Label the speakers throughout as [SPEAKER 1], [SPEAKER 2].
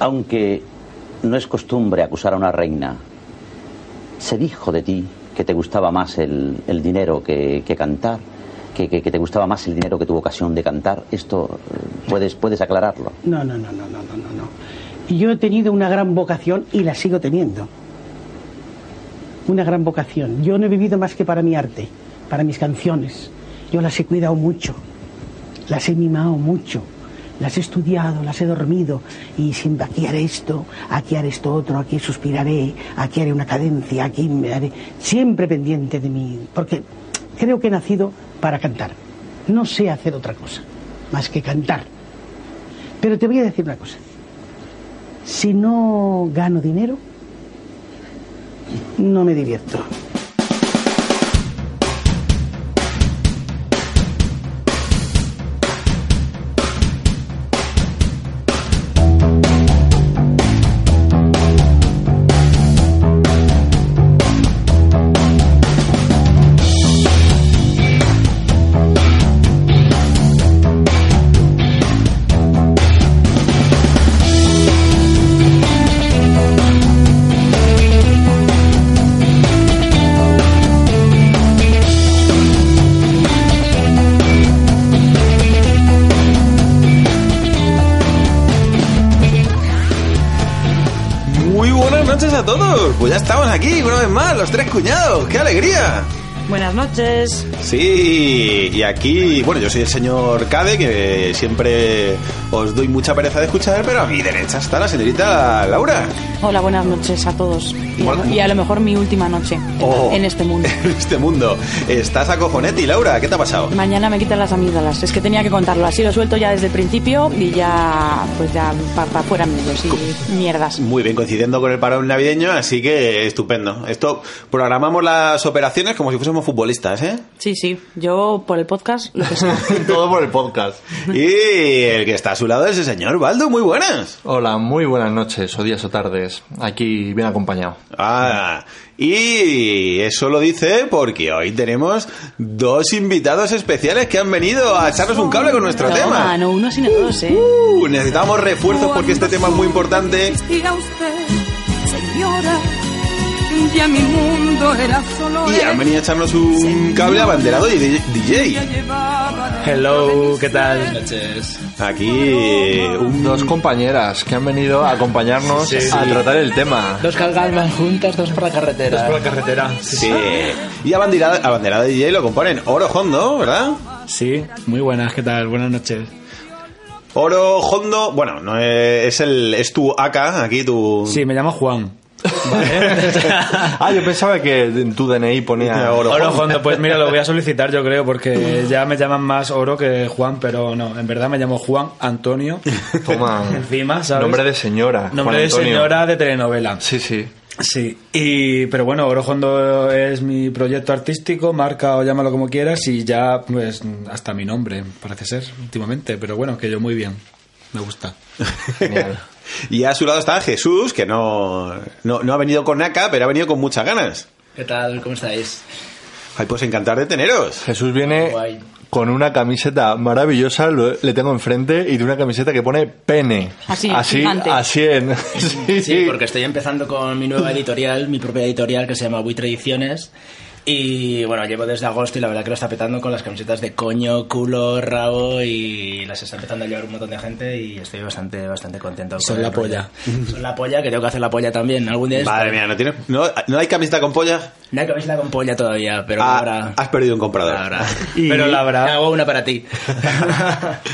[SPEAKER 1] Aunque no es costumbre acusar a una reina, se dijo de ti que te gustaba más el, el dinero que, que cantar, que, que- que te gustaba más el dinero que tu ocasión de cantar. Esto eh, puedes, puedes aclararlo.
[SPEAKER 2] No, no, no, no, no, no, no, no. Yo he tenido una gran vocación y la sigo teniendo. Una gran vocación. Yo no he vivido más que para mi arte, para mis canciones. Yo las he cuidado mucho, las he mimado mucho, las he estudiado, las he dormido y siempre aquí haré esto, aquí haré esto otro, aquí suspiraré, aquí haré una cadencia, aquí me haré. Siempre pendiente de mí, porque creo que he nacido para cantar. No sé hacer otra cosa más que cantar. Pero te voy a decir una cosa. Si no gano dinero, no me divierto.
[SPEAKER 3] Ah,
[SPEAKER 4] Muy buenas noches a todos. Pues ya estamos aquí una vez más, los tres cuñados. ¡Qué alegría!
[SPEAKER 5] Buenas noches.
[SPEAKER 4] Sí, y aquí, bueno, yo soy el señor Cade, que siempre os doy mucha pereza de escuchar, pero a mi derecha está la señorita Laura.
[SPEAKER 5] Hola, buenas noches a todos. Y, a,
[SPEAKER 4] Bueno.
[SPEAKER 5] y a lo mejor mi última noche
[SPEAKER 4] Oh.
[SPEAKER 5] en este mundo.
[SPEAKER 4] En este mundo. Estás a cojonete, y Laura, ¿qué te ha pasado?
[SPEAKER 5] Mañana me quitan las amígdalas. Es que tenía que contarlo. Así lo suelto ya desde el principio y ya, pues ya, para fuera amigos y mierdas.
[SPEAKER 4] Muy bien, coincidiendo con el parón navideño, así que estupendo. Esto, programamos las operaciones como si fuésemos futbolistas, ¿eh?
[SPEAKER 5] Sí, sí. Yo por el podcast lo que sea.
[SPEAKER 6] Todo por el podcast.
[SPEAKER 4] Y el que está a su lado es el señor Baldo, muy buenas.
[SPEAKER 6] Hola, muy buenas noches, o días o tardes. Aquí bien acompañado.
[SPEAKER 4] Ah, y eso lo dice porque hoy tenemos dos invitados especiales que han venido a echarnos un cable con nuestro
[SPEAKER 5] Toma,
[SPEAKER 4] tema.
[SPEAKER 5] no uno sin dos, ¿eh?
[SPEAKER 4] Uh, necesitamos refuerzos porque este tema es muy importante.
[SPEAKER 7] Existía usted, señora, ya mi mundo era solo
[SPEAKER 4] Y han venido a echarnos un cable abanderado y DJ. Eh,
[SPEAKER 8] Hello, ¿qué tal?
[SPEAKER 4] Aquí un
[SPEAKER 6] Dos compañeras que han venido a acompañarnos a tratar el tema.
[SPEAKER 8] Dos cargas juntas, dos para la carretera. Dos para la carretera.
[SPEAKER 4] sí. Y abanderado, abanderado DJ lo componen Oro Hondo, ¿verdad?
[SPEAKER 8] Sí, muy buenas, ¿qué tal? Buenas noches.
[SPEAKER 4] Oro Hondo, bueno, no eh, es el es tu AK aquí tu
[SPEAKER 8] Sí, me llamo Juan.
[SPEAKER 6] Ah, yo pensaba que en tu DNI ponía
[SPEAKER 4] Oro
[SPEAKER 8] Oro
[SPEAKER 4] Hondo.
[SPEAKER 8] Hondo, pues mira, lo voy a solicitar yo creo, porque ya me llaman más Oro que Juan, pero no, en verdad me llamo Juan Antonio.
[SPEAKER 6] Toma.
[SPEAKER 8] Encima, ¿sabes?
[SPEAKER 6] Nombre de señora. Juan
[SPEAKER 8] Nombre de
[SPEAKER 6] Antonio.
[SPEAKER 8] señora de telenovela.
[SPEAKER 6] Sí, sí.
[SPEAKER 8] Sí, y, pero bueno, Orojondo es mi proyecto artístico, marca o llámalo como quieras, y ya, pues, hasta mi nombre, parece ser, últimamente, pero bueno, que yo muy bien, me gusta.
[SPEAKER 6] Genial.
[SPEAKER 4] Y a su lado está Jesús, que no, no, no ha venido con AK, pero ha venido con muchas ganas.
[SPEAKER 9] ¿Qué tal? ¿Cómo estáis?
[SPEAKER 4] Ay, pues encantar de teneros.
[SPEAKER 6] Jesús viene
[SPEAKER 9] Guay.
[SPEAKER 6] con una camiseta maravillosa, lo- le tengo enfrente, y de una camiseta que pone pene.
[SPEAKER 5] Así,
[SPEAKER 6] así,
[SPEAKER 5] gigante.
[SPEAKER 6] así en... Sí,
[SPEAKER 9] Sí, porque estoy empezando con mi nueva editorial, mi propia editorial que se llama Buitre Ediciones. Y bueno, llevo desde agosto y la verdad que lo está petando con las camisetas de coño, culo, rabo y las está empezando a llevar un montón de gente y estoy bastante, bastante contento. con
[SPEAKER 8] Son
[SPEAKER 9] el
[SPEAKER 8] la
[SPEAKER 9] proyecto. Son la polla, que tengo que hacer la polla también. Algún día
[SPEAKER 4] Madre mía, ¿no, tiene, no, no hay camiseta con polla?
[SPEAKER 9] No acabéis la con polla todavía, pero
[SPEAKER 4] Ah,
[SPEAKER 9] ahora...
[SPEAKER 4] has perdido un comprador.
[SPEAKER 9] ahora.
[SPEAKER 8] Pero la verdad,
[SPEAKER 9] Hago una para ti.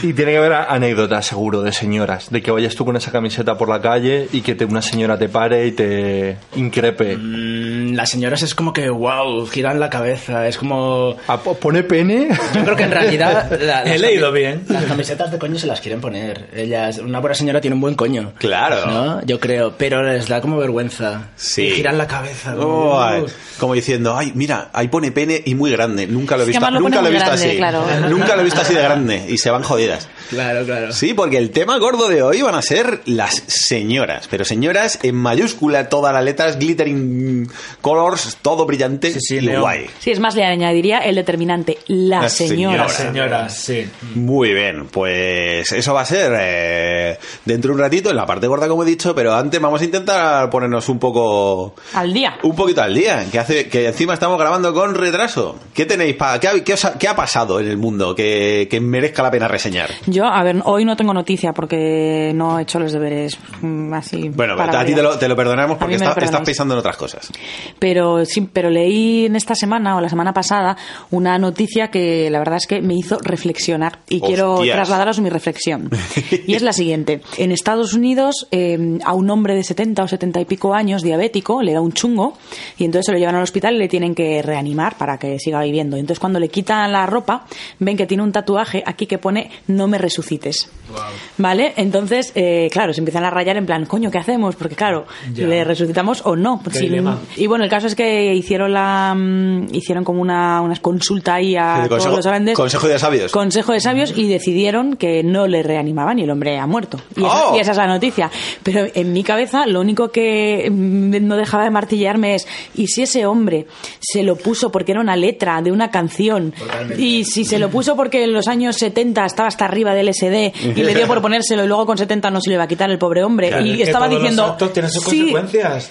[SPEAKER 6] Y tiene que haber a- anécdotas, seguro, de señoras. De que vayas tú con esa camiseta por la calle y que te, una señora te pare y te increpe.
[SPEAKER 9] Mm, Las señoras es como que, wow, giran la cabeza. Es como...
[SPEAKER 6] Ah, po- ¿Pone pene?
[SPEAKER 9] Yo creo que en realidad. la-
[SPEAKER 8] He
[SPEAKER 9] las
[SPEAKER 8] leído
[SPEAKER 9] cami-
[SPEAKER 8] bien.
[SPEAKER 9] Las camisetas de coño se las quieren poner. Ellas, una buena señora tiene un buen coño.
[SPEAKER 4] Claro.
[SPEAKER 9] ¿No? Yo creo. Pero les da como vergüenza.
[SPEAKER 4] Sí.
[SPEAKER 9] Y giran la cabeza. como,
[SPEAKER 4] Uy,
[SPEAKER 9] "Uh".
[SPEAKER 4] como diciendo, ay, mira, ahí pone pene y muy grande. Nunca lo he
[SPEAKER 5] Es que
[SPEAKER 4] visto,
[SPEAKER 5] además lo
[SPEAKER 4] nunca
[SPEAKER 5] pone
[SPEAKER 4] lo he
[SPEAKER 5] muy
[SPEAKER 4] visto
[SPEAKER 5] grande,
[SPEAKER 4] así.
[SPEAKER 5] claro.
[SPEAKER 4] Nunca lo he visto así de grande. Y se van jodidas.
[SPEAKER 9] Claro, claro.
[SPEAKER 4] Sí, porque el tema gordo de hoy van a ser las señoras. Pero señoras en mayúscula, todas las letras, glittering colors, todo brillante
[SPEAKER 8] Sí, sí,
[SPEAKER 4] y
[SPEAKER 8] neón.
[SPEAKER 4] guay.
[SPEAKER 5] Sí, es más, le añadiría el determinante, la,
[SPEAKER 4] La
[SPEAKER 5] señora.
[SPEAKER 8] Las señoras, sí.
[SPEAKER 4] Muy bien, pues eso va a ser eh, dentro de un ratito en la parte gorda, como he dicho, pero antes vamos a intentar ponernos un poco
[SPEAKER 5] Al día.
[SPEAKER 4] un poquito al día, que hace que encima estamos grabando con retraso. ¿Qué tenéis pa- qué, ha- qué os ha, qué ha pasado en el mundo que, que merezca la pena reseñar?
[SPEAKER 5] Yo, a ver, hoy no tengo noticia porque no he hecho los deberes mm, así.
[SPEAKER 4] Bueno,
[SPEAKER 5] para
[SPEAKER 4] a ti te
[SPEAKER 5] variar.
[SPEAKER 4] lo, te lo perdonamos
[SPEAKER 5] A
[SPEAKER 4] porque
[SPEAKER 5] mí me
[SPEAKER 4] está-
[SPEAKER 5] lo perdonáis.
[SPEAKER 4] estás pensando en otras cosas.
[SPEAKER 5] Pero sí, pero leí en esta semana o la semana pasada una noticia que la verdad es que me hizo reflexionar y quiero
[SPEAKER 4] Hostias.
[SPEAKER 5] trasladaros mi reflexión. Y es la siguiente: en Estados Unidos eh, a un hombre de 70 o 70 y pico años diabético le da un chungo y entonces se lo llevan al hospital y le tienen que reanimar para que siga viviendo. Entonces cuando le quitan la ropa ven que tiene un tatuaje aquí que pone no me resucites. ¿Vale? Entonces, eh, claro, se empiezan a rayar en plan, coño, ¿qué hacemos? Porque claro,
[SPEAKER 8] Ya.
[SPEAKER 5] le resucitamos o no.
[SPEAKER 8] Qué
[SPEAKER 5] Sin-
[SPEAKER 8] dilema.
[SPEAKER 5] y bueno, el caso es que hicieron la mm, hicieron como una, una consulta ahí a
[SPEAKER 4] El
[SPEAKER 5] todos
[SPEAKER 4] consejo-
[SPEAKER 5] los grandes.
[SPEAKER 4] consejo de sabios.
[SPEAKER 5] Consejo de sabios y decidieron que no le reanimaban y el hombre ha muerto. Y esa,
[SPEAKER 4] ¡Oh!
[SPEAKER 5] y esa es la noticia. Pero en mi cabeza lo único que mm, no dejaba de martillarme es ¿y si ese hombre se lo puso porque era una letra de una canción?
[SPEAKER 9] Totalmente.
[SPEAKER 5] Y si se lo puso porque en los años 70 estaba hasta arriba del SD y le dio por ponérselo y luego con 70 no se le iba a quitar el pobre hombre.
[SPEAKER 8] Claro, es
[SPEAKER 5] y
[SPEAKER 8] que
[SPEAKER 5] estaba
[SPEAKER 8] todos los
[SPEAKER 5] diciendo...
[SPEAKER 8] actos tienen sus
[SPEAKER 5] "Sí,
[SPEAKER 8] consecuencias.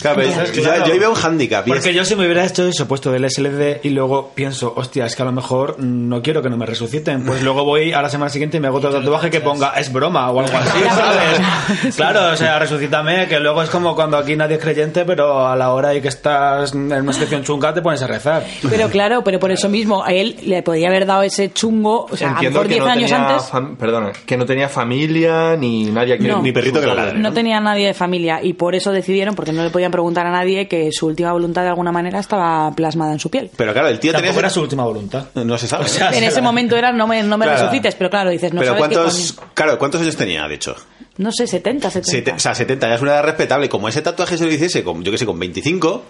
[SPEAKER 4] Claro, pero
[SPEAKER 8] Entonces,
[SPEAKER 4] yo-
[SPEAKER 8] claro.
[SPEAKER 4] yo ahí veo un hándicap. y es-
[SPEAKER 8] Porque yo si me hubiera hecho eso, puesto del SLD y luego pienso, hostia, es que a lo mejor mm, no quiero que no me resuciten. Pues luego voy a la semana siguiente y me hago otro tatuaje que ponga, es broma o algo así, ¿sabes? Claro, o sea, resucítame, que luego es como cuando aquí nadie es creyente, pero a la hora y que estás en una situación chunga te pones a rezar.
[SPEAKER 5] Pero claro, pero por eso mismo a él le podía haber dado ese chungo, o sea,
[SPEAKER 6] Entiendo
[SPEAKER 5] a lo mejor
[SPEAKER 6] que
[SPEAKER 5] 10
[SPEAKER 6] no,
[SPEAKER 5] años
[SPEAKER 6] tenía
[SPEAKER 5] antes
[SPEAKER 6] fam- perdona, que no tenía familia ni nadie que
[SPEAKER 5] No. Ni
[SPEAKER 4] perrito que la ladre,
[SPEAKER 5] no tenía nadie de familia y por eso decidieron, porque no le podían preguntar a nadie que su última voluntad de alguna manera estaba plasmada en su piel.
[SPEAKER 4] Pero claro, el tío tenía...
[SPEAKER 8] Tampoco era su última voluntad.
[SPEAKER 4] No se sabe.
[SPEAKER 8] O sea,
[SPEAKER 5] En ese momento era no me, no me
[SPEAKER 4] Claro.
[SPEAKER 5] resucites, pero claro, dices, no
[SPEAKER 4] pero
[SPEAKER 5] sabes qué
[SPEAKER 4] cuántos, claro, ¿cuántos años tenía, de hecho?
[SPEAKER 5] coño. No sé, 70, 70.
[SPEAKER 4] Sete- o sea, 70 ya es una edad respetable. Como ese tatuaje se lo hiciese, con, yo que sé, con 25,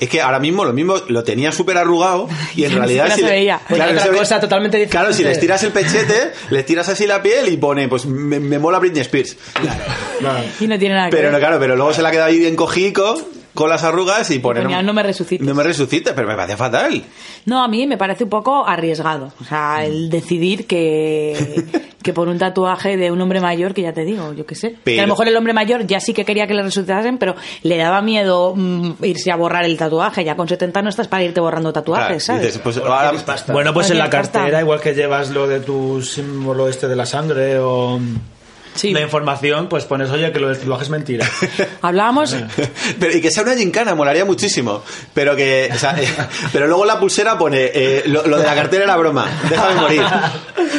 [SPEAKER 4] es que ahora mismo lo mismo lo tenía súper arrugado y en
[SPEAKER 5] Ni siquiera
[SPEAKER 4] realidad.
[SPEAKER 5] pues se
[SPEAKER 4] le-
[SPEAKER 5] veía.
[SPEAKER 9] Porque otra
[SPEAKER 4] se ve-
[SPEAKER 9] cosa totalmente diferente.
[SPEAKER 4] Claro, si le estiras el pechete, le tiras así la piel y pone, pues me, me mola Britney Spears.
[SPEAKER 5] y no tiene nada que
[SPEAKER 4] Pero no,
[SPEAKER 5] ver.
[SPEAKER 4] claro, pero luego se la queda ahí bien cojico con las arrugas y pone.
[SPEAKER 5] Ponía, Pues "No me resucites".
[SPEAKER 4] No me resucites, pero me parece fatal.
[SPEAKER 5] No, a mí me parece un poco arriesgado. O sea,
[SPEAKER 4] Mm.
[SPEAKER 5] el decidir que, que por un tatuaje de un hombre mayor, que ya te digo, yo qué sé. Que a
[SPEAKER 4] Pero-
[SPEAKER 5] lo mejor el hombre mayor ya sí que quería que le resucitasen, pero le daba miedo mm, irse a borrar el tatuaje. Ya con 70 no estás para irte borrando
[SPEAKER 4] Claro,
[SPEAKER 5] tatuajes, ¿sabes?
[SPEAKER 4] dices, pues, ahora-
[SPEAKER 8] Bueno, pues
[SPEAKER 5] Oye,
[SPEAKER 8] en la
[SPEAKER 5] ya está.
[SPEAKER 8] cartera, igual que llevas lo de tu símbolo este de la sangre o
[SPEAKER 5] Sí.
[SPEAKER 8] la información, pues pones, oye, que lo del tatuaje es mentira. Eh,
[SPEAKER 5] Hablábamos...
[SPEAKER 4] Pero, y que sea una gincana, molaría muchísimo. Pero que. o sea, eh, pero luego la pulsera pone. eh, lo, lo de la cartera era broma. Déjame morir.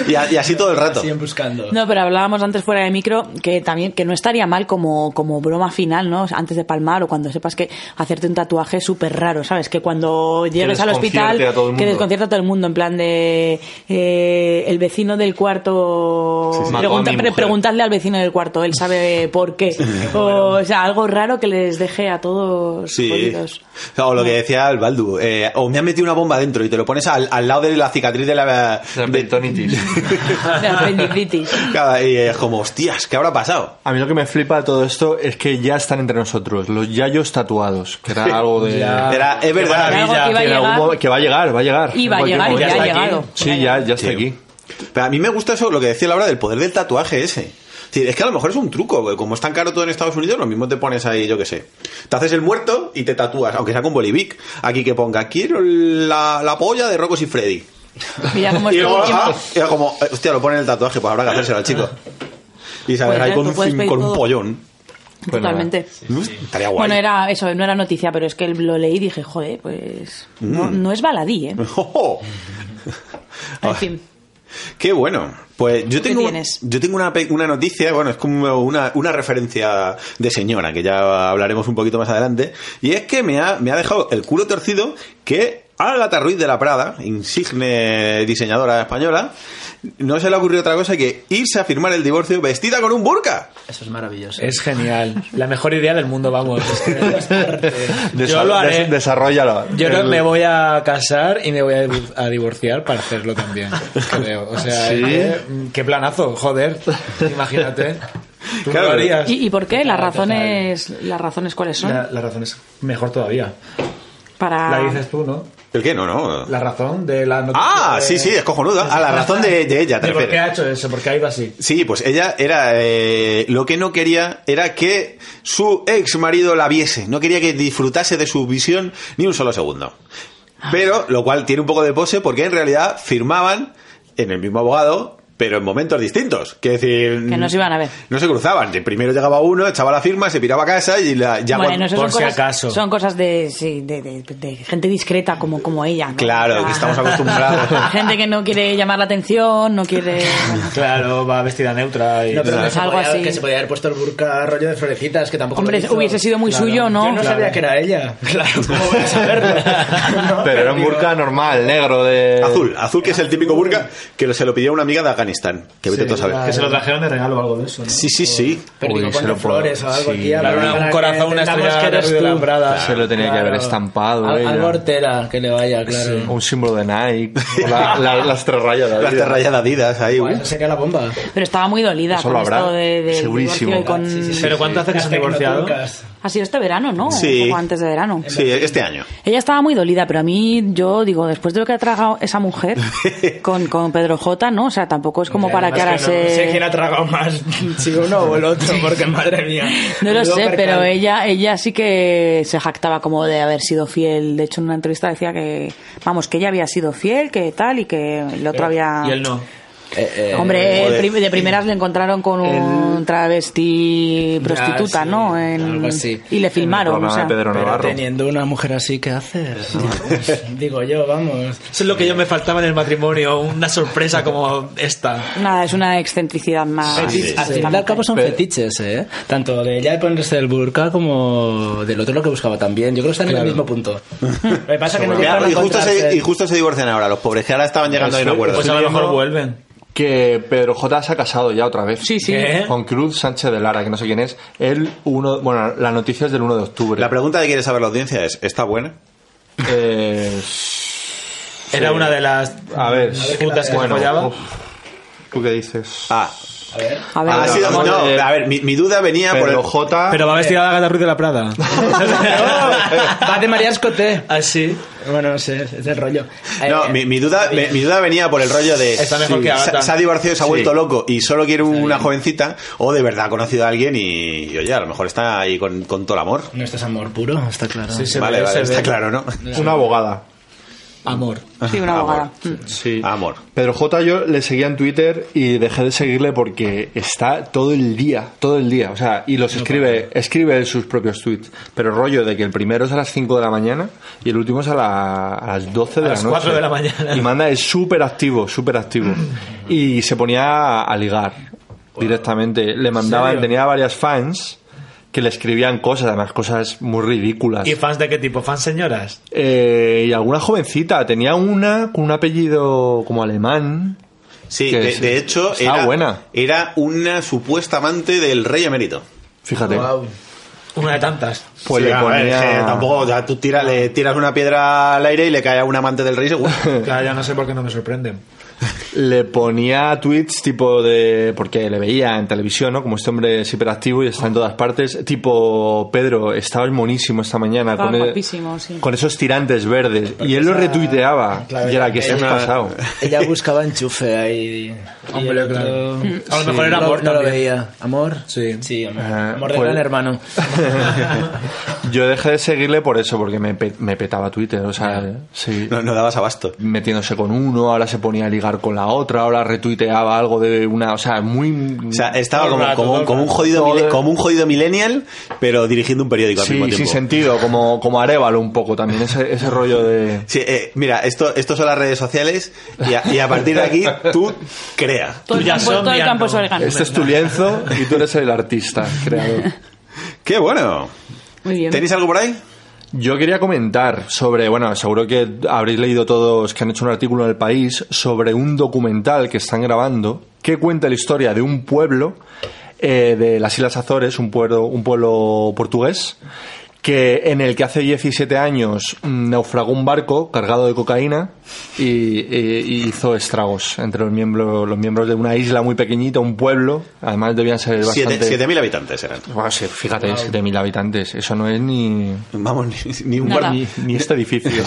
[SPEAKER 4] Y, a- y así todo el rato.
[SPEAKER 9] Siguen buscando.
[SPEAKER 5] No, pero hablábamos antes fuera de micro que también que no estaría mal como, como broma final, ¿no? Antes de palmar o cuando sepas que hacerte un tatuaje es súper raro, ¿sabes? Que cuando llegues al hospital
[SPEAKER 6] desconcierte a todo el
[SPEAKER 5] que
[SPEAKER 6] mundo.
[SPEAKER 5] desconcierta a todo el mundo, en plan de eh, el vecino del cuarto,
[SPEAKER 6] Sí, sí. Mató
[SPEAKER 5] Pregunta-
[SPEAKER 6] a mi
[SPEAKER 5] pre-
[SPEAKER 6] mujer.
[SPEAKER 5] preguntadle al vecino del cuarto, él sabe por qué. o, o sea, algo raro que les deje a todos
[SPEAKER 4] Sí.
[SPEAKER 5] jodidos.
[SPEAKER 4] O lo que decía el Baldu. eh, o me han metido una bomba dentro y te lo pones al, al lado de la cicatriz de la.
[SPEAKER 6] La
[SPEAKER 4] de-
[SPEAKER 6] peritonitis.
[SPEAKER 5] De apendicitis.
[SPEAKER 4] Claro, y es como, hostias, ¿qué habrá pasado?
[SPEAKER 6] A mí lo que me flipa de todo esto es que ya están entre nosotros, los yayos tatuados, que era algo de...
[SPEAKER 8] Ya.
[SPEAKER 4] Era- es
[SPEAKER 8] Qué
[SPEAKER 4] verdad.
[SPEAKER 5] Algo que iba a
[SPEAKER 6] en algún
[SPEAKER 5] llegar.
[SPEAKER 6] modo- que va a llegar, va a llegar.
[SPEAKER 5] Iba a
[SPEAKER 6] En
[SPEAKER 5] llegar
[SPEAKER 6] cualquier
[SPEAKER 5] y
[SPEAKER 6] momento.
[SPEAKER 5] ya
[SPEAKER 6] Está
[SPEAKER 5] ha
[SPEAKER 6] aquí.
[SPEAKER 5] llegado. Ya ha
[SPEAKER 6] Sí, ya, ya está
[SPEAKER 4] Sí.
[SPEAKER 6] aquí.
[SPEAKER 4] Pero a mí me gusta eso, lo que decía Laura, del poder del tatuaje ese. Es decir, Es que a lo mejor es un truco, porque como es tan caro todo en Estados Unidos, lo mismo te pones ahí, yo qué sé. Te haces el muerto y te tatúas, aunque sea con Bolivic. Aquí que ponga, quiero la, la polla de Rocos y Freddy.
[SPEAKER 5] Mira cómo
[SPEAKER 4] Y
[SPEAKER 5] estoy.
[SPEAKER 4] luego, ah, y era como, eh, hostia, lo pone en el tatuaje, pues habrá que hacérselo al chico. Y sabes,
[SPEAKER 5] Pues,
[SPEAKER 4] ahí
[SPEAKER 5] eh,
[SPEAKER 4] con,
[SPEAKER 5] tú
[SPEAKER 4] un,
[SPEAKER 5] puedes
[SPEAKER 4] fin-
[SPEAKER 5] pedir
[SPEAKER 4] con un
[SPEAKER 5] todo.
[SPEAKER 4] pollón.
[SPEAKER 6] Pues nada.
[SPEAKER 5] Totalmente.
[SPEAKER 4] ¿No? Estaría guay.
[SPEAKER 5] Bueno, era eso, no era noticia, pero es que lo leí y dije, joder, pues
[SPEAKER 6] Mm.
[SPEAKER 5] no, no es baladí, ¿eh? En fin.
[SPEAKER 4] Oh. Qué bueno. Pues yo tengo,
[SPEAKER 5] tienes?
[SPEAKER 4] yo tengo una, pe- una noticia, bueno, es como una, una referencia de señora, que ya hablaremos un poquito más adelante, y es que me ha, me ha dejado el culo torcido que Ágata Ruiz de la Prada, insigne diseñadora española, no se le ha ocurrido otra cosa que irse a firmar el divorcio vestida con un burka.
[SPEAKER 9] Eso es maravilloso.
[SPEAKER 8] Es genial. La mejor idea del mundo, vamos. Es que-
[SPEAKER 6] Desa-
[SPEAKER 8] Yo lo haré.
[SPEAKER 6] des- desarrollalo.
[SPEAKER 8] Yo creo
[SPEAKER 6] El-
[SPEAKER 8] que me voy a casar y me voy a, divu- a divorciar para hacerlo también. Creo. O sea,
[SPEAKER 6] ¿Sí?
[SPEAKER 8] eh, qué planazo, joder. Imagínate. Tú
[SPEAKER 4] Claro.
[SPEAKER 8] lo harías.
[SPEAKER 5] ¿Y, y por qué? ¿Las
[SPEAKER 8] Total, total.
[SPEAKER 5] razones, las razones cuáles son?
[SPEAKER 8] La, la razón es mejor todavía.
[SPEAKER 5] para...
[SPEAKER 9] Ah.
[SPEAKER 8] La dices tú, ¿no?
[SPEAKER 4] ¿El qué? No, no.
[SPEAKER 8] La razón de la noticia.
[SPEAKER 4] Ah,
[SPEAKER 8] de-
[SPEAKER 4] sí, sí, es cojonuda. Ah, la razón de, de ella, te
[SPEAKER 8] De por qué
[SPEAKER 4] refieres.
[SPEAKER 8] ha hecho eso, porque ha ido así.
[SPEAKER 4] Sí, pues ella era. eh, lo que no quería era que su ex marido la viese. No quería que disfrutase de su visión ni un solo segundo.
[SPEAKER 5] Ah.
[SPEAKER 4] Pero, lo cual tiene un poco de pose porque en realidad firmaban en el mismo abogado, pero en momentos distintos. Que decir.
[SPEAKER 5] Que no se iban a ver.
[SPEAKER 4] No se cruzaban. Primero llegaba uno, echaba la firma, se piraba a casa y la. Ya
[SPEAKER 5] Bueno,
[SPEAKER 4] cuando-
[SPEAKER 5] eso
[SPEAKER 8] por
[SPEAKER 5] son
[SPEAKER 8] si
[SPEAKER 5] cosas,
[SPEAKER 8] acaso.
[SPEAKER 5] Son cosas de, sí, de, de- de gente discreta como, como ella. ¿no?
[SPEAKER 4] Claro,
[SPEAKER 5] O sea,
[SPEAKER 4] que estamos acostumbrados.
[SPEAKER 5] Gente que no quiere llamar la atención, no quiere... bueno,
[SPEAKER 8] Claro, va vestida neutra y.
[SPEAKER 9] No, pero que, se
[SPEAKER 5] Algo
[SPEAKER 9] podía,
[SPEAKER 5] así.
[SPEAKER 9] que se podía haber puesto el burka rollo de florecitas, que tampoco
[SPEAKER 5] Hombre,
[SPEAKER 9] lo hizo.
[SPEAKER 5] hubiese sido muy suyo, ¿no?
[SPEAKER 9] Yo no
[SPEAKER 5] Claro.
[SPEAKER 9] sabía que era ella. Claro, ¿cómo voy a saberlo? No,
[SPEAKER 6] Pero era un
[SPEAKER 9] digo,
[SPEAKER 6] burka normal, negro de...
[SPEAKER 4] Azul, azul que es el típico burka que se lo pidió una amiga de Afganistán. Que vete tú a saber.
[SPEAKER 8] Que se lo trajeron de regalo o algo de eso. ¿no?
[SPEAKER 4] Sí, sí, sí.
[SPEAKER 9] Pero
[SPEAKER 6] Uy,
[SPEAKER 9] digo,
[SPEAKER 6] se
[SPEAKER 9] ponle
[SPEAKER 6] lo puedo-
[SPEAKER 9] flores o algo
[SPEAKER 6] sí.
[SPEAKER 9] aquí.
[SPEAKER 8] Claro,
[SPEAKER 9] para
[SPEAKER 8] un
[SPEAKER 9] que
[SPEAKER 8] corazón, una
[SPEAKER 9] entendamos
[SPEAKER 8] estrella
[SPEAKER 9] que eres
[SPEAKER 8] de Ruiz
[SPEAKER 9] tú.
[SPEAKER 8] Alambrada.
[SPEAKER 6] Se lo tenía que haber estampado
[SPEAKER 9] Al-
[SPEAKER 6] ella.
[SPEAKER 9] Algo hortera, que le vaya, claro.
[SPEAKER 6] Sí, Un símbolo de Nike. o la- la- las tres rayas. de
[SPEAKER 4] Las
[SPEAKER 6] Adidas.
[SPEAKER 4] terrayas de Adidas ahí.
[SPEAKER 9] Buah,
[SPEAKER 4] uh.
[SPEAKER 9] esa sería la bomba.
[SPEAKER 5] Pero estaba muy dolida
[SPEAKER 6] Eso
[SPEAKER 5] con
[SPEAKER 6] lo habrá,
[SPEAKER 5] esto de, de
[SPEAKER 6] segurísimo.
[SPEAKER 5] divorcio y con-
[SPEAKER 9] Sí, sí, sí.
[SPEAKER 8] ¿Pero cuánto hace que se han
[SPEAKER 9] Las
[SPEAKER 8] divorciado?
[SPEAKER 9] tecnoturcas.
[SPEAKER 5] Ha sido este verano, ¿no?
[SPEAKER 4] Sí.
[SPEAKER 5] Un poco antes de verano.
[SPEAKER 4] Sí, este año.
[SPEAKER 5] Ella estaba muy dolida, pero a mí, yo digo, después de lo que ha tragado esa mujer con, con Pedro J, ¿no? O sea, tampoco es como para que ahora
[SPEAKER 9] Además que no
[SPEAKER 5] se...
[SPEAKER 9] sé quién ha tragado más, si uno o el otro, porque madre mía.
[SPEAKER 5] No lo
[SPEAKER 9] Menudo
[SPEAKER 5] sé,
[SPEAKER 9] percal.
[SPEAKER 5] pero ella, ella sí que se jactaba como de haber sido fiel. De hecho, en una entrevista decía que, vamos, que ella había sido fiel, que tal, y que el
[SPEAKER 9] Eh,
[SPEAKER 5] otro había...
[SPEAKER 8] Y él no.
[SPEAKER 4] eh,
[SPEAKER 5] Hombre,
[SPEAKER 4] joder.
[SPEAKER 5] el prim- de primeras le encontraron con un travesti prostituta,
[SPEAKER 9] Pues sí,
[SPEAKER 5] ¿no? En-
[SPEAKER 9] algo así.
[SPEAKER 5] Y le
[SPEAKER 6] El
[SPEAKER 5] filmaron,
[SPEAKER 6] programa
[SPEAKER 5] o sea.
[SPEAKER 6] de Pedro
[SPEAKER 9] Pero
[SPEAKER 6] Navarro.
[SPEAKER 9] teniendo una mujer así, ¿qué haces? Digo yo, vamos.
[SPEAKER 8] Eso es lo que yo me faltaba en el matrimonio, una sorpresa como esta.
[SPEAKER 5] Nada, es una excentricidad más.
[SPEAKER 9] Fetiches,
[SPEAKER 8] Ah,
[SPEAKER 9] Al fin y al cabo son fetiches, ¿eh? Tanto de ella de ponerse el burka como del otro lo que buscaba también. Yo creo que están en el mismo punto. Lo que pasa es que no
[SPEAKER 4] Mira,
[SPEAKER 9] llegaron a
[SPEAKER 4] y, justo se,
[SPEAKER 9] encontrarse.
[SPEAKER 4] y justo se divorcian ahora, los pobres que ahora estaban llegando a un acuerdo.
[SPEAKER 8] Pues a lo mejor vuelven. ¿Eh?
[SPEAKER 6] Que Pedro J se ha casado ya otra vez. ¿Eh?
[SPEAKER 5] Sí, sí.
[SPEAKER 8] ¿Qué?
[SPEAKER 6] Con Cruz Sánchez de Lara, que no sé quién es. Él, uno, bueno, la noticia es del 1 de octubre.
[SPEAKER 4] La pregunta que quiere saber la audiencia es, ¿está buena?
[SPEAKER 6] Eh,
[SPEAKER 8] Era una de las
[SPEAKER 6] a ver,
[SPEAKER 8] putas que se
[SPEAKER 6] bueno,
[SPEAKER 8] follaba.
[SPEAKER 6] uf, ¿Tú qué dices?
[SPEAKER 4] Ah,
[SPEAKER 5] A ver,
[SPEAKER 4] ha
[SPEAKER 6] no,
[SPEAKER 4] sido-
[SPEAKER 6] no,
[SPEAKER 4] no,
[SPEAKER 6] eh,
[SPEAKER 4] a ver, mi, mi duda venía por
[SPEAKER 6] Pedro
[SPEAKER 4] el...
[SPEAKER 6] J...
[SPEAKER 8] Pero va vestida de Agatha Ruiz de la Prada.
[SPEAKER 9] Va de María Escoté.
[SPEAKER 8] Así.
[SPEAKER 9] Bueno, no sé, es el rollo.
[SPEAKER 4] No,
[SPEAKER 9] Eh,
[SPEAKER 4] mi, mi duda, mi, mi duda venía por el rollo de...
[SPEAKER 8] Está mejor que Agatha.
[SPEAKER 4] se, se ha divorciado y se ha
[SPEAKER 6] Sí.
[SPEAKER 4] vuelto loco y solo quiere una jovencita o de verdad ha conocido a alguien y, y, oye, a lo mejor está ahí con, con todo el amor.
[SPEAKER 9] No estás amor puro, está claro.
[SPEAKER 8] Sí, ¿eh? se
[SPEAKER 4] vale,
[SPEAKER 8] ve,
[SPEAKER 4] vale,
[SPEAKER 8] se
[SPEAKER 4] está
[SPEAKER 8] ve.
[SPEAKER 4] claro, ¿no?
[SPEAKER 6] Una abogada.
[SPEAKER 9] Amor.
[SPEAKER 5] sí,
[SPEAKER 8] Ah,
[SPEAKER 5] una
[SPEAKER 4] Amor.
[SPEAKER 5] abogada. Mm.
[SPEAKER 6] Sí.
[SPEAKER 4] Amor.
[SPEAKER 6] Pedro J. yo le seguía en Twitter y dejé de seguirle porque está todo el día, todo el día. O sea, y los escribe, escribe él sus propios tweets. Pero rollo de que el primero es a las 5 de la mañana y el último es a, la- a las 12 de
[SPEAKER 8] A
[SPEAKER 6] la
[SPEAKER 8] las
[SPEAKER 6] noche.
[SPEAKER 8] 4 de la mañana. Mm.
[SPEAKER 6] Y manda, es súper activo, súper activo. y se ponía a, a ligar directamente. Le mandaban,
[SPEAKER 8] ¿Serio?
[SPEAKER 6] tenía varias fans que le escribían cosas, además cosas muy ridículas.
[SPEAKER 8] ¿Y fans de qué tipo? ¿Fans señoras?
[SPEAKER 6] Eh, y alguna jovencita, tenía una con un apellido como alemán.
[SPEAKER 4] Sí,
[SPEAKER 6] Que
[SPEAKER 4] de,
[SPEAKER 6] sí.
[SPEAKER 4] de hecho
[SPEAKER 6] Está
[SPEAKER 4] era,
[SPEAKER 6] buena.
[SPEAKER 4] era una supuesta amante del rey emérito.
[SPEAKER 6] Fíjate.
[SPEAKER 8] Una de tantas.
[SPEAKER 6] Pues
[SPEAKER 4] Sí,
[SPEAKER 6] le
[SPEAKER 4] a ver,
[SPEAKER 6] ponía.
[SPEAKER 4] que tampoco, ya tú tira- le tiras una piedra al aire y le cae a un amante del rey seguro.
[SPEAKER 8] Claro, ya no sé por qué no me sorprenden.
[SPEAKER 6] Le ponía tweets tipo de. Porque le veía en televisión, ¿no? Como este hombre es hiperactivo y está en todas partes. Tipo, Pedro, estabas monísimo esta mañana.
[SPEAKER 5] Estaba
[SPEAKER 6] Con, el-
[SPEAKER 5] guapísimo, sí.
[SPEAKER 6] con esos tirantes verdes. y él lo retuiteaba.
[SPEAKER 9] claro,
[SPEAKER 6] y era que se ha
[SPEAKER 9] ella-
[SPEAKER 6] pasado.
[SPEAKER 9] Ella buscaba enchufe ahí. y
[SPEAKER 8] Hombre,
[SPEAKER 9] el otro-
[SPEAKER 8] claro. Mm. A lo
[SPEAKER 9] Sí.
[SPEAKER 8] mejor era
[SPEAKER 9] No-
[SPEAKER 8] amor
[SPEAKER 9] No, lo
[SPEAKER 8] también.
[SPEAKER 9] veía. ¿Amor?
[SPEAKER 8] Sí.
[SPEAKER 9] Sí, amor.
[SPEAKER 6] Ah,
[SPEAKER 9] amor de
[SPEAKER 6] pues-
[SPEAKER 9] gran hermano.
[SPEAKER 6] Yo dejé de seguirle por eso, porque me, pe- me petaba Twitter. O sea, sí.
[SPEAKER 4] No, no dabas abasto.
[SPEAKER 6] metiéndose con uno, ahora se ponía a ligar con la otra, ahora retuiteaba algo de una, o sea, muy
[SPEAKER 4] O sea, estaba
[SPEAKER 8] Todo el
[SPEAKER 4] como,
[SPEAKER 8] rato,
[SPEAKER 4] como,
[SPEAKER 8] todo el
[SPEAKER 4] como un
[SPEAKER 8] rato.
[SPEAKER 4] jodido
[SPEAKER 6] Todo
[SPEAKER 4] mile-
[SPEAKER 6] el-
[SPEAKER 4] como un jodido millennial, pero dirigiendo un periódico al
[SPEAKER 6] sí,
[SPEAKER 4] mismo
[SPEAKER 6] sin
[SPEAKER 4] tiempo.
[SPEAKER 6] sentido, como como Arevalo un poco también ese, ese rollo de
[SPEAKER 4] Sí, eh, mira, esto, esto son las redes sociales y a, y a partir de aquí tú crea.
[SPEAKER 5] Todo, el
[SPEAKER 8] ya
[SPEAKER 5] campo,
[SPEAKER 8] son
[SPEAKER 5] todo el campo es
[SPEAKER 8] viando.
[SPEAKER 5] orégano.
[SPEAKER 6] este es tu lienzo y tú eres el artista, creador.
[SPEAKER 4] ¡Qué bueno!
[SPEAKER 5] Muy bien.
[SPEAKER 4] ¿Tenéis algo por ahí?
[SPEAKER 6] Yo quería comentar sobre, bueno, seguro que habréis leído todos que han hecho un artículo en el país sobre un documental que están grabando que cuenta la historia de un pueblo eh, de las Islas Azores, un pueblo, un pueblo portugués, que en el que hace 17 años mm, naufragó un barco cargado de cocaína y, y- y hizo estragos entre los miembros, los miembros de una isla muy pequeñita, un pueblo, además debían ser bastante...
[SPEAKER 4] Siete- 7.000 habitantes eran.
[SPEAKER 6] Bueno, sí, fíjate, 7.000 habitantes, eso no es ni,
[SPEAKER 4] Vamos, ni, ni un
[SPEAKER 6] ni-
[SPEAKER 4] par.
[SPEAKER 5] Nada.
[SPEAKER 6] ni, este edificio.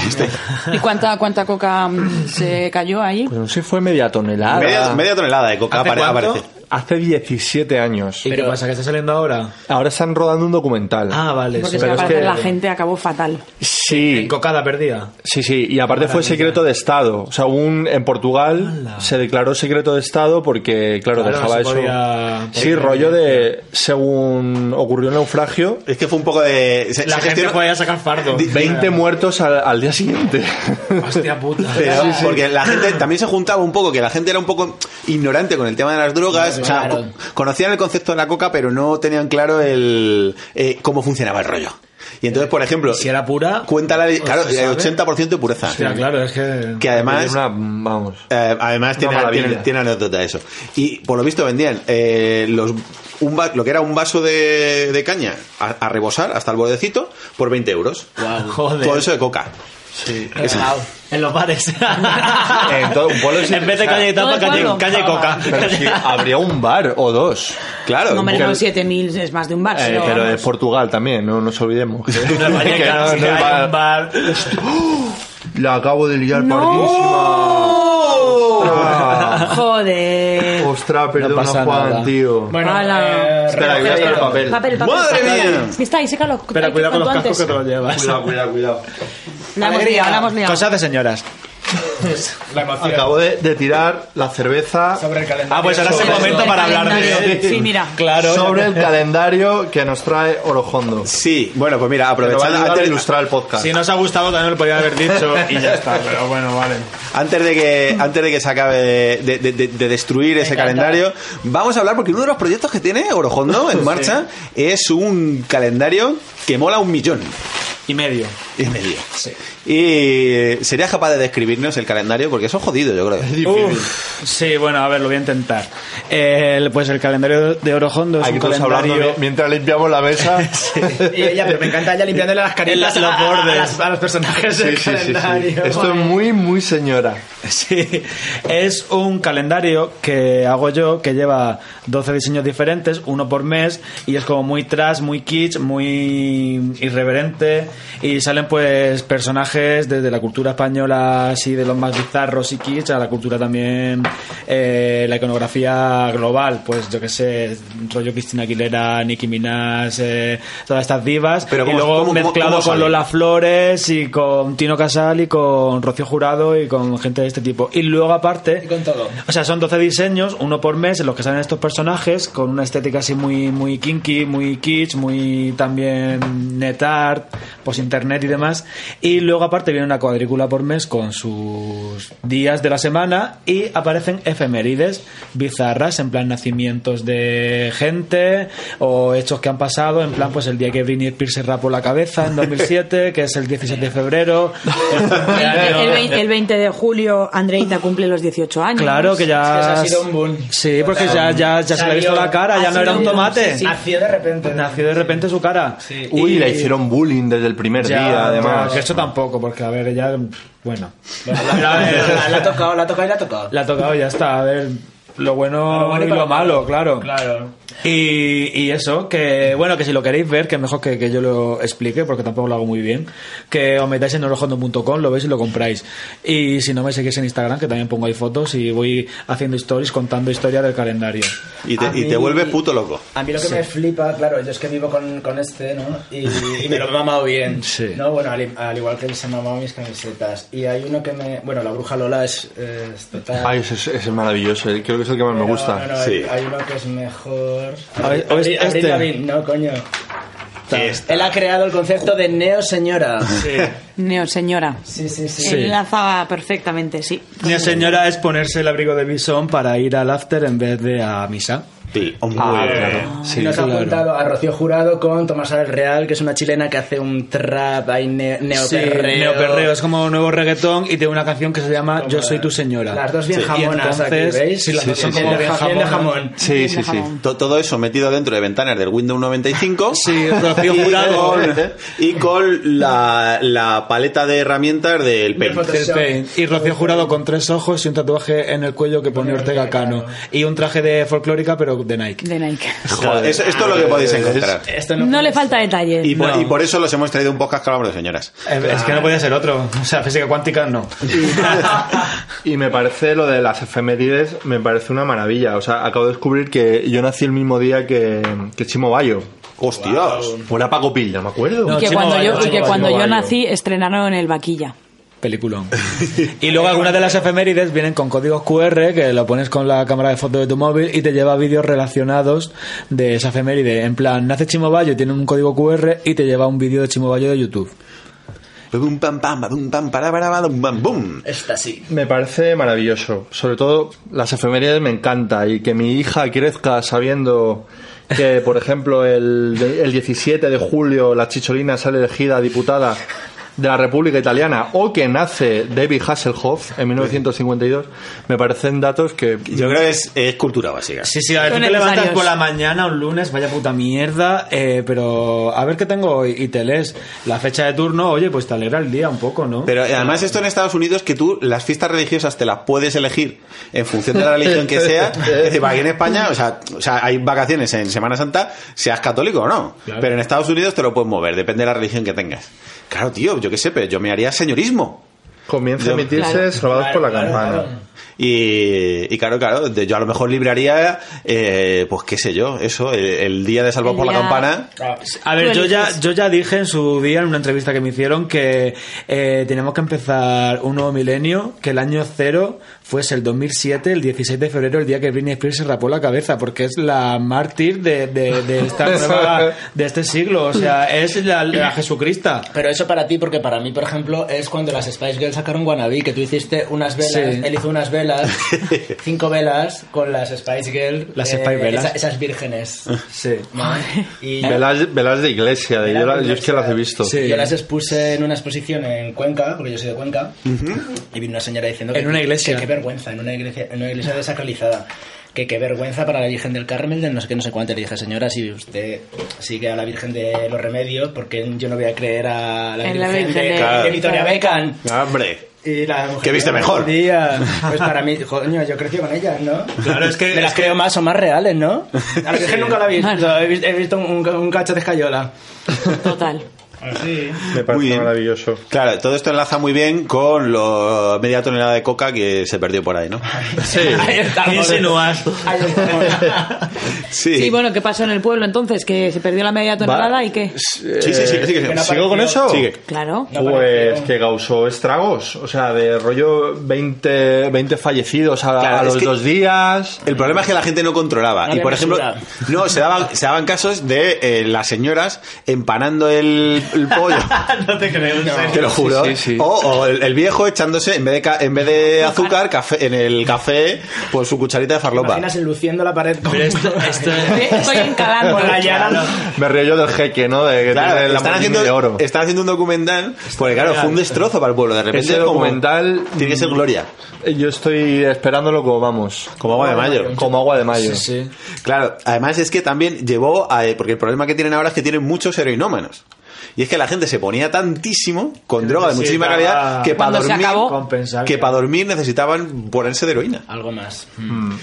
[SPEAKER 5] ¿Y cuánta, cuánta coca mm, se cayó allí?
[SPEAKER 6] Pues no sé, fue media tonelada.
[SPEAKER 4] Media, media tonelada de coca
[SPEAKER 3] ¿Hace
[SPEAKER 4] apare-
[SPEAKER 3] cuánto?
[SPEAKER 4] aparece.
[SPEAKER 6] Hace 17 años.
[SPEAKER 3] ¿Y qué pasa? ¿Que está saliendo ahora?
[SPEAKER 6] Ahora están rodando un documental.
[SPEAKER 3] Ah, vale.
[SPEAKER 5] Porque es
[SPEAKER 3] sí.
[SPEAKER 5] que
[SPEAKER 6] pero
[SPEAKER 5] al
[SPEAKER 6] es
[SPEAKER 5] parecer
[SPEAKER 6] que-
[SPEAKER 5] la gente acabó fatal.
[SPEAKER 6] Sí,
[SPEAKER 3] Encocada perdida.
[SPEAKER 6] sí, sí. Y aparte fue secreto de Estado. O sea, un, en Portugal
[SPEAKER 3] Ala.
[SPEAKER 6] se declaró secreto de Estado porque, claro,
[SPEAKER 3] Claro,
[SPEAKER 6] dejaba
[SPEAKER 3] se
[SPEAKER 6] eso.
[SPEAKER 3] podía-
[SPEAKER 6] Sí, rollo de. Según ocurrió el naufragio,
[SPEAKER 4] Es que fue un poco de. se-
[SPEAKER 3] La
[SPEAKER 4] se
[SPEAKER 3] gente
[SPEAKER 4] gestionó-
[SPEAKER 3] podía sacar fardo.
[SPEAKER 6] 20 muertos al, al día siguiente.
[SPEAKER 3] Hostia puta.
[SPEAKER 4] Pero, Porque la gente también se juntaba un poco, que la gente era un poco ignorante con el tema de las drogas. O sea,
[SPEAKER 9] Claro.
[SPEAKER 4] co- conocían el concepto de la coca, pero no tenían claro el eh, cómo funcionaba el rollo. Y entonces, por ejemplo,
[SPEAKER 3] Si era pura.
[SPEAKER 4] cuenta la. Claro,
[SPEAKER 3] Hostia,
[SPEAKER 4] el
[SPEAKER 3] ¿sabe?
[SPEAKER 4] 80% de pureza.
[SPEAKER 3] Hostia, claro, es que.
[SPEAKER 4] Que además.
[SPEAKER 6] Es una- vamos.
[SPEAKER 4] Eh, además tiene,
[SPEAKER 6] maravilla.
[SPEAKER 4] tiene- tiene anécdota de eso. Y por lo visto vendían eh, los un va- lo que era un vaso de, de caña a, a rebosar hasta el bordecito por 20 euros.
[SPEAKER 3] Joder. Ah,
[SPEAKER 4] Todo eso de coca.
[SPEAKER 9] Regalado.
[SPEAKER 3] En los bares.
[SPEAKER 6] En todo un pueblo es-
[SPEAKER 3] En vez de calle y
[SPEAKER 5] Todo
[SPEAKER 3] tapa,
[SPEAKER 5] el
[SPEAKER 3] calle,
[SPEAKER 5] pueblo.
[SPEAKER 3] calle y coca.
[SPEAKER 6] Pero sí, habría un bar o dos.
[SPEAKER 4] Claro.
[SPEAKER 5] No me
[SPEAKER 6] que-
[SPEAKER 5] con 7000 es más de un bar.
[SPEAKER 6] Eh,
[SPEAKER 5] sino-
[SPEAKER 6] pero de Portugal también, no nos olvidemos. Que-
[SPEAKER 3] En la calle,
[SPEAKER 6] que no-
[SPEAKER 3] calle,
[SPEAKER 6] no
[SPEAKER 3] hay
[SPEAKER 6] va-
[SPEAKER 3] un bar.
[SPEAKER 6] La acabo de liar
[SPEAKER 5] ¡No!
[SPEAKER 6] pardísima.
[SPEAKER 5] Joder.
[SPEAKER 6] Ostras, perdona,
[SPEAKER 9] pasa
[SPEAKER 6] Juan,
[SPEAKER 9] nada.
[SPEAKER 6] tío.
[SPEAKER 5] Ala.
[SPEAKER 9] eh,
[SPEAKER 6] Espera, voy a traer papel.
[SPEAKER 5] Papel, papel,
[SPEAKER 4] ¡Madre
[SPEAKER 5] papel.
[SPEAKER 4] mía!
[SPEAKER 5] Está ahí, sécalo.
[SPEAKER 3] Espera,
[SPEAKER 5] Hay que
[SPEAKER 3] cuidado con los
[SPEAKER 5] cuanto
[SPEAKER 3] cascos que te
[SPEAKER 5] antes.
[SPEAKER 3] los llevas.
[SPEAKER 6] Cuidado, cuidado, cuidado.
[SPEAKER 5] La hemos liado, la hemos liado.
[SPEAKER 3] Cosas de señoras.
[SPEAKER 9] la emoción.
[SPEAKER 6] Acabo de, de tirar la cerveza
[SPEAKER 9] Sobre el calendario.
[SPEAKER 3] Ah, pues ahora es el
[SPEAKER 9] Sobre
[SPEAKER 3] momento
[SPEAKER 9] eso.
[SPEAKER 3] para hablar de.
[SPEAKER 5] Calendario. Sí, mira.
[SPEAKER 3] Claro.
[SPEAKER 6] sobre el calendario que nos trae Orojondo.
[SPEAKER 4] Sí, bueno, pues mira,
[SPEAKER 6] Pero va a
[SPEAKER 4] aprovechando
[SPEAKER 6] ayudar a
[SPEAKER 4] antes,
[SPEAKER 6] ilustrar el podcast.
[SPEAKER 3] Si no os ha gustado, también lo podía haber dicho y ya está. Pero bueno, vale.
[SPEAKER 4] antes de que antes de que se acabe de, de- de- de destruir ese calendario, vamos a hablar porque uno de los proyectos que tiene Orojondo en marcha es un calendario que mola un millón.
[SPEAKER 3] Y medio.
[SPEAKER 4] Y medio. Y serías capaz de describirnos el calendario porque eso es jodido, yo creo.
[SPEAKER 3] Uf, sí, bueno, a ver, lo voy a intentar. El- pues el calendario de Orojondo es
[SPEAKER 6] Aquí
[SPEAKER 3] un
[SPEAKER 6] todos hablando
[SPEAKER 3] calendario...
[SPEAKER 6] mi- mientras limpiamos la mesa.
[SPEAKER 9] Y ella, pero me encanta ella limpiándole las caretas
[SPEAKER 3] Los
[SPEAKER 9] a- a-
[SPEAKER 3] bordes.
[SPEAKER 9] A, las- a los personajes
[SPEAKER 6] Sí,
[SPEAKER 9] del
[SPEAKER 6] sí, sí, sí.
[SPEAKER 9] calendario.
[SPEAKER 6] Esto es muy, muy señora.
[SPEAKER 3] Sí, es un calendario que hago yo que lleva 12 diseños diferentes, uno por mes, y es como muy trash, muy kitsch, muy irreverente, y salen pues personajes desde la cultura española, así de los más bizarros y kitsch, a la cultura también, eh, la iconografía global, pues yo que sé, rollo Cristina Aguilera, Nicki Minaj, eh, todas estas divas,
[SPEAKER 4] Pero
[SPEAKER 3] y
[SPEAKER 4] ¿cómo-
[SPEAKER 3] luego
[SPEAKER 4] cómo- cómo-
[SPEAKER 3] mezclado
[SPEAKER 4] cómo
[SPEAKER 3] con
[SPEAKER 4] salen?
[SPEAKER 3] Lola Flores y con Tino Casal y con Rocío Jurado y con gente de este tipo. Y luego aparte...
[SPEAKER 9] Y con todo.
[SPEAKER 3] O sea, son 12 diseños, uno por mes, en los que salen estos personajes con una estética así muy, muy kinky, muy kitsch, muy también netart, pues internet y demás. Y luego aparte viene una cuadrícula por mes con sus días de la semana y aparecen efemérides bizarras, en plan nacimientos de gente o hechos que han pasado, en plan pues el día que Britney Spears se rapó la cabeza en 2007, que es el 17 de febrero. el
[SPEAKER 5] El,
[SPEAKER 3] cumpleaños-
[SPEAKER 5] el vein- el 20 de julio, Andreita cumple los 18 años.
[SPEAKER 3] Claro que ya.
[SPEAKER 9] Es que eso ha sido un boom.
[SPEAKER 3] Sí, porque
[SPEAKER 9] Total.
[SPEAKER 3] ya, ya, ya se le ha visto
[SPEAKER 9] Salió.
[SPEAKER 3] la cara, ya
[SPEAKER 9] Ha
[SPEAKER 3] no era
[SPEAKER 9] sido
[SPEAKER 3] un
[SPEAKER 9] boom,
[SPEAKER 3] tomate.
[SPEAKER 9] sí, sí. Nació de repente.
[SPEAKER 3] Nació de repente su cara.
[SPEAKER 9] Sí.
[SPEAKER 6] Uy,
[SPEAKER 3] Y-
[SPEAKER 6] la hicieron bullying desde el primer
[SPEAKER 3] Ya,
[SPEAKER 6] día,
[SPEAKER 3] ya,
[SPEAKER 6] además.
[SPEAKER 3] que esto tampoco, porque a ver, ella. Bueno.
[SPEAKER 9] La la ha tocado, la ha tocado y la ha tocado.
[SPEAKER 3] La ha tocado y ya está. A ver, lo bueno,
[SPEAKER 9] Lo bueno y
[SPEAKER 3] y lo
[SPEAKER 9] lo
[SPEAKER 3] malo, claro.
[SPEAKER 9] Claro.
[SPEAKER 3] Y, y eso, que bueno, que si lo queréis ver, que mejor que, que yo lo explique, porque tampoco lo hago muy bien, que os metáis en orojondo.com, lo veis y lo compráis. Y si no me seguís en Instagram, que también pongo ahí fotos y voy haciendo stories contando historias del calendario.
[SPEAKER 4] Y te,
[SPEAKER 9] A
[SPEAKER 4] y te
[SPEAKER 9] mí-
[SPEAKER 4] vuelves puto loco.
[SPEAKER 9] A mí lo que me flipa, claro, yo es que vivo con, con este, ¿no? Y, y me lo he mamado bien.
[SPEAKER 3] Sí.
[SPEAKER 9] ¿no? Bueno, al, al igual que él se ha mamado mis camisetas. Y hay uno que me. Bueno, la bruja Lola es, es total.
[SPEAKER 6] Ay, ese, ese es maravilloso. eh. Creo que es el que más me
[SPEAKER 9] pero,
[SPEAKER 6] gusta.
[SPEAKER 9] no, no, hay-
[SPEAKER 4] Sí.
[SPEAKER 9] hay, uno que es mejor.
[SPEAKER 3] A ver,
[SPEAKER 9] Abril-
[SPEAKER 3] este.
[SPEAKER 9] Abril Lavigne, no, coño.
[SPEAKER 4] Esta.
[SPEAKER 9] Él ha creado el concepto de neo señora. Sí,
[SPEAKER 5] Neo, señora.
[SPEAKER 9] sí, sí.
[SPEAKER 3] Sí.
[SPEAKER 5] Enlazaba perfectamente, sí.
[SPEAKER 3] Mi señora es ponerse el abrigo de bisón para ir al after en vez de a misa.
[SPEAKER 4] Sí, hombre.
[SPEAKER 6] Ah, claro. Sí,
[SPEAKER 9] Nos ha
[SPEAKER 6] claro.
[SPEAKER 9] apuntado a Rocío Jurado con Tomasa del Real, que es una chilena que hace un trap ahí ne-
[SPEAKER 3] Sí,
[SPEAKER 9] neoperreo.
[SPEAKER 3] neoperreo, es como nuevo reggaetón y tiene una canción que se llama
[SPEAKER 9] Toma.
[SPEAKER 3] Yo soy tu señora.
[SPEAKER 9] Las dos bien
[SPEAKER 3] Y
[SPEAKER 9] jamonas aquí, ¿veis?
[SPEAKER 3] Sí, las dos
[SPEAKER 9] Sí,
[SPEAKER 3] son
[SPEAKER 9] sí,
[SPEAKER 3] como
[SPEAKER 9] sí.
[SPEAKER 3] bien
[SPEAKER 9] Bien de
[SPEAKER 3] jamonas.
[SPEAKER 9] jamón.
[SPEAKER 6] Sí, sí, sí.
[SPEAKER 4] To- Todo eso metido dentro de ventanas del Windows 95.
[SPEAKER 3] Sí, Rocío Jurado.
[SPEAKER 4] Y con, y con la, la paleta de herramientas del Paint.
[SPEAKER 9] Fotos-
[SPEAKER 3] Del Pain. Este, Y Rocío Jurado con tres ojos y un tatuaje en el cuello que pone Ortega Cano. Y un traje de folclórica, pero de Nike. este
[SPEAKER 5] de Nike.
[SPEAKER 4] Joder, es- esto es lo que podéis encontrar.
[SPEAKER 9] Esto no,
[SPEAKER 5] No le falta detalle.
[SPEAKER 4] Y por,
[SPEAKER 3] No.
[SPEAKER 4] y por eso los hemos traído un podcast que hablamos de señoras.
[SPEAKER 3] Eh, Es que no podía ser otro. O sea, física cuántica no.
[SPEAKER 6] Y me parece lo de las efemérides, me parece una maravilla. O sea, acabo de descubrir que yo nací el mismo día que, que Chimo Bayo.
[SPEAKER 4] Hostias.
[SPEAKER 6] O era Paco Pil, no me acuerdo.
[SPEAKER 3] No,
[SPEAKER 5] que
[SPEAKER 3] Chimo
[SPEAKER 5] cuando,
[SPEAKER 3] Bayo,
[SPEAKER 5] yo, y que
[SPEAKER 3] Chimo
[SPEAKER 5] cuando
[SPEAKER 6] Bayo.
[SPEAKER 5] yo nací estrenaron el vaquilla.
[SPEAKER 3] Peliculón. Y luego algunas de las efemérides vienen con códigos QR que lo pones con la cámara de fotos de tu móvil y te lleva a vídeos relacionados de esa efeméride. En plan, nace Chimobayo, tiene un código QR y te lleva a un vídeo de Chimobayo de YouTube.
[SPEAKER 4] Bum, Pues pam, pam, badum, pam, para, para, badum, bam, bum.
[SPEAKER 3] Eh,
[SPEAKER 9] Esta sí.
[SPEAKER 6] Me parece maravilloso. Sobre todo las efemérides me encanta y que mi hija crezca sabiendo que, por ejemplo, el, de- el 17 de julio la chicholina sale elegida diputada de la República Italiana o que nace David Hasselhoff en 1952, me parecen datos que...
[SPEAKER 4] Yo creo que es, es cultura básica.
[SPEAKER 3] Sí, sí, a ver,
[SPEAKER 5] Son
[SPEAKER 3] tú te levantas
[SPEAKER 5] necesarios.
[SPEAKER 3] por la mañana un lunes, vaya puta mierda, eh, pero a ver qué tengo hoy y te lees la fecha de turno, oye, pues te alegra el día un poco, ¿no?
[SPEAKER 4] Pero eh, además esto en Estados Unidos que tú las fiestas religiosas te las puedes elegir en función de la religión que sea. Es decir, aquí en España, o sea, o sea, hay vacaciones en Semana Santa, seas católico o no. Pero en Estados Unidos te lo puedes mover, depende de la religión que tengas. Claro, tío, yo qué sé, pero yo me haría señorismo.
[SPEAKER 6] Comienza a
[SPEAKER 4] Yo-
[SPEAKER 6] emitirse
[SPEAKER 5] Claro.
[SPEAKER 6] salvados por la campana.
[SPEAKER 4] Y, y claro, claro, de- yo a lo mejor libraría, eh, pues qué sé yo, eso, el, el día de
[SPEAKER 5] El
[SPEAKER 4] Salvados por la
[SPEAKER 5] día-
[SPEAKER 4] Campana.
[SPEAKER 9] Ah.
[SPEAKER 3] A ver,
[SPEAKER 5] Tú
[SPEAKER 3] yo ya,
[SPEAKER 5] eliges.
[SPEAKER 3] yo ya dije en su día, en una entrevista que me hicieron, que eh, tenemos que empezar un nuevo milenio, que el año cero fuese el 2007, el 16 de febrero, el día que Britney Spears se rapó la cabeza, porque es la mártir de, de, de esta nueva- de este siglo, o sea, es la, la Jesucrista.
[SPEAKER 9] Pero eso para ti, porque para mí, por ejemplo, es cuando las Spice Girls sacaron Wannabe, que tú hiciste unas velas,
[SPEAKER 3] Sí.
[SPEAKER 9] él hizo unas velas, cinco velas con las Spice Girls. eh,
[SPEAKER 3] Las Spice velas.
[SPEAKER 9] esa- esas vírgenes.
[SPEAKER 3] Sí.
[SPEAKER 9] ¿no? Y
[SPEAKER 6] Velas, velas de iglesia, de- yo, la- yo es que las he visto.
[SPEAKER 3] Sí.
[SPEAKER 9] Yo las expuse en una exposición en Cuenca, porque yo soy de Cuenca, y vino una señora diciendo que...
[SPEAKER 3] En una iglesia.
[SPEAKER 9] que Qué vergüenza, en una iglesia, en una iglesia desacralizada. Que qué vergüenza para la Virgen del Carmen, de no sé qué, no sé cuánto. Le dije, señora, si usted sigue a la Virgen de los Remedios, porque yo no voy a creer a la
[SPEAKER 5] En
[SPEAKER 9] Virgen,
[SPEAKER 5] la Virgen
[SPEAKER 9] de,
[SPEAKER 5] de-
[SPEAKER 9] de Victoria Beckham?
[SPEAKER 3] Ah,
[SPEAKER 4] Hombre.
[SPEAKER 9] Y la mujer
[SPEAKER 4] ¿Qué viste
[SPEAKER 9] me
[SPEAKER 4] mejor?
[SPEAKER 9] respondía. Pues para mí, coño, yo crecí con ellas, ¿no?
[SPEAKER 3] Claro, es que-
[SPEAKER 9] Me las
[SPEAKER 3] es que-
[SPEAKER 9] creo más o más reales, ¿no? A la Virgen nunca la he visto. He visto, he visto un, un cacho de escayola.
[SPEAKER 5] Total.
[SPEAKER 9] Así.
[SPEAKER 6] Me
[SPEAKER 4] Muy
[SPEAKER 6] parece
[SPEAKER 4] bien.
[SPEAKER 6] maravilloso.
[SPEAKER 4] Claro, todo esto enlaza muy bien con la media tonelada de coca que se perdió por ahí, ¿no?
[SPEAKER 9] Ahí estamos.
[SPEAKER 3] Insinuas.
[SPEAKER 9] Ahí estamos.
[SPEAKER 4] Sí.
[SPEAKER 5] Sí, bueno, ¿qué pasó en el pueblo entonces? ¿Que se perdió la media tonelada
[SPEAKER 6] Va-
[SPEAKER 5] y qué?
[SPEAKER 4] Sí, sí, sí, sí, sí.
[SPEAKER 6] Eh,
[SPEAKER 9] no
[SPEAKER 6] ¿Sigo con
[SPEAKER 9] apareció.
[SPEAKER 6] eso?
[SPEAKER 4] Sigue.
[SPEAKER 5] Claro.
[SPEAKER 9] No
[SPEAKER 6] pues
[SPEAKER 9] apareció.
[SPEAKER 6] que causó estragos, o sea, de rollo 20, 20 fallecidos a,
[SPEAKER 4] Claro,
[SPEAKER 6] a
[SPEAKER 4] es
[SPEAKER 6] los
[SPEAKER 4] que-
[SPEAKER 6] dos días.
[SPEAKER 4] El problema es que la gente no controlaba.
[SPEAKER 9] No
[SPEAKER 4] y
[SPEAKER 9] había
[SPEAKER 4] por ejemplo,
[SPEAKER 9] mesura.
[SPEAKER 4] no, se daban, se daban casos de eh, las señoras empanando el, el pollo.
[SPEAKER 9] No te creo, en serio.
[SPEAKER 4] Te lo juro. Oh,
[SPEAKER 6] Sí, sí, sí.
[SPEAKER 4] O, o el, el viejo echándose, en vez de, ca- en vez de azúcar, café, en el café, pues su cucharita de farlopa.
[SPEAKER 9] Imaginas enluciendo la pared con,
[SPEAKER 5] Estoy encalando.
[SPEAKER 9] con la llana.
[SPEAKER 6] Me río yo del jeque, ¿no? De que
[SPEAKER 4] Claro,
[SPEAKER 6] tiene la
[SPEAKER 4] están,
[SPEAKER 6] Lamborghini
[SPEAKER 4] haciendo,
[SPEAKER 6] de oro.
[SPEAKER 4] están haciendo un documental, porque claro, fue un destrozo para el pueblo. De repente,
[SPEAKER 6] Ese
[SPEAKER 4] como-
[SPEAKER 6] documental eh,
[SPEAKER 4] tiene que ser gloria.
[SPEAKER 6] Yo estoy esperándolo como vamos.
[SPEAKER 4] Como agua de mayo.
[SPEAKER 6] Como agua de mayo.
[SPEAKER 3] Sí.
[SPEAKER 4] Claro, además es que también llevó a... Porque el problema que tienen ahora es que tienen muchos heroinómanos. Y es que la gente se ponía tantísimo con droga de muchísima
[SPEAKER 3] Necesitaba-
[SPEAKER 4] calidad que para
[SPEAKER 5] Cuando se
[SPEAKER 4] dormir,
[SPEAKER 5] acabó.
[SPEAKER 3] Compensar.
[SPEAKER 4] que para dormir necesitaban ponerse de heroína.
[SPEAKER 9] Algo más.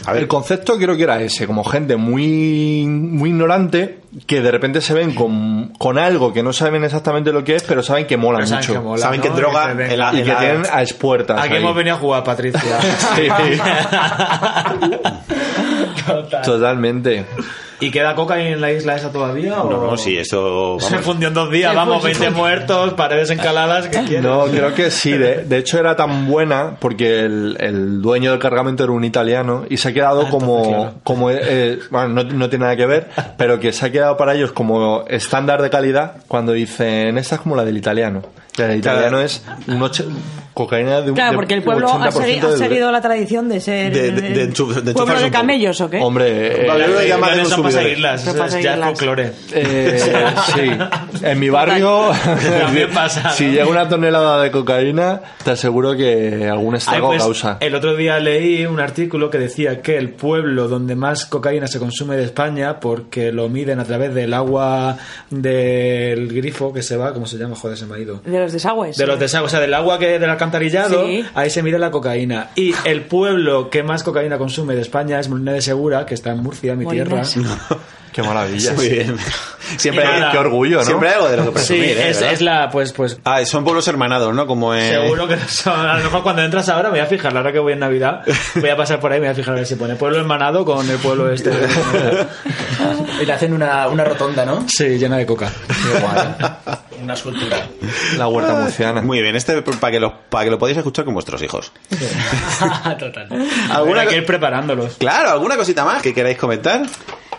[SPEAKER 4] A ver,
[SPEAKER 6] El concepto creo que era ese, como gente muy, muy ignorante que de repente se ven con, con algo que no saben exactamente lo que es, pero saben que mola
[SPEAKER 3] Pero saben
[SPEAKER 6] mucho.
[SPEAKER 3] que mola.
[SPEAKER 4] saben
[SPEAKER 3] ¿no?
[SPEAKER 4] que droga...
[SPEAKER 3] Que se ven-
[SPEAKER 4] en la-
[SPEAKER 6] Y
[SPEAKER 4] en
[SPEAKER 6] que
[SPEAKER 4] la-
[SPEAKER 6] tienen a expuertas.
[SPEAKER 3] Aquí
[SPEAKER 6] ahí.
[SPEAKER 3] hemos venido a jugar, Patricia.
[SPEAKER 6] Totalmente.
[SPEAKER 3] ¿Y queda coca en la isla esa todavía? o-
[SPEAKER 4] No, no, sí, eso...
[SPEAKER 6] Pues
[SPEAKER 3] Se
[SPEAKER 4] vamos.
[SPEAKER 3] fundió en dos días,
[SPEAKER 5] Se
[SPEAKER 3] vamos,
[SPEAKER 5] fundió.
[SPEAKER 3] 20 muertos, paredes encaladas, ¿qué quieres?
[SPEAKER 6] No, creo que sí. De, de hecho, era tan buena porque el, el dueño del cargamento era un italiano y se ha quedado
[SPEAKER 4] Ah,
[SPEAKER 6] como. como eh, bueno, no, no tiene nada que ver, pero que se ha quedado para ellos como estándar de calidad cuando dicen esta es como la del italiano. El italiano es un ocho- cocaína de un
[SPEAKER 3] Claro,
[SPEAKER 6] de
[SPEAKER 3] porque el
[SPEAKER 6] un
[SPEAKER 3] pueblo ha,
[SPEAKER 6] 80%
[SPEAKER 3] segui- ha
[SPEAKER 6] del-
[SPEAKER 3] seguido la tradición de ser
[SPEAKER 4] De- de- de enchuf- de
[SPEAKER 3] pueblo
[SPEAKER 4] enchufarse
[SPEAKER 3] de
[SPEAKER 4] un poco.
[SPEAKER 3] camellos, ¿o qué?
[SPEAKER 6] Hombre, eh,
[SPEAKER 4] Vale, luego ya
[SPEAKER 8] Las
[SPEAKER 4] mandan
[SPEAKER 8] son para
[SPEAKER 4] los subidores.
[SPEAKER 8] seguirlas,
[SPEAKER 5] Son para
[SPEAKER 8] es ya
[SPEAKER 5] seguirlas.
[SPEAKER 8] folclore.
[SPEAKER 6] Eh, sí, en mi barrio
[SPEAKER 8] También pasa,
[SPEAKER 6] Si
[SPEAKER 8] ¿no?
[SPEAKER 6] llega una tonelada de cocaína, te aseguro que algún
[SPEAKER 8] Ay,
[SPEAKER 6] estrago
[SPEAKER 8] pues,
[SPEAKER 6] causa.
[SPEAKER 8] El otro día leí un artículo que decía que el pueblo donde más cocaína se consume de España, porque lo miden a través del agua del grifo que se va, ¿cómo se llama? Joder, se me ha ido.
[SPEAKER 5] De los desagües.
[SPEAKER 8] De los desagües, o sea, del agua que del alcantarillado,
[SPEAKER 5] Sí.
[SPEAKER 8] ahí se mide la cocaína. Y el pueblo que más cocaína consume de España es Molina de Segura, que está en Murcia, mi
[SPEAKER 5] Molinas.
[SPEAKER 8] tierra.
[SPEAKER 6] Qué maravilla.
[SPEAKER 4] Muy bien. Siempre
[SPEAKER 8] Y
[SPEAKER 4] hay,
[SPEAKER 8] nada.
[SPEAKER 6] Qué orgullo, ¿no?
[SPEAKER 4] siempre hay algo de lo que
[SPEAKER 8] Sí,
[SPEAKER 4] presumir, ¿eh?
[SPEAKER 8] es,
[SPEAKER 4] ¿verdad?
[SPEAKER 8] es la, pues, pues,
[SPEAKER 4] Ah, son pueblos hermanados, ¿no? Como en...
[SPEAKER 8] Seguro que no son. A lo mejor cuando entras ahora me voy a fijar, ahora que voy en Navidad, voy a pasar por ahí y me voy a fijar a ver si pone pueblo hermanado con el pueblo este.
[SPEAKER 9] Y le hacen una, una rotonda, ¿no?
[SPEAKER 8] Sí, llena de coca.
[SPEAKER 9] Qué guay. Una escultura.
[SPEAKER 6] La huerta murciana.
[SPEAKER 4] Muy bien, este para que lo, para que lo podáis escuchar con vuestros hijos.
[SPEAKER 9] Total.
[SPEAKER 4] ¿Alguna
[SPEAKER 8] Habrá que
[SPEAKER 4] co-
[SPEAKER 8] ir preparándolos.
[SPEAKER 4] Claro, ¿alguna cosita más que queráis comentar?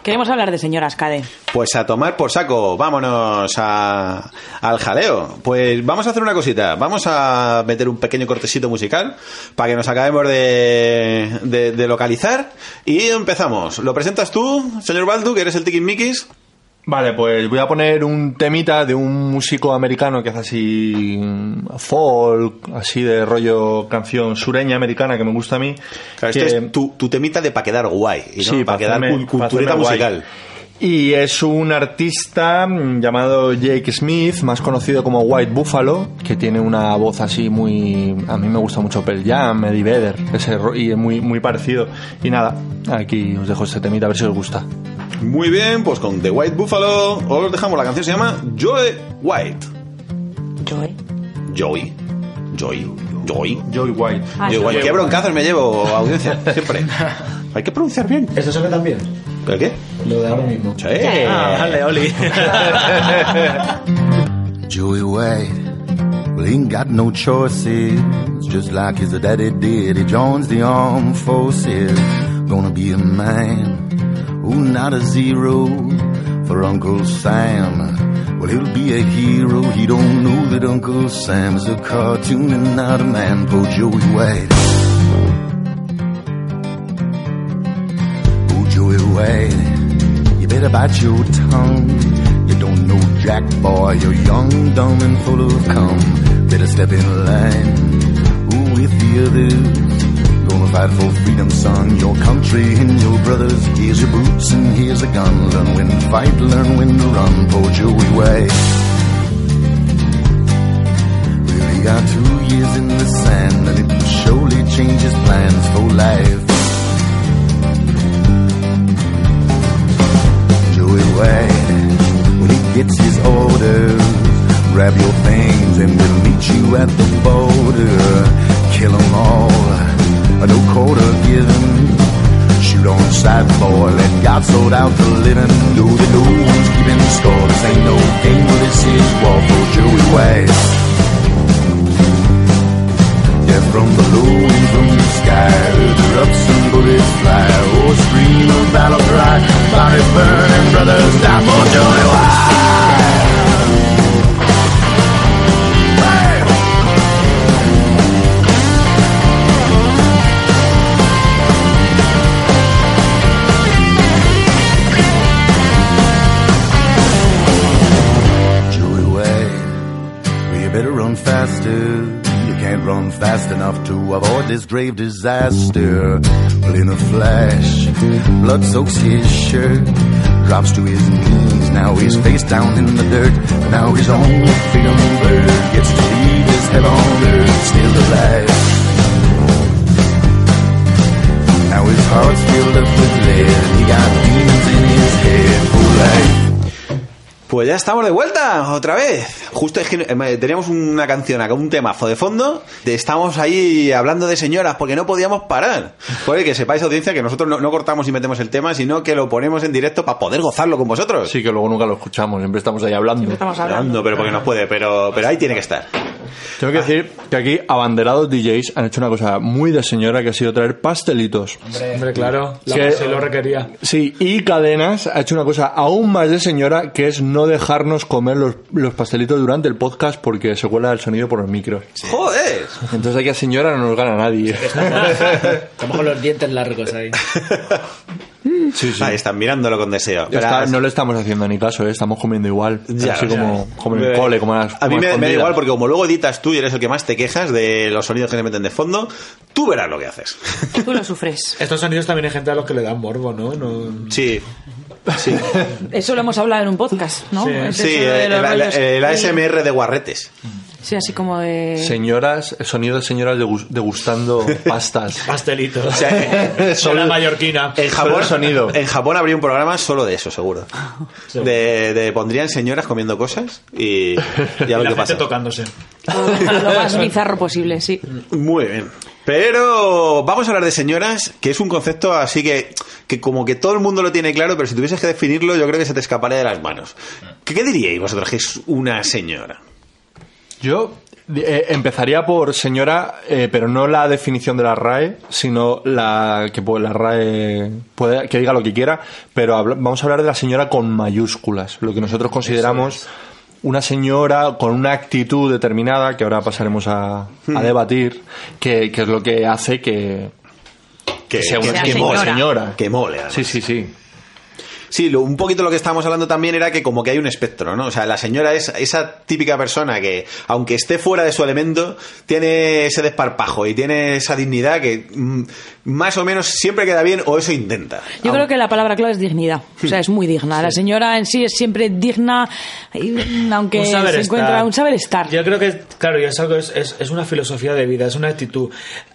[SPEAKER 5] Queremos hablar de señoras, Cade.
[SPEAKER 4] Pues a tomar por saco, vámonos a- al jaleo. Pues vamos a hacer una cosita, vamos a meter un pequeño cortecito musical para que nos acabemos de, de- de localizar y empezamos. ¿Lo presentas tú, señor Baldu, que eres el tiquismiquis?
[SPEAKER 6] Vale, pues voy a poner un temita de un músico americano que hace así mm, folk, así de rollo canción sureña americana que me gusta a mí.
[SPEAKER 4] Claro,
[SPEAKER 6] que-
[SPEAKER 4] este es tu, tu temita de para quedar guay, y no para quedar
[SPEAKER 6] hacerme-
[SPEAKER 4] cul- cultureta
[SPEAKER 6] hacerme guay.
[SPEAKER 4] musical.
[SPEAKER 6] Y es un artista mm, llamado Jake Smith, más conocido como White Buffalo, que tiene una voz así muy... A mí me gusta mucho Pearl Jam, Eddie Vedder, ese ro- y es muy, muy parecido. Y nada, aquí os dejo este temita a ver si os gusta.
[SPEAKER 4] Muy bien, pues con The White Buffalo os dejamos la canción, se llama Joy White.
[SPEAKER 5] Joe.
[SPEAKER 4] Joy. Joy. Joy.
[SPEAKER 6] Joy White.
[SPEAKER 5] Ah,
[SPEAKER 4] Yo,
[SPEAKER 5] sí.
[SPEAKER 4] igual, qué broncazos me llevo, audiencia, siempre. Hay que pronunciar bien.
[SPEAKER 8] ¿Esto sabe también?
[SPEAKER 4] ¿Pero qué?
[SPEAKER 8] Lo de ahora mismo.
[SPEAKER 4] Sí.
[SPEAKER 8] Ah, vale, Oli.
[SPEAKER 10] Joey White, well, he ain't got no choices. Just like his daddy did, he joins the armed forces. Gonna be a man, ooh, not a zero. For Uncle Sam, well, he'll be a hero. He don't know that Uncle Sam is a cartoon and not a man. Poor Joey White. Oh, Joey White, you better bite your tongue. You don't know Jack, boy. You're young, dumb, and full of cum. Better step in line. Ooh, with the others. Gonna fight for freedom, son. Your country and your brothers. Here's your boots and here's a gun. Learn when to fight, learn when to run. Poor Joey White. Well, he got two years in the sand, and it will surely change his plans for life. Joey White. When he gets his orders, grab your things and we'll meet you at the border. Kill 'em all, no quarter given. Shoot on sight, boy, let God sort out the living. Know that no one's keeping score. This ain't no game, well, this is war for Joey White. Yeah, from below and from the sky, the ups and bullets fly. Oh, scream of battle cry, bodies burning, brothers die for Johnny White. Joey White, well, you better run faster. You can't run fast enough to avoid this grave disaster. Well, in a flash, blood soaks his shirt, drops to his knees. Now he's face down in the dirt. Now he's on the freedom bird, gets to leave his head on earth, still alive. Now his heart's filled up with lead. He got demons in his head for life.
[SPEAKER 4] Pues ya estamos de vuelta, otra vez. Justo es que eh, teníamos una canción acá, un temazo de fondo. de Estamos ahí hablando de señoras porque no podíamos parar. Joder, que sepáis, audiencia, que nosotros no, no cortamos y metemos el tema, sino que lo ponemos en directo para poder gozarlo con vosotros.
[SPEAKER 6] Sí, que luego nunca lo escuchamos, siempre estamos ahí hablando.
[SPEAKER 5] Estamos hablando.
[SPEAKER 4] Hablando, pero porque nos puede, pero, pero ahí tiene que estar.
[SPEAKER 6] Tengo que
[SPEAKER 4] Ah.
[SPEAKER 6] decir que aquí abanderados DJs han hecho una cosa muy de señora que ha sido traer pastelitos.
[SPEAKER 3] Hombre, claro, la
[SPEAKER 6] Que-
[SPEAKER 3] base lo requería.
[SPEAKER 6] Sí, y Cadenas ha hecho una cosa aún más de señora, que es no dejarnos comer los, los pastelitos durante el podcast porque se cuela el sonido por los micros.
[SPEAKER 4] ¡Joder!
[SPEAKER 6] Entonces aquí a señora no nos gana nadie.
[SPEAKER 9] Estamos con los dientes largos ahí.
[SPEAKER 6] Sí, sí.
[SPEAKER 4] Ahí están mirándolo con deseo.
[SPEAKER 6] Ya está,
[SPEAKER 4] Verás.
[SPEAKER 6] no le estamos haciendo ni caso, ¿eh? estamos comiendo igual.
[SPEAKER 4] Ya,
[SPEAKER 6] así
[SPEAKER 4] o sea,
[SPEAKER 6] como, como en
[SPEAKER 4] me-
[SPEAKER 6] el cole, como en las-
[SPEAKER 4] A mí me,
[SPEAKER 6] como
[SPEAKER 4] me da
[SPEAKER 6] escondidas.
[SPEAKER 4] igual porque como luego editas tú y eres el que más te quejas de los sonidos que se meten de fondo, tú verás lo que haces.
[SPEAKER 5] Tú lo sufres.
[SPEAKER 3] Estos sonidos también hay gente a los que le dan morbo, ¿no? No-
[SPEAKER 4] Sí. Sí,
[SPEAKER 5] Eso lo hemos hablado en un podcast, ¿no?
[SPEAKER 3] Sí.
[SPEAKER 5] Es
[SPEAKER 4] sí eh,
[SPEAKER 5] eso de
[SPEAKER 4] el,
[SPEAKER 5] los
[SPEAKER 4] el-
[SPEAKER 5] rollos-
[SPEAKER 4] el ASMR de guarretes.
[SPEAKER 5] Sí, así como de...
[SPEAKER 6] Señoras, sonido de señoras degus- degustando pastas.
[SPEAKER 3] Pastelitos.
[SPEAKER 4] O sea,
[SPEAKER 3] Son la mallorquina.
[SPEAKER 4] En
[SPEAKER 6] Solo
[SPEAKER 4] Japón,
[SPEAKER 6] el sonido.
[SPEAKER 4] en Japón habría un programa solo de eso, seguro. De, de pondrían señoras comiendo cosas y ya
[SPEAKER 3] Y
[SPEAKER 4] lo
[SPEAKER 3] la
[SPEAKER 4] que
[SPEAKER 3] gente
[SPEAKER 4] pasa.
[SPEAKER 3] tocándose.
[SPEAKER 5] lo más bizarro posible, sí.
[SPEAKER 4] Muy bien. Pero vamos a hablar de señoras, que es un concepto así que, que como que todo el mundo lo tiene claro, pero si tuvieses que definirlo, yo creo que se te escaparía de las manos. ¿Qué, qué diríais vosotros que es una señora?
[SPEAKER 6] Yo eh, empezaría por señora, eh, pero no la definición de la RAE, sino la que pues, la RAE puede, que diga lo que quiera, pero habla- vamos a hablar de la señora con mayúsculas, lo que nosotros consideramos una señora con una actitud determinada, que ahora pasaremos a,
[SPEAKER 3] Hmm.
[SPEAKER 6] a debatir, que, que es lo que hace que, que sea una
[SPEAKER 5] sea
[SPEAKER 6] que mole,
[SPEAKER 5] señora.
[SPEAKER 6] señora.
[SPEAKER 4] Que mole. además.
[SPEAKER 6] Sí, sí, sí.
[SPEAKER 4] Sí, lo- un poquito lo que estábamos hablando también era que como que hay un espectro, ¿no? O sea, la señora es esa típica persona que, aunque esté fuera de su elemento, tiene ese desparpajo y tiene esa dignidad que mm, más o menos siempre queda bien o eso intenta.
[SPEAKER 5] Yo creo que la palabra clave es dignidad. O sea, es muy digna. La señora en sí es siempre digna, y- mm, aunque
[SPEAKER 3] Un
[SPEAKER 5] se
[SPEAKER 3] saber
[SPEAKER 5] encuentra
[SPEAKER 3] estar.
[SPEAKER 5] un saber estar.
[SPEAKER 3] Yo creo que, claro, y es algo, es, es- es una filosofía de vida, es una actitud.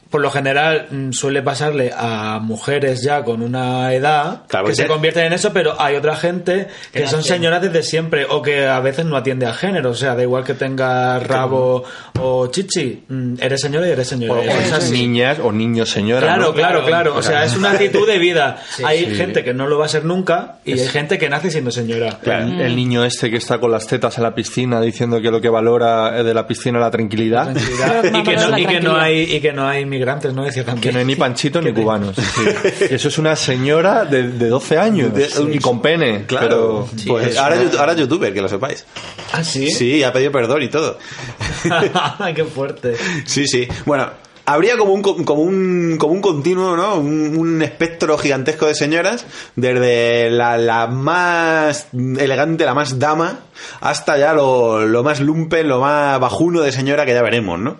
[SPEAKER 3] Por lo general mm, suele pasarle a mujeres ya con una edad
[SPEAKER 4] Claro,
[SPEAKER 3] que
[SPEAKER 4] porque
[SPEAKER 3] se
[SPEAKER 4] te-
[SPEAKER 3] convierten en eso, pero hay otra gente que son señoras desde siempre o que a veces no atiende a género. O sea, da igual que tenga rabo o chichi, mm, eres señora y eres señora.
[SPEAKER 6] O, o
[SPEAKER 3] Es
[SPEAKER 6] esas
[SPEAKER 3] así.
[SPEAKER 6] niñas o niños señora.
[SPEAKER 3] Eh, Claro,
[SPEAKER 6] ¿no?
[SPEAKER 3] claro, claro. O sea, es una actitud de vida. hay
[SPEAKER 6] sí.
[SPEAKER 3] gente que no lo va a ser nunca y hay gente que nace siendo señora.
[SPEAKER 5] Mm.
[SPEAKER 6] El, el niño este que está con las tetas en la piscina diciendo que lo que valora eh, de la piscina es la tranquilidad.
[SPEAKER 3] Tranquilidad.
[SPEAKER 5] Pero
[SPEAKER 3] y, que
[SPEAKER 5] mamá,
[SPEAKER 3] no,
[SPEAKER 5] la
[SPEAKER 3] y que no
[SPEAKER 5] tranquilidad.
[SPEAKER 3] hay y que no hay inmigrantes, ¿no? Decía
[SPEAKER 6] Que
[SPEAKER 3] también.
[SPEAKER 6] no hay ni panchito ni cubanos. sí. Y Eso es una señora de, de 12 años y con pene.
[SPEAKER 4] Claro,
[SPEAKER 6] pero-
[SPEAKER 4] pues ahora, es ahora es youtuber, que lo sepáis.
[SPEAKER 3] Ah, sí.
[SPEAKER 4] Sí, ha pedido perdón y todo.
[SPEAKER 3] Qué fuerte.
[SPEAKER 4] Sí, sí. Bueno, habría como un, co- como un, como un continuo, ¿no? Un, un espectro gigantesco de señoras, desde la, la más elegante, la más dama, hasta ya lo, lo más lumpen, lo más bajuno de señora que ya veremos, ¿no?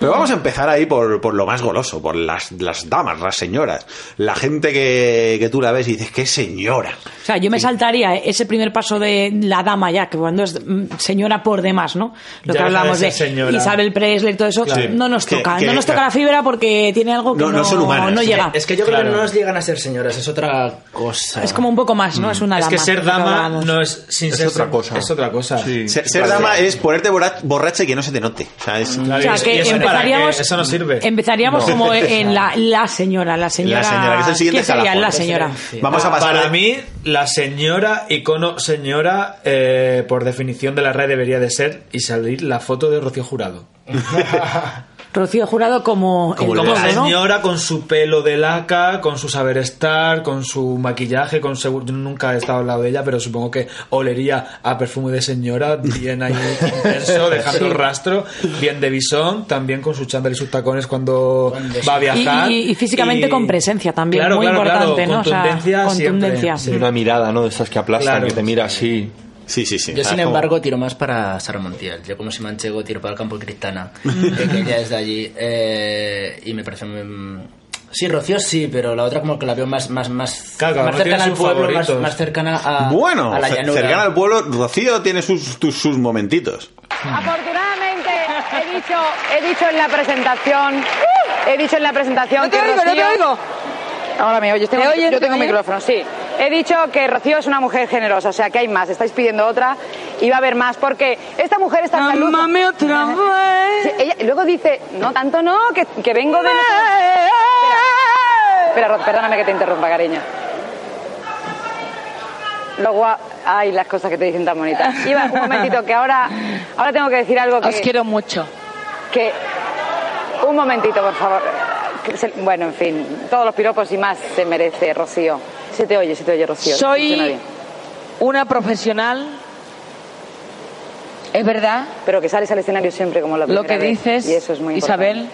[SPEAKER 4] Pero vamos a empezar ahí por, por lo más goloso, por las, las damas, las señoras, la gente que, que tú la ves y dices, ¡qué señora!
[SPEAKER 5] O sea, yo me saltaría ese primer paso de la dama ya, que cuando es mm, señora por demás, ¿no? Lo que
[SPEAKER 3] Ya deja de
[SPEAKER 5] hablamos de,
[SPEAKER 3] ser señora.
[SPEAKER 5] Isabel Presley y todo eso,
[SPEAKER 3] Claro.
[SPEAKER 5] no nos
[SPEAKER 4] Que-
[SPEAKER 5] toca.
[SPEAKER 4] que-
[SPEAKER 5] no nos toca la fibra porque tiene algo que
[SPEAKER 4] No,
[SPEAKER 5] no,
[SPEAKER 4] no son humanas.
[SPEAKER 5] no llega.
[SPEAKER 9] Es que yo creo
[SPEAKER 3] Claro.
[SPEAKER 9] que no nos llegan a ser señoras, es otra cosa.
[SPEAKER 5] Es como un poco más, ¿no? Es una
[SPEAKER 3] Es
[SPEAKER 5] dama.
[SPEAKER 3] que ser dama
[SPEAKER 5] Hablamos.
[SPEAKER 3] no es sin
[SPEAKER 6] Es
[SPEAKER 3] ser
[SPEAKER 6] otra cosa.
[SPEAKER 3] Es otra cosa.
[SPEAKER 6] Sí.
[SPEAKER 4] Ser, ser dama es ponerte borra- borracha y que no se te note. O sea, es-
[SPEAKER 3] Claro,
[SPEAKER 5] O sea,
[SPEAKER 3] y eso-
[SPEAKER 5] que
[SPEAKER 3] y eso para
[SPEAKER 5] empezaríamos-
[SPEAKER 3] qué, Eso no sirve.
[SPEAKER 5] Empezaríamos como en la, la señora, la señora.
[SPEAKER 4] La señora, que es el siguiente
[SPEAKER 5] ¿Quién sería
[SPEAKER 4] escalafón?
[SPEAKER 5] la señora?
[SPEAKER 4] Vamos a pasar
[SPEAKER 3] Ah, Para
[SPEAKER 4] de-
[SPEAKER 3] mí, la señora, icono señora, eh, por definición de la red debería de ser y salir la foto de Rocío Jurado.
[SPEAKER 5] Rocío Jurado como, el
[SPEAKER 3] Como
[SPEAKER 5] todo, ¿no?
[SPEAKER 3] señora con su pelo de laca, con su saber estar, con su maquillaje, con seguro. Yo nunca he estado al lado de ella, pero supongo que olería a perfume de señora, bien ahí intenso, dejando rastro, bien de bisón, también con su chándal y sus tacones cuando va a viajar.
[SPEAKER 5] Y- y- y físicamente con presencia también, muy importante, ¿no? O sea,
[SPEAKER 3] Contundencia,
[SPEAKER 5] contundencia.
[SPEAKER 3] siempre,
[SPEAKER 6] Y
[SPEAKER 3] sí.
[SPEAKER 6] una mirada, ¿no? De esas que aplastan,
[SPEAKER 3] Claro.
[SPEAKER 6] que te mira así.
[SPEAKER 4] Sí, sí, sí.
[SPEAKER 9] Yo, sin
[SPEAKER 4] Ah, como-
[SPEAKER 9] embargo, tiro más para Sara Montiel. Yo, como si manchego, tiro para el campo de Cristana, que que ella es de allí. Eh, y me parece. mm, Sí, Rocío sí, pero la otra como que la veo más, más, más,
[SPEAKER 3] Claro, cada
[SPEAKER 9] más
[SPEAKER 3] uno tiene
[SPEAKER 9] cercana al
[SPEAKER 3] sus
[SPEAKER 9] pueblo, más,
[SPEAKER 3] favoritos.
[SPEAKER 9] más cercana a,
[SPEAKER 4] Bueno,
[SPEAKER 9] a la
[SPEAKER 4] cer-
[SPEAKER 9] llanura.
[SPEAKER 4] cercana al pueblo, Rocío tiene sus, tus- sus momentitos.
[SPEAKER 11] Afortunadamente he dicho, he dicho en la presentación, ¡uh! he dicho en la presentación
[SPEAKER 7] No te
[SPEAKER 11] que
[SPEAKER 7] oigo, no te
[SPEAKER 11] Rocío-
[SPEAKER 7] oigo.
[SPEAKER 11] Ahora me oyes, tengo-
[SPEAKER 7] ¿Me oyes?
[SPEAKER 11] yo tengo
[SPEAKER 7] ¿Me oyes?
[SPEAKER 11] micrófono, sí. He dicho que Rocío es una mujer generosa, o sea que hay más, estáis pidiendo otra y va a haber más porque esta mujer está en la luz.
[SPEAKER 7] Mámame otra
[SPEAKER 11] Sí,
[SPEAKER 7] vez.
[SPEAKER 11] ella- y luego dice, no tanto no, que, que vengo de... no sé dónde". Espera, Ro- perdóname que te interrumpa, cariño. Lo gua- Ay, las cosas que te dicen tan bonitas. Iba, un momentito, que ahora, ahora tengo que decir algo que...
[SPEAKER 12] Os quiero mucho.
[SPEAKER 11] Que... Un momentito, por favor. Que se- Bueno, en fin, todos los piropos y más se merece, Rocío. Se te oye, se te oye, Rocío. te escucho
[SPEAKER 12] Soy
[SPEAKER 11] bien.
[SPEAKER 12] una profesional. Es verdad
[SPEAKER 11] Pero que sales al escenario siempre como la
[SPEAKER 12] lo
[SPEAKER 11] primera
[SPEAKER 12] que
[SPEAKER 11] vez,
[SPEAKER 12] dices,
[SPEAKER 11] y eso es muy importante.
[SPEAKER 12] Isabel.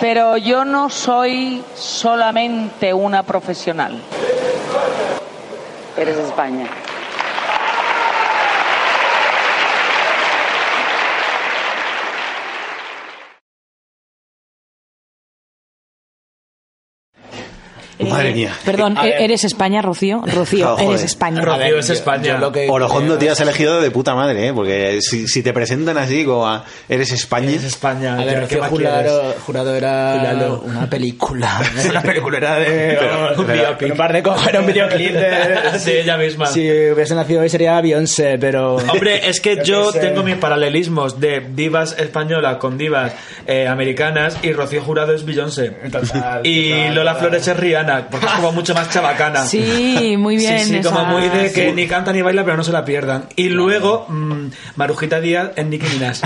[SPEAKER 12] Pero yo no soy solamente una profesional.
[SPEAKER 11] Eres de España.
[SPEAKER 3] Eh,
[SPEAKER 4] Madre mía.
[SPEAKER 5] Perdón,
[SPEAKER 4] A
[SPEAKER 5] ¿e-
[SPEAKER 4] ver.
[SPEAKER 5] ¿eres España, Rocío? Rocío,
[SPEAKER 4] Joder.
[SPEAKER 5] eres España.
[SPEAKER 3] eh,
[SPEAKER 4] Orojondo, tío, has elegido de puta madre, ¿eh? Porque si, si te presentan así como a- eres España... Eres
[SPEAKER 3] España.
[SPEAKER 9] A ver, Rocío Jurado, Jurado era una película.
[SPEAKER 3] una película de
[SPEAKER 9] Pero-
[SPEAKER 3] Eh, un
[SPEAKER 9] pero-
[SPEAKER 3] biopic.
[SPEAKER 9] pero par de coger un videoclip de,
[SPEAKER 3] Sí, ella misma.
[SPEAKER 9] Si hubiese nacido hoy sería Beyoncé, pero...
[SPEAKER 3] Hombre, es que
[SPEAKER 9] Yo
[SPEAKER 3] yo
[SPEAKER 9] qué sé.
[SPEAKER 3] tengo mis paralelismos de divas españolas con divas eh, americanas y Rocío Jurado es Beyoncé. y Lola Flores es Rihanna, porque es como mucho más chabacana.
[SPEAKER 5] Sí, muy bien.
[SPEAKER 3] Sí, sí,
[SPEAKER 5] esa-
[SPEAKER 3] como muy de que
[SPEAKER 5] sí.
[SPEAKER 3] ni canta ni baila, pero no se la pierdan. Y luego, mm, Marujita Díaz en Nicki Minaj.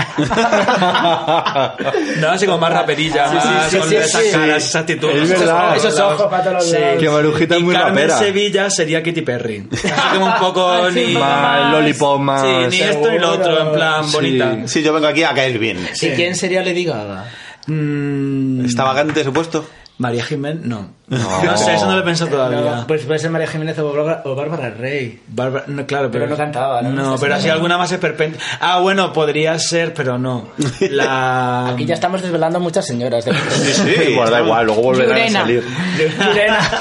[SPEAKER 3] no, así como más raperilla,
[SPEAKER 9] Sí, sí,
[SPEAKER 3] más
[SPEAKER 9] sí,
[SPEAKER 3] con
[SPEAKER 9] sí,
[SPEAKER 3] esas
[SPEAKER 9] sí.
[SPEAKER 3] caras, esa actitud.
[SPEAKER 6] Es
[SPEAKER 3] Esos
[SPEAKER 6] verdad.
[SPEAKER 3] ojos,
[SPEAKER 6] Esos
[SPEAKER 3] lados.
[SPEAKER 9] ojos para todos lados.
[SPEAKER 6] Que Marujita
[SPEAKER 3] y
[SPEAKER 6] es muy
[SPEAKER 3] Carmen
[SPEAKER 6] rapera.
[SPEAKER 3] Sevilla sería Katy Perry. Así como un poco
[SPEAKER 6] Así
[SPEAKER 3] ni...
[SPEAKER 6] un poco Más más- lollipop, más-
[SPEAKER 3] Ah, Sí, ni esto ni lo otro, en plan
[SPEAKER 6] Sí.
[SPEAKER 3] bonita.
[SPEAKER 4] Sí, yo vengo aquí a caer bien.
[SPEAKER 9] ¿Y quién sería Lady Gaga?
[SPEAKER 4] ¿Está vacante su puesto?
[SPEAKER 3] Mm. María Jiménez, no. No sé, eso no lo he pensado todavía.
[SPEAKER 9] No, pues puede ser María Jiménez o, Bárbara- o Bárbara Rey.
[SPEAKER 3] Bárbara- no, claro, pero,
[SPEAKER 9] Pero no cantaba, ¿no?
[SPEAKER 3] No, pero así alguna más esperpente. Ah, bueno, podría ser, pero no. La...
[SPEAKER 9] Aquí ya estamos desvelando a muchas señoras. De...
[SPEAKER 6] Igual, Pues da igual, luego volverán
[SPEAKER 9] Yurena.
[SPEAKER 6] a salir.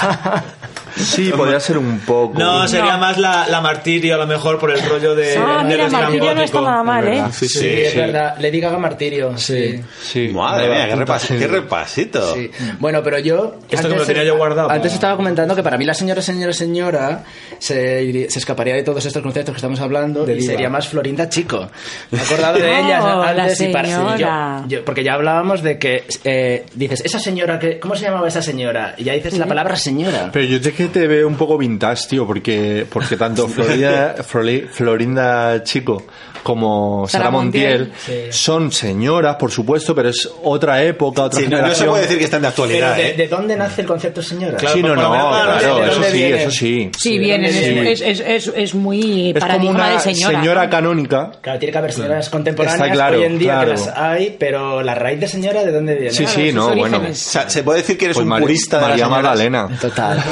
[SPEAKER 6] Sí, podría ser un poco.
[SPEAKER 3] No, sería más la, la martirio, a lo mejor, por el rollo de.
[SPEAKER 5] Ah,
[SPEAKER 3] de
[SPEAKER 5] mira,
[SPEAKER 3] los
[SPEAKER 5] Martirio no está
[SPEAKER 3] estrambóticos.
[SPEAKER 5] nada mal, ¿eh?
[SPEAKER 4] Sí, sí.
[SPEAKER 9] Sí, es verdad. Lady Gaga Martirio. Sí.
[SPEAKER 6] Sí.
[SPEAKER 4] Madre
[SPEAKER 6] Nueva
[SPEAKER 4] mía, qué,
[SPEAKER 6] punta,
[SPEAKER 4] repas-
[SPEAKER 6] sí.
[SPEAKER 4] qué repasito.
[SPEAKER 9] Sí. Bueno, pero yo.
[SPEAKER 3] Esto que me lo tenía yo guardado
[SPEAKER 9] Antes
[SPEAKER 3] para-
[SPEAKER 9] estaba comentando que para mí la señora, señora, señora se, iría- se escaparía de todos estos conceptos que estamos hablando
[SPEAKER 3] De
[SPEAKER 9] y
[SPEAKER 3] diva.
[SPEAKER 9] sería más Florinda Chico. Me he acordado de
[SPEAKER 5] Oh,
[SPEAKER 9] ella
[SPEAKER 5] la
[SPEAKER 9] antes y para sí, yo-
[SPEAKER 5] señora.
[SPEAKER 9] yo- Porque ya hablábamos de que eh, dices, esa señora, que, ¿cómo se llamaba esa señora? Y ya dices la palabra señora.
[SPEAKER 6] Pero yo es que te veo un poco vintage, tío, porque, porque tanto Florida, Flori- Florinda Chico como
[SPEAKER 5] Sara
[SPEAKER 6] Sara Montiel,
[SPEAKER 9] Montiel. Sí.
[SPEAKER 6] son señoras, por supuesto, pero es otra época, otra
[SPEAKER 4] Sí, no, no se
[SPEAKER 6] generación.
[SPEAKER 4] puede decir que están de
[SPEAKER 9] Pero
[SPEAKER 4] actualidad,
[SPEAKER 9] de,
[SPEAKER 4] ¿eh?
[SPEAKER 9] de dónde nace el concepto señora?
[SPEAKER 3] Claro,
[SPEAKER 6] sí, no,
[SPEAKER 3] por
[SPEAKER 6] no,
[SPEAKER 3] lo menos para
[SPEAKER 6] claro,
[SPEAKER 3] saber de
[SPEAKER 6] eso
[SPEAKER 3] dónde
[SPEAKER 6] sí,
[SPEAKER 3] viene.
[SPEAKER 6] eso sí.
[SPEAKER 12] Sí, bien, es, es, es, es- es muy
[SPEAKER 6] Es como
[SPEAKER 12] paradigma
[SPEAKER 6] una
[SPEAKER 12] de señora.
[SPEAKER 6] canónica.
[SPEAKER 9] Claro, tiene que haber señoras contemporáneas
[SPEAKER 6] Está claro,
[SPEAKER 9] hoy en día
[SPEAKER 6] claro.
[SPEAKER 9] que las hay, pero la raíz de señora, ¿de dónde viene?
[SPEAKER 6] Sí, sí,
[SPEAKER 12] sus
[SPEAKER 6] no, bueno.
[SPEAKER 4] O sea, se puede decir que eres
[SPEAKER 6] Pues
[SPEAKER 4] un
[SPEAKER 6] Mari-
[SPEAKER 4] purista de
[SPEAKER 6] María
[SPEAKER 4] las señoras.
[SPEAKER 6] Magdalena.
[SPEAKER 9] Total.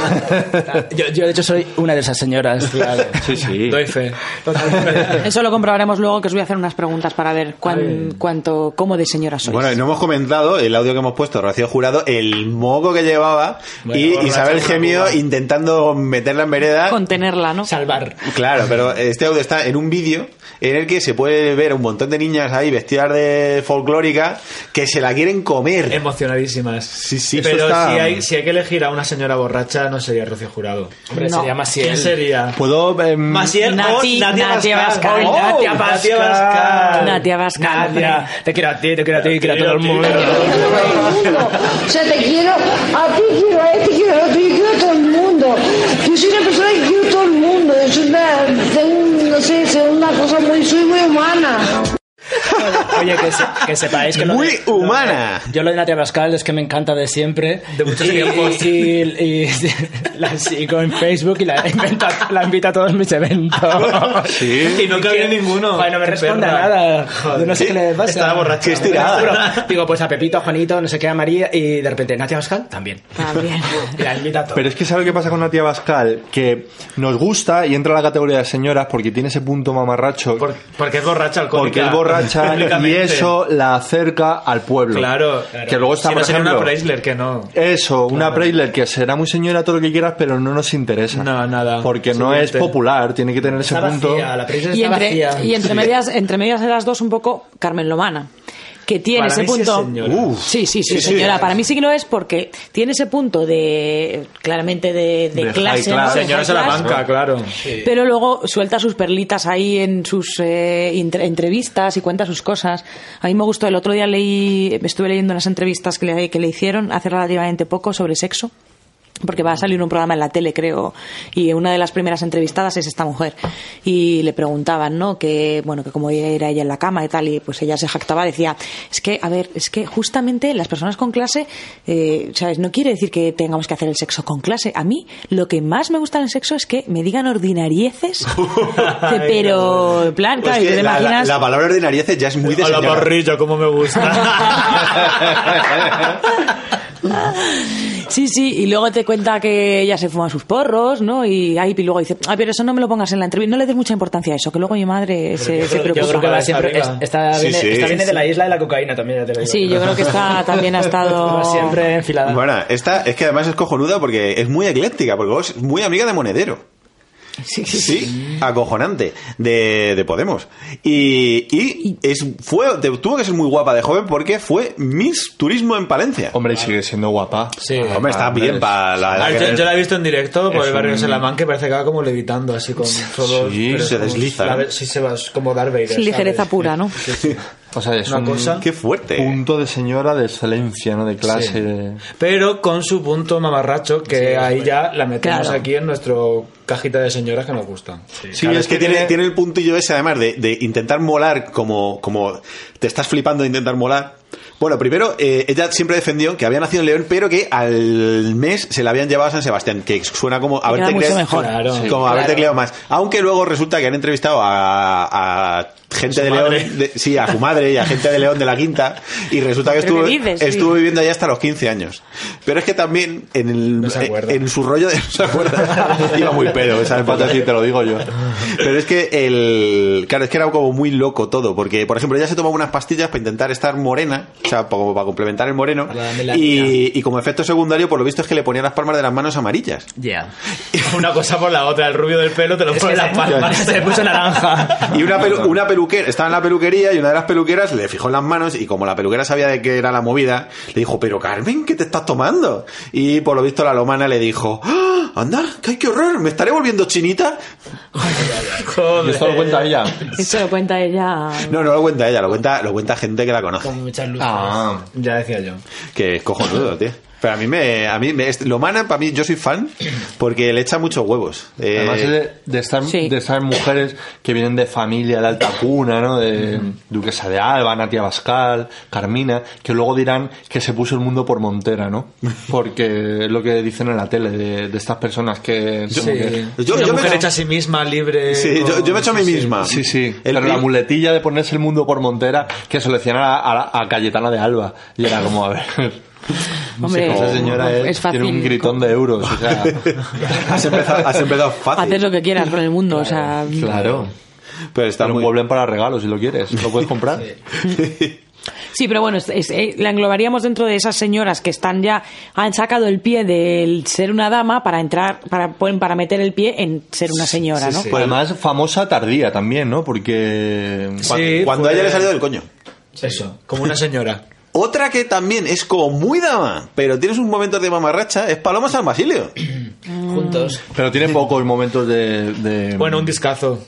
[SPEAKER 9] yo, yo, de hecho, soy una de esas señoras. Claro.
[SPEAKER 6] Sí, sí.
[SPEAKER 3] Doy fe.
[SPEAKER 5] Eso lo comprobaremos luego, que os voy a hacer unas preguntas para ver cuán, cuánto, cómo de señora sois.
[SPEAKER 4] Bueno, y no hemos comentado el audio que hemos puesto, Rocío Jurado, el moco que llevaba y
[SPEAKER 9] borracha
[SPEAKER 4] Isabel
[SPEAKER 9] con la
[SPEAKER 4] Gemio
[SPEAKER 9] cuba.
[SPEAKER 4] intentando meterla en vereda.
[SPEAKER 5] Contenerla, ¿no?
[SPEAKER 9] Salvar.
[SPEAKER 4] Claro, pero este audio está en un vídeo en el que se puede ver a un montón de niñas ahí vestidas de folclórica que se la quieren comer.
[SPEAKER 3] Emocionadísimas.
[SPEAKER 4] Sí, sí, eso
[SPEAKER 3] Pero
[SPEAKER 4] está- Pues
[SPEAKER 3] si, hay, si hay que elegir a una señora borracha, no sería Rocío Jurado.
[SPEAKER 9] Hombre,
[SPEAKER 5] No.
[SPEAKER 9] sería Maciel.
[SPEAKER 3] ¿Quién sería?
[SPEAKER 6] Puedo. em,
[SPEAKER 3] Maciel
[SPEAKER 5] Nati-
[SPEAKER 3] o Natia
[SPEAKER 5] Natia
[SPEAKER 3] Bascal.
[SPEAKER 5] Bascal.
[SPEAKER 3] ¡Oh!
[SPEAKER 5] Natia
[SPEAKER 3] Natia
[SPEAKER 5] Bascal. Natia Bascal,
[SPEAKER 3] Natia,
[SPEAKER 5] hombre.
[SPEAKER 3] te quiero a ti, te quiero a ti, quiero a todo el mundo.
[SPEAKER 13] O sea, te quiero, a ti quiero, a este quiero, a otro, yo quiero a todo el mundo. Yo soy una persona que quiero a todo el mundo. Es una, tengo, no sé, soy una cosa muy, soy muy humana.
[SPEAKER 9] Oye, que, se- que sepáis que... lo
[SPEAKER 4] Muy
[SPEAKER 9] de-
[SPEAKER 4] humana.
[SPEAKER 9] yo lo de Natia Pascal es que me encanta de siempre.
[SPEAKER 3] De muchos
[SPEAKER 9] y,
[SPEAKER 3] tiempos.
[SPEAKER 9] Y, y- y- la sigo en Facebook y la invito, a- la invito a todos mis eventos.
[SPEAKER 3] Y no cabía ninguno.
[SPEAKER 9] Ay, no me
[SPEAKER 3] Qué
[SPEAKER 9] responde a
[SPEAKER 3] perra.
[SPEAKER 9] nada.
[SPEAKER 3] Joder.
[SPEAKER 9] Yo no sé qué le pasa.
[SPEAKER 3] Estaba borracha.
[SPEAKER 4] Qué estirada.
[SPEAKER 9] Pero, Digo, pues a Pepito, a Juanito, no sé qué, a María y de repente Natia Pascal también.
[SPEAKER 5] También.
[SPEAKER 9] Y la invita a todos.
[SPEAKER 6] Pero es que sabe qué pasa con Natia Bascal, que nos gusta y entra a la categoría de señoras porque tiene ese punto mamarracho,
[SPEAKER 3] Por- porque es borracha alcohólica.
[SPEAKER 6] porque es borracha y
[SPEAKER 3] Únicamente.
[SPEAKER 6] eso la acerca al pueblo.
[SPEAKER 3] Claro,
[SPEAKER 6] Que luego está
[SPEAKER 3] si
[SPEAKER 6] por
[SPEAKER 3] no sería
[SPEAKER 6] ejemplo,
[SPEAKER 3] una Preisler, que no.
[SPEAKER 6] Eso, una Preisler que será muy señora todo lo que quieras, pero no nos interesa.
[SPEAKER 3] No, nada.
[SPEAKER 6] Porque no
[SPEAKER 3] Siguiente.
[SPEAKER 6] es popular, tiene que tener ese
[SPEAKER 9] Está
[SPEAKER 6] punto.
[SPEAKER 9] vacía, la princesa
[SPEAKER 5] Y
[SPEAKER 9] está
[SPEAKER 5] entre,
[SPEAKER 9] vacía.
[SPEAKER 5] y entre medias, entre medias de las dos, un poco Carmen Lomana. Que tiene ese
[SPEAKER 3] Para mí sí es
[SPEAKER 5] punto.
[SPEAKER 3] señora.
[SPEAKER 4] Uf.
[SPEAKER 5] sí, sí, sí,
[SPEAKER 4] Sí, sí.
[SPEAKER 5] señora. Para mí sí que lo es porque tiene ese punto de. claramente de, de
[SPEAKER 6] De high
[SPEAKER 5] clase. ¿no?
[SPEAKER 6] class.
[SPEAKER 5] De
[SPEAKER 3] Señora
[SPEAKER 5] high class.
[SPEAKER 3] Salamanca, claro.
[SPEAKER 5] Pero luego suelta sus perlitas ahí en sus eh, intre- entrevistas y cuenta sus cosas. A mí me gustó. El otro día leí, estuve leyendo unas entrevistas que le, que le hicieron hace relativamente poco sobre sexo. porque va a salir un programa en la tele, creo, y una de las primeras entrevistadas es esta mujer. Y le preguntaban, ¿no? Que, bueno, que como era ella en la cama y tal, y pues ella se jactaba, decía, es que, a ver, es que justamente las personas con clase, eh, ¿sabes? No quiere decir que tengamos que hacer el sexo con clase. A mí, lo que más me gusta del sexo es que me digan ordinarieces, que- pero, en plan, claro,
[SPEAKER 4] Es
[SPEAKER 5] y
[SPEAKER 4] Pues que
[SPEAKER 5] te
[SPEAKER 4] la, la-
[SPEAKER 5] imaginas...
[SPEAKER 4] la palabra ordinarieces ya es muy de
[SPEAKER 8] A la
[SPEAKER 4] señora.
[SPEAKER 8] parrilla, como me gusta.
[SPEAKER 5] Sí, sí, y luego te cuenta que ella se fuma sus porros, ¿no? Y, ahí, y luego dice, ay, pero eso no me lo pongas en la entrevista, no le des mucha importancia a eso, que luego mi madre se,
[SPEAKER 9] Yo
[SPEAKER 5] se
[SPEAKER 9] creo- yo
[SPEAKER 5] preocupa.
[SPEAKER 9] creo que va siempre. es- Esta
[SPEAKER 4] Sí,
[SPEAKER 9] viene,
[SPEAKER 4] sí.
[SPEAKER 9] esta viene
[SPEAKER 4] Sí,
[SPEAKER 9] de la
[SPEAKER 4] sí.
[SPEAKER 9] isla de la cocaína también, ya te lo digo.
[SPEAKER 5] Sí, yo creo que esta también ha estado...
[SPEAKER 9] Siempre enfilada.
[SPEAKER 4] Bueno, esta es que además es cojonuda porque es muy ecléctica, porque vos es muy amiga de Monedero.
[SPEAKER 5] Sí,
[SPEAKER 4] acojonante, de, de Podemos. Y, y es, fue, te- tuvo que ser muy guapa de joven porque fue Miss Turismo en Palencia.
[SPEAKER 6] Hombre, y sigue siendo guapa.
[SPEAKER 4] Hombre, está bien para la edad
[SPEAKER 3] Ah,
[SPEAKER 4] que
[SPEAKER 3] yo,
[SPEAKER 4] es.
[SPEAKER 3] yo la he visto en directo por
[SPEAKER 6] Es
[SPEAKER 3] el barrio de
[SPEAKER 6] un-
[SPEAKER 3] Salamanca que parece que va como levitando así con solo
[SPEAKER 6] Sí,
[SPEAKER 3] pero es
[SPEAKER 6] se
[SPEAKER 3] como-
[SPEAKER 6] desliza, ¿eh?
[SPEAKER 3] la
[SPEAKER 6] ¿no?
[SPEAKER 3] ve- sí se va es como Darth Vader
[SPEAKER 5] Es ligereza
[SPEAKER 3] ¿sabes?
[SPEAKER 5] pura, ¿no?
[SPEAKER 6] O sea, es
[SPEAKER 3] Una
[SPEAKER 6] un
[SPEAKER 3] cosa- Qué
[SPEAKER 4] fuerte.
[SPEAKER 6] punto de señora de excelencia, ¿no? De clase.
[SPEAKER 3] Sí.
[SPEAKER 6] de-
[SPEAKER 3] pero con su punto mamarracho que ahí ya la metemos
[SPEAKER 5] Claro.
[SPEAKER 3] aquí en nuestro cajita de señoras que nos gustan
[SPEAKER 4] Sí, es, que, tiene, tiene el puntillo ese, además, de, de intentar molar como, como te estás flipando de intentar molar. Bueno, primero, eh, ella siempre defendió que había nacido en León, pero que al mes se la habían llevado a San Sebastián, que suena como
[SPEAKER 5] queda
[SPEAKER 4] haberte
[SPEAKER 5] mucho
[SPEAKER 4] creado-
[SPEAKER 5] mejor.
[SPEAKER 3] Claro.
[SPEAKER 4] como
[SPEAKER 3] Sí,
[SPEAKER 4] haberte
[SPEAKER 3] claro.
[SPEAKER 4] creado más. Aunque luego resulta que han entrevistado a, a gente de
[SPEAKER 3] madre.
[SPEAKER 4] León, de- sí, a su madre y a gente de León de la Quinta, y resulta que
[SPEAKER 5] ¿Pero
[SPEAKER 4] estuvo,
[SPEAKER 5] qué dices? Sí.
[SPEAKER 4] estuvo viviendo allá hasta los 15 años. Pero es que también en, el-
[SPEAKER 3] No se acuerda.
[SPEAKER 4] en su rollo de... No se acuerda. Iba muy pedo, ¿sabes?
[SPEAKER 6] Falta decir, te lo digo yo.
[SPEAKER 4] Pero es que el. Claro, es que era como muy loco todo. Porque, por ejemplo, ella se tomaba unas pastillas para intentar estar morena. O sea, pa- como para complementar el moreno.
[SPEAKER 9] Para darle la
[SPEAKER 4] Y, y como efecto secundario, por lo visto, es que le ponía las palmas de las manos amarillas.
[SPEAKER 9] Ya.
[SPEAKER 3] una cosa por la otra el rubio del pelo te lo
[SPEAKER 9] Es
[SPEAKER 3] pone
[SPEAKER 9] que
[SPEAKER 3] en las
[SPEAKER 9] se-
[SPEAKER 3] palmas
[SPEAKER 9] se le puso naranja.
[SPEAKER 3] Ah,
[SPEAKER 4] Y una, pelu- una peluquera. Estaba en la peluquería y una de las peluqueras le fijó en las manos. Y como la peluquera sabía de qué era la movida, le dijo: Pero Carmen, ¿qué te estás tomando? Y por lo visto, la lomana le dijo: "¡Ah! ¡Anda! ¡Qué qué horror! ¿Me estaré volviendo chinita?
[SPEAKER 6] Y esto lo cuenta ella.
[SPEAKER 5] Eso lo cuenta ella...
[SPEAKER 4] No, no lo cuenta ella, lo cuenta, lo cuenta gente que la conoce.
[SPEAKER 9] Con muchas luces.
[SPEAKER 6] Ah,
[SPEAKER 3] ya decía yo
[SPEAKER 4] Que es cojonudo, tío. Pero a mí me. A mí me es- lo mana, para mí, yo soy fan porque le echa muchos huevos. Eh,
[SPEAKER 6] Además es de, de estas,
[SPEAKER 5] Sí.
[SPEAKER 6] de estas mujeres que vienen de familia de alta cuna, ¿no? De Duquesa de Alba, Natia Bascal, Carmina, que luego dirán que se puso el mundo por Montera, ¿no? Porque es lo que dicen en la tele de, de estas personas que...
[SPEAKER 3] Sí.
[SPEAKER 6] como que-
[SPEAKER 4] Yo-
[SPEAKER 3] una
[SPEAKER 4] yo me
[SPEAKER 3] mujer
[SPEAKER 4] he-
[SPEAKER 3] hecha a sí misma libre
[SPEAKER 4] Sí, yo, yo me echo a mí misma.
[SPEAKER 6] Sí, sí.
[SPEAKER 4] El
[SPEAKER 6] pero la
[SPEAKER 4] pri-
[SPEAKER 6] muletilla de ponerse el mundo por Montera que se lo decían a, a- a Cayetana de Alba. Y era como, a ver...
[SPEAKER 5] Hombre,
[SPEAKER 6] esa señora
[SPEAKER 5] es
[SPEAKER 6] es-
[SPEAKER 5] fácil.
[SPEAKER 6] tiene un gritón de euros. O sea,
[SPEAKER 4] has, empezado, has empezado
[SPEAKER 5] Haces
[SPEAKER 4] fácil.
[SPEAKER 5] lo que quieras con el mundo, o sea...
[SPEAKER 6] claro.
[SPEAKER 4] Pero está
[SPEAKER 6] Pero un
[SPEAKER 4] muy.
[SPEAKER 6] Goblin para regalos si lo quieres. Lo puedes comprar.
[SPEAKER 5] Sí, pero bueno, es- es- eh, la englobaríamos dentro de esas señoras que están ya, han sacado el pie del ser una dama para entrar, para, ponen- para meter el pie en ser una señora, ¿no?
[SPEAKER 6] Pues además, famosa tardía también, ¿no? Porque.
[SPEAKER 3] Sí.
[SPEAKER 4] Cuando, cuando
[SPEAKER 3] fue-
[SPEAKER 4] a ella le salió del coño.
[SPEAKER 3] eso como una señora
[SPEAKER 4] Otra que también es como muy dama, pero tienes un momento de mamarracha, es Paloma San Basilio.
[SPEAKER 9] Juntos.
[SPEAKER 6] Pero tiene pocos momentos de. de-
[SPEAKER 3] bueno un discazo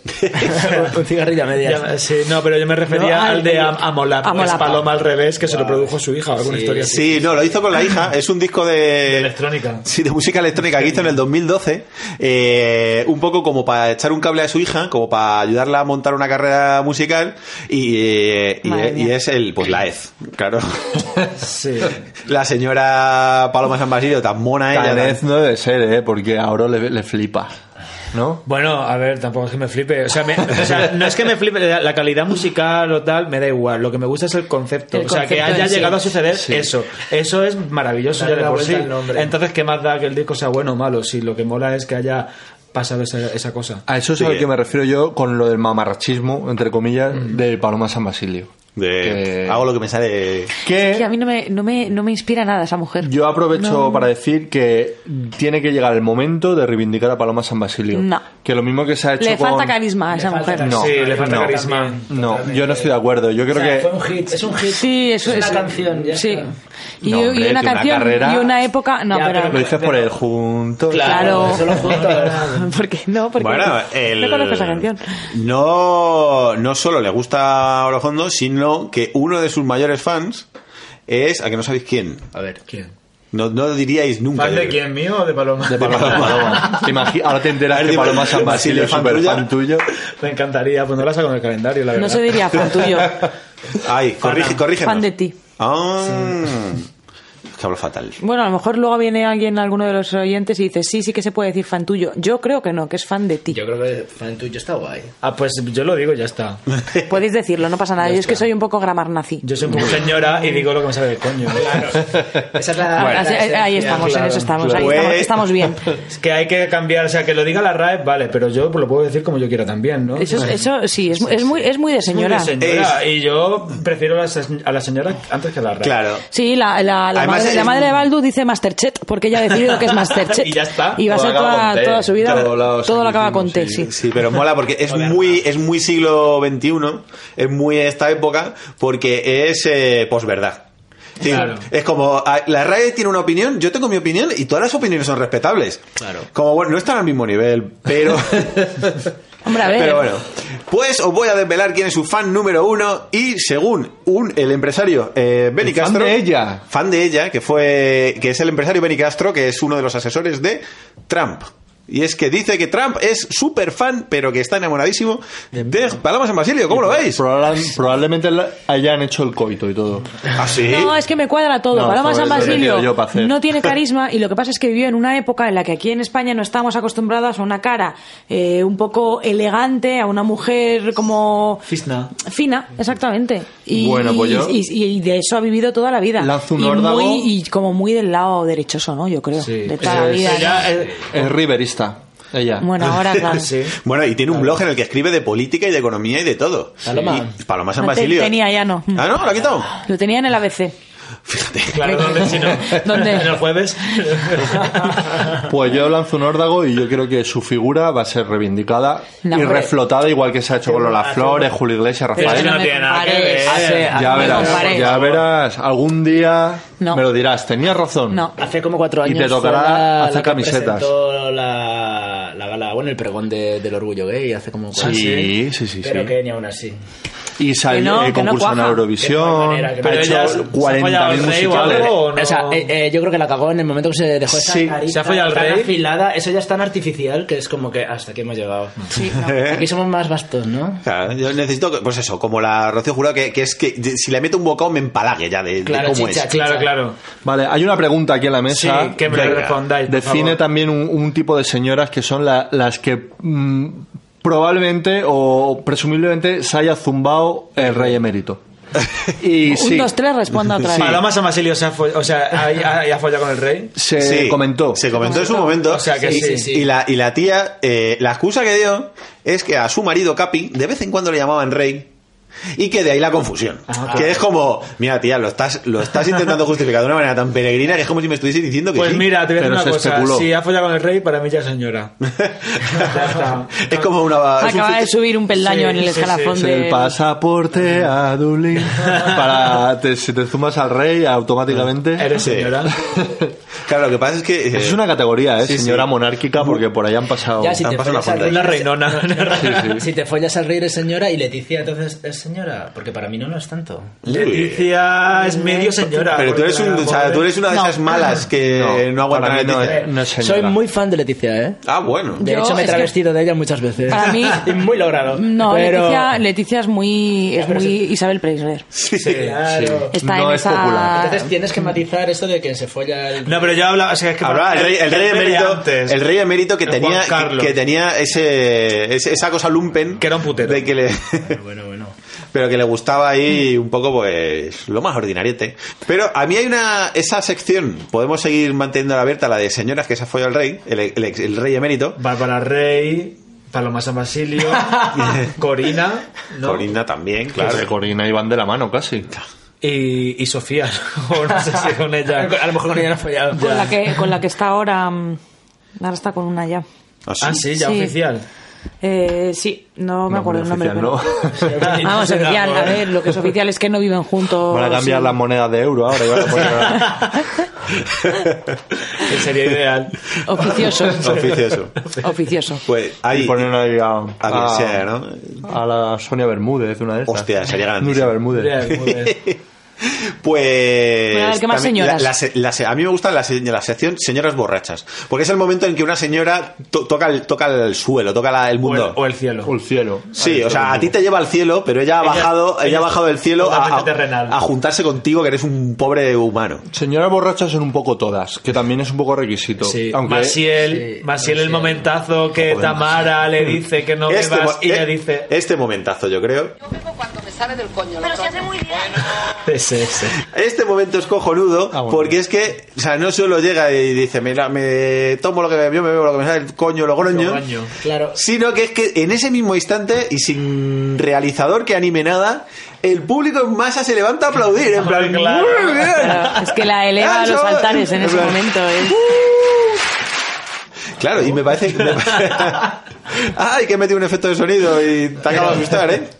[SPEAKER 9] un cigarrillo a medias.
[SPEAKER 3] Ya, sí, no, pero yo me refería
[SPEAKER 5] No, al-
[SPEAKER 3] al, de Am- Amolap,
[SPEAKER 5] Amolapa.
[SPEAKER 3] es Paloma al revés, que se lo produjo su hija, o alguna historia así. Ah.
[SPEAKER 4] Sí, no, lo hizo con la hija. Es un disco de.
[SPEAKER 3] Electrónica.
[SPEAKER 4] Sí, de música electrónica que hizo en el 2012, eh, un poco como para echar un cable a su hija, como para ayudarla a montar una carrera musical, y, eh, y,
[SPEAKER 5] Madre
[SPEAKER 4] eh,
[SPEAKER 5] mía.
[SPEAKER 4] y es el, pues la EZ, claro.
[SPEAKER 3] Sí.
[SPEAKER 4] la señora Paloma San Basilio, tan mona ella.
[SPEAKER 6] Tanez
[SPEAKER 4] tan-
[SPEAKER 6] no debe ser, ¿eh? Porque a Oro le, le flipa. ¿No?
[SPEAKER 3] Bueno, a ver, tampoco es que me flipe. O sea, me- o sea, no es que me flipe la la calidad musical o tal, me da igual. Lo que me gusta es el concepto.
[SPEAKER 5] El
[SPEAKER 3] o sea, que
[SPEAKER 5] concepto
[SPEAKER 3] haya
[SPEAKER 5] en sí.
[SPEAKER 3] llegado a suceder eso. Eso es maravilloso
[SPEAKER 9] Darle
[SPEAKER 3] ya de
[SPEAKER 9] la
[SPEAKER 3] por sí.
[SPEAKER 9] vuelta al nombre.
[SPEAKER 3] Entonces, ¿qué más da que el disco sea bueno o malo? Si lo que mola es que haya pasado esa, esa cosa.
[SPEAKER 6] A eso es
[SPEAKER 4] Sí. eh.
[SPEAKER 6] a lo que me refiero yo con lo del mamarrachismo, entre comillas, de Paloma San Basilio.
[SPEAKER 4] de-
[SPEAKER 6] Que-
[SPEAKER 4] Mm. Hago lo que me sale.
[SPEAKER 6] Que-
[SPEAKER 5] Es que a mí no me, no me, no me inspira nada esa mujer.
[SPEAKER 6] Yo aprovecho
[SPEAKER 5] No.
[SPEAKER 6] para decir que tiene que llegar el momento de reivindicar a Paloma San Basilio.
[SPEAKER 5] No.
[SPEAKER 6] Que lo mismo que se ha hecho
[SPEAKER 5] Le
[SPEAKER 6] con...
[SPEAKER 5] falta carisma a esa mujer.
[SPEAKER 6] carisma. No,
[SPEAKER 3] sí, le falta
[SPEAKER 6] no.
[SPEAKER 3] carisma.
[SPEAKER 6] No, yo no estoy de acuerdo. Yo creo
[SPEAKER 9] O sea,
[SPEAKER 6] que...
[SPEAKER 9] fue un hit, es un hit.
[SPEAKER 5] Sí, eso
[SPEAKER 9] es
[SPEAKER 5] es.
[SPEAKER 9] una canción. Ya
[SPEAKER 5] sí.
[SPEAKER 9] está.
[SPEAKER 5] Y,
[SPEAKER 6] No,
[SPEAKER 5] y
[SPEAKER 6] hombre,
[SPEAKER 5] una
[SPEAKER 6] tiene una
[SPEAKER 5] canción
[SPEAKER 6] carrera-
[SPEAKER 5] y una época. No,
[SPEAKER 9] Ya,
[SPEAKER 5] pero.
[SPEAKER 6] Lo dices por el junto.
[SPEAKER 5] Claro.
[SPEAKER 9] Solo juntos.
[SPEAKER 5] ¿Por qué no? Porque
[SPEAKER 4] Bueno,
[SPEAKER 6] eh.
[SPEAKER 4] el-
[SPEAKER 5] no conozco esa canción.
[SPEAKER 4] No, no solo le gusta Orojondo, sino que uno de sus mayores fans es, a que no sabéis quién,
[SPEAKER 9] A ver, ¿quién?
[SPEAKER 4] No, no lo diríais nunca.
[SPEAKER 3] ¿Fan
[SPEAKER 4] yo
[SPEAKER 3] de
[SPEAKER 4] creo.
[SPEAKER 3] quién, mío o de Paloma?
[SPEAKER 4] De Paloma.
[SPEAKER 6] Te imagi- Ahora te enteras
[SPEAKER 4] Ahora
[SPEAKER 6] que
[SPEAKER 4] te
[SPEAKER 6] Paloma
[SPEAKER 4] imaginas
[SPEAKER 6] San
[SPEAKER 4] que
[SPEAKER 6] Basilio es
[SPEAKER 4] Basilio
[SPEAKER 6] súper
[SPEAKER 4] es fan
[SPEAKER 6] fan tuyo.
[SPEAKER 3] Me encantaría, pues no la saco en el calendario, la verdad.
[SPEAKER 5] No se diría fan tuyo.
[SPEAKER 4] Ay, corrige, corrígenos.
[SPEAKER 5] Fan de ti.
[SPEAKER 4] Ah, Es que hablo fatal.
[SPEAKER 5] Bueno, a lo mejor luego viene alguien, alguno de los oyentes, y dice, sí, sí que se puede decir fan tuyo. Yo creo que no, que es fan de ti.
[SPEAKER 9] Yo creo que fan tuyo está guay.
[SPEAKER 3] Ah, pues yo lo digo, ya está.
[SPEAKER 5] Podéis decirlo, no pasa nada. Yo es que soy un poco gramar nazi.
[SPEAKER 3] Yo soy muy señora y digo lo que me sabe de coño.
[SPEAKER 9] Esa es la-
[SPEAKER 5] Ah, así- ahí,
[SPEAKER 9] esencia,
[SPEAKER 5] estamos, en
[SPEAKER 3] claro,
[SPEAKER 5] eso estamos, ahí
[SPEAKER 3] claro.
[SPEAKER 5] estamos,
[SPEAKER 3] Pues-
[SPEAKER 5] estamos bien.
[SPEAKER 3] Es que hay que cambiar, o sea, que lo diga la RAE, vale, pero yo lo puedo decir como yo quiera también, ¿no?
[SPEAKER 5] Eso, eso sí, es, mu- es muy, es muy de
[SPEAKER 3] Es muy
[SPEAKER 5] señora.
[SPEAKER 3] de señora, Y yo prefiero a la, se- a la señora antes que a la RAE.
[SPEAKER 4] Claro.
[SPEAKER 5] Sí, la, la, la
[SPEAKER 3] Además,
[SPEAKER 5] madre,
[SPEAKER 3] es-
[SPEAKER 5] la madre de Baldu dice Masterchef, porque ella ha decidido que es Masterchef.
[SPEAKER 3] Y ya está.
[SPEAKER 5] Y va a
[SPEAKER 4] Todo
[SPEAKER 5] ser
[SPEAKER 4] acaba
[SPEAKER 5] toda,
[SPEAKER 4] con T.
[SPEAKER 5] toda su vida,
[SPEAKER 4] Todos
[SPEAKER 5] todo,
[SPEAKER 4] los
[SPEAKER 5] lo acaba con T, sí.
[SPEAKER 4] Sí, pero mola porque es muy, es muy siglo XXI, es muy esta época, porque es eh, posverdad. Sí,
[SPEAKER 9] Claro.
[SPEAKER 4] Es como, a- la RAE tiene una opinión, yo tengo mi opinión y todas las opiniones son respetables.
[SPEAKER 9] Claro.
[SPEAKER 4] Como, bueno, no están al mismo nivel, pero...
[SPEAKER 5] Hombre, a ver.
[SPEAKER 4] Pero bueno, pues os voy a desvelar quién es su fan número uno y según un, el empresario eh, Benny
[SPEAKER 6] fan
[SPEAKER 4] Castro...
[SPEAKER 6] de ella.
[SPEAKER 4] Fan de ella, que fue que es el empresario Benny Castro, que es uno de los asesores de Trump. Y es que dice que Trump es súper fan, pero que está enamoradísimo de Paloma San Basilio. ¿Cómo lo veis?
[SPEAKER 6] Probablemente, probablemente la- hayan hecho el coito y todo.
[SPEAKER 4] ¿Ah, sí?
[SPEAKER 5] No, es que me cuadra todo.
[SPEAKER 6] No,
[SPEAKER 5] Paloma
[SPEAKER 6] joder,
[SPEAKER 5] San
[SPEAKER 6] lo he
[SPEAKER 5] Basilio
[SPEAKER 6] metido yo pa' hacer.
[SPEAKER 5] no tiene carisma y lo que pasa es que vivió en una época en la que aquí en España no estábamos acostumbrados a una cara eh, un poco elegante, a una mujer como
[SPEAKER 3] Fisna.
[SPEAKER 5] fina, exactamente. Y,
[SPEAKER 6] Bueno, pues yo-
[SPEAKER 5] y, y- y de eso ha vivido toda la vida.
[SPEAKER 6] Lanzo un
[SPEAKER 5] y,
[SPEAKER 6] órdago.
[SPEAKER 5] muy- y como muy del lado derechoso, ¿no? Yo creo. De toda la
[SPEAKER 6] Es-
[SPEAKER 5] vida.
[SPEAKER 6] ella es, es riverista. Ella.
[SPEAKER 5] Bueno, ahora, claro. Sí.
[SPEAKER 4] Bueno, y tiene un blog en el que escribe de política y de economía y de todo.
[SPEAKER 9] Paloma.
[SPEAKER 4] Y Paloma San
[SPEAKER 5] No, te-
[SPEAKER 4] Basilio.
[SPEAKER 5] tenía ya no.
[SPEAKER 4] Ah, no, lo ha quitado.
[SPEAKER 5] Lo tenía en el ABC.
[SPEAKER 3] Claro, ¿dónde si no?
[SPEAKER 5] ¿Dónde?
[SPEAKER 3] ¿En el jueves?
[SPEAKER 6] Pues yo lanzo un órdago y yo creo que su figura va a ser reivindicada
[SPEAKER 5] No,
[SPEAKER 6] y
[SPEAKER 5] hombre.
[SPEAKER 6] reflotada, igual que se ha hecho con Lola Flores, Julio Iglesias,
[SPEAKER 3] Pero
[SPEAKER 6] Rafael.
[SPEAKER 3] es que no
[SPEAKER 5] me
[SPEAKER 3] tiene nada que
[SPEAKER 5] compares.
[SPEAKER 3] ver.
[SPEAKER 5] Hace-
[SPEAKER 6] Ya
[SPEAKER 5] no me
[SPEAKER 6] verás,
[SPEAKER 5] compares.
[SPEAKER 6] ya verás, algún día
[SPEAKER 5] No.
[SPEAKER 6] me lo dirás, tenías razón.
[SPEAKER 5] No.
[SPEAKER 9] Hace como cuatro
[SPEAKER 6] Y
[SPEAKER 9] años.
[SPEAKER 6] te tocará
[SPEAKER 9] fue la-
[SPEAKER 6] hacer
[SPEAKER 9] la que
[SPEAKER 6] camisetas.
[SPEAKER 9] presentó La, la gala, bueno, el pregón de- del orgullo gay hace como.
[SPEAKER 6] Sí, sí, sí, sí.
[SPEAKER 9] Pero que ni aún así.
[SPEAKER 6] Y
[SPEAKER 5] Que no,
[SPEAKER 6] salió el
[SPEAKER 5] que no
[SPEAKER 6] concurso en
[SPEAKER 5] cuaja.
[SPEAKER 9] Que no hay
[SPEAKER 6] Eurovisión,
[SPEAKER 9] manera, que no
[SPEAKER 6] ha
[SPEAKER 9] hay
[SPEAKER 3] manera. Pero
[SPEAKER 6] hecho
[SPEAKER 3] ella se ha fallado
[SPEAKER 6] 40.000
[SPEAKER 3] el rey o algo,
[SPEAKER 6] musicales.
[SPEAKER 3] ¿o no?
[SPEAKER 9] O sea, eh, eh, yo creo que la cagó en el momento que se dejó esa
[SPEAKER 6] Sí.
[SPEAKER 9] carita
[SPEAKER 3] Se ha follado al
[SPEAKER 9] tan
[SPEAKER 3] rey.
[SPEAKER 9] afilada. Eso ya es tan artificial que es como que hasta aquí hemos llegado. Aquí somos más bastos, ¿no?
[SPEAKER 4] Claro, yo necesito, que- pues eso, como la Rocío Jurado, que, que es que de- si le meto un bocado me empalague ya de, de
[SPEAKER 9] Claro,
[SPEAKER 4] cómo
[SPEAKER 9] chicha,
[SPEAKER 4] es.
[SPEAKER 3] Claro, claro.
[SPEAKER 6] Vale, hay una pregunta aquí en la
[SPEAKER 3] Sí,
[SPEAKER 6] mesa.
[SPEAKER 3] que me lo
[SPEAKER 4] venga.
[SPEAKER 3] respondáis. por
[SPEAKER 6] Define
[SPEAKER 3] favor.
[SPEAKER 6] también un, un tipo de señoras que son la- las que mm, probablemente o presumiblemente se haya zumbado el rey emérito. Y
[SPEAKER 5] Un,
[SPEAKER 6] sí,
[SPEAKER 5] dos, tres, responda otra vez.
[SPEAKER 3] Paloma San Basilio se ha follado, o sea, ha, ha- ha follado con el rey.
[SPEAKER 6] se
[SPEAKER 4] Sí,
[SPEAKER 6] comentó.
[SPEAKER 4] Se comentó en su momento.
[SPEAKER 3] O sea que
[SPEAKER 4] y,
[SPEAKER 3] sí, sí.
[SPEAKER 4] y la, y la tía, eh, la excusa que dio es que a su marido Capi de vez en cuando le llamaban rey. Y que de ahí la confusión.
[SPEAKER 3] Ah,
[SPEAKER 4] Que es como, mira tía, lo estás, lo estás intentando justificar de una manera tan peregrina que es como si me estuviese diciendo que
[SPEAKER 3] Pues
[SPEAKER 4] sí.
[SPEAKER 3] mira, te voy a
[SPEAKER 6] Pero
[SPEAKER 3] decir una
[SPEAKER 6] se
[SPEAKER 3] cosa.
[SPEAKER 6] especuló.
[SPEAKER 3] Si ha follado con el rey, para mí ya es señora. ya está.
[SPEAKER 4] es como una... es un
[SPEAKER 5] Acaba de
[SPEAKER 4] filtro-
[SPEAKER 5] subir un peldaño
[SPEAKER 3] Sí,
[SPEAKER 5] en el
[SPEAKER 3] sí,
[SPEAKER 5] escalafón
[SPEAKER 6] Es
[SPEAKER 5] de...
[SPEAKER 6] el pasaporte a Dublín. Para te- si te zumbas al rey automáticamente.
[SPEAKER 3] Ah, Eres
[SPEAKER 4] Sí.
[SPEAKER 3] señora.
[SPEAKER 4] Claro, lo que pasa es que... eh,
[SPEAKER 6] Es una categoría, ¿eh?
[SPEAKER 4] Sí, sí.
[SPEAKER 6] señora monárquica, porque por ahí han pasado.
[SPEAKER 9] Ya, si
[SPEAKER 4] han
[SPEAKER 9] te
[SPEAKER 4] pasado
[SPEAKER 9] follas
[SPEAKER 4] la
[SPEAKER 9] al
[SPEAKER 4] cuenta.
[SPEAKER 9] rey.
[SPEAKER 3] Una reinona.
[SPEAKER 9] Si te follas al rey eres señora y Leticia entonces es señora, porque para mí no lo es tanto.
[SPEAKER 3] Leticia es medio señora.
[SPEAKER 4] Pero tú
[SPEAKER 3] porque
[SPEAKER 4] eres,
[SPEAKER 3] la
[SPEAKER 4] un- o sea,
[SPEAKER 3] pobre-
[SPEAKER 4] tú eres una de esas malas que no, aguantan
[SPEAKER 6] para mí
[SPEAKER 4] la
[SPEAKER 6] no,
[SPEAKER 4] noticia.
[SPEAKER 6] es- no es señora.
[SPEAKER 9] Eh, Soy muy fan de Leticia, ¿eh?
[SPEAKER 4] Ah, bueno.
[SPEAKER 9] De
[SPEAKER 5] Yo,
[SPEAKER 9] hecho, me he
[SPEAKER 5] es que-
[SPEAKER 9] travestido de ella muchas veces.
[SPEAKER 5] Para mí-
[SPEAKER 9] Y muy logrado.
[SPEAKER 5] No,
[SPEAKER 9] Pero-
[SPEAKER 5] Leticia, Leticia es muy, es muy Isabel Preisler.
[SPEAKER 4] Sí.
[SPEAKER 9] Claro.
[SPEAKER 5] Está
[SPEAKER 6] No
[SPEAKER 5] en
[SPEAKER 6] es
[SPEAKER 5] esa...
[SPEAKER 6] popular.
[SPEAKER 9] Entonces tienes que matizar esto de que se folla el...
[SPEAKER 3] No, pero yo hablaba. O sea, es que
[SPEAKER 4] Hablaba el rey, el rey emérito,
[SPEAKER 3] antes.
[SPEAKER 4] el rey emérito que
[SPEAKER 3] El
[SPEAKER 4] tenía,
[SPEAKER 3] Juan Carlos.
[SPEAKER 4] que, que tenía ese, ese- esa cosa lumpen
[SPEAKER 3] Que era un putero.
[SPEAKER 4] de que le,
[SPEAKER 9] Ah, Bueno, bueno.
[SPEAKER 4] pero que le gustaba ahí un poco pues lo más ordinariete. Pero a mí hay una esa sección podemos seguir manteniendo abierta la de señoras que se ha follado el rey, el, el ex- el rey emérito,
[SPEAKER 3] Bárbara Rey, Paloma San Basilio, Corina, ¿no?
[SPEAKER 4] Corinda también, claro.
[SPEAKER 6] De Corina iban de la mano casi.
[SPEAKER 3] Y, y Sofía. o no sé si con ella.
[SPEAKER 9] A lo mejor con ella no ha follado.
[SPEAKER 5] Con la, que, con la que está ahora... mm, Ahora está con una ya.
[SPEAKER 4] Ah, sí.
[SPEAKER 3] Ah, sí, ya
[SPEAKER 5] Sí.
[SPEAKER 3] oficial.
[SPEAKER 5] Eh, sí, no me acuerdo el nombre.
[SPEAKER 6] oficial,
[SPEAKER 5] pero- Vamos, oficial, a ver, lo que es oficial es que no viven juntos.
[SPEAKER 6] ¿no? Van a cambiar
[SPEAKER 5] sí.
[SPEAKER 6] las monedas de euro ahora. y van a poner-
[SPEAKER 3] Que sería ideal.
[SPEAKER 5] Oficioso.
[SPEAKER 4] Oficioso.
[SPEAKER 5] Oficioso.
[SPEAKER 4] Pues
[SPEAKER 6] y
[SPEAKER 4] ahí
[SPEAKER 6] poner ahí a,
[SPEAKER 4] a quien sea, ¿no?
[SPEAKER 6] a la Sonia Bermúdez, una de esas.
[SPEAKER 4] Hostia, sería grandísimo.
[SPEAKER 6] Nuria Bermúdez.
[SPEAKER 3] Real, muy bien.
[SPEAKER 4] Pues.
[SPEAKER 5] Bueno, a ver, ¿qué más
[SPEAKER 4] también-
[SPEAKER 5] señoras?
[SPEAKER 4] la- la se- la se- a mí me gusta la, se- la sección señoras borrachas. Porque es el momento en que una señora to- toca, el, toca el suelo, toca la- el mundo.
[SPEAKER 3] O el cielo.
[SPEAKER 6] O el cielo.
[SPEAKER 4] Sí, o sea, a ti te lleva al cielo, pero ella ha bajado, ella,
[SPEAKER 6] ella
[SPEAKER 4] ha bajado del cielo a,
[SPEAKER 6] totalmente terrenal.
[SPEAKER 4] a juntarse contigo, que eres un pobre humano.
[SPEAKER 6] Señoras borrachas son un poco todas, que también es un poco requisito.
[SPEAKER 3] Sí,
[SPEAKER 6] Aunque
[SPEAKER 3] Masiel, Masiel el momentazo que Tamara le dice que no
[SPEAKER 4] Este
[SPEAKER 3] bebas
[SPEAKER 4] mo-
[SPEAKER 3] y ella
[SPEAKER 4] eh,
[SPEAKER 3] dice...
[SPEAKER 4] Este momentazo, yo creo.
[SPEAKER 13] Me sale del coño. Pero se hace muy bien.
[SPEAKER 4] Este momento es cojonudo porque es que, o sea, no solo llega y dice, mira, me tomo lo que me yo me bebo lo que me sale el coño, lo groño,
[SPEAKER 3] Logroño.
[SPEAKER 9] Claro.
[SPEAKER 4] sino que es que en ese mismo instante y sin realizador que anime nada, el público en masa se levanta a aplaudir, en plan,
[SPEAKER 5] Claro.
[SPEAKER 4] "Muy bien". Ah,
[SPEAKER 5] Claro, Es que la eleva a los
[SPEAKER 4] chaval.
[SPEAKER 5] altares en ese
[SPEAKER 4] plan, "Uh".
[SPEAKER 5] momento. ¿eh?
[SPEAKER 4] Claro, y me parece que... ¡Ay, que he metido un efecto de sonido y te acabo de asustar, eh!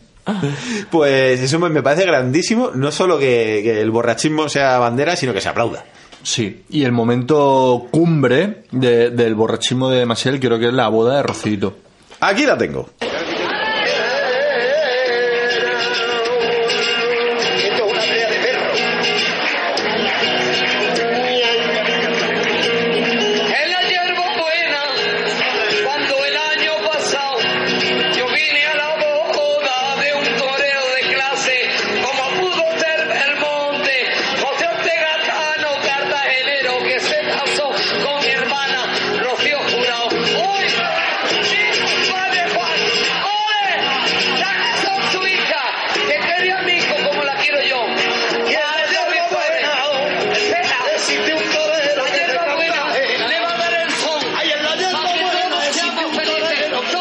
[SPEAKER 4] Pues eso me me parece grandísimo, no solo que, que el borrachismo sea bandera, sino que se aplauda.
[SPEAKER 6] Sí, y el momento cumbre de- del borrachismo de Masiel creo que es la boda de Rocito.
[SPEAKER 4] Aquí la tengo.
[SPEAKER 13] En la hierba buena, cuando el año pasado yo vine a la boda de un torero de clase, como pudo ser el monte, José Ortega Cano, cartagenero, que se casó con mi hermana Rocío Jurado. ¡Uy! ¡Sí, padre Juan! ¡Ole! ¡Ya casó su hija! ¡Que quería a mi hijo como la quiero yo! ¡Y en la pues. hierba buena, espera! ¡Existe un torero que se buena, le va a dar el son! ¡Ay, en la hierba buena, existe un torero que se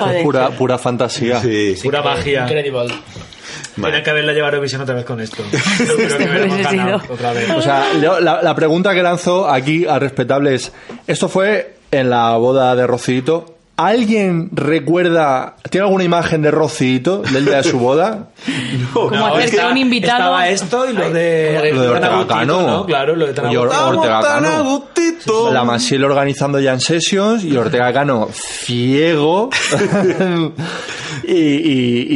[SPEAKER 5] Joder.
[SPEAKER 6] Pura, pura fantasía.
[SPEAKER 4] Sí.
[SPEAKER 3] Pura magia.
[SPEAKER 9] Incredible.
[SPEAKER 3] Tienen que haberla llevado a Eurovisión otra vez con esto. Yo creo que
[SPEAKER 5] Este
[SPEAKER 3] hubiéramos
[SPEAKER 5] hubiese
[SPEAKER 3] ganado
[SPEAKER 5] sido.
[SPEAKER 3] otra vez.
[SPEAKER 6] O sea, yo- la, la pregunta que lanzo aquí al respetable es, esto fue en la boda de Rocito. ¿Alguien recuerda, tiene alguna imagen de Rocito del día de su boda?
[SPEAKER 5] Como hacer
[SPEAKER 3] es
[SPEAKER 5] que
[SPEAKER 3] que
[SPEAKER 5] un invitado.
[SPEAKER 3] Estaba esto y lo de...
[SPEAKER 6] Lo
[SPEAKER 3] Tan
[SPEAKER 6] de Ortega
[SPEAKER 3] agustito,
[SPEAKER 6] Cano.
[SPEAKER 3] ¿no? Claro, lo de Tan
[SPEAKER 6] Y Or-
[SPEAKER 3] agustito.
[SPEAKER 6] Ortega
[SPEAKER 4] Tan a
[SPEAKER 6] Cano.
[SPEAKER 4] gustito.
[SPEAKER 6] La Masiel organizando ya en Sessions y Ortega Cano ciego y, y-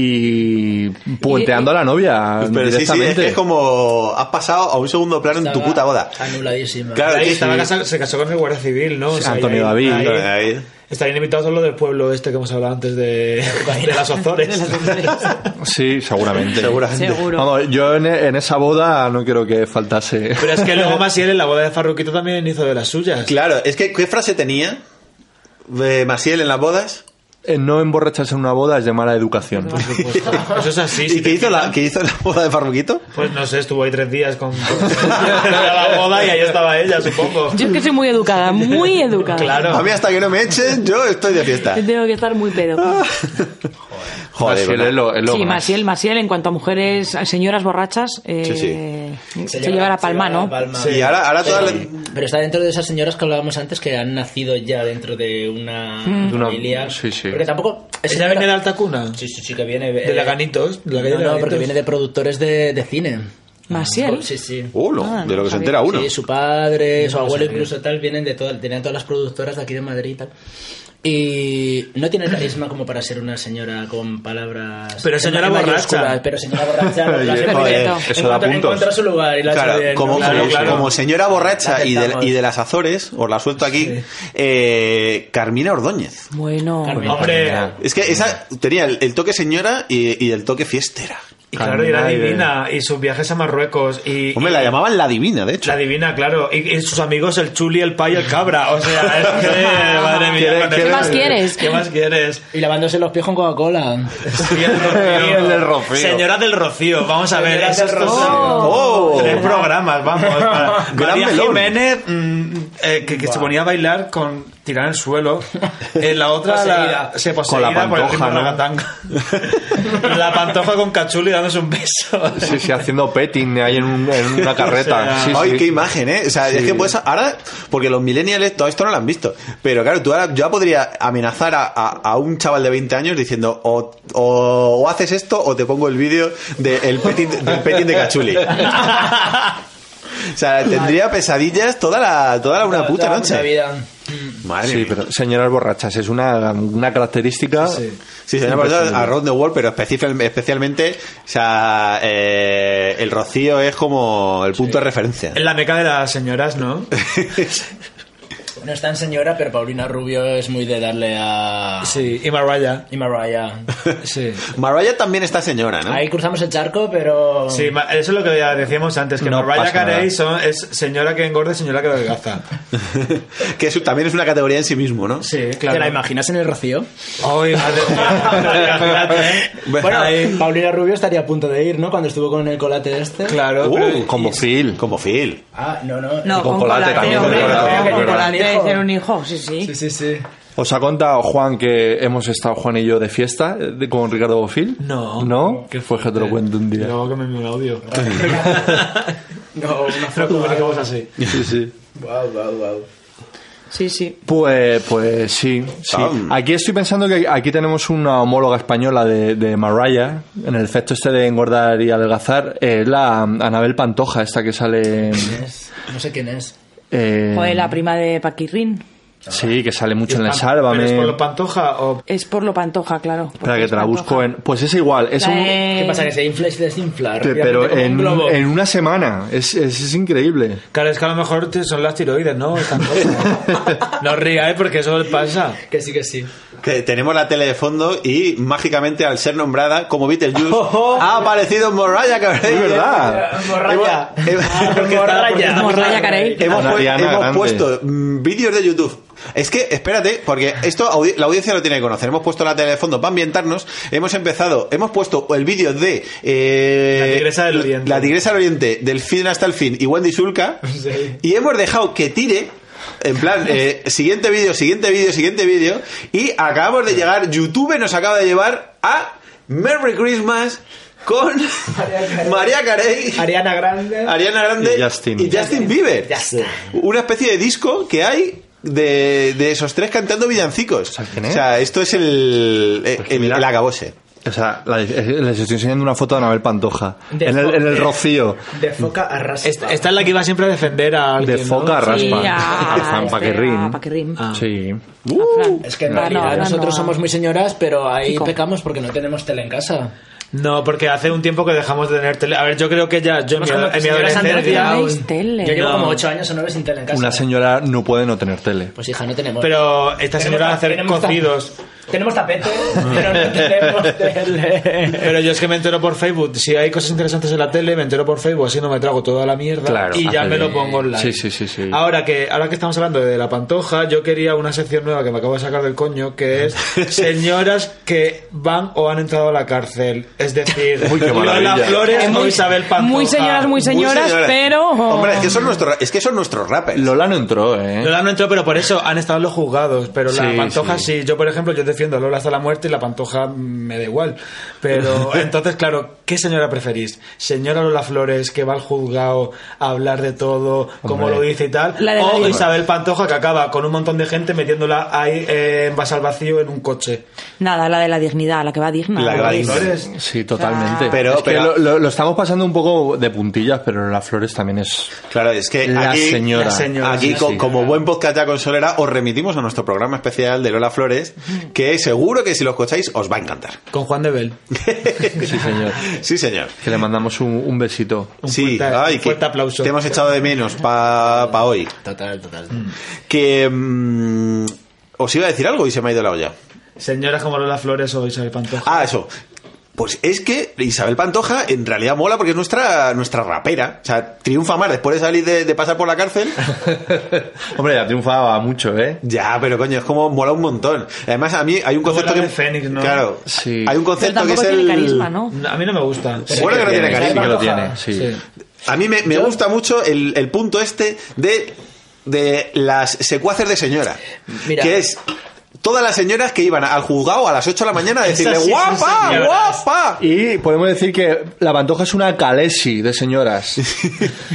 [SPEAKER 6] y puenteando a la novia
[SPEAKER 3] Mm,
[SPEAKER 4] Pero sí, sí, es,
[SPEAKER 6] directamente.
[SPEAKER 4] que es como has pasado a un segundo plano en tu
[SPEAKER 9] Estaba
[SPEAKER 4] puta boda.
[SPEAKER 9] Anuladísima.
[SPEAKER 4] Claro,
[SPEAKER 3] Ahí
[SPEAKER 4] que
[SPEAKER 3] estaba
[SPEAKER 4] sí.
[SPEAKER 3] casa- se casó con el guardia civil, ¿no? O sea,
[SPEAKER 6] Antonio
[SPEAKER 3] ahí-
[SPEAKER 6] David.
[SPEAKER 3] ahí-
[SPEAKER 6] Antonio
[SPEAKER 4] Ahí.
[SPEAKER 3] Estarían invitados a lo del pueblo este que hemos hablado antes de, de las Ozores.
[SPEAKER 6] Sí, seguramente.
[SPEAKER 4] Seguramente.
[SPEAKER 5] Seguro.
[SPEAKER 6] Vamos, yo en, en esa boda no quiero que faltase.
[SPEAKER 3] Pero es que luego Masiel en la boda de Farruquito también hizo de las suyas.
[SPEAKER 4] Claro, es que ¿qué frase tenía de Masiel en las bodas?
[SPEAKER 6] Eh, No emborracharse en una boda es de mala educación.
[SPEAKER 3] Eso es así.
[SPEAKER 4] ¿Y
[SPEAKER 3] si
[SPEAKER 4] qué
[SPEAKER 3] te
[SPEAKER 4] hizo, la, qué hizo en la boda de Farruquito?
[SPEAKER 3] Pues no sé, estuvo ahí tres días con a la boda y ahí estaba ella, supongo.
[SPEAKER 5] Yo es que soy muy educada, muy educada.
[SPEAKER 3] Claro.
[SPEAKER 4] A mí hasta que no me echen, yo estoy de fiesta.
[SPEAKER 5] Yo tengo que estar muy pedo.
[SPEAKER 4] Joder,
[SPEAKER 6] Masiel
[SPEAKER 4] bueno.
[SPEAKER 6] es lo- es lo
[SPEAKER 5] sí,
[SPEAKER 6] más.
[SPEAKER 5] Masiel, Masiel, en cuanto a mujeres, a señoras borrachas, eh,
[SPEAKER 4] Sí,
[SPEAKER 5] se, lleva la palma, ¿no?
[SPEAKER 4] Y ahora, ahora todas
[SPEAKER 9] Pero, pero está dentro de esas señoras que hablábamos antes que han nacido ya dentro de una
[SPEAKER 5] Mm.
[SPEAKER 6] De una-
[SPEAKER 9] familia.
[SPEAKER 6] sí, sí.
[SPEAKER 9] Porque tampoco. es
[SPEAKER 3] ¿Ella viene de alta cuna?
[SPEAKER 9] Sí, sí, sí, que viene.
[SPEAKER 3] De
[SPEAKER 9] eh,
[SPEAKER 3] Laganitos. de la calle
[SPEAKER 9] No, no, porque
[SPEAKER 3] Laganitos.
[SPEAKER 9] viene de productores de, de cine.
[SPEAKER 5] Masiel.
[SPEAKER 9] Sí, sí.
[SPEAKER 4] Oh, lo-
[SPEAKER 5] Ah,
[SPEAKER 4] de lo
[SPEAKER 5] no
[SPEAKER 4] que se
[SPEAKER 5] sabía.
[SPEAKER 4] entera uno.
[SPEAKER 9] Sí, su padre, su abuelo incluso tal, vienen de todas, tenían todas las productoras de aquí de Madrid y tal. Y no tiene carisma como para ser una señora con palabras.
[SPEAKER 3] Pero señora
[SPEAKER 9] en mayúsculas,
[SPEAKER 3] borracha.
[SPEAKER 9] Pero señora borracha. en plan,
[SPEAKER 6] Oye,
[SPEAKER 9] perfecto.
[SPEAKER 4] joder,
[SPEAKER 6] eso da
[SPEAKER 9] Encuentra-
[SPEAKER 6] puntos.
[SPEAKER 9] Encuentra su lugar y la hace
[SPEAKER 4] Claro,
[SPEAKER 9] bien,
[SPEAKER 4] como,
[SPEAKER 9] ¿no?
[SPEAKER 4] como- como señora borracha
[SPEAKER 9] La
[SPEAKER 4] y de,
[SPEAKER 9] aceptamos.
[SPEAKER 4] y de las Azores, os la suelto aquí, eh, Carmina Ordóñez.
[SPEAKER 5] Bueno,
[SPEAKER 9] Carmen.
[SPEAKER 3] Hombre.
[SPEAKER 4] Es que esa tenía el, el toque señora y, y el toque fiestera.
[SPEAKER 3] Y claro, y era
[SPEAKER 6] Carmen,
[SPEAKER 3] divina. Y sus viajes a Marruecos. Y,
[SPEAKER 4] Hombre, la llamaban la divina, de hecho.
[SPEAKER 3] La divina, claro. Y, y sus amigos, el chuli, el pay, el cabra. O sea, es que, madre mía.
[SPEAKER 6] ¿Qué-
[SPEAKER 3] cuando-
[SPEAKER 6] qué
[SPEAKER 5] más quieres?
[SPEAKER 3] ¿Qué más quieres?
[SPEAKER 9] Y lavándose los pies con Coca-Cola.
[SPEAKER 3] Y el Rocío.
[SPEAKER 6] El del Rocío.
[SPEAKER 3] Señora del Rocío. Vamos a ver.
[SPEAKER 9] Señora
[SPEAKER 3] esos
[SPEAKER 9] del
[SPEAKER 3] dos-
[SPEAKER 4] Rocío.
[SPEAKER 3] Tres
[SPEAKER 4] Oh.
[SPEAKER 3] programas, vamos. para-
[SPEAKER 4] Gran
[SPEAKER 3] María
[SPEAKER 4] melón.
[SPEAKER 3] Jiménez, mm, eh, que, que se ponía a bailar con tirar en el suelo. Eh, la otra
[SPEAKER 9] Poseída.
[SPEAKER 3] La, se poseía
[SPEAKER 6] Con la
[SPEAKER 3] por el ritmo
[SPEAKER 6] pantoja, ¿no?
[SPEAKER 3] ragatanga. la pantoja con cachuli dándose un beso.
[SPEAKER 6] Sí, sí, haciendo petting ahí en, un- en una carreta. Sí,
[SPEAKER 4] Ay,
[SPEAKER 6] sí.
[SPEAKER 4] qué imagen, ¿eh? O sea, es que puedes. Ahora, porque los millennials todo esto no lo han visto. Pero claro, tú ahora ya podría amenazar a, a- a un chaval de 20 años diciendo o, o- o haces esto o te pongo el vídeo de- el petting- del petting de Cachuli. O sea, tendría pesadillas toda la, toda la una puta
[SPEAKER 9] toda la
[SPEAKER 4] noche.
[SPEAKER 9] puta vida.
[SPEAKER 4] Madre
[SPEAKER 6] sí,
[SPEAKER 4] mía.
[SPEAKER 6] pero señoras borrachas, es una, una característica. Sí,
[SPEAKER 4] Sí, se llama a Round the World, pero especial- especialmente, o sea, eh, el rocío es como el punto de referencia.
[SPEAKER 3] Es la meca de las señoras, ¿no?
[SPEAKER 9] No es tan señora, pero Paulina Rubio es muy de darle a.
[SPEAKER 3] Sí, y Mariah.
[SPEAKER 9] Y Mariah.
[SPEAKER 3] Sí.
[SPEAKER 4] Mariah también está señora, ¿no?
[SPEAKER 9] Ahí cruzamos el charco, pero.
[SPEAKER 3] Sí, ma- eso es lo que ya decíamos antes, que
[SPEAKER 4] No
[SPEAKER 3] Mariah
[SPEAKER 4] pasa
[SPEAKER 3] Carey
[SPEAKER 4] nada.
[SPEAKER 3] son, es señora que engorda y señora que adelgaza.
[SPEAKER 4] que eso también es una categoría en sí mismo, ¿no?
[SPEAKER 3] Sí, claro.
[SPEAKER 9] ¿Te la imaginas en el rocío?
[SPEAKER 3] Ay, madre
[SPEAKER 9] Bueno, Paulina Rubio estaría a punto de ir, ¿no? Cuando estuvo con el colate este.
[SPEAKER 3] Claro.
[SPEAKER 6] como Phil.
[SPEAKER 4] Como Phil.
[SPEAKER 9] Ah, no, no.
[SPEAKER 12] No,
[SPEAKER 6] con colate también,
[SPEAKER 12] hombre,
[SPEAKER 6] con colate,
[SPEAKER 12] no,
[SPEAKER 6] con
[SPEAKER 12] con
[SPEAKER 6] colate.
[SPEAKER 12] colate, ser un hijo, sí, sí.
[SPEAKER 9] Sí, sí, sí.
[SPEAKER 6] ¿Os ha contado Juan que hemos estado Juan y yo de fiesta eh, de- con Ricardo Bofil?
[SPEAKER 3] No.
[SPEAKER 6] ¿No? Que fue que te lo cuento un día.
[SPEAKER 3] Luego que me envió un audio.
[SPEAKER 9] No, una
[SPEAKER 3] Nos
[SPEAKER 9] foto.
[SPEAKER 3] comunicamos así.
[SPEAKER 6] Sí, sí.
[SPEAKER 9] Wow, wow, wow.
[SPEAKER 12] Sí, sí.
[SPEAKER 6] Pues, pues sí, sí.
[SPEAKER 4] Tam.
[SPEAKER 6] Aquí estoy pensando que aquí tenemos una homóloga española de, de Mariah, en el efecto este de engordar y adelgazar, es la Anabel Pantoja, esta que sale...
[SPEAKER 9] No sé quién es.
[SPEAKER 6] eh,
[SPEAKER 5] Joder, la prima de Paquirrin.
[SPEAKER 6] sí, que sale mucho en el
[SPEAKER 3] Pan- ¿Pero es por lo
[SPEAKER 6] Sálvame.
[SPEAKER 3] pantoja o...?
[SPEAKER 5] Es por lo Pantoja, claro.
[SPEAKER 6] Espera, que te la
[SPEAKER 5] Pantoja.
[SPEAKER 6] busco en... Pues es igual, es
[SPEAKER 5] La
[SPEAKER 6] un...
[SPEAKER 5] de-
[SPEAKER 9] ¿Qué pasa? Que se infla y se desinfla.
[SPEAKER 6] que-
[SPEAKER 9] rápidamente
[SPEAKER 6] Pero
[SPEAKER 9] como un
[SPEAKER 6] en,
[SPEAKER 9] globo.
[SPEAKER 6] en una semana, es, es, es increíble.
[SPEAKER 3] Claro, es que a lo mejor te- son las tiroides, ¿no? Están rotas. no ríais porque eso pasa.
[SPEAKER 9] Que sí, que sí.
[SPEAKER 4] Que tenemos la tele de fondo y mágicamente al ser nombrada como Beetlejuice
[SPEAKER 3] Oh.
[SPEAKER 4] ha aparecido Morraya Carey.
[SPEAKER 6] Es verdad.
[SPEAKER 9] Morralla.
[SPEAKER 4] Hemos- hemos- porque está-
[SPEAKER 9] Morralla.
[SPEAKER 5] Morralla Carey.
[SPEAKER 4] Hemos,
[SPEAKER 6] Ana
[SPEAKER 4] pu-
[SPEAKER 6] Diana
[SPEAKER 4] hemos
[SPEAKER 6] Grande.
[SPEAKER 4] puesto mm, vídeos de YouTube. Es que, espérate, porque esto audi- la audiencia lo tiene que conocer. Hemos puesto la tele de fondo para ambientarnos. Hemos empezado, hemos puesto el vídeo de. eh,
[SPEAKER 3] La Tigresa del Oriente.
[SPEAKER 4] La Tigresa del Oriente, del fin hasta el fin, y Wendy Sulca.
[SPEAKER 3] Sí.
[SPEAKER 4] Y hemos dejado que tire. En plan, eh, siguiente vídeo, siguiente vídeo, siguiente vídeo. Y acabamos de llegar. YouTube nos acaba de llevar a Merry Christmas con María Carey.
[SPEAKER 9] Ariana Grande.
[SPEAKER 4] Ariana Grande
[SPEAKER 6] Y Justin.
[SPEAKER 4] Bieber.
[SPEAKER 9] Ya está.
[SPEAKER 4] Una especie de disco que hay de, de esos tres cantando villancicos.
[SPEAKER 6] ¿Sabes quién es? Pues
[SPEAKER 4] O sea, esto es el, eh, el, el,
[SPEAKER 6] mira.
[SPEAKER 4] acabose.
[SPEAKER 6] O sea, la- les estoy enseñando una foto de Anabel Pantoja,
[SPEAKER 9] De
[SPEAKER 6] en el,
[SPEAKER 9] fo-
[SPEAKER 6] en el
[SPEAKER 9] de-
[SPEAKER 6] rocío.
[SPEAKER 9] De foca a raspa.
[SPEAKER 3] Esta, esta es la que iba siempre a defender a alguien,
[SPEAKER 6] De
[SPEAKER 3] ¿no?
[SPEAKER 6] foca a
[SPEAKER 5] Sí,
[SPEAKER 6] raspa.
[SPEAKER 5] a-
[SPEAKER 6] De Fran
[SPEAKER 5] este,
[SPEAKER 6] Paquerrín.
[SPEAKER 5] a Paquirrin.
[SPEAKER 3] Ah.
[SPEAKER 6] Sí.
[SPEAKER 5] A Fran.
[SPEAKER 9] Es que en
[SPEAKER 5] Ah, no,
[SPEAKER 9] realidad
[SPEAKER 5] ahora
[SPEAKER 9] nosotros
[SPEAKER 5] no.
[SPEAKER 9] somos muy señoras, pero ahí
[SPEAKER 5] Chico.
[SPEAKER 9] pecamos porque no tenemos tele en casa.
[SPEAKER 3] No, porque hace un tiempo que dejamos de tener tele. A ver, yo creo que ya, yo en mi,
[SPEAKER 9] Somos como
[SPEAKER 3] en mi
[SPEAKER 9] señoras
[SPEAKER 3] adolescencia...
[SPEAKER 9] antes de
[SPEAKER 5] tenéis tele.
[SPEAKER 9] Yo llevo
[SPEAKER 3] No.
[SPEAKER 9] como 8 años o 9 sin tele en casa.
[SPEAKER 6] Una señora no puede no tener tele.
[SPEAKER 9] Pues hija, no tenemos.
[SPEAKER 3] Pero esta
[SPEAKER 9] Tenemos
[SPEAKER 3] señora va a
[SPEAKER 9] ta-
[SPEAKER 3] hacer
[SPEAKER 9] tenemos ta-
[SPEAKER 3] cocidos.
[SPEAKER 9] Tenemos tapete, pero no tenemos tele.
[SPEAKER 3] Pero yo es que me entero por Facebook. Si hay cosas interesantes en la tele, me entero por Facebook, así no me trago toda la mierda
[SPEAKER 6] Claro,
[SPEAKER 3] y ya
[SPEAKER 6] hace
[SPEAKER 3] me lo
[SPEAKER 6] bien.
[SPEAKER 3] pongo online.
[SPEAKER 6] Sí, sí, sí, sí.
[SPEAKER 3] Ahora que ahora que estamos hablando de la pantoja, yo quería una sección nueva que me acabo de sacar del coño, que es señoras que van o han entrado a la cárcel, es decir,
[SPEAKER 6] Uy, qué maravilla.
[SPEAKER 3] Lola Flores o Isabel Pantoja.
[SPEAKER 5] Muy señoras, muy señoras,
[SPEAKER 4] Ah, Muy señora.
[SPEAKER 5] pero...
[SPEAKER 4] Hombre, es que son nuestros, es que son nuestros rappers.
[SPEAKER 6] Lola no entró, ¿eh?
[SPEAKER 3] Lola no entró, pero por eso han estado los juzgados. Pero la
[SPEAKER 6] Sí,
[SPEAKER 3] pantoja
[SPEAKER 6] sí.
[SPEAKER 3] sí. Yo, por ejemplo, yo defiendo a Lola hasta la muerte y la pantoja mm, me da igual. Pero entonces, claro, ¿qué señora preferís? ¿Señora Lola Flores que va al juzgado a hablar de todo, como
[SPEAKER 6] Hombre.
[SPEAKER 3] lo dice y tal?
[SPEAKER 5] La de la
[SPEAKER 3] o
[SPEAKER 5] vida.
[SPEAKER 3] Isabel Pantoja que acaba con un montón de gente metiéndola ahí eh, en base al vacío en un coche.
[SPEAKER 5] Nada, la de la dignidad, la que va digna.
[SPEAKER 4] La que va digna.
[SPEAKER 3] Flores.
[SPEAKER 6] Sí, totalmente.
[SPEAKER 4] Pero-
[SPEAKER 6] Es que
[SPEAKER 4] pero-
[SPEAKER 6] lo, lo- lo estamos pasando un poco de puntillas, pero Lola Flores también es
[SPEAKER 4] Claro, es que
[SPEAKER 6] Eh, la
[SPEAKER 4] aquí,
[SPEAKER 6] señora.
[SPEAKER 3] la señora.
[SPEAKER 4] aquí
[SPEAKER 6] Sí,
[SPEAKER 4] co-
[SPEAKER 6] sí.
[SPEAKER 4] como buen podcast ya consolera, os remitimos a nuestro programa especial de Lola Flores, que seguro que si lo escucháis os va a encantar.
[SPEAKER 3] Con Juan de Bel.
[SPEAKER 6] Sí, señor.
[SPEAKER 4] Sí, señor.
[SPEAKER 6] Que le mandamos un, un besito.
[SPEAKER 3] Un
[SPEAKER 4] sí,
[SPEAKER 3] fuerte-
[SPEAKER 4] ay,
[SPEAKER 3] un
[SPEAKER 4] que
[SPEAKER 3] fuerte aplauso.
[SPEAKER 4] te hemos echado de menos para hoy.
[SPEAKER 9] Total, total.
[SPEAKER 4] Que mm, os iba a decir algo y se me ha ido la olla.
[SPEAKER 3] Señoras como Lola Flores o Isabel Pantoja.
[SPEAKER 4] Ah, eso. Pues es que Isabel Pantoja en realidad mola porque es nuestra, nuestra rapera. O sea, triunfa más después de salir de, de pasar por la cárcel.
[SPEAKER 6] Hombre, ya triunfaba mucho, ¿eh?
[SPEAKER 4] ya, pero coño, es como mola un montón. Además, a mí hay un
[SPEAKER 3] Como
[SPEAKER 4] concepto
[SPEAKER 3] la
[SPEAKER 4] que.
[SPEAKER 3] de Fénix, ¿no?
[SPEAKER 4] Claro.
[SPEAKER 6] Sí.
[SPEAKER 4] Hay un
[SPEAKER 5] Pero
[SPEAKER 4] concepto que
[SPEAKER 5] tampoco
[SPEAKER 4] es
[SPEAKER 5] tiene
[SPEAKER 4] el.
[SPEAKER 5] carisma, ¿no?
[SPEAKER 3] A mí no me gusta.
[SPEAKER 4] Bueno que no tiene
[SPEAKER 6] Sí, que
[SPEAKER 4] carisma.
[SPEAKER 6] lo tiene, sí.
[SPEAKER 3] Sí.
[SPEAKER 4] A mí me, me gusta mucho el, el punto este de, de las secuaces de señora.
[SPEAKER 9] Mira.
[SPEAKER 4] Que es todas las señoras que iban al juzgado a las 8 de la mañana a decirle,
[SPEAKER 6] Esas sí son
[SPEAKER 4] guapa,
[SPEAKER 6] señoras".
[SPEAKER 4] guapa.
[SPEAKER 6] Y podemos decir que la Pantoja es una calesi de señoras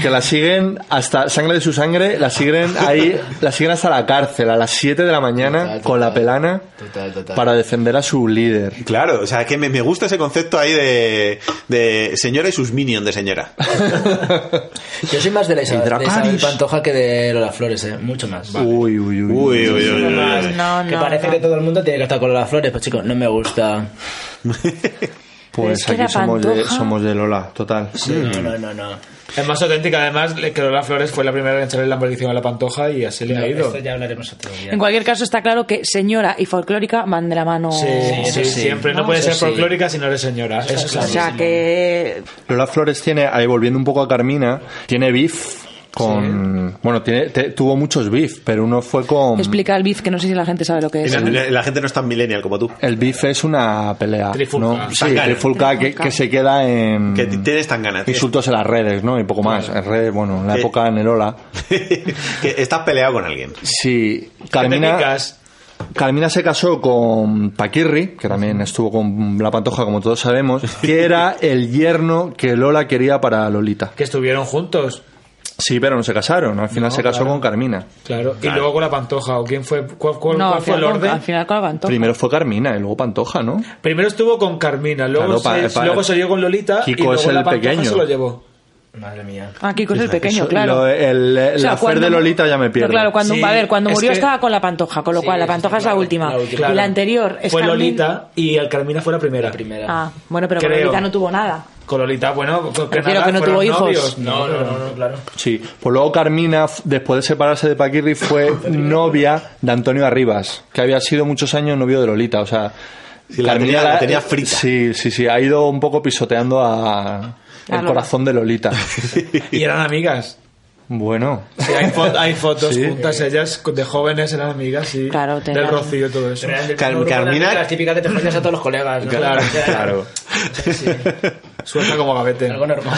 [SPEAKER 6] que la siguen hasta sangre de su sangre, la siguen ahí, la siguen hasta la cárcel a las 7 de la mañana con la pelana
[SPEAKER 9] Total, total.
[SPEAKER 6] para defender a su líder.
[SPEAKER 4] Claro, o sea, que me, me gusta ese concepto ahí de, de señora y sus minions de señora.
[SPEAKER 9] Yo soy más de la Isabel, de
[SPEAKER 4] Dracarys.
[SPEAKER 9] Isabel Pantoja que de Lola Flores, ¿eh? Mucho más.
[SPEAKER 6] Uy, uy, uy.
[SPEAKER 4] Uy, uy, uy, uy,
[SPEAKER 9] Más,
[SPEAKER 4] uy.
[SPEAKER 9] que parece que todo el mundo tiene que estar con Lola Flores, pues chicos, no me gusta.
[SPEAKER 6] Pues
[SPEAKER 9] es que
[SPEAKER 6] aquí
[SPEAKER 9] la
[SPEAKER 6] somos de,
[SPEAKER 9] Pantoja-
[SPEAKER 6] somos de Lola, total.
[SPEAKER 9] Sí, no, no, no.
[SPEAKER 3] Es más auténtica, además, que Lola Flores fue la primera en echarle la maldición a la pantoja y así le ha ido.
[SPEAKER 9] Esto ya hablaremos otro día.
[SPEAKER 5] En cualquier caso, está claro que señora y folclórica van de la mano.
[SPEAKER 3] Sí, Oh, eso siempre. No
[SPEAKER 5] Vamos.
[SPEAKER 3] puede ser
[SPEAKER 5] Eso sí.
[SPEAKER 3] folclórica si no eres señora. Eso es
[SPEAKER 5] O sea que.
[SPEAKER 6] Lola Flores tiene, ahí volviendo un poco a Carmina, tiene beef con... Bueno, tiene, te- tuvo muchos beef, pero uno fue con...
[SPEAKER 5] Explica el BIF, que no sé si la gente sabe lo que es.
[SPEAKER 4] La, la gente no es tan millennial como tú.
[SPEAKER 6] El beef es una pelea.
[SPEAKER 4] Trifulca.
[SPEAKER 6] ¿no? Sí,
[SPEAKER 4] Tangana.
[SPEAKER 6] trifulca que, que se queda en
[SPEAKER 4] Que t- tienes tan ganas. tío.
[SPEAKER 6] insultos en las redes, ¿no? Y poco más. En redes, bueno, en la
[SPEAKER 4] Eh.
[SPEAKER 6] época en el Ola.
[SPEAKER 4] Que estás peleado con alguien.
[SPEAKER 6] Sí, Carmina, Carmina se casó con Paquirri, que también estuvo con La Pantoja, como todos sabemos, que era el yerno que Lola quería para Lolita.
[SPEAKER 3] Que estuvieron juntos,
[SPEAKER 6] Sí, pero no se casaron. Al final
[SPEAKER 3] No,
[SPEAKER 6] se casó
[SPEAKER 3] claro.
[SPEAKER 6] con Carmina.
[SPEAKER 3] claro. Y
[SPEAKER 6] Claro.
[SPEAKER 3] luego con la pantoja. ¿O quién fue? ¿Cuál, cuál-
[SPEAKER 5] No, al
[SPEAKER 3] cuál fue
[SPEAKER 5] final,
[SPEAKER 3] el
[SPEAKER 5] con,
[SPEAKER 3] orden?
[SPEAKER 5] al final con la pantoja.
[SPEAKER 6] Primero fue Carmina y luego Pantoja, ¿no?
[SPEAKER 3] Primero estuvo con Carmina, luego,
[SPEAKER 6] Claro, pa-
[SPEAKER 3] se,
[SPEAKER 6] pa-
[SPEAKER 3] luego se lió con Lolita y
[SPEAKER 6] Kiko
[SPEAKER 3] luego
[SPEAKER 6] es el
[SPEAKER 3] la pantoja
[SPEAKER 6] pequeño.
[SPEAKER 3] se lo llevó.
[SPEAKER 9] Madre mía.
[SPEAKER 5] Aquí con el pequeño,
[SPEAKER 6] Eso,
[SPEAKER 5] claro.
[SPEAKER 6] lo- el- el-
[SPEAKER 5] O sea,
[SPEAKER 6] la fer
[SPEAKER 5] cuando-
[SPEAKER 6] de Lolita ya me
[SPEAKER 5] Pero
[SPEAKER 6] pierdo.
[SPEAKER 5] claro, cuando,
[SPEAKER 3] Sí,
[SPEAKER 5] a ver, cuando
[SPEAKER 3] es
[SPEAKER 5] murió
[SPEAKER 3] que-
[SPEAKER 5] estaba con la pantoja, con lo cual la pantoja es la última.
[SPEAKER 3] Claro.
[SPEAKER 5] Y la anterior es
[SPEAKER 3] Fue
[SPEAKER 5] Carmen-
[SPEAKER 3] Lolita y el Carmina fue la primera.
[SPEAKER 5] Ah, bueno, pero con
[SPEAKER 3] Creo.
[SPEAKER 5] Lolita no tuvo nada.
[SPEAKER 3] Con Lolita, bueno, con
[SPEAKER 5] Prefiero
[SPEAKER 3] nada,
[SPEAKER 5] que no
[SPEAKER 3] fueron
[SPEAKER 5] tuvo hijos.
[SPEAKER 3] novios.
[SPEAKER 9] No, no, no, no, claro.
[SPEAKER 6] Sí, pues luego Carmina, f- después de separarse de Paquirri, fue novia de Antonio Arribas, que había sido muchos años novio de Lolita, o sea...
[SPEAKER 4] la tenía- la tenía frita.
[SPEAKER 6] Sí, sí, sí, ha ido un poco pisoteando a el
[SPEAKER 3] Lola.
[SPEAKER 6] corazón de Lolita.
[SPEAKER 3] Y eran amigas.
[SPEAKER 6] Bueno,
[SPEAKER 3] Sí, hay, fo- hay fotos
[SPEAKER 6] Sí.
[SPEAKER 3] juntas ellas de jóvenes, eran amigas, sí.
[SPEAKER 6] Claro,
[SPEAKER 3] Del
[SPEAKER 6] tenían-
[SPEAKER 3] Rocío y todo eso.
[SPEAKER 9] Eran del mismo grupo de amigas, Las típicas que te follas a todos los colegas. ¿no?
[SPEAKER 3] Claro,
[SPEAKER 6] claro.
[SPEAKER 3] Suelta como gavete.
[SPEAKER 9] Algo normal.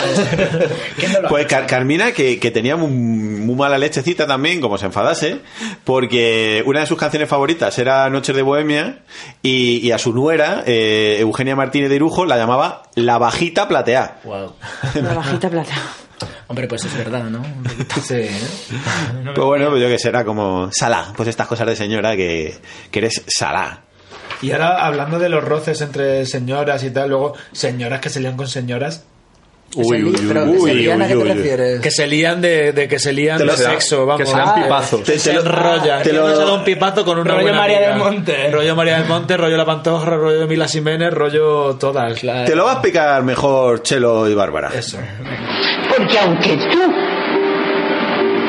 [SPEAKER 9] ¿Quién no lo
[SPEAKER 4] Pues Car- Carmina, que, que tenía mu- muy mala lechecita también, como se enfadase, porque una de sus canciones favoritas era Noches de Bohemia y, y a su nuera, eh, Eugenia Martínez de Irujo, la llamaba La Bajita Plateada.
[SPEAKER 9] Wow.
[SPEAKER 5] La bajita plata.
[SPEAKER 9] Hombre, pues es verdad, ¿no?
[SPEAKER 3] Sí.
[SPEAKER 4] Pues bueno, pues yo que sé, era como Salá, pues estas cosas de señora que, que eres Salá.
[SPEAKER 3] Y ahora hablando de los roces entre señoras y tal, luego señoras que se lían con señoras.
[SPEAKER 6] Uy, uy,
[SPEAKER 9] Pero que se lían, ¿a qué te refieres?
[SPEAKER 3] Que se lían de, de que se lían
[SPEAKER 6] Te
[SPEAKER 3] de
[SPEAKER 6] lo-
[SPEAKER 3] sexo,
[SPEAKER 6] que
[SPEAKER 3] vamos.
[SPEAKER 6] se dan
[SPEAKER 3] Ah,
[SPEAKER 6] pipazos.
[SPEAKER 3] Te,
[SPEAKER 6] Te- te
[SPEAKER 3] se
[SPEAKER 6] lo-
[SPEAKER 3] enrolla.
[SPEAKER 6] te
[SPEAKER 3] ¿Quién
[SPEAKER 6] lo-
[SPEAKER 3] no se da un pipazo con una
[SPEAKER 9] Rollo
[SPEAKER 3] buena
[SPEAKER 9] María
[SPEAKER 3] amiga?
[SPEAKER 9] del Monte.
[SPEAKER 3] Rollo María del Monte, rollo La Pantoja, rollo Mila Jiménez, rollo todas.
[SPEAKER 4] Te lo va a explicar mejor Chelo y Bárbara.
[SPEAKER 3] Eso.
[SPEAKER 14] Porque aunque tú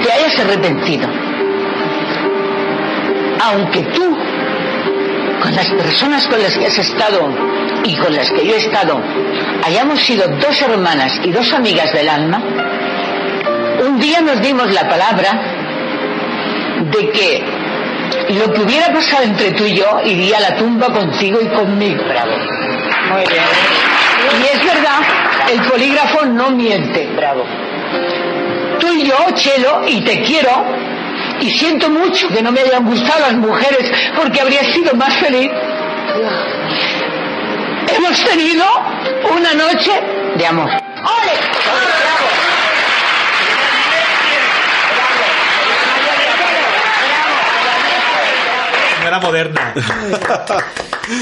[SPEAKER 14] te hayas arrepentido, aunque tú con las personas con las que has estado y con las que yo he estado hayamos sido dos hermanas y dos amigas del alma, un día nos dimos la palabra de que lo que hubiera pasado entre tú y yo iría a la tumba contigo y conmigo. Bravo. Muy bien. Y es verdad, el polígrafo no miente. Bravo. Tú y yo, Chelo, y te quiero, y siento mucho que no me hayan gustado las mujeres porque habría sido más feliz. Hemos tenido una noche de amor. ¡Ole! ¡Bravo!
[SPEAKER 3] Señora moderna.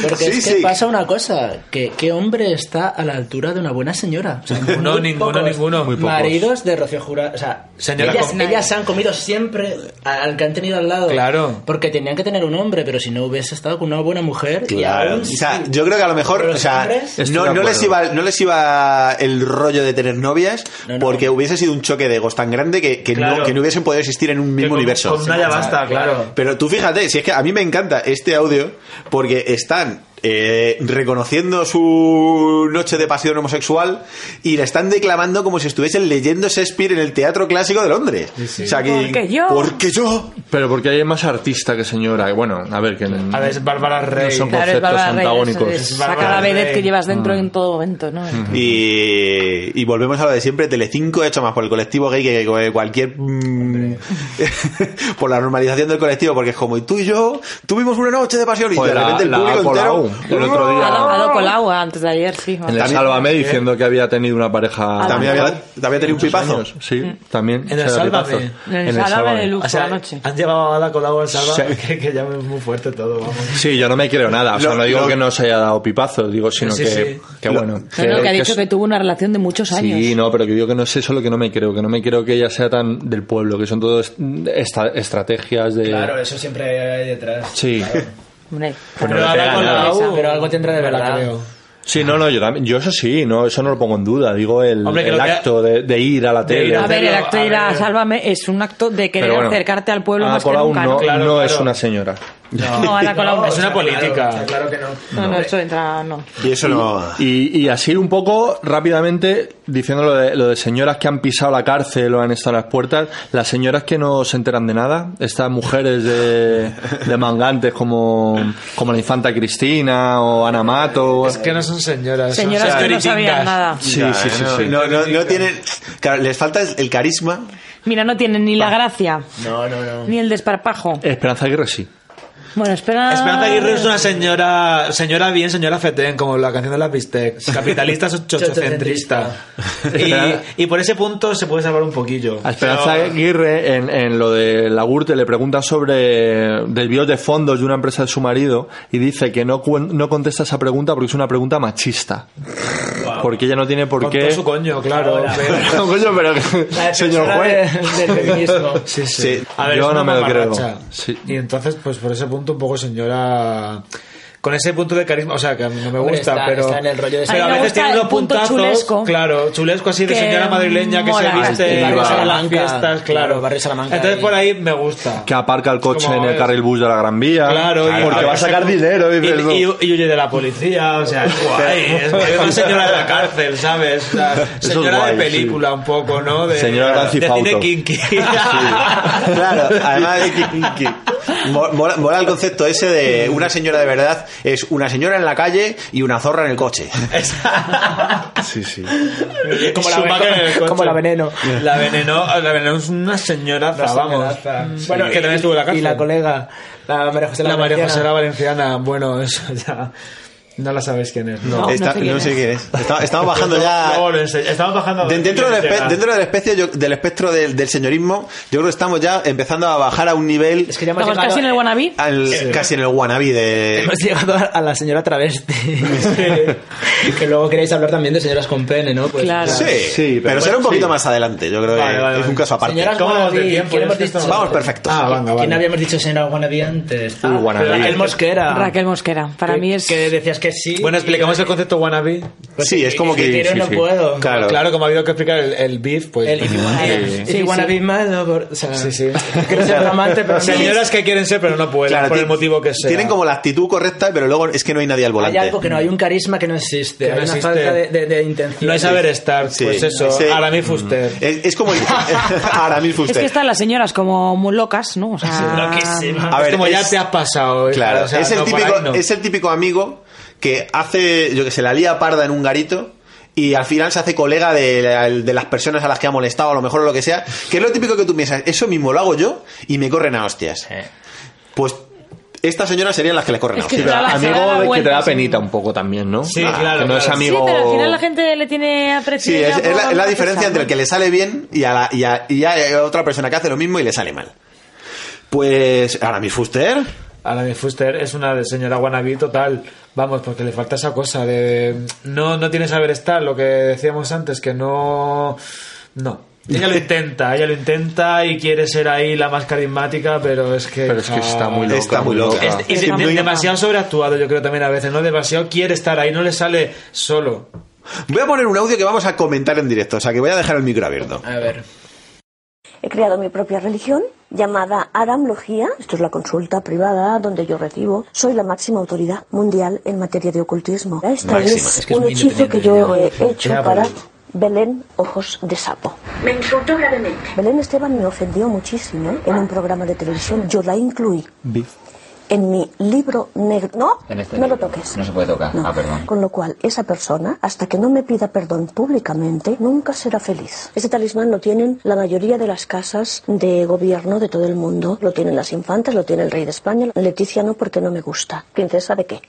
[SPEAKER 9] Porque
[SPEAKER 3] Sí,
[SPEAKER 9] es que
[SPEAKER 3] sí.
[SPEAKER 9] pasa una cosa, que ¿qué hombre está a la altura de una buena señora? O sea,
[SPEAKER 3] Ninguno,
[SPEAKER 9] muy
[SPEAKER 3] ninguno,
[SPEAKER 9] pocos
[SPEAKER 3] ninguno. Muy pocos.
[SPEAKER 9] Maridos de Rocío Jurado, o sea,
[SPEAKER 3] Señora
[SPEAKER 9] ellas,
[SPEAKER 3] con-
[SPEAKER 9] ellas se han comido siempre al que han tenido al lado.
[SPEAKER 3] Claro.
[SPEAKER 9] Porque tenían que tener un hombre, pero si no hubiese estado con una buena mujer... y
[SPEAKER 4] Claro.
[SPEAKER 9] aún
[SPEAKER 4] O sea, yo creo que a lo mejor,
[SPEAKER 9] Pero
[SPEAKER 4] o
[SPEAKER 9] los
[SPEAKER 4] sea,
[SPEAKER 9] hombres- Estoy de
[SPEAKER 4] no, no les
[SPEAKER 9] acuerdo.
[SPEAKER 4] iba, no les iba el rollo de tener novias porque hubiese sido un choque de egos tan grande que, que no,
[SPEAKER 3] Claro.
[SPEAKER 4] que no hubiesen podido existir en un mismo
[SPEAKER 3] con-
[SPEAKER 4] universo.
[SPEAKER 3] con una ya basta, claro.
[SPEAKER 4] Pero tú fíjate, si es que a mí me encanta este audio porque están eh, reconociendo su noche de pasión homosexual y la están declamando como si estuviesen leyendo Shakespeare en el Teatro Clásico de Londres. O sea, que-
[SPEAKER 5] Porque yo-
[SPEAKER 4] Porque yo.
[SPEAKER 6] Pero porque hay más artista que señora. Bueno, a ver, que.
[SPEAKER 3] A ver, es Bárbara Rey.
[SPEAKER 6] No son
[SPEAKER 12] Claro, es
[SPEAKER 6] conceptos
[SPEAKER 12] Bárbara Reyes,
[SPEAKER 6] antagónicos. Ah.
[SPEAKER 12] es- Saca la vedette que llevas dentro en todo momento, ¿no?
[SPEAKER 4] Y, y volvemos a lo de siempre, Telecinco hecho más por el colectivo gay que que cualquier... mm, por la normalización del colectivo, porque es como, y tú y yo tuvimos una noche de pasión y
[SPEAKER 6] Joder,
[SPEAKER 4] de
[SPEAKER 6] Pues la-
[SPEAKER 4] repente el
[SPEAKER 6] la
[SPEAKER 4] público
[SPEAKER 6] Colau,
[SPEAKER 4] entero...
[SPEAKER 6] el otro día.
[SPEAKER 12] Ha dado con agua antes de ayer, sí.
[SPEAKER 6] En el
[SPEAKER 3] ¿Eh?
[SPEAKER 6] Sálvame diciendo que había tenido una pareja.
[SPEAKER 12] También había-
[SPEAKER 4] también tenido un pipazo.
[SPEAKER 6] Sí, también.
[SPEAKER 3] Mm. En el
[SPEAKER 6] se da
[SPEAKER 3] Sálvame.
[SPEAKER 6] pipazos.
[SPEAKER 3] En el
[SPEAKER 6] En el
[SPEAKER 3] Sálvame
[SPEAKER 6] Sálvame.
[SPEAKER 3] O sea, han llevado a la colado al Sálvame,
[SPEAKER 6] Sí.
[SPEAKER 3] que, que ya es muy fuerte todo, vamos.
[SPEAKER 6] Sí, yo no me creo nada. O sea,
[SPEAKER 3] Lo-
[SPEAKER 6] no digo
[SPEAKER 3] lo-
[SPEAKER 6] que no se haya dado pipazo, digo, sino
[SPEAKER 3] Sí,
[SPEAKER 6] que,
[SPEAKER 3] sí.
[SPEAKER 6] que
[SPEAKER 3] Lo-
[SPEAKER 6] bueno.
[SPEAKER 12] No, no, eh, que ha
[SPEAKER 6] que
[SPEAKER 12] dicho
[SPEAKER 6] es-
[SPEAKER 12] que tuvo una relación de muchos años.
[SPEAKER 6] Sí, no, pero que digo que no es eso lo que no me creo, que no me creo que ella sea tan del pueblo, que son todas esta- estrategias de...
[SPEAKER 9] Claro, eso siempre hay detrás.
[SPEAKER 6] Sí.
[SPEAKER 9] Claro.
[SPEAKER 12] Hombre,
[SPEAKER 6] Pero no le pega nada.
[SPEAKER 9] pero algo tendrá de verdad.
[SPEAKER 6] Sí, no, no, yo, también- yo eso sí, no, eso no lo pongo en duda. Digo el,
[SPEAKER 12] Hombre, que
[SPEAKER 6] el
[SPEAKER 12] lo que-
[SPEAKER 6] acto de, de ir a la tele.
[SPEAKER 12] a ver, el acto de ir a Sálvame es un acto de querer
[SPEAKER 6] Pero bueno,
[SPEAKER 12] acercarte al pueblo
[SPEAKER 6] Ana
[SPEAKER 12] más que
[SPEAKER 6] Colau
[SPEAKER 12] nunca.
[SPEAKER 6] Ah, no,
[SPEAKER 12] ¿no?
[SPEAKER 6] no es una señora.
[SPEAKER 12] No, Ana Colau no.
[SPEAKER 3] es una política.
[SPEAKER 9] Claro, claro que no.
[SPEAKER 12] No, no, eso entra... No.
[SPEAKER 4] Y eso no...
[SPEAKER 6] Y, y así un poco rápidamente, diciendo lo de, lo de señoras que han pisado la cárcel o han estado a las puertas, las señoras que no se enteran de nada, estas mujeres de, de mangantes como, como la infanta Cristina o Ana Mato.
[SPEAKER 3] Es que no son señoras. son
[SPEAKER 12] Señoras que no sabían
[SPEAKER 3] señoritingas.
[SPEAKER 12] nada.
[SPEAKER 6] Sí,
[SPEAKER 4] Ya,
[SPEAKER 6] sí,
[SPEAKER 4] eh,
[SPEAKER 6] sí,
[SPEAKER 4] no,
[SPEAKER 6] sí.
[SPEAKER 4] no, no- no tienen... claro, les falta el carisma.
[SPEAKER 12] Mira, no tienen ni la gracia,
[SPEAKER 9] No, no, no.
[SPEAKER 12] ni el desparpajo.
[SPEAKER 6] Esperanza Aguirre sí.
[SPEAKER 12] Bueno, espera...
[SPEAKER 3] Esperanza Aguirre es una señora, señora bien, señora fetén, como la canción de las Bistecs. Capitalista es chochocentrista. y, y por ese punto se puede salvar un poquillo.
[SPEAKER 6] A Esperanza
[SPEAKER 3] Pero-
[SPEAKER 6] Aguirre, en, en lo de la URTE, le pregunta sobre desvíos de fondos de una empresa de su marido y dice que no, cuen- no contesta esa pregunta porque es una pregunta machista. Porque ella no tiene por
[SPEAKER 3] Con
[SPEAKER 6] qué...
[SPEAKER 3] todo su coño, claro.
[SPEAKER 6] Ahora.
[SPEAKER 3] Pero-
[SPEAKER 6] No, coño, pero que-
[SPEAKER 3] La defensora
[SPEAKER 6] señor juez.
[SPEAKER 3] de- del feminismo. Sí, sí.
[SPEAKER 6] Sí,
[SPEAKER 3] A ver,
[SPEAKER 6] yo
[SPEAKER 3] es una
[SPEAKER 6] no me lo creo.
[SPEAKER 3] mamarracha. Y entonces, pues por ese punto, un poco señora. Con ese punto de carisma, o sea, que a mí no me
[SPEAKER 9] Hombre,
[SPEAKER 3] gusta,
[SPEAKER 9] está-
[SPEAKER 3] pero.
[SPEAKER 9] está en el rollo de-
[SPEAKER 3] pero
[SPEAKER 9] A
[SPEAKER 3] a
[SPEAKER 9] mí me
[SPEAKER 3] veces
[SPEAKER 9] gusta
[SPEAKER 3] tiene
[SPEAKER 9] el
[SPEAKER 3] unos
[SPEAKER 9] punto
[SPEAKER 3] puntazos.
[SPEAKER 9] chulesco.
[SPEAKER 3] claro, chulesco así de
[SPEAKER 9] Que
[SPEAKER 3] señora madrileña que
[SPEAKER 9] mola.
[SPEAKER 3] se viste
[SPEAKER 9] El
[SPEAKER 3] y
[SPEAKER 9] barrio
[SPEAKER 3] va a las
[SPEAKER 9] Salamanca.
[SPEAKER 3] fiestas, claro.
[SPEAKER 9] El barrio Salamanca eh.
[SPEAKER 3] Entonces
[SPEAKER 9] y-
[SPEAKER 3] por ahí me gusta.
[SPEAKER 6] Que aparca el coche
[SPEAKER 3] Como
[SPEAKER 6] en el
[SPEAKER 3] es.
[SPEAKER 6] carril bus de la Gran Vía.
[SPEAKER 3] Claro, y-
[SPEAKER 6] porque va a sacar dinero.
[SPEAKER 3] Y,
[SPEAKER 6] dices tú.
[SPEAKER 3] y, y huye de la policía, o sea, es guay. Es es una señora de la cárcel, ¿sabes? O sea,
[SPEAKER 6] es
[SPEAKER 3] señora
[SPEAKER 6] guay,
[SPEAKER 3] de película, un poco, ¿no? De,
[SPEAKER 6] Señora Nancy
[SPEAKER 3] de cine
[SPEAKER 6] Fauto.
[SPEAKER 3] kinky.
[SPEAKER 4] Claro, además de que- que- mo- mola, mola el concepto ese de una señora de verdad es una señora en la calle y una zorra en el coche.
[SPEAKER 6] Sí, sí.
[SPEAKER 3] como,
[SPEAKER 9] Su
[SPEAKER 3] la,
[SPEAKER 9] máquina en el coche.
[SPEAKER 3] como la veneno. La veneno, la veneno es una señoraza,
[SPEAKER 9] Una
[SPEAKER 3] vamos.
[SPEAKER 9] señoraza.
[SPEAKER 3] Mm.
[SPEAKER 9] Bueno,
[SPEAKER 3] que
[SPEAKER 9] y-
[SPEAKER 3] también estuvo en la cárcel.
[SPEAKER 9] y la colega, la María José la
[SPEAKER 3] La María
[SPEAKER 9] Valenciana.
[SPEAKER 3] José la Valenciana, bueno, eso ya. No la sabéis quién es.
[SPEAKER 4] No, Está- no sé quién no sé es. quién es. Está- estamos bajando ya-
[SPEAKER 3] Luego lo enseño. Estamos bajando.
[SPEAKER 4] De- dentro, del espe-
[SPEAKER 3] Llega.
[SPEAKER 4] dentro del especie, yo- del espectro del, del señorismo, yo creo que estamos ya empezando a bajar a un nivel. Es que
[SPEAKER 9] ya hemos Estamos llegado- casi en el
[SPEAKER 12] wannabe.
[SPEAKER 4] Casi en el wannabe de.
[SPEAKER 9] Hemos llegado a- a la señora travesti. que luego queréis hablar también de señoras con pene, ¿no? Pues, ya.
[SPEAKER 4] Sí, pero, será un poquito más adelante, yo creo
[SPEAKER 9] Vale,
[SPEAKER 4] que
[SPEAKER 9] vale,
[SPEAKER 4] es
[SPEAKER 9] vale.
[SPEAKER 4] un caso aparte.
[SPEAKER 9] Señoras wannabe, ¿quién hemos dicho?
[SPEAKER 4] Vamos, perfecto.
[SPEAKER 9] Ah, venga, ¿Quién habíamos dicho señora Wannabe antes?
[SPEAKER 4] Uh, wannabe.
[SPEAKER 9] Raquel Mosquera.
[SPEAKER 12] Raquel Mosquera. Para
[SPEAKER 9] Que-
[SPEAKER 12] mí es...
[SPEAKER 9] Que decías que sí.
[SPEAKER 3] Bueno, explicamos el concepto wannabe.
[SPEAKER 4] Sí, es como
[SPEAKER 9] que
[SPEAKER 4] que.
[SPEAKER 9] quiero,
[SPEAKER 4] sí,
[SPEAKER 9] no
[SPEAKER 4] sí.
[SPEAKER 9] puedo.
[SPEAKER 4] Claro.
[SPEAKER 3] Claro, como ha habido que explicar el, el beef, pues.
[SPEAKER 9] El if you wanna,
[SPEAKER 3] Sí.
[SPEAKER 9] if you wanna be mad, no, por- o sea, quiero ser amante, pero no.
[SPEAKER 3] Señoras que quieren ser, pero no pueden,
[SPEAKER 4] Claro,
[SPEAKER 3] por el
[SPEAKER 4] ti-
[SPEAKER 3] motivo que sea.
[SPEAKER 4] Tienen como la actitud correcta, pero luego es que no hay nadie al
[SPEAKER 9] Hay
[SPEAKER 4] volante.
[SPEAKER 9] algo que no, hay un carisma que no existe.
[SPEAKER 3] Que
[SPEAKER 9] hay
[SPEAKER 3] no
[SPEAKER 9] una
[SPEAKER 3] existe.
[SPEAKER 9] falta de, de- de intención.
[SPEAKER 3] No hay saber estar,
[SPEAKER 4] Sí.
[SPEAKER 3] pues eso.
[SPEAKER 4] Ese-
[SPEAKER 3] Ahora mi fuster.
[SPEAKER 4] Es, es como. Ahora mismo
[SPEAKER 12] Es
[SPEAKER 4] usted.
[SPEAKER 12] que están las señoras como muy locas, ¿no? O sea...
[SPEAKER 3] A ver, como ya te has pasado. ¿eh?
[SPEAKER 4] Claro,
[SPEAKER 3] O sea,
[SPEAKER 4] es, el
[SPEAKER 3] no, por
[SPEAKER 4] típico,
[SPEAKER 3] ahí no.
[SPEAKER 4] es el típico amigo que hace, yo que sé, la lía parda en un garito y al final se hace colega de, la- de las personas a las que ha molestado, a lo mejor o lo que sea, que es lo típico que tú piensas, eso mismo lo hago yo y me corren a hostias. Pues estas señoras serían las que le corren a
[SPEAKER 12] Es que
[SPEAKER 4] hostias.
[SPEAKER 6] Pero
[SPEAKER 12] da la- se da la
[SPEAKER 6] amigo de que te
[SPEAKER 12] vuelta,
[SPEAKER 6] da
[SPEAKER 12] sí.
[SPEAKER 6] penita un poco también, ¿no?
[SPEAKER 3] Sí,
[SPEAKER 6] Ah,
[SPEAKER 3] claro,
[SPEAKER 6] Que no es
[SPEAKER 3] claro.
[SPEAKER 6] amigo...
[SPEAKER 12] Sí, pero al final la gente le tiene aprecio.
[SPEAKER 4] Sí,
[SPEAKER 12] ya
[SPEAKER 4] es,
[SPEAKER 12] por
[SPEAKER 4] es la, es la
[SPEAKER 12] lo que
[SPEAKER 4] diferencia
[SPEAKER 12] sea,
[SPEAKER 4] entre el que le sale bien y a, la- y a- y a otra persona que hace lo mismo y le sale mal. Pues ahora mi Fuster.
[SPEAKER 3] Ahora mi Fuster es una de señora wannabe total. Vamos, porque le falta esa cosa de. No, no tiene saber estar, lo que decíamos antes, que no. No. Ella lo intenta, ella lo intenta y quiere ser ahí la más carismática, pero es que.
[SPEAKER 6] Pero es que está muy loca.
[SPEAKER 4] Está muy loca.
[SPEAKER 3] Es- y de-
[SPEAKER 4] Está
[SPEAKER 3] de-
[SPEAKER 4] muy-
[SPEAKER 3] demasiado sobreactuado, yo creo también a veces, ¿no? Demasiado quiere estar ahí, no le sale solo.
[SPEAKER 4] Voy a poner un audio que vamos a comentar en directo, o sea que voy a dejar el micro abierto.
[SPEAKER 9] A ver.
[SPEAKER 15] He creado mi propia religión llamada Aramlogía. Esto es la consulta privada donde yo recibo. Soy la máxima autoridad mundial en materia de ocultismo. Esta
[SPEAKER 16] Máxima,
[SPEAKER 15] es,
[SPEAKER 16] es que es
[SPEAKER 15] un
[SPEAKER 16] muy
[SPEAKER 15] hechizo que
[SPEAKER 16] independiente
[SPEAKER 15] yo
[SPEAKER 16] de
[SPEAKER 15] he
[SPEAKER 16] ella.
[SPEAKER 15] hecho
[SPEAKER 16] Ya,
[SPEAKER 15] para
[SPEAKER 16] pues.
[SPEAKER 15] Belén Ojos de Sapo.
[SPEAKER 16] Me insultó gravemente.
[SPEAKER 15] Belén Esteban me ofendió muchísimo en un programa de televisión. Yo la incluí en mi libro negro. No,
[SPEAKER 17] En este
[SPEAKER 15] no lo
[SPEAKER 17] libro.
[SPEAKER 15] toques.
[SPEAKER 17] No se puede tocar.
[SPEAKER 15] No.
[SPEAKER 17] Ah, perdón.
[SPEAKER 15] Con lo cual, esa persona, hasta que no me pida perdón públicamente, nunca será feliz. Este talismán lo tienen la mayoría de las casas de gobierno de todo el mundo. Lo tienen las infantas, lo tiene el rey de España. Leticia no, porque no me gusta. ¿Princesa de qué?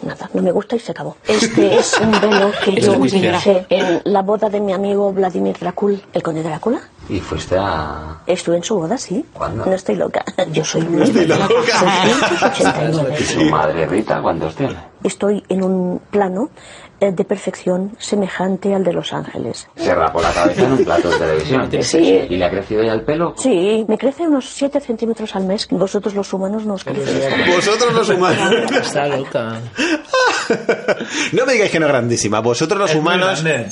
[SPEAKER 15] Nada, no me gusta y se acabó. Este es un velo que
[SPEAKER 17] Es
[SPEAKER 15] yo
[SPEAKER 17] muy señora.
[SPEAKER 15] usé en la boda de mi amigo Vladimir Dracul, el conde Drácula.
[SPEAKER 17] Y fuiste a...
[SPEAKER 15] Estuve en su boda, sí. No estoy loca. Yo soy muy
[SPEAKER 17] estoy
[SPEAKER 15] loca.
[SPEAKER 17] loca.
[SPEAKER 15] Soy 589.
[SPEAKER 17] ¿Y su madre Rita cuántos tiene?
[SPEAKER 15] Estoy en un plano eh, de perfección semejante al de Los Ángeles.
[SPEAKER 17] Se rapó la cabeza en un plato de televisión.
[SPEAKER 15] Sí.
[SPEAKER 17] ¿Y le ha crecido ya el pelo?
[SPEAKER 15] Sí, me crece unos 7 centímetros al mes. Vosotros los humanos no os crece.
[SPEAKER 4] Vosotros los humanos.
[SPEAKER 9] Está loca.
[SPEAKER 4] No me digáis que no es grandísima. Vosotros los
[SPEAKER 3] Es muy
[SPEAKER 4] humanos.
[SPEAKER 3] grande.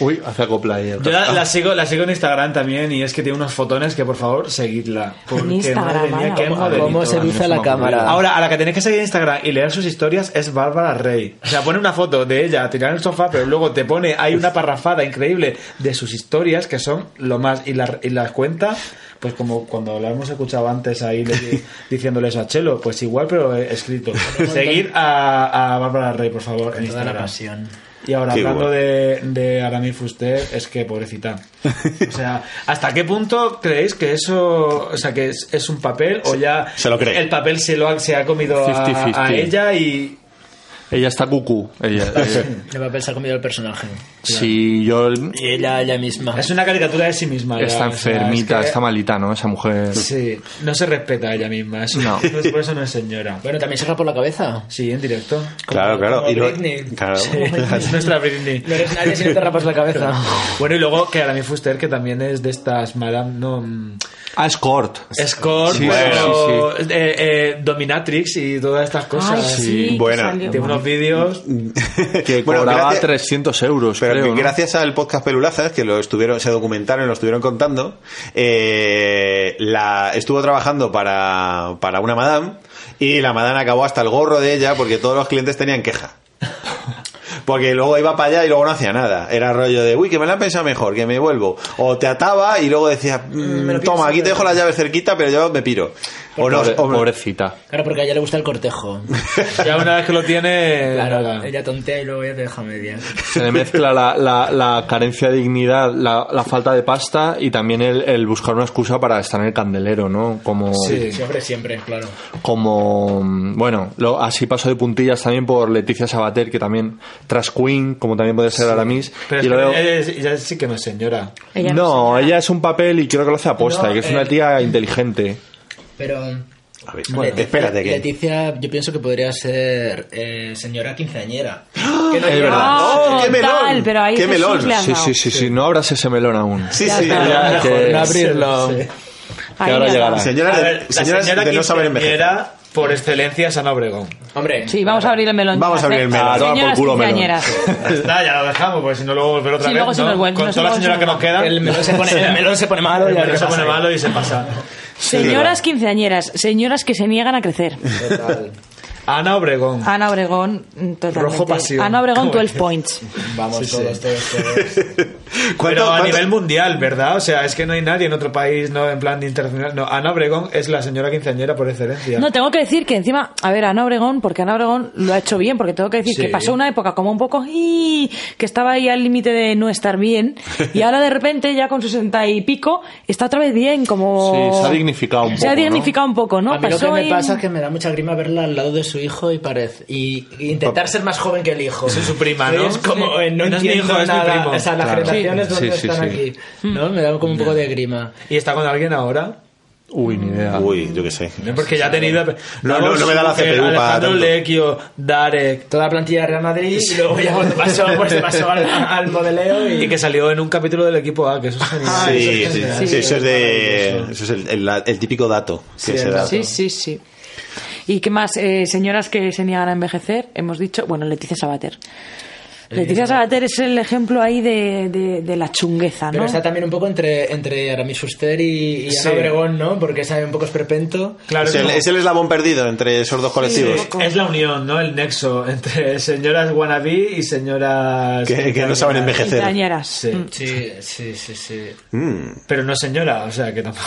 [SPEAKER 6] Uy, hace acopla ahí.
[SPEAKER 3] Yo la, la sigo, la sigo en Instagram también y es que tiene unos fotones que por favor seguidla.
[SPEAKER 9] En
[SPEAKER 3] Porque
[SPEAKER 9] Instagram,
[SPEAKER 3] madre mía,
[SPEAKER 9] ala,
[SPEAKER 3] qué
[SPEAKER 9] ¿cómo-
[SPEAKER 3] modelito.
[SPEAKER 9] cómo se eriza
[SPEAKER 3] Ah,
[SPEAKER 9] la
[SPEAKER 3] no,
[SPEAKER 9] cámara?
[SPEAKER 3] Ahora, a la que tenéis que seguir en Instagram y leer sus historias es Bárbara Rey. O sea, pone una foto de ella tirada en el sofá, pero luego te pone, hay una parrafada increíble de sus historias que son lo más. Y las y las cuenta, pues como cuando lo hemos escuchado antes ahí le- diciéndoles a Chelo, pues igual, pero he escrito. Seguid a, a Bárbara Rey, por favor, en
[SPEAKER 9] Toda
[SPEAKER 3] Instagram.
[SPEAKER 9] la pasión.
[SPEAKER 3] Y ahora,
[SPEAKER 9] Qué
[SPEAKER 3] hablando
[SPEAKER 9] guay.
[SPEAKER 3] de, de Aramis Fuster, es que pobrecita. O sea, ¿hasta qué punto creéis que eso, o sea, que es, es un papel o ya
[SPEAKER 4] Se lo cree.
[SPEAKER 3] el papel se lo ha, se ha comido a-
[SPEAKER 6] 50-50.
[SPEAKER 3] A, ella y...
[SPEAKER 6] Ella está cucú. Ella, ella-
[SPEAKER 9] El papel se ha comido el personaje.
[SPEAKER 6] Sí, yo...
[SPEAKER 9] Y ella, ella misma.
[SPEAKER 3] Es una caricatura de sí misma. ya,
[SPEAKER 6] Está
[SPEAKER 3] o sea,
[SPEAKER 6] enfermita,
[SPEAKER 3] es que
[SPEAKER 6] está malita, ¿no? Esa mujer...
[SPEAKER 3] Sí, no se respeta a ella misma. Eso,
[SPEAKER 6] No.
[SPEAKER 3] entonces por eso no es señora.
[SPEAKER 9] Bueno, también se por la cabeza.
[SPEAKER 3] Sí, en directo.
[SPEAKER 4] Claro, claro.
[SPEAKER 3] Como
[SPEAKER 4] Y lo-
[SPEAKER 3] Britney.
[SPEAKER 4] claro.
[SPEAKER 3] Sí, es nuestra Britney.
[SPEAKER 9] No eres nadie si no te rapas la cabeza.
[SPEAKER 3] Bueno, y luego que Aramis Fuster, que también es de estas Madame... No, mm,
[SPEAKER 6] Ah, Escort.
[SPEAKER 3] Escort,
[SPEAKER 6] Sí,
[SPEAKER 3] pero,
[SPEAKER 6] sí, sí.
[SPEAKER 3] eh, eh, Dominatrix y todas estas cosas.
[SPEAKER 6] Ay, sí, que Buena. salió.
[SPEAKER 3] Tiene unos vídeos.
[SPEAKER 6] Que
[SPEAKER 4] Bueno,
[SPEAKER 6] cobraba
[SPEAKER 4] gracias-
[SPEAKER 6] 300 euros,
[SPEAKER 4] Pero
[SPEAKER 6] creo,
[SPEAKER 4] que
[SPEAKER 6] ¿no?
[SPEAKER 4] gracias al podcast Pelulazas, que lo estuvieron, se documentaron y lo estuvieron contando, eh, la, estuvo trabajando para, para una madame y la madame acabó hasta el gorro de ella porque todos los clientes tenían queja. Porque luego iba para allá y luego no hacía nada. Era rollo de, uy, que me la han pensado mejor, que me vuelvo. O te ataba y luego decía, "Mm, toma, aquí te dejo las llaves cerquita, pero yo me piro. O no,
[SPEAKER 6] Pobre-
[SPEAKER 4] o-
[SPEAKER 6] pobrecita.
[SPEAKER 9] Claro, porque a ella le gusta el cortejo.
[SPEAKER 3] Ya una vez que lo tiene... nada.
[SPEAKER 9] Ella tontea y luego ya te deja media.
[SPEAKER 6] Se le mezcla la, la- la carencia de dignidad, la, la falta de pasta y también el, el buscar una excusa para estar en el candelero, ¿no? Como,
[SPEAKER 9] Siempre, siempre, claro.
[SPEAKER 6] como mm, bueno, lo- así paso de puntillas también por Leticia Sabater, que también tras Queen, como también puede ser Aramis.
[SPEAKER 3] Pero
[SPEAKER 6] y
[SPEAKER 3] es
[SPEAKER 6] lo
[SPEAKER 3] que
[SPEAKER 6] veo-
[SPEAKER 3] ella, es- ella sí que no es señora.
[SPEAKER 6] no, ella es un papel y creo que lo hace aposta,
[SPEAKER 9] No,
[SPEAKER 6] y que es una
[SPEAKER 9] eh,
[SPEAKER 6] tía inteligente.
[SPEAKER 9] Pero.
[SPEAKER 6] bueno,
[SPEAKER 4] eh,
[SPEAKER 6] espérate que-
[SPEAKER 9] Leticia, yo pienso que podría ser eh, señora quinceañera. Que
[SPEAKER 6] Es verdad.
[SPEAKER 12] Ah,
[SPEAKER 9] ¡Oh, qué
[SPEAKER 12] total,
[SPEAKER 9] melón!
[SPEAKER 12] pero ahí
[SPEAKER 9] ¡Qué
[SPEAKER 12] Jesús
[SPEAKER 9] melón!
[SPEAKER 12] le has
[SPEAKER 6] Sí,
[SPEAKER 12] dado.
[SPEAKER 6] sí, sí, sí, no abras ese melón aún.
[SPEAKER 4] Sí,
[SPEAKER 12] sí.
[SPEAKER 9] Ya,
[SPEAKER 6] que-
[SPEAKER 9] mejor no abrirlo. Sí.
[SPEAKER 6] Ahí ahora le has llegará. dado.
[SPEAKER 4] Señoras
[SPEAKER 3] A
[SPEAKER 4] de-
[SPEAKER 3] ver, la
[SPEAKER 4] señoras
[SPEAKER 3] señora
[SPEAKER 4] de no saber envejecer.
[SPEAKER 3] quinceañera, por excelencia es Ana Obregón.
[SPEAKER 9] Hombre.
[SPEAKER 12] Sí, vamos a abrir el melón.
[SPEAKER 3] Vamos a abrir el melón. Ah, toma por
[SPEAKER 12] Señoras
[SPEAKER 3] culo, melón.
[SPEAKER 12] quinceañeras.
[SPEAKER 3] Está, ya lo dejamos, porque si no luego volver otra
[SPEAKER 12] Sí,
[SPEAKER 3] vez,
[SPEAKER 12] luego se
[SPEAKER 3] ¿no?
[SPEAKER 12] nos vuelve-
[SPEAKER 3] Con
[SPEAKER 12] nos
[SPEAKER 3] todas las
[SPEAKER 12] luego
[SPEAKER 3] señoras
[SPEAKER 12] se
[SPEAKER 3] que
[SPEAKER 12] nos
[SPEAKER 3] nos quedan...
[SPEAKER 9] El melón se pone- el melón se pone malo y
[SPEAKER 3] El
[SPEAKER 9] a ver
[SPEAKER 3] melón
[SPEAKER 9] qué
[SPEAKER 3] se pone
[SPEAKER 9] pasa.
[SPEAKER 3] malo y se pasa.
[SPEAKER 12] Señoras quinceañeras, señoras que se niegan a crecer.
[SPEAKER 3] Ana Obregón.
[SPEAKER 12] Ana Obregón, mm, totalmente.
[SPEAKER 3] Rojo pasión.
[SPEAKER 12] Ana Obregón, 12 points.
[SPEAKER 9] Vamos todos, todos, todos.
[SPEAKER 3] Pero a nivel mundial, ¿verdad? O sea, es que no hay nadie en otro país, no en plan internacional. No, Ana Obregón es la señora quinceañera por excelencia.
[SPEAKER 12] No, tengo que decir que encima, a ver, Ana Obregón, porque Ana Obregón lo ha hecho bien, porque tengo que decir
[SPEAKER 3] Sí.
[SPEAKER 12] que pasó una época como un poco "Ii", que estaba ahí al límite de no estar bien, y ahora de repente, ya con sus sesenta y pico, está otra vez bien, como.
[SPEAKER 6] Sí, se ha dignificado un poco.
[SPEAKER 12] Se ha dignificado un poco, ¿no?
[SPEAKER 9] A mí lo que
[SPEAKER 12] Pasó
[SPEAKER 9] me
[SPEAKER 12] en-
[SPEAKER 9] pasa es que me da mucha grima verla al lado de su hijo y parece y, y intentar ser más joven que el hijo. Es
[SPEAKER 3] su prima, ¿no?
[SPEAKER 9] Es como eh, no,
[SPEAKER 3] No es mi
[SPEAKER 9] entiendo
[SPEAKER 3] hijo, es mi
[SPEAKER 9] nada.
[SPEAKER 3] primo.
[SPEAKER 9] O sea, las
[SPEAKER 3] Claro.
[SPEAKER 9] generaciones
[SPEAKER 3] Sí.
[SPEAKER 9] donde
[SPEAKER 3] Sí, sí,
[SPEAKER 9] están
[SPEAKER 3] sí.
[SPEAKER 9] aquí, ¿no? Me da como un poco de grima.
[SPEAKER 3] ¿Y está con alguien ahora?
[SPEAKER 6] Uy, ni idea.
[SPEAKER 4] Uy, yo qué sé.
[SPEAKER 3] Porque ya ha tenido.
[SPEAKER 4] No, no, no me da la CPU para
[SPEAKER 3] Alejandro
[SPEAKER 4] tanto.
[SPEAKER 3] Lecchio, Darek.
[SPEAKER 9] Toda la plantilla de Real Madrid y luego ya cuando pasó, pues se pasó al, al modeleo y.
[SPEAKER 3] Y que salió en un capítulo del equipo A, que eso es genial.
[SPEAKER 4] Sí, sí, sí, eso Ah, es de. Eso es el, el- el típico dato que se da.
[SPEAKER 12] Sí, sí, sí. ¿Y qué más? Eh, señoras que se niegan a envejecer, hemos dicho. Bueno, Leticia Sabater.
[SPEAKER 5] Leticia Sabater es el ejemplo ahí de, de- de la
[SPEAKER 12] Ah,
[SPEAKER 5] chungueza,
[SPEAKER 9] Pero
[SPEAKER 5] ¿no?
[SPEAKER 9] está también un poco entre, entre Aramis Fuster y, y
[SPEAKER 3] Sí.
[SPEAKER 9] Ana Obregón, ¿no? Porque sabe un poco esperpento.
[SPEAKER 4] es, el, es el eslabón perdido entre esos dos colectivos.
[SPEAKER 3] Sí, es la unión, ¿no? El nexo entre señoras wannabe y señoras...
[SPEAKER 4] Que- que no saben envejecer.
[SPEAKER 5] Quinceañeras.
[SPEAKER 3] Sí.
[SPEAKER 5] Mm.
[SPEAKER 3] sí, sí, sí,
[SPEAKER 4] Mm.
[SPEAKER 3] Pero no señora, o sea, que tampoco...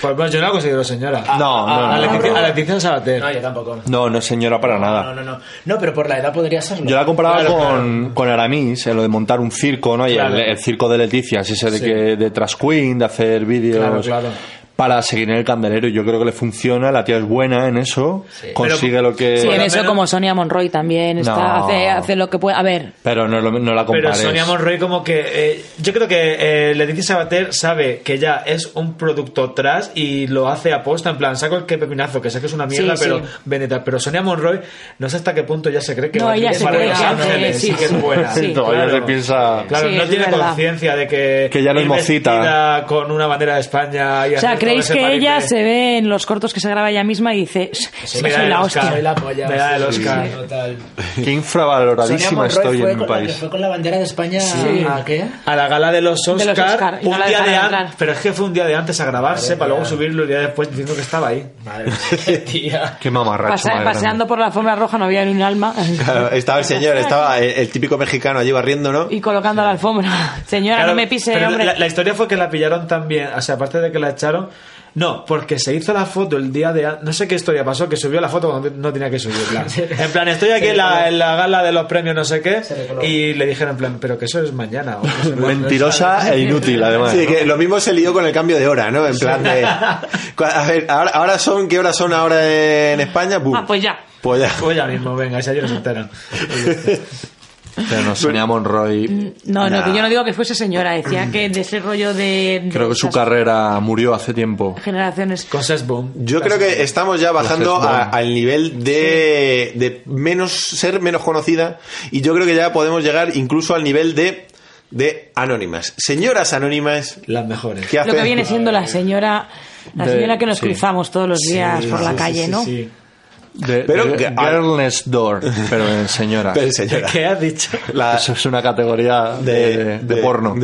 [SPEAKER 3] Por lo menos yo no la considero señora.
[SPEAKER 6] No, no,
[SPEAKER 3] a,
[SPEAKER 6] no,
[SPEAKER 3] la
[SPEAKER 6] no,
[SPEAKER 3] que-
[SPEAKER 6] no.
[SPEAKER 3] a la que hizo Sabater.
[SPEAKER 9] Ah, No, yo tampoco.
[SPEAKER 6] No, no es señora para nada.
[SPEAKER 9] No, no, no. No, pero por la edad podría serlo.
[SPEAKER 6] Yo la comparaba
[SPEAKER 9] Claro,
[SPEAKER 6] con, con Aramis, en lo de montar un circo, ¿no? Y
[SPEAKER 9] Claro.
[SPEAKER 6] el, el circo de Leticia, así se de,
[SPEAKER 9] Sí.
[SPEAKER 6] que, de Trash Queen, de hacer vídeos.
[SPEAKER 9] Claro, claro.
[SPEAKER 6] Para seguir en el candelero, yo creo que le funciona, la tía es buena en eso, consigue lo que.
[SPEAKER 5] Sí, en eso como Sonia Monroy también está,
[SPEAKER 6] No.
[SPEAKER 5] hace, hace lo que puede. A ver,
[SPEAKER 6] Pero no, lo- no la
[SPEAKER 3] Pero
[SPEAKER 6] compares.
[SPEAKER 3] Sonia Monroy como que... eh, yo creo que eh, Leticia Sabater sabe que ya es un producto trash y lo hace aposta, en plan, saco el que pepinazo, que sé que es una mierda,
[SPEAKER 5] Sí,
[SPEAKER 3] pero
[SPEAKER 5] sí.
[SPEAKER 3] vendetta. Pero Sonia Monroy, no sé hasta qué punto ya se cree que
[SPEAKER 5] No,
[SPEAKER 3] va a
[SPEAKER 5] ella
[SPEAKER 3] triunfar
[SPEAKER 5] se
[SPEAKER 3] en
[SPEAKER 5] cree
[SPEAKER 3] Los
[SPEAKER 5] que hace-
[SPEAKER 3] Ángeles
[SPEAKER 5] sí,
[SPEAKER 3] y que
[SPEAKER 5] sí,
[SPEAKER 3] es buena.
[SPEAKER 5] sí.
[SPEAKER 6] Todavía
[SPEAKER 3] Claro.
[SPEAKER 6] se piensa.
[SPEAKER 3] Claro,
[SPEAKER 5] Sí,
[SPEAKER 3] no
[SPEAKER 5] es
[SPEAKER 3] tiene
[SPEAKER 5] verdad.
[SPEAKER 3] conciencia de que,
[SPEAKER 6] Que ya no
[SPEAKER 3] ir
[SPEAKER 6] es mocita.
[SPEAKER 3] vestida con una bandera de España y
[SPEAKER 5] o sea,
[SPEAKER 3] hacer
[SPEAKER 5] ¿creéis
[SPEAKER 3] todo ese
[SPEAKER 5] que ella
[SPEAKER 3] paripé.
[SPEAKER 5] se ve en los cortos que se graba ella misma y dice, "Es que
[SPEAKER 3] me da
[SPEAKER 5] soy
[SPEAKER 3] el
[SPEAKER 5] la
[SPEAKER 3] Oscar,
[SPEAKER 5] hostia?
[SPEAKER 3] soy la polla, Me da el
[SPEAKER 6] sí.
[SPEAKER 3] Oscar.
[SPEAKER 9] Total.
[SPEAKER 6] Qué
[SPEAKER 9] Sonia
[SPEAKER 6] infravaloradísima
[SPEAKER 9] Monroy
[SPEAKER 6] estoy
[SPEAKER 9] fue
[SPEAKER 6] en mi
[SPEAKER 9] con la que
[SPEAKER 6] país.
[SPEAKER 9] fue con la bandera de España
[SPEAKER 3] Sí.
[SPEAKER 9] a qué?
[SPEAKER 3] a la gala de los
[SPEAKER 9] De
[SPEAKER 3] Oscar,
[SPEAKER 9] los Oscar, y no
[SPEAKER 3] un
[SPEAKER 9] la
[SPEAKER 3] día
[SPEAKER 9] dejaron
[SPEAKER 3] de an-
[SPEAKER 9] entrar.
[SPEAKER 3] pero es que fue un día de antes a grabarse
[SPEAKER 9] Madre
[SPEAKER 3] para luego
[SPEAKER 9] mía.
[SPEAKER 3] subirlo el día después diciendo que estaba ahí
[SPEAKER 9] madre tía
[SPEAKER 6] Qué mamarracho.
[SPEAKER 5] Pase-
[SPEAKER 6] más grande.
[SPEAKER 5] paseando por la alfombra roja no había ni un alma.
[SPEAKER 4] Claro, estaba el señor, estaba el, el típico mexicano allí barriendo, ¿no?
[SPEAKER 5] Y colocando la alfombra. Señora,
[SPEAKER 3] Claro,
[SPEAKER 5] no me pise,
[SPEAKER 3] pero
[SPEAKER 5] hombre.
[SPEAKER 3] La, la historia fue que la pillaron también, o sea, aparte de que la echaron, no, porque se hizo la foto el día de... an- No sé qué historia pasó, que subió la foto cuando no tenía que subirla. En plan, estoy aquí en la, en la gala de los premios no sé qué, y le dijeron en plan, pero que eso es mañana. o no sé cuándo,
[SPEAKER 6] Mentirosa
[SPEAKER 3] ¿sabes?
[SPEAKER 6] e inútil, además.
[SPEAKER 4] Sí,
[SPEAKER 6] ¿no?
[SPEAKER 4] que lo mismo se lió con el cambio de hora, ¿no? En plan de. cua- A ver, ahora, ahora son, ¿qué horas son ahora en España? Bum.
[SPEAKER 5] Ah, pues ya.
[SPEAKER 4] Pues ya.
[SPEAKER 3] Pues ya mismo, venga, si ayer se enteran.
[SPEAKER 6] Pero no, Sonia Monroy.
[SPEAKER 5] No, no,
[SPEAKER 6] nah.
[SPEAKER 5] que yo no digo que fuese señora, decía que de ese rollo de, de
[SPEAKER 6] Creo que su
[SPEAKER 5] esas
[SPEAKER 6] carrera murió hace tiempo.
[SPEAKER 5] generaciones.
[SPEAKER 3] Cosas boom.
[SPEAKER 4] Yo creo que estamos ya bajando a- al nivel de, de menos ser menos conocida y yo creo que ya podemos llegar incluso al nivel de, de anónimas. Señoras anónimas
[SPEAKER 3] Las mejores.
[SPEAKER 4] que hacen...
[SPEAKER 5] Lo que viene siendo la señora, la
[SPEAKER 4] De-
[SPEAKER 5] señora que nos
[SPEAKER 4] sí.
[SPEAKER 5] cruzamos todos los días por la
[SPEAKER 4] sí,
[SPEAKER 5] calle,
[SPEAKER 4] sí,
[SPEAKER 5] ¿no?
[SPEAKER 4] sí.
[SPEAKER 6] De,
[SPEAKER 4] Pero
[SPEAKER 6] de
[SPEAKER 4] que-
[SPEAKER 6] Girl Next Door, pero en señora.
[SPEAKER 4] Pero en señora.
[SPEAKER 3] ¿Qué has dicho?
[SPEAKER 4] La-
[SPEAKER 6] Eso es una categoría de, de, porno.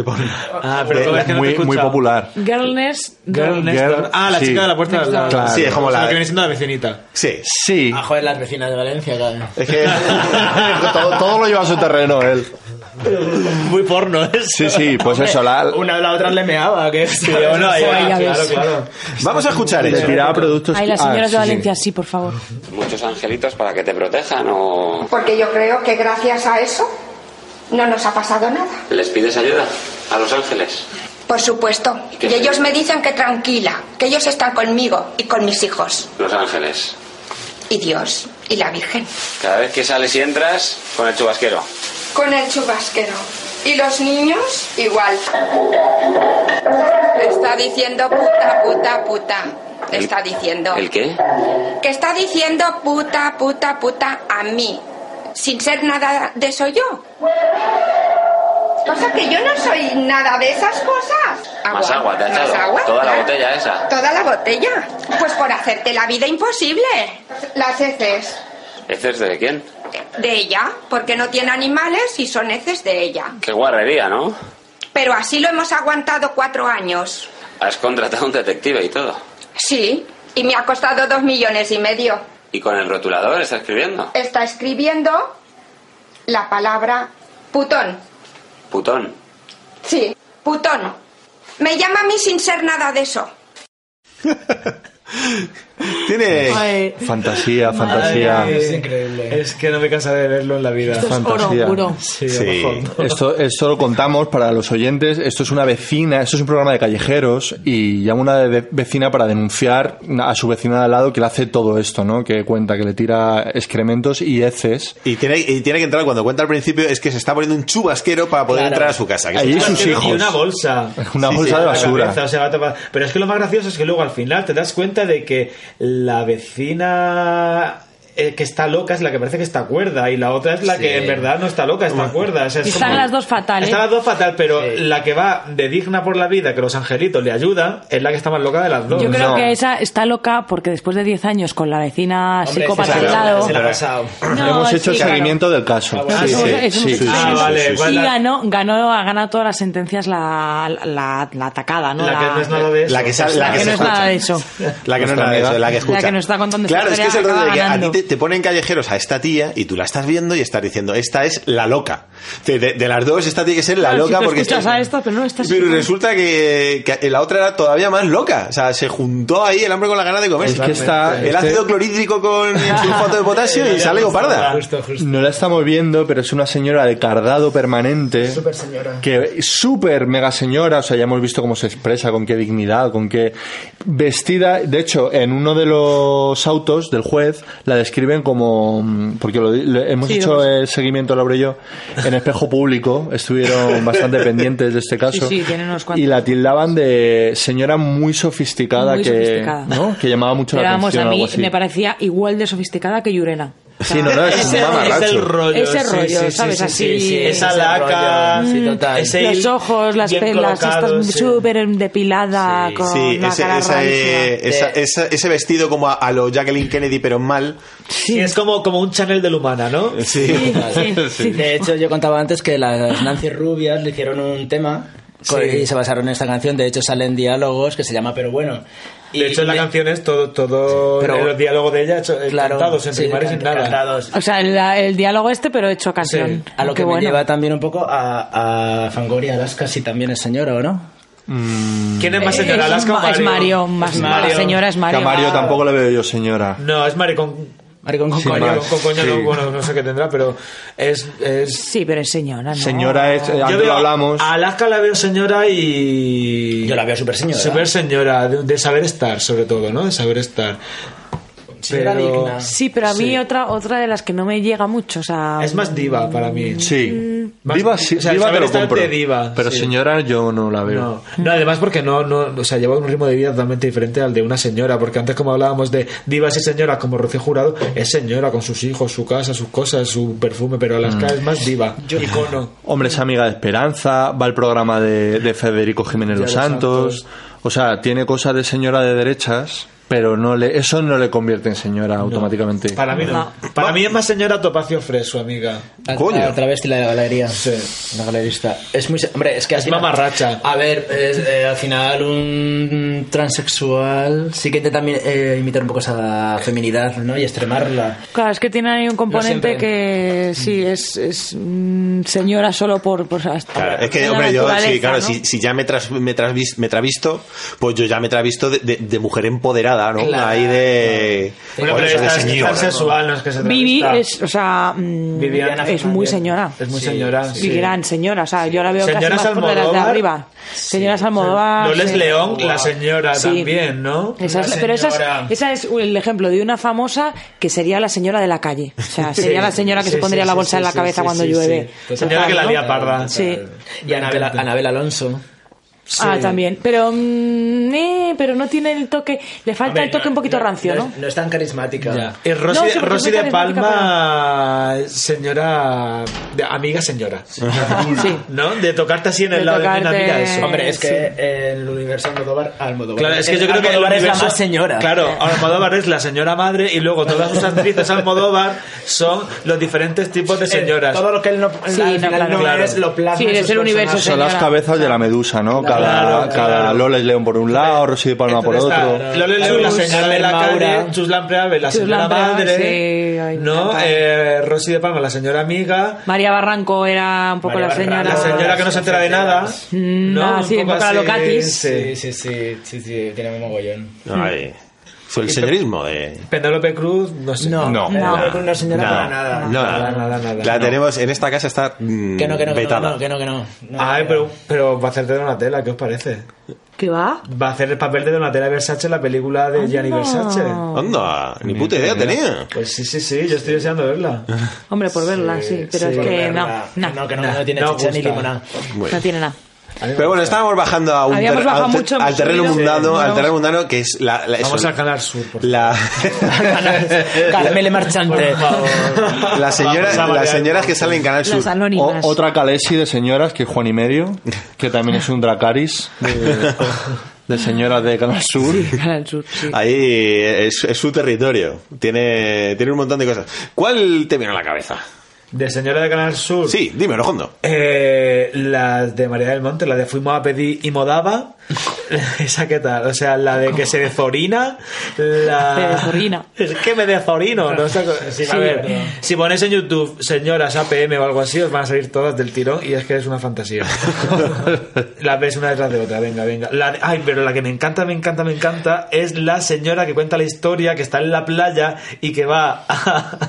[SPEAKER 3] Ah, pero todavía que no te he
[SPEAKER 6] muy, muy
[SPEAKER 3] escuchado.
[SPEAKER 6] popular.
[SPEAKER 5] Girlness,
[SPEAKER 3] Girl next
[SPEAKER 6] Girl-
[SPEAKER 3] door. Ah, la
[SPEAKER 6] sí.
[SPEAKER 3] chica de la puerta
[SPEAKER 6] Next
[SPEAKER 3] de al lado.
[SPEAKER 6] door. Claro. Sí, es como
[SPEAKER 3] O sea,
[SPEAKER 6] la-
[SPEAKER 3] que viene siendo la vecinita.
[SPEAKER 4] Sí.
[SPEAKER 6] Sí.
[SPEAKER 9] Ah, joder, las vecinas de Valencia, claro.
[SPEAKER 4] Es que
[SPEAKER 6] todo, todo lo lleva a su terreno él.
[SPEAKER 3] Muy porno, ¿eh?
[SPEAKER 6] Sí, sí, pues eso. La,
[SPEAKER 9] Una de la otra le meaba, que
[SPEAKER 3] Sí, bueno, ahí,
[SPEAKER 9] Ay, ya
[SPEAKER 3] claro,
[SPEAKER 9] ves.
[SPEAKER 3] claro.
[SPEAKER 4] Vamos a escuchar ¿eh?
[SPEAKER 6] le
[SPEAKER 4] eso.
[SPEAKER 6] tiraba productos.
[SPEAKER 5] Ay, las
[SPEAKER 6] ah,
[SPEAKER 5] señoras de
[SPEAKER 6] sí, sí.
[SPEAKER 5] Valencia, sí, por favor.
[SPEAKER 18] Muchos angelitos para que te protejan o...
[SPEAKER 16] Porque yo creo que gracias a eso no nos ha pasado nada.
[SPEAKER 18] ¿Les pides ayuda a los ángeles?
[SPEAKER 16] Por supuesto.
[SPEAKER 18] qué
[SPEAKER 16] Y
[SPEAKER 18] hacer?
[SPEAKER 16] ellos me dicen que tranquila, que ellos están conmigo y con mis hijos.
[SPEAKER 18] Los ángeles.
[SPEAKER 16] Y Dios y la Virgen.
[SPEAKER 18] Cada vez que sales y entras, con el chubasquero.
[SPEAKER 16] Con el chubasquero. Y los niños igual. Le está diciendo puta, puta, puta. Le está diciendo.
[SPEAKER 18] ¿El qué?
[SPEAKER 16] Que está diciendo puta, puta, puta a mí. Sin ser nada de eso yo. Cosa que yo no soy nada de esas cosas.
[SPEAKER 18] Más agua, te ha
[SPEAKER 16] más
[SPEAKER 18] echado.
[SPEAKER 16] agua,
[SPEAKER 18] Toda la
[SPEAKER 16] claro.
[SPEAKER 18] botella esa.
[SPEAKER 16] Toda la botella. Pues por hacerte la vida imposible. Las heces
[SPEAKER 18] ¿Heces ¿Este de quién?
[SPEAKER 16] de ella, porque no tiene animales y son heces de ella.
[SPEAKER 18] Qué guarrería, ¿no?
[SPEAKER 16] Pero así lo hemos aguantado cuatro años.
[SPEAKER 18] Has contratado a un detective y todo.
[SPEAKER 16] Sí, y me ha costado dos millones y medio.
[SPEAKER 18] ¿Y con el rotulador está escribiendo?
[SPEAKER 16] Está escribiendo la palabra putón.
[SPEAKER 18] Putón.
[SPEAKER 16] Sí, putón. Me llama a mí sin ser nada de eso.
[SPEAKER 4] Tiene.
[SPEAKER 6] Fantasía, fantasía.
[SPEAKER 3] Ay, es increíble. Es que no me cansa de verlo en la vida.
[SPEAKER 6] Esto es oro Fantasía. puro.
[SPEAKER 3] Sí, a lo
[SPEAKER 6] Sí.
[SPEAKER 3] mejor.
[SPEAKER 6] Esto, esto lo contamos para los oyentes. Esto es una vecina, esto es un programa de callejeros y llama una de- vecina para denunciar a su vecina de al lado que le hace todo esto, ¿no? Que cuenta que le tira excrementos y heces.
[SPEAKER 4] Y tiene, y tiene que entrar cuando cuenta al principio, es que se está poniendo un chubasquero para poder
[SPEAKER 3] Claro.
[SPEAKER 4] entrar a su casa. que
[SPEAKER 6] Ahí
[SPEAKER 4] es-
[SPEAKER 6] sus hijos.
[SPEAKER 3] Y una bolsa.
[SPEAKER 6] Una bolsa de
[SPEAKER 3] la
[SPEAKER 6] basura.
[SPEAKER 3] cabeza, o sea, va a tapar- Pero es que lo más gracioso es que luego al final te das cuenta de que la vecina eh, que está loca es la que parece que está cuerda y la otra es la que en verdad no está loca, está cuerda. O sea, es
[SPEAKER 5] Están
[SPEAKER 3] como-
[SPEAKER 5] las dos fatal, ¿eh?
[SPEAKER 3] Están las dos fatal, pero la que va de digna por la vida, que los angelitos le ayudan, es la que está más loca de las dos.
[SPEAKER 5] Yo creo que esa está loca porque después de 10 años con la vecina psicópata al lado.
[SPEAKER 3] Se la ha pasado.
[SPEAKER 5] No,
[SPEAKER 6] Hemos hecho
[SPEAKER 5] sí,
[SPEAKER 6] seguimiento del caso.
[SPEAKER 5] Ah,
[SPEAKER 6] Sí,
[SPEAKER 5] somos-
[SPEAKER 6] sí,
[SPEAKER 5] eh, somos-
[SPEAKER 6] sí, sí,
[SPEAKER 5] ah,
[SPEAKER 6] sí,
[SPEAKER 3] vale,
[SPEAKER 6] sí, sí.
[SPEAKER 5] Y ganó, ganó, ha ganado todas las sentencias la, la, la atacada, ¿no?
[SPEAKER 3] La que no es nada de eso.
[SPEAKER 4] La que sa- la
[SPEAKER 5] la
[SPEAKER 4] que
[SPEAKER 5] que
[SPEAKER 4] se
[SPEAKER 5] no es nada
[SPEAKER 4] escucha.
[SPEAKER 5] de eso.
[SPEAKER 4] La que no es
[SPEAKER 6] Nuestra
[SPEAKER 4] nada de
[SPEAKER 6] amiga.
[SPEAKER 4] eso, la que escucha.
[SPEAKER 5] La que nos está contando esta
[SPEAKER 4] Claro, es que es el
[SPEAKER 5] historia,
[SPEAKER 4] rollo de que
[SPEAKER 5] acaba
[SPEAKER 4] a ti
[SPEAKER 5] ganando.
[SPEAKER 4] te, te ponen callejeros a esta tía y tú la estás viendo y estás diciendo, esta es la loca. De, de- de las dos, esta tiene que ser la
[SPEAKER 5] Claro, si
[SPEAKER 4] loca
[SPEAKER 5] tú
[SPEAKER 4] porque...
[SPEAKER 5] escuchas
[SPEAKER 4] está-
[SPEAKER 5] a esta, pero no estás.
[SPEAKER 4] Pero resulta que, que la otra era todavía más loca. O sea, se juntó ahí el hambre con la gana de comer.
[SPEAKER 6] Es que está-
[SPEAKER 4] el
[SPEAKER 6] este-
[SPEAKER 4] ácido clorhídrico con sulfato de potasio y sale
[SPEAKER 6] parda
[SPEAKER 4] goparda.
[SPEAKER 6] Pues No la estamos viendo, pero es una señora de cardado permanente.
[SPEAKER 3] Súper señora.
[SPEAKER 6] Que súper mega señora, o sea, ya hemos visto cómo se expresa, con qué dignidad, con qué vestida. De hecho, en uno de los autos del juez la describen como. mm, Porque lo, lo- hemos
[SPEAKER 3] Sí,
[SPEAKER 6] hecho
[SPEAKER 3] hemos-
[SPEAKER 6] el seguimiento, Laura y yo, en espejo público. Estuvieron bastante pendientes de este caso.
[SPEAKER 5] Sí, sí, tienen unos cuantos.
[SPEAKER 6] y la tildaban de señora muy sofisticada,
[SPEAKER 5] Muy
[SPEAKER 6] que,
[SPEAKER 5] sofisticada.
[SPEAKER 6] ¿no? que llamaba mucho
[SPEAKER 5] Pero
[SPEAKER 6] la
[SPEAKER 5] vamos,
[SPEAKER 6] atención.
[SPEAKER 5] a
[SPEAKER 6] o
[SPEAKER 5] mí
[SPEAKER 6] algo así.
[SPEAKER 5] me parecía igual de sofisticada que Yurena.
[SPEAKER 6] Sí, no, no, es un
[SPEAKER 3] Ese-
[SPEAKER 6] mamarracho.
[SPEAKER 3] es el rollo,
[SPEAKER 5] Ese
[SPEAKER 3] sí,
[SPEAKER 5] rollo,
[SPEAKER 3] sí, sí,
[SPEAKER 5] ¿sabes?
[SPEAKER 3] sí,
[SPEAKER 5] Así.
[SPEAKER 3] sí, sí, esa
[SPEAKER 5] ese
[SPEAKER 3] laca,
[SPEAKER 5] rollo.
[SPEAKER 3] sí,
[SPEAKER 5] Mm,
[SPEAKER 3] total. ese
[SPEAKER 5] los
[SPEAKER 3] hil
[SPEAKER 5] ojos, las
[SPEAKER 3] bien
[SPEAKER 5] pelas,
[SPEAKER 3] colocado,
[SPEAKER 5] estás
[SPEAKER 3] sí.
[SPEAKER 5] súper depilada. Con
[SPEAKER 4] Sí,
[SPEAKER 5] una
[SPEAKER 4] ese,
[SPEAKER 5] cara
[SPEAKER 4] esa, eh,
[SPEAKER 5] rarísima.
[SPEAKER 4] esa- esa- ese vestido como a, a lo Jacqueline Kennedy, pero mal.
[SPEAKER 3] Sí, es como, como un Chanel del humana, ¿no?
[SPEAKER 4] Sí.
[SPEAKER 9] De hecho, yo contaba antes que las Nancy Rubias le hicieron un tema con-
[SPEAKER 3] Sí.
[SPEAKER 9] y se basaron en esta canción. De hecho, salen diálogos que se llama Pero bueno.
[SPEAKER 3] De hecho, en la canción es todo, todo
[SPEAKER 9] Pero-
[SPEAKER 3] los diálogos de ella hecho, eh, cantados en
[SPEAKER 9] sí,
[SPEAKER 3] primaria sin nada.
[SPEAKER 9] cantados.
[SPEAKER 5] O sea, el, el diálogo este, pero hecho a canción.
[SPEAKER 9] A lo
[SPEAKER 5] Qué
[SPEAKER 9] que me
[SPEAKER 5] bueno.
[SPEAKER 9] lleva también un poco a, a Fangoria Alaska, si también es señora o no.
[SPEAKER 3] ¿Quién es más
[SPEAKER 5] Eh,
[SPEAKER 3] señora?
[SPEAKER 5] es
[SPEAKER 3] ¿Alaska o
[SPEAKER 5] Ma- es
[SPEAKER 3] Mario?
[SPEAKER 5] Mario, más-
[SPEAKER 3] Es
[SPEAKER 5] la señora es Mario.
[SPEAKER 6] Camario tampoco le veo yo, señora.
[SPEAKER 3] No, es maricón.
[SPEAKER 9] Maricón
[SPEAKER 3] con
[SPEAKER 6] con Sin coño.
[SPEAKER 3] coño.
[SPEAKER 6] más,
[SPEAKER 3] Con coño,
[SPEAKER 6] sí.
[SPEAKER 3] no, bueno, no sé qué tendrá, pero es... es...
[SPEAKER 5] Sí, pero es señora, ¿no?
[SPEAKER 6] Señora es, eh,
[SPEAKER 3] Yo
[SPEAKER 6] antes
[SPEAKER 3] veo
[SPEAKER 6] lo hablamos.
[SPEAKER 3] A Alaska la veo señora y...
[SPEAKER 9] Yo la veo súper señora.
[SPEAKER 3] Súper señora, de, de saber estar, sobre todo, ¿no? De saber estar.
[SPEAKER 9] Señora digna.
[SPEAKER 5] Sí, pero a mí otra, otra de las que no me llega mucho. O sea,
[SPEAKER 3] Es más diva para mí.
[SPEAKER 6] Sí.
[SPEAKER 3] Más-
[SPEAKER 6] Diva, sí,
[SPEAKER 3] Mm. o sea,
[SPEAKER 6] diva te
[SPEAKER 3] saber
[SPEAKER 6] lo
[SPEAKER 3] estar
[SPEAKER 6] compro.
[SPEAKER 3] de diva,
[SPEAKER 6] pero
[SPEAKER 3] sí.
[SPEAKER 6] señora yo no la veo.
[SPEAKER 3] No, no, además porque no, no, o sea, lleva un ritmo de vida totalmente diferente al de una señora, porque antes como hablábamos de divas y señoras como Rocío Jurado, es señora con sus hijos, su casa, sus cosas, su perfume, pero
[SPEAKER 9] Mm.
[SPEAKER 3] Alaska es más diva, icono.
[SPEAKER 6] Hombre es amiga de Esperanza, va al programa de, de Federico Jiménez
[SPEAKER 3] Ya
[SPEAKER 6] los
[SPEAKER 3] los
[SPEAKER 6] Santos. O sea, tiene cosas de señora de derechas, pero no le, eso no le convierte en señora automáticamente.
[SPEAKER 3] Para mí
[SPEAKER 5] Ah.
[SPEAKER 3] no. Para mí es más señora Topacio Fres, su amiga.
[SPEAKER 9] A- a- Otra vez la galería. La galerista. Es muy. se- Hombre, es que. al
[SPEAKER 3] Es
[SPEAKER 9] final-
[SPEAKER 3] mamarracha.
[SPEAKER 9] A ver, es, eh, al final, un transexual sí que intenta mi- eh, imitar un poco esa feminidad, ¿no? Y extremarla.
[SPEAKER 5] Claro, es que tiene ahí un componente
[SPEAKER 9] siempre.
[SPEAKER 5] que sí, es, es mm, señora solo por... por hasta-
[SPEAKER 4] Claro, es que,
[SPEAKER 5] la
[SPEAKER 4] hombre, yo, sí,
[SPEAKER 5] naturaleza,
[SPEAKER 4] claro,
[SPEAKER 5] ¿no?
[SPEAKER 4] si, si ya me, tras- me, trasvis- me travisto, pues yo ya me travisto de, de- de mujer empoderada, ¿no?
[SPEAKER 3] Claro.
[SPEAKER 4] Ahí de.
[SPEAKER 3] Bueno,
[SPEAKER 4] Joder,
[SPEAKER 3] pero
[SPEAKER 4] eso de
[SPEAKER 3] esta es
[SPEAKER 4] señor,
[SPEAKER 3] tan sexual, no es que se
[SPEAKER 5] Vivi
[SPEAKER 3] travista.
[SPEAKER 5] es, o sea, mm,
[SPEAKER 3] Viviana
[SPEAKER 5] es muy
[SPEAKER 3] Fernández.
[SPEAKER 5] señora.
[SPEAKER 3] Es muy señora,
[SPEAKER 5] Y
[SPEAKER 3] sí.
[SPEAKER 5] gran señora, o sea, yo la veo
[SPEAKER 3] Señora
[SPEAKER 5] casi más por delante de
[SPEAKER 3] Almodóvar.
[SPEAKER 5] arriba. Señora Salmodóvar.
[SPEAKER 3] Loles León, la señora
[SPEAKER 5] Ah, Sí.
[SPEAKER 3] también, ¿no?
[SPEAKER 5] Esa es, pero esa es, esa es el ejemplo de una famosa que sería la señora de la calle. O sea, sería
[SPEAKER 3] Sí,
[SPEAKER 5] la señora que
[SPEAKER 3] sí,
[SPEAKER 5] se pondría
[SPEAKER 3] sí,
[SPEAKER 5] la
[SPEAKER 3] sí,
[SPEAKER 5] bolsa en la
[SPEAKER 3] sí,
[SPEAKER 5] cabeza
[SPEAKER 3] sí,
[SPEAKER 5] cuando
[SPEAKER 3] sí,
[SPEAKER 5] llueve.
[SPEAKER 3] sí. Señora que la
[SPEAKER 5] ¿no?
[SPEAKER 3] lía parda.
[SPEAKER 5] Sí.
[SPEAKER 9] Pues Y Anabel, Anabel Alonso.
[SPEAKER 5] Ah,
[SPEAKER 9] Sí.
[SPEAKER 5] también. Pero, mm, eh, pero no tiene el toque. Le falta el toque un poquito rancio, ¿no?
[SPEAKER 9] es, no es tan carismática.
[SPEAKER 3] Y Rosy,
[SPEAKER 5] No, sí, porque
[SPEAKER 3] Rosy
[SPEAKER 5] es muy
[SPEAKER 3] de Palma, señora. de- amiga señora. ¿No? De tocarte así en el
[SPEAKER 9] De
[SPEAKER 3] lado de una
[SPEAKER 9] tocarte-
[SPEAKER 3] amiga, eso.
[SPEAKER 9] Hombre, es que
[SPEAKER 3] Sí.
[SPEAKER 9] eh, en el universo Almodóvar, Almodóvar.
[SPEAKER 3] Claro, es que
[SPEAKER 9] El
[SPEAKER 3] yo creo que
[SPEAKER 9] Almodóvar
[SPEAKER 3] el
[SPEAKER 9] es la
[SPEAKER 3] universo-
[SPEAKER 9] más señora.
[SPEAKER 3] Claro, Almodóvar es la señora madre y luego todas sus actrices Almodóvar son los diferentes tipos de señoras.
[SPEAKER 9] todo lo que él no,
[SPEAKER 3] Sí,
[SPEAKER 9] al
[SPEAKER 3] no,
[SPEAKER 9] final
[SPEAKER 3] claro.
[SPEAKER 9] no
[SPEAKER 3] Claro.
[SPEAKER 9] es lo plasma.
[SPEAKER 3] Sí,
[SPEAKER 9] en
[SPEAKER 3] es
[SPEAKER 9] sus
[SPEAKER 3] el universo
[SPEAKER 9] personajes.
[SPEAKER 6] Son las cabezas de la medusa, ¿no? Cada,
[SPEAKER 9] Claro,
[SPEAKER 6] cada
[SPEAKER 9] claro.
[SPEAKER 6] Lola y León por un lado, Rosy de Palma por
[SPEAKER 3] Entonces
[SPEAKER 6] otro.
[SPEAKER 3] está Lola Luz, la señora de la calle, Chus Lampreave, la
[SPEAKER 5] Chus
[SPEAKER 3] señora
[SPEAKER 5] Lampreave, sí,
[SPEAKER 3] madre,
[SPEAKER 5] ay, me
[SPEAKER 3] ¿no?
[SPEAKER 5] encanta.
[SPEAKER 3] Eh, Rosy de Palma, la señora amiga,
[SPEAKER 5] María Barranco era un poco la señora.
[SPEAKER 3] la señora que no se entera de nada,
[SPEAKER 5] Mm,
[SPEAKER 3] ¿no?
[SPEAKER 5] ah, sí, un poco la
[SPEAKER 3] así,
[SPEAKER 5] locatis.
[SPEAKER 9] Sí,
[SPEAKER 3] sí.
[SPEAKER 9] sí, sí, sí, sí, tiene un mogollón.
[SPEAKER 4] Ay, Fue el señorismo de.
[SPEAKER 3] Penélope Cruz, no sé. No,
[SPEAKER 4] No,
[SPEAKER 9] Penélope Cruz no es señora para nada.
[SPEAKER 4] Nada,
[SPEAKER 3] Nada, nada,
[SPEAKER 4] La
[SPEAKER 3] no.
[SPEAKER 4] tenemos en esta casa está mm,
[SPEAKER 3] Que no, que no, que no,
[SPEAKER 4] vetada.
[SPEAKER 3] no,
[SPEAKER 9] Que no, que no.
[SPEAKER 3] Ay, pero, pero va a hacerte Donatella, ¿qué os parece?
[SPEAKER 5] ¿Qué va?
[SPEAKER 3] Va a hacer el papel de Donatella Versace en la película de Gianni Versace.
[SPEAKER 4] Anda, ni puta idea tenía.
[SPEAKER 3] Pues sí, sí, sí, yo estoy deseando verla.
[SPEAKER 5] Hombre, por verla, sí. Pero
[SPEAKER 3] sí,
[SPEAKER 5] es
[SPEAKER 3] por
[SPEAKER 5] que no,
[SPEAKER 3] verla.
[SPEAKER 5] no.
[SPEAKER 9] No, que no, no tiene
[SPEAKER 3] No
[SPEAKER 9] chicha ni
[SPEAKER 3] gusta.
[SPEAKER 9] limonada.
[SPEAKER 5] No tiene nada.
[SPEAKER 4] Pero bueno, estábamos bajando a un
[SPEAKER 3] Habíamos
[SPEAKER 4] ter-
[SPEAKER 3] bajado
[SPEAKER 4] al, ter-
[SPEAKER 3] mucho,
[SPEAKER 4] al
[SPEAKER 3] hemos
[SPEAKER 4] terreno
[SPEAKER 3] subido.
[SPEAKER 4] mundano,
[SPEAKER 3] Sí,
[SPEAKER 4] al
[SPEAKER 3] vamos-
[SPEAKER 4] terreno mundano que es la, la-
[SPEAKER 3] Vamos
[SPEAKER 4] eso,
[SPEAKER 3] al Canal Sur. por
[SPEAKER 4] la,
[SPEAKER 9] Carmele Marchante.
[SPEAKER 4] la señora,
[SPEAKER 6] Vamos a variar.
[SPEAKER 4] las señoras que salen en Canal Sur.
[SPEAKER 6] O- otra Calesi de señoras, que es Juan y Medio, que también es un Dracaris de, de señoras de Canal Sur.
[SPEAKER 4] Ahí es, es su territorio. Tiene, tiene un montón de cosas. ¿Cuál te vino a la cabeza?
[SPEAKER 3] ¿De señora de Canal Sur?
[SPEAKER 4] Sí, dímelo, Jondo.
[SPEAKER 3] Eh, las de María del Monte, la de Fuimos a pedir y modaba. Esa qué tal, o sea, la de que se dezorina. La...
[SPEAKER 5] Se dezorina.
[SPEAKER 3] Es que me dezorino. No sé, sí, a
[SPEAKER 5] Sí,
[SPEAKER 3] ver,
[SPEAKER 5] pero-
[SPEAKER 3] si ponéis en YouTube señoras APM o algo así, os van a salir todas del tirón y es que es una fantasía. las ves una detrás de otra, venga, venga. La de- ay, pero la que me encanta, me encanta, me encanta es la señora que cuenta la historia, que está en la playa y que va a,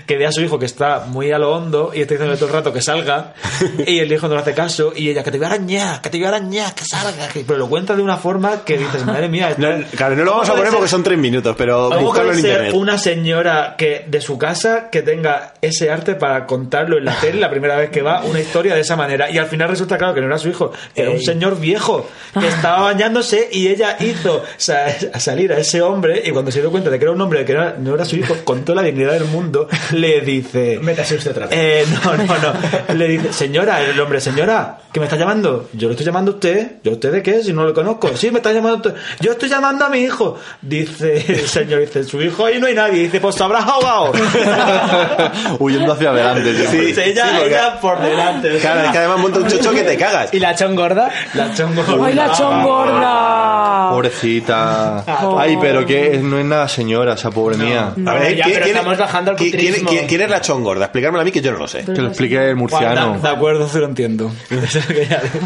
[SPEAKER 3] que ve a su hijo que está muy a lo hondo y está diciendo todo el rato que salga y el hijo no le hace caso y ella que te voy a arañar, que te voy a arañar, que salga, que- pero lo cuenta de una forma que dices, madre mía, esto-
[SPEAKER 4] No, claro, no lo vamos a
[SPEAKER 3] ¿Cómo
[SPEAKER 4] poner
[SPEAKER 3] puede ser-
[SPEAKER 4] porque son tres minutos, pero
[SPEAKER 3] ¿Cómo
[SPEAKER 4] buscarlo
[SPEAKER 3] puede
[SPEAKER 4] en
[SPEAKER 3] ser
[SPEAKER 4] internet.
[SPEAKER 3] una señora que de su casa que tenga ese arte para contarlo en la tele la primera vez que va una historia de esa manera y al final resulta claro que no era su hijo que era un señor viejo que estaba bañándose y ella hizo sa- a salir a ese hombre y cuando se dio cuenta de que era un hombre que era- no era su hijo con toda la dignidad del mundo le dice métase usted otra vez no, no, no le dice señora el hombre señora que me está llamando yo lo estoy llamando a usted yo a usted de qué si no lo conozco sí me está llamando usted. yo estoy llamando a mi hijo dice el señor dice su hijo ahí no hay nadie dice pues habrás ahogado
[SPEAKER 6] Huyendo hacia adelante.
[SPEAKER 4] Sí,
[SPEAKER 6] siempre.
[SPEAKER 3] ella,
[SPEAKER 4] sí, porque- Ah,
[SPEAKER 3] ella por delante o sea,
[SPEAKER 4] Claro, es que además monta un chocho que te cagas.
[SPEAKER 9] ¿Y la chongorda?
[SPEAKER 3] La chongorda.
[SPEAKER 12] ¡Ay, la chongorda!
[SPEAKER 4] Eh,
[SPEAKER 6] Pobrecita.
[SPEAKER 12] Ah,
[SPEAKER 6] Ay, pero que es- no es nada señora, esa pobre mía.
[SPEAKER 4] A ver, ¿quién- quién-
[SPEAKER 9] bajando al
[SPEAKER 4] quién- quién-
[SPEAKER 9] culturismo.
[SPEAKER 4] quién- quién es la chongorda? Explicármelo a mí que yo no lo sé.
[SPEAKER 6] Que lo explique el murciano.
[SPEAKER 3] De acuerdo, sí lo entiendo. Eso que ya dice.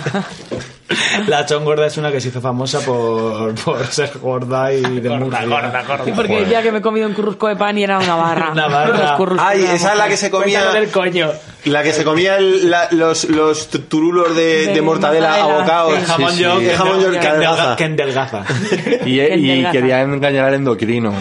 [SPEAKER 3] La chongorda es una que se hizo famosa por, por ser gorda y de gorda, gorda,
[SPEAKER 12] Y porque decía que me he comido un currusco de pan y era una barra.
[SPEAKER 3] Una barra.
[SPEAKER 12] Los curruscos
[SPEAKER 4] Ay,
[SPEAKER 12] de la
[SPEAKER 4] esa es la
[SPEAKER 12] mujer.
[SPEAKER 4] que se comía.
[SPEAKER 9] coño.
[SPEAKER 4] La que se comía el- la- los, los t- turulos de,
[SPEAKER 12] De
[SPEAKER 4] de mortadela
[SPEAKER 12] mortadela,
[SPEAKER 4] abocados.
[SPEAKER 12] sí. El
[SPEAKER 3] jamón
[SPEAKER 4] Sí, sí.
[SPEAKER 3] york,
[SPEAKER 4] El jamón york
[SPEAKER 3] que
[SPEAKER 4] que adelgaza.
[SPEAKER 3] endelga- que endelgaza.
[SPEAKER 6] Y,
[SPEAKER 12] Que
[SPEAKER 6] y
[SPEAKER 12] endelgaza.
[SPEAKER 6] quería engañar al endocrino.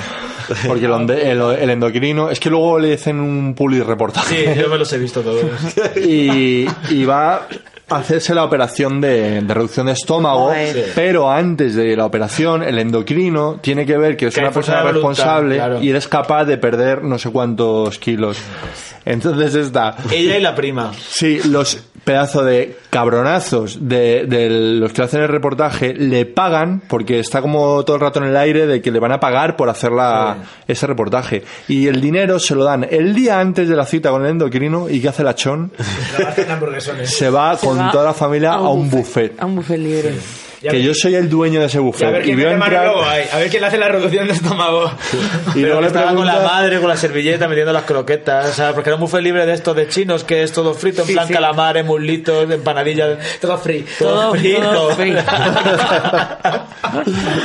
[SPEAKER 6] Porque el, onde- el- el endocrino. Es que luego le hacen un puli reportaje.
[SPEAKER 3] Sí, yo me los he visto todos.
[SPEAKER 6] y, y va a hacerse la operación de, de reducción de estómago,
[SPEAKER 3] Ay. Sí.
[SPEAKER 6] pero antes de la operación, el endocrino tiene que ver que es
[SPEAKER 3] Que hay
[SPEAKER 6] una
[SPEAKER 3] fuerza
[SPEAKER 6] persona
[SPEAKER 3] de voluntad,
[SPEAKER 6] responsable
[SPEAKER 3] claro.
[SPEAKER 6] y eres capaz de perder no sé cuántos kilos. Entonces está.
[SPEAKER 3] Ella y la prima.
[SPEAKER 6] Sí, los pedazo de cabronazos de, de los que hacen el reportaje le pagan porque está como todo el rato en el aire de que le van a pagar por hacer la, ese reportaje. Y el dinero se lo dan el día antes de la cita con el endocrino y que hace la chon. Se va
[SPEAKER 12] Se
[SPEAKER 6] con
[SPEAKER 12] va
[SPEAKER 6] toda la familia a un buffet.
[SPEAKER 12] A un buffet libre.
[SPEAKER 6] Que yo soy el dueño de ese
[SPEAKER 9] Y a
[SPEAKER 6] buffet.
[SPEAKER 9] ver
[SPEAKER 6] Y,
[SPEAKER 9] quién
[SPEAKER 6] veo
[SPEAKER 9] mete mano
[SPEAKER 6] entrar.
[SPEAKER 9] luego ahí, A ver quién le hace la reducción de estómago.
[SPEAKER 6] Y
[SPEAKER 3] Pero
[SPEAKER 6] luego
[SPEAKER 3] que
[SPEAKER 6] le
[SPEAKER 3] estaba con la
[SPEAKER 6] preguntas-
[SPEAKER 3] madre, con la servilleta, metiendo las croquetas, ¿sabes? Porque era un buffet libre de estos de chinos, que es todo frito, en plan calamares, muslitos, empanadillas.
[SPEAKER 9] Todo free.
[SPEAKER 3] Todo frito.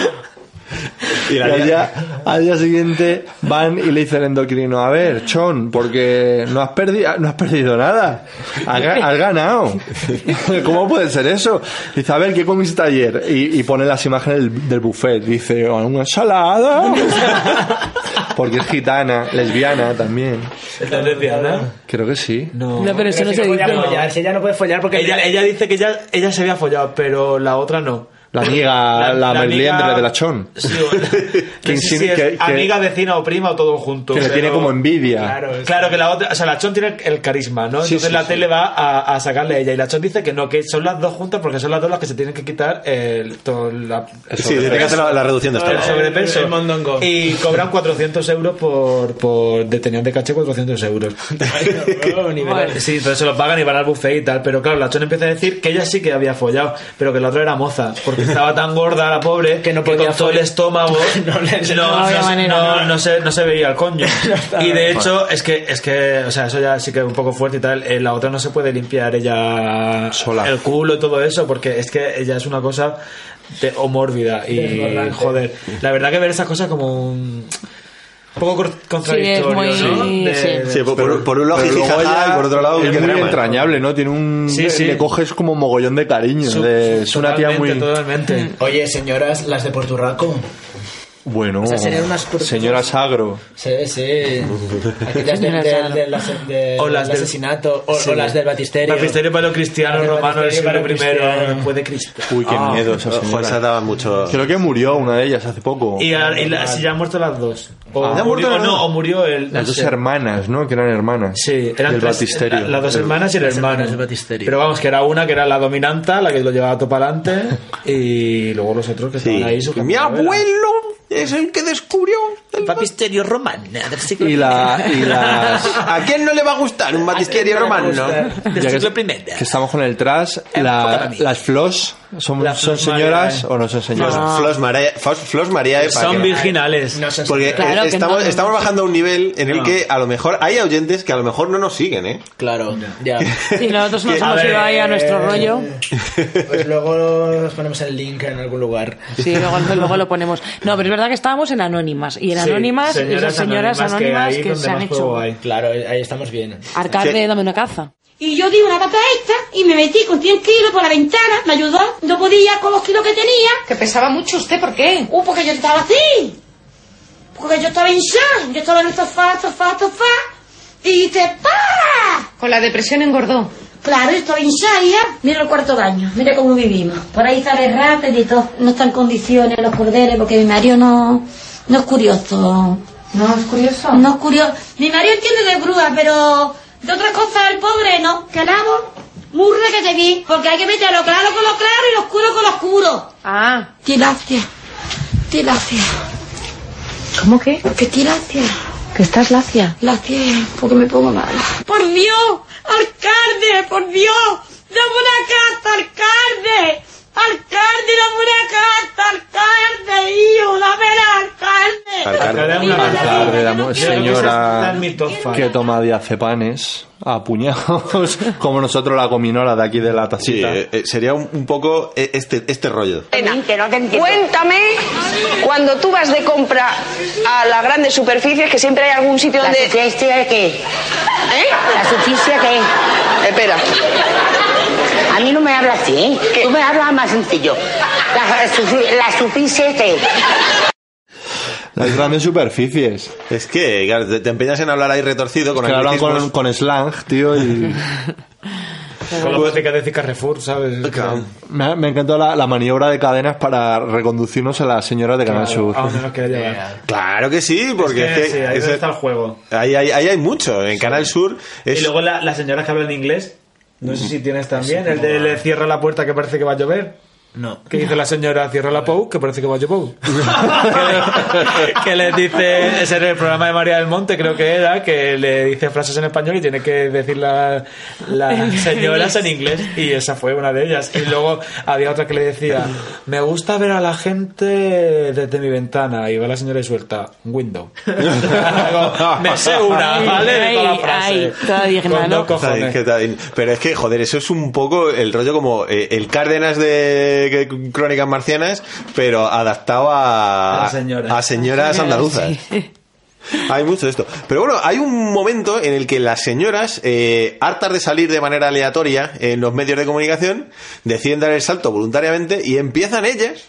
[SPEAKER 6] Y
[SPEAKER 4] la
[SPEAKER 6] al,
[SPEAKER 4] niña-
[SPEAKER 6] día, al día siguiente van y le dice el endocrino, a ver, Chon, porque no has perdido, no has perdido nada, has, ga- has ganado. ¿Cómo puede ser eso? Dice, a ver, ¿qué comiste ayer? Y, y pone las imágenes del, del buffet. Dice, una ensalada. Porque es gitana, lesbiana también.
[SPEAKER 3] ¿Estás lesbiana?
[SPEAKER 6] Creo que sí.
[SPEAKER 3] No.
[SPEAKER 12] No, pero eso no se
[SPEAKER 9] podía
[SPEAKER 12] dice.
[SPEAKER 9] follar, si ella no puede follar porque
[SPEAKER 3] Ella, ella dice que ella, ella se había follado, pero la otra no.
[SPEAKER 6] La amiga, la,
[SPEAKER 3] la
[SPEAKER 6] Merlier
[SPEAKER 3] amiga-
[SPEAKER 6] de la Chon.
[SPEAKER 3] Sí, o- no sé si
[SPEAKER 6] insinu-
[SPEAKER 3] es
[SPEAKER 6] que- que-
[SPEAKER 3] amiga, vecina o prima o todo junto.
[SPEAKER 6] Que le
[SPEAKER 3] pero-
[SPEAKER 6] tiene como envidia.
[SPEAKER 3] Claro, es- claro que la otra, o sea, la Chon tiene el carisma, ¿no?
[SPEAKER 6] Sí,
[SPEAKER 3] Entonces
[SPEAKER 6] sí,
[SPEAKER 3] la
[SPEAKER 6] sí.
[SPEAKER 3] tele va a, a sacarle a ella y la Chon dice que no, que son las dos juntas porque son las dos las que se tienen que quitar el, todo la, el
[SPEAKER 4] Sí, tiene que hacer la, la reducción de
[SPEAKER 3] el
[SPEAKER 4] estómago.
[SPEAKER 3] sobrepeso.
[SPEAKER 9] El mondongo.
[SPEAKER 3] y cobran 400 euros por, por detenían de caché 400 euros. Sí, entonces se lo pagan y van al buffet y tal. Pero claro, la chona empieza a decir que ella sí que había follado, pero que la otra era moza, porque estaba tan gorda la pobre que no
[SPEAKER 9] podía
[SPEAKER 3] con todo el
[SPEAKER 9] follar.
[SPEAKER 3] estómago no,
[SPEAKER 9] le- no
[SPEAKER 3] no-
[SPEAKER 9] había
[SPEAKER 3] no-
[SPEAKER 9] manera,
[SPEAKER 3] no-
[SPEAKER 9] no.
[SPEAKER 3] no se, no se veía el coño. y de
[SPEAKER 9] bien.
[SPEAKER 3] hecho, es que, es que, o sea, eso ya sí que es un poco fuerte y tal. Eh, La otra no se puede limpiar ella
[SPEAKER 6] Sola.
[SPEAKER 3] el culo y todo eso, porque es que ella es una cosa de, o mórbida y
[SPEAKER 9] Desbordante.
[SPEAKER 3] joder. La verdad que ver esas cosas como un un poco cor- contradictorio,
[SPEAKER 12] es
[SPEAKER 3] ¿no?
[SPEAKER 12] muy-
[SPEAKER 3] De-
[SPEAKER 12] sí.
[SPEAKER 4] Sí, pues, por, por- por un lado
[SPEAKER 6] Pero luego
[SPEAKER 4] jijijaja,
[SPEAKER 6] ella
[SPEAKER 4] y por otro lado
[SPEAKER 6] es
[SPEAKER 4] qué
[SPEAKER 6] muy
[SPEAKER 4] drama.
[SPEAKER 6] entrañable, ¿no? Tiene un
[SPEAKER 3] Sí, sí.
[SPEAKER 6] le coges como mogollón de cariño,
[SPEAKER 3] Su-
[SPEAKER 6] de- es una tía
[SPEAKER 3] totalmente,
[SPEAKER 6] muy
[SPEAKER 3] Totalmente.
[SPEAKER 9] Oye, señoras, las de Porturraco.
[SPEAKER 6] Bueno,
[SPEAKER 9] O sea, serían unas puertas-
[SPEAKER 6] señora Sagro.
[SPEAKER 9] Sí, sí. Aquellas de- de- de- las- de-
[SPEAKER 3] O las
[SPEAKER 9] del
[SPEAKER 3] del-
[SPEAKER 9] asesinato, o,
[SPEAKER 3] Sí.
[SPEAKER 9] o las del batisterio.
[SPEAKER 3] Baptisterio para los cristianos
[SPEAKER 9] Las del
[SPEAKER 3] romanos del
[SPEAKER 9] baptisterio
[SPEAKER 3] siglo
[SPEAKER 9] para los
[SPEAKER 3] primero.
[SPEAKER 9] cristianos.
[SPEAKER 3] Después de Cristo.
[SPEAKER 6] Uy, qué
[SPEAKER 3] Ah.
[SPEAKER 6] miedo esa
[SPEAKER 4] ojo,
[SPEAKER 6] señora.
[SPEAKER 4] esa daba mucho...
[SPEAKER 6] Creo que murió una de ellas hace poco.
[SPEAKER 3] Y, a- y la- si ya han muerto las dos. O,
[SPEAKER 6] Oh, Ah. Ya han
[SPEAKER 3] murió,
[SPEAKER 6] muerto
[SPEAKER 3] o
[SPEAKER 6] las
[SPEAKER 3] no,
[SPEAKER 6] dos.
[SPEAKER 3] o murió el.
[SPEAKER 6] Las dos
[SPEAKER 3] sí.
[SPEAKER 6] hermanas, ¿no? Que eran hermanas.
[SPEAKER 3] Sí, eran
[SPEAKER 6] Del
[SPEAKER 3] tres-
[SPEAKER 6] baptisterio.
[SPEAKER 3] la- las dos hermanas y el hermano. Pero vamos, que era una que era la dominanta, la que lo llevaba todo para adelante, y luego los otros que estaban ahí. su
[SPEAKER 4] Mi
[SPEAKER 3] campana,
[SPEAKER 4] abuelo es el que descubrió el
[SPEAKER 9] batisterio romano. del siglo
[SPEAKER 6] Y la- y las-
[SPEAKER 4] ¿A quién no le va a gustar un batisterio
[SPEAKER 9] ¿A quién no le
[SPEAKER 4] romano?
[SPEAKER 9] va a gustar?
[SPEAKER 6] Ya que, que estamos con el trash, la- las flos son, son
[SPEAKER 3] eh.
[SPEAKER 6] señoras o no son señoras.
[SPEAKER 4] Flos, Flos Marea- Fos- Flos Mareae, ¿para
[SPEAKER 6] Son
[SPEAKER 4] qué?
[SPEAKER 6] virginales.
[SPEAKER 9] No son
[SPEAKER 4] Porque
[SPEAKER 9] señoras.
[SPEAKER 4] eh,
[SPEAKER 9] Claro que
[SPEAKER 4] estamos,
[SPEAKER 9] no, no,
[SPEAKER 4] estamos
[SPEAKER 9] no.
[SPEAKER 4] bajando a un nivel en el
[SPEAKER 9] No.
[SPEAKER 4] que a lo mejor hay oyentes que a lo mejor no nos siguen, ¿eh?
[SPEAKER 9] Claro, ya.
[SPEAKER 12] Y nosotros nos
[SPEAKER 4] Que-
[SPEAKER 12] hemos
[SPEAKER 4] a
[SPEAKER 12] ido
[SPEAKER 4] ver.
[SPEAKER 12] ahí a nuestro rollo.
[SPEAKER 9] Pues luego nos ponemos el link en algún lugar.
[SPEAKER 12] Sí, luego, luego lo ponemos. No, pero es verdad que estábamos en Anónimas. Y en
[SPEAKER 9] Sí,
[SPEAKER 12] Anónimas, esas señoras anónimas que, se han hecho.
[SPEAKER 9] Claro, ahí estamos bien.
[SPEAKER 12] Arcade, Eh, dame una caza.
[SPEAKER 19] Y yo di una pata esta y me metí con 100 kilos por la ventana, me ayudó, no podía con los kilos que tenía. Que pesaba mucho usted, ¿por qué? Uh, porque yo estaba así. Porque yo estaba hinchada, yo estaba en el sofá, sofá, sofá. Y te ¡pa! Con la depresión engordó. Claro, yo estaba hinchada. ya. Mira el cuarto baño, mira cómo vivimos. Por ahí está el rato y todo. No está en condiciones los cordeles porque mi marido no, no es curioso. ¿No es curioso? No es curioso. Mi marido entiende de grúa, pero de otra cosa el pobre no. Que lavo, murre que te vi, porque hay que meter lo claro con lo claro y lo oscuro con lo oscuro. Ah. Tilapia. Tilapia. ¿Cómo que? Que tilapia.
[SPEAKER 12] Que estás lacia.
[SPEAKER 19] Lacia, porque me pongo mal. ¡Por Dios! ¡Alcalde! ¡Por Dios! ¡Dame una carta, alcalde! ¡Alcalde, dame una carta, alcalde! ¡Hijo, dame la alcalde!
[SPEAKER 6] Alcalde, la mu-
[SPEAKER 3] Esa
[SPEAKER 6] señora
[SPEAKER 3] es la mitofa.
[SPEAKER 6] que toma diazepanes a puñados, como nosotros la gominola de aquí de la
[SPEAKER 4] Sí,
[SPEAKER 6] tacita.
[SPEAKER 4] eh, eh, sería un, un poco eh, este, este rollo.
[SPEAKER 20] Cuéntame cuando tú vas de compra a las grandes superficies que siempre hay algún sitio donde. ¿La superficie qué? ¿Eh? ¿La superficie qué? Espera.
[SPEAKER 21] A mí no me hablas así, ¿eh? Tú me hablas más sencillo. La, su- la superficie que...
[SPEAKER 6] Las grandes superficies.
[SPEAKER 4] Es que, claro, te, te empeñas en hablar ahí retorcido con
[SPEAKER 6] que hablan
[SPEAKER 4] anglicismos.
[SPEAKER 6] con, con slang, tío, y...
[SPEAKER 3] Con la
[SPEAKER 4] pues
[SPEAKER 3] música de Carrefour, ¿sabes?
[SPEAKER 4] Ah,
[SPEAKER 3] Es que-
[SPEAKER 6] Me, me encantó la, la maniobra de cadenas para reconducirnos a la señora de Canal Sur.
[SPEAKER 3] A donde nos quiere llevar.
[SPEAKER 4] Claro que sí, porque
[SPEAKER 3] Es que sí, ahí
[SPEAKER 4] es-
[SPEAKER 3] donde está el juego.
[SPEAKER 4] ahí, hay- ahí hay mucho. En Canal Sur es...
[SPEAKER 3] Y luego la- las señoras que hablan inglés. No sé si tienes también. El de le cierra la puerta que parece que va a llover.
[SPEAKER 9] No.
[SPEAKER 3] Que dice la señora, cierra la POU, que parece que va a llover. que les dice, ese era el programa de María del Monte, creo que era, que le dice frases en español y tiene que decir la- las señoras en inglés. Y esa fue una de ellas. Y luego había otra que le decía, me gusta ver a la gente desde mi ventana. Y va la señora y suelta, window. Digo, me sé una,
[SPEAKER 12] Ay,
[SPEAKER 3] ¿vale? De toda la
[SPEAKER 12] ay, ay,
[SPEAKER 3] frase.
[SPEAKER 12] toda digna,
[SPEAKER 3] Con
[SPEAKER 12] ¿no?
[SPEAKER 3] dos cojones.
[SPEAKER 4] Ay, qué tal. Pero es que, joder, eso es un poco el rollo como eh, el Cárdenas de que- Crónicas Marcianas, pero adaptado a,
[SPEAKER 3] A señoras.
[SPEAKER 4] a señoras
[SPEAKER 3] Sí.
[SPEAKER 4] andaluzas. Hay mucho de esto. Pero bueno, hay un momento en el que las señoras, eh, hartas de salir de manera aleatoria en los medios de comunicación, deciden dar el salto voluntariamente y empiezan ellas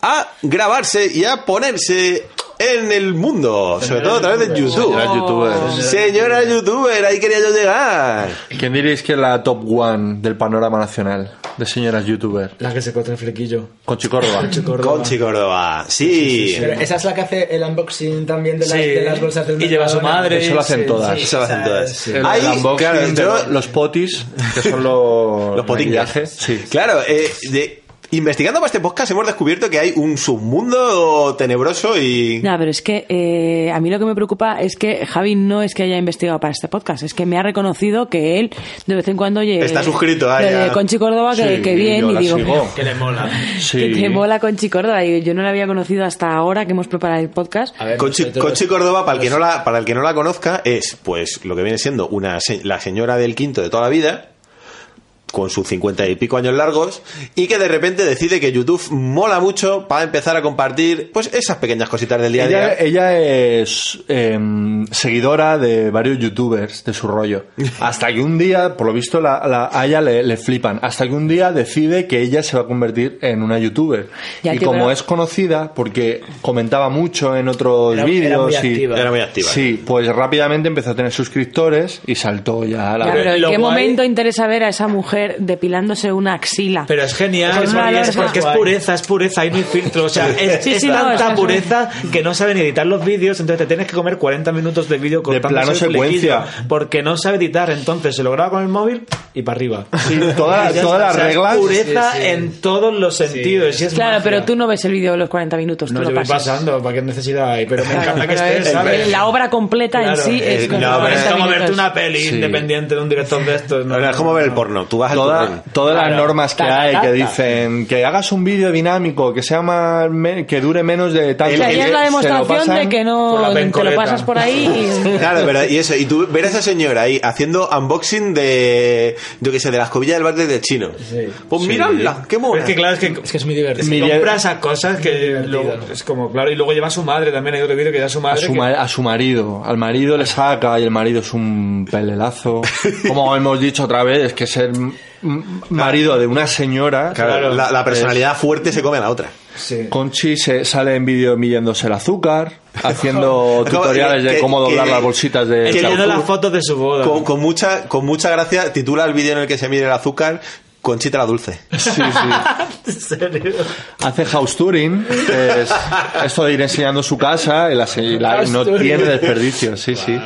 [SPEAKER 4] a grabarse y a ponerse en el mundo, sobre todo a través de YouTube.
[SPEAKER 3] Oh.
[SPEAKER 6] Señoras youtubers.
[SPEAKER 4] Señora youtuber, ahí quería yo llegar.
[SPEAKER 6] ¿Quién diréis que es la top one del panorama nacional de señoras youtuber?
[SPEAKER 3] La que se corta el flequillo.
[SPEAKER 6] Conchi Córdoba.
[SPEAKER 3] Conchi Córdoba.
[SPEAKER 4] Conchi Córdoba, sí.
[SPEAKER 9] Pero esa es la que hace el unboxing también de las,
[SPEAKER 3] Sí.
[SPEAKER 9] de las bolsas del
[SPEAKER 3] Y lleva a su
[SPEAKER 9] Mercadona.
[SPEAKER 3] madre,
[SPEAKER 6] Eso lo hacen todas.
[SPEAKER 4] Eso lo hacen todas.
[SPEAKER 6] El
[SPEAKER 4] Ahí,
[SPEAKER 6] unboxing
[SPEAKER 4] claro,
[SPEAKER 6] de
[SPEAKER 4] yo-
[SPEAKER 6] los- los potis, que son los...
[SPEAKER 4] Los potingas.
[SPEAKER 6] maquillajes. Sí.
[SPEAKER 4] Claro, eh, de- investigando para este podcast hemos descubierto que hay un submundo tenebroso y...
[SPEAKER 12] No, pero es que eh, a mí lo que me preocupa es que Javi no es que haya investigado para este podcast, es que me ha reconocido que él de vez en cuando llega.
[SPEAKER 4] Está suscrito ah, a ella.
[SPEAKER 12] Conchi Córdoba, que,
[SPEAKER 4] Sí,
[SPEAKER 12] que bien,
[SPEAKER 4] yo
[SPEAKER 12] y
[SPEAKER 4] la
[SPEAKER 12] digo.
[SPEAKER 4] sigo.
[SPEAKER 9] Que le mola.
[SPEAKER 12] Que te mola Conchi Córdoba, y yo no la había conocido hasta ahora que hemos preparado el podcast.
[SPEAKER 4] Conchi, Conchi Córdoba, para el, que no la, para el que no la conozca, es pues lo que viene siendo una se- la señora del quinto de toda la vida, con sus cincuenta y pico años largos y que de repente decide que YouTube mola mucho para empezar a compartir pues esas pequeñas cositas del día a día.
[SPEAKER 6] Ella, ella es em, seguidora de varios youtubers de su rollo. Hasta que un día, por lo visto, la- la- a ella le, le flipan. Hasta que un día decide que ella se va a convertir en una youtuber.
[SPEAKER 4] Ya,
[SPEAKER 6] y
[SPEAKER 4] tío,
[SPEAKER 6] como
[SPEAKER 4] pero-
[SPEAKER 6] es conocida, porque comentaba mucho en otros
[SPEAKER 4] Era- era muy
[SPEAKER 6] vídeos. y-
[SPEAKER 4] activa. Era muy activa.
[SPEAKER 6] Sí, pues rápidamente empezó a tener suscriptores y saltó ya a la.
[SPEAKER 12] Ya, pero ¿en qué momento interesa ver a esa mujer depilándose una axila?
[SPEAKER 3] Pero es genial,
[SPEAKER 12] Con
[SPEAKER 3] es,
[SPEAKER 12] una
[SPEAKER 3] porque es-
[SPEAKER 12] lona.
[SPEAKER 3] porque es pureza, es pureza, ahí no hay filtro. O sea, es,
[SPEAKER 12] Sí,
[SPEAKER 3] es
[SPEAKER 12] sí, no, es que
[SPEAKER 3] tanta
[SPEAKER 12] es-
[SPEAKER 3] pureza que no sabe ni editar los vídeos, entonces te tienes que comer 40 minutos de vídeo con
[SPEAKER 6] plano secuencia.
[SPEAKER 3] Porque no sabe editar, entonces se lo graba con el móvil y para arriba.
[SPEAKER 6] Sí, toda-
[SPEAKER 3] Y ya
[SPEAKER 6] todas
[SPEAKER 3] está.
[SPEAKER 6] las
[SPEAKER 3] es
[SPEAKER 6] reglas-
[SPEAKER 3] Pureza
[SPEAKER 6] Sí, sí.
[SPEAKER 3] en todos los sentidos. y es
[SPEAKER 12] claro,
[SPEAKER 3] magia.
[SPEAKER 12] pero tú no ves el vídeo de los 40 minutos,
[SPEAKER 3] No,
[SPEAKER 12] tú
[SPEAKER 3] yo
[SPEAKER 12] lo
[SPEAKER 3] voy
[SPEAKER 12] pasas.
[SPEAKER 3] pasando, ¿para qué necesidad hay? Pero me encanta que
[SPEAKER 12] Pero
[SPEAKER 3] estés,
[SPEAKER 12] es-
[SPEAKER 3] ¿sabes?
[SPEAKER 12] La obra completa en
[SPEAKER 3] Claro,
[SPEAKER 12] sí
[SPEAKER 3] eh,
[SPEAKER 12] es como
[SPEAKER 3] no, pero es
[SPEAKER 12] 40
[SPEAKER 3] como verte
[SPEAKER 12] minutos.
[SPEAKER 3] una peli
[SPEAKER 6] Sí.
[SPEAKER 3] independiente de un director de estos. No,
[SPEAKER 4] es como ver el porno. Tú vas
[SPEAKER 6] Toda-
[SPEAKER 4] porno.
[SPEAKER 6] todas
[SPEAKER 3] Claro.
[SPEAKER 6] las normas que
[SPEAKER 3] Ta, ta,
[SPEAKER 6] hay
[SPEAKER 3] ta,
[SPEAKER 6] que
[SPEAKER 3] ta.
[SPEAKER 6] dicen que hagas un vídeo dinámico que sea más me- que dure menos de tal
[SPEAKER 12] O sea, ya es la
[SPEAKER 6] se lo
[SPEAKER 12] demostración de
[SPEAKER 6] pasan-
[SPEAKER 12] que no te lo pasas por ahí y...
[SPEAKER 4] Claro, pero y eso, y tú ver a esa señora ahí haciendo unboxing de, yo qué sé, de la escobilla del barrio de chino. Pues
[SPEAKER 3] Sí.
[SPEAKER 4] miradla, qué
[SPEAKER 3] Pero
[SPEAKER 4] mona.
[SPEAKER 3] Es que claro, es que es, muy divertido.
[SPEAKER 6] Mira-
[SPEAKER 3] Compras a cosas que luego, es como, claro, y luego lleva a su madre también. Hay otro vídeo que lleva a su
[SPEAKER 6] a
[SPEAKER 3] madre.
[SPEAKER 6] su,
[SPEAKER 3] que-
[SPEAKER 6] ma- a su marido, al marido le saca y el marido es un pelelazo. Como hemos dicho otra vez, es que ser m- m- marido de una señora.
[SPEAKER 4] Claro, la, la
[SPEAKER 6] es-
[SPEAKER 4] personalidad fuerte se come a la otra.
[SPEAKER 6] Conchi se sale en vídeo midiéndose el azúcar, haciendo
[SPEAKER 4] Es como-
[SPEAKER 6] tutoriales de
[SPEAKER 4] que-
[SPEAKER 6] cómo doblar
[SPEAKER 4] que-
[SPEAKER 6] las bolsitas de.
[SPEAKER 4] que-
[SPEAKER 6] champú.
[SPEAKER 3] fotos de su boda.
[SPEAKER 4] Con, con mucha, con mucha gracia titula el vídeo en el que se mide el azúcar Conchita la dulce.
[SPEAKER 3] ¿En serio?
[SPEAKER 6] Hace house touring, que es esto de ir enseñando su casa y, la se- y la- y no
[SPEAKER 3] House touring.
[SPEAKER 6] tiene desperdicio, sí, sí.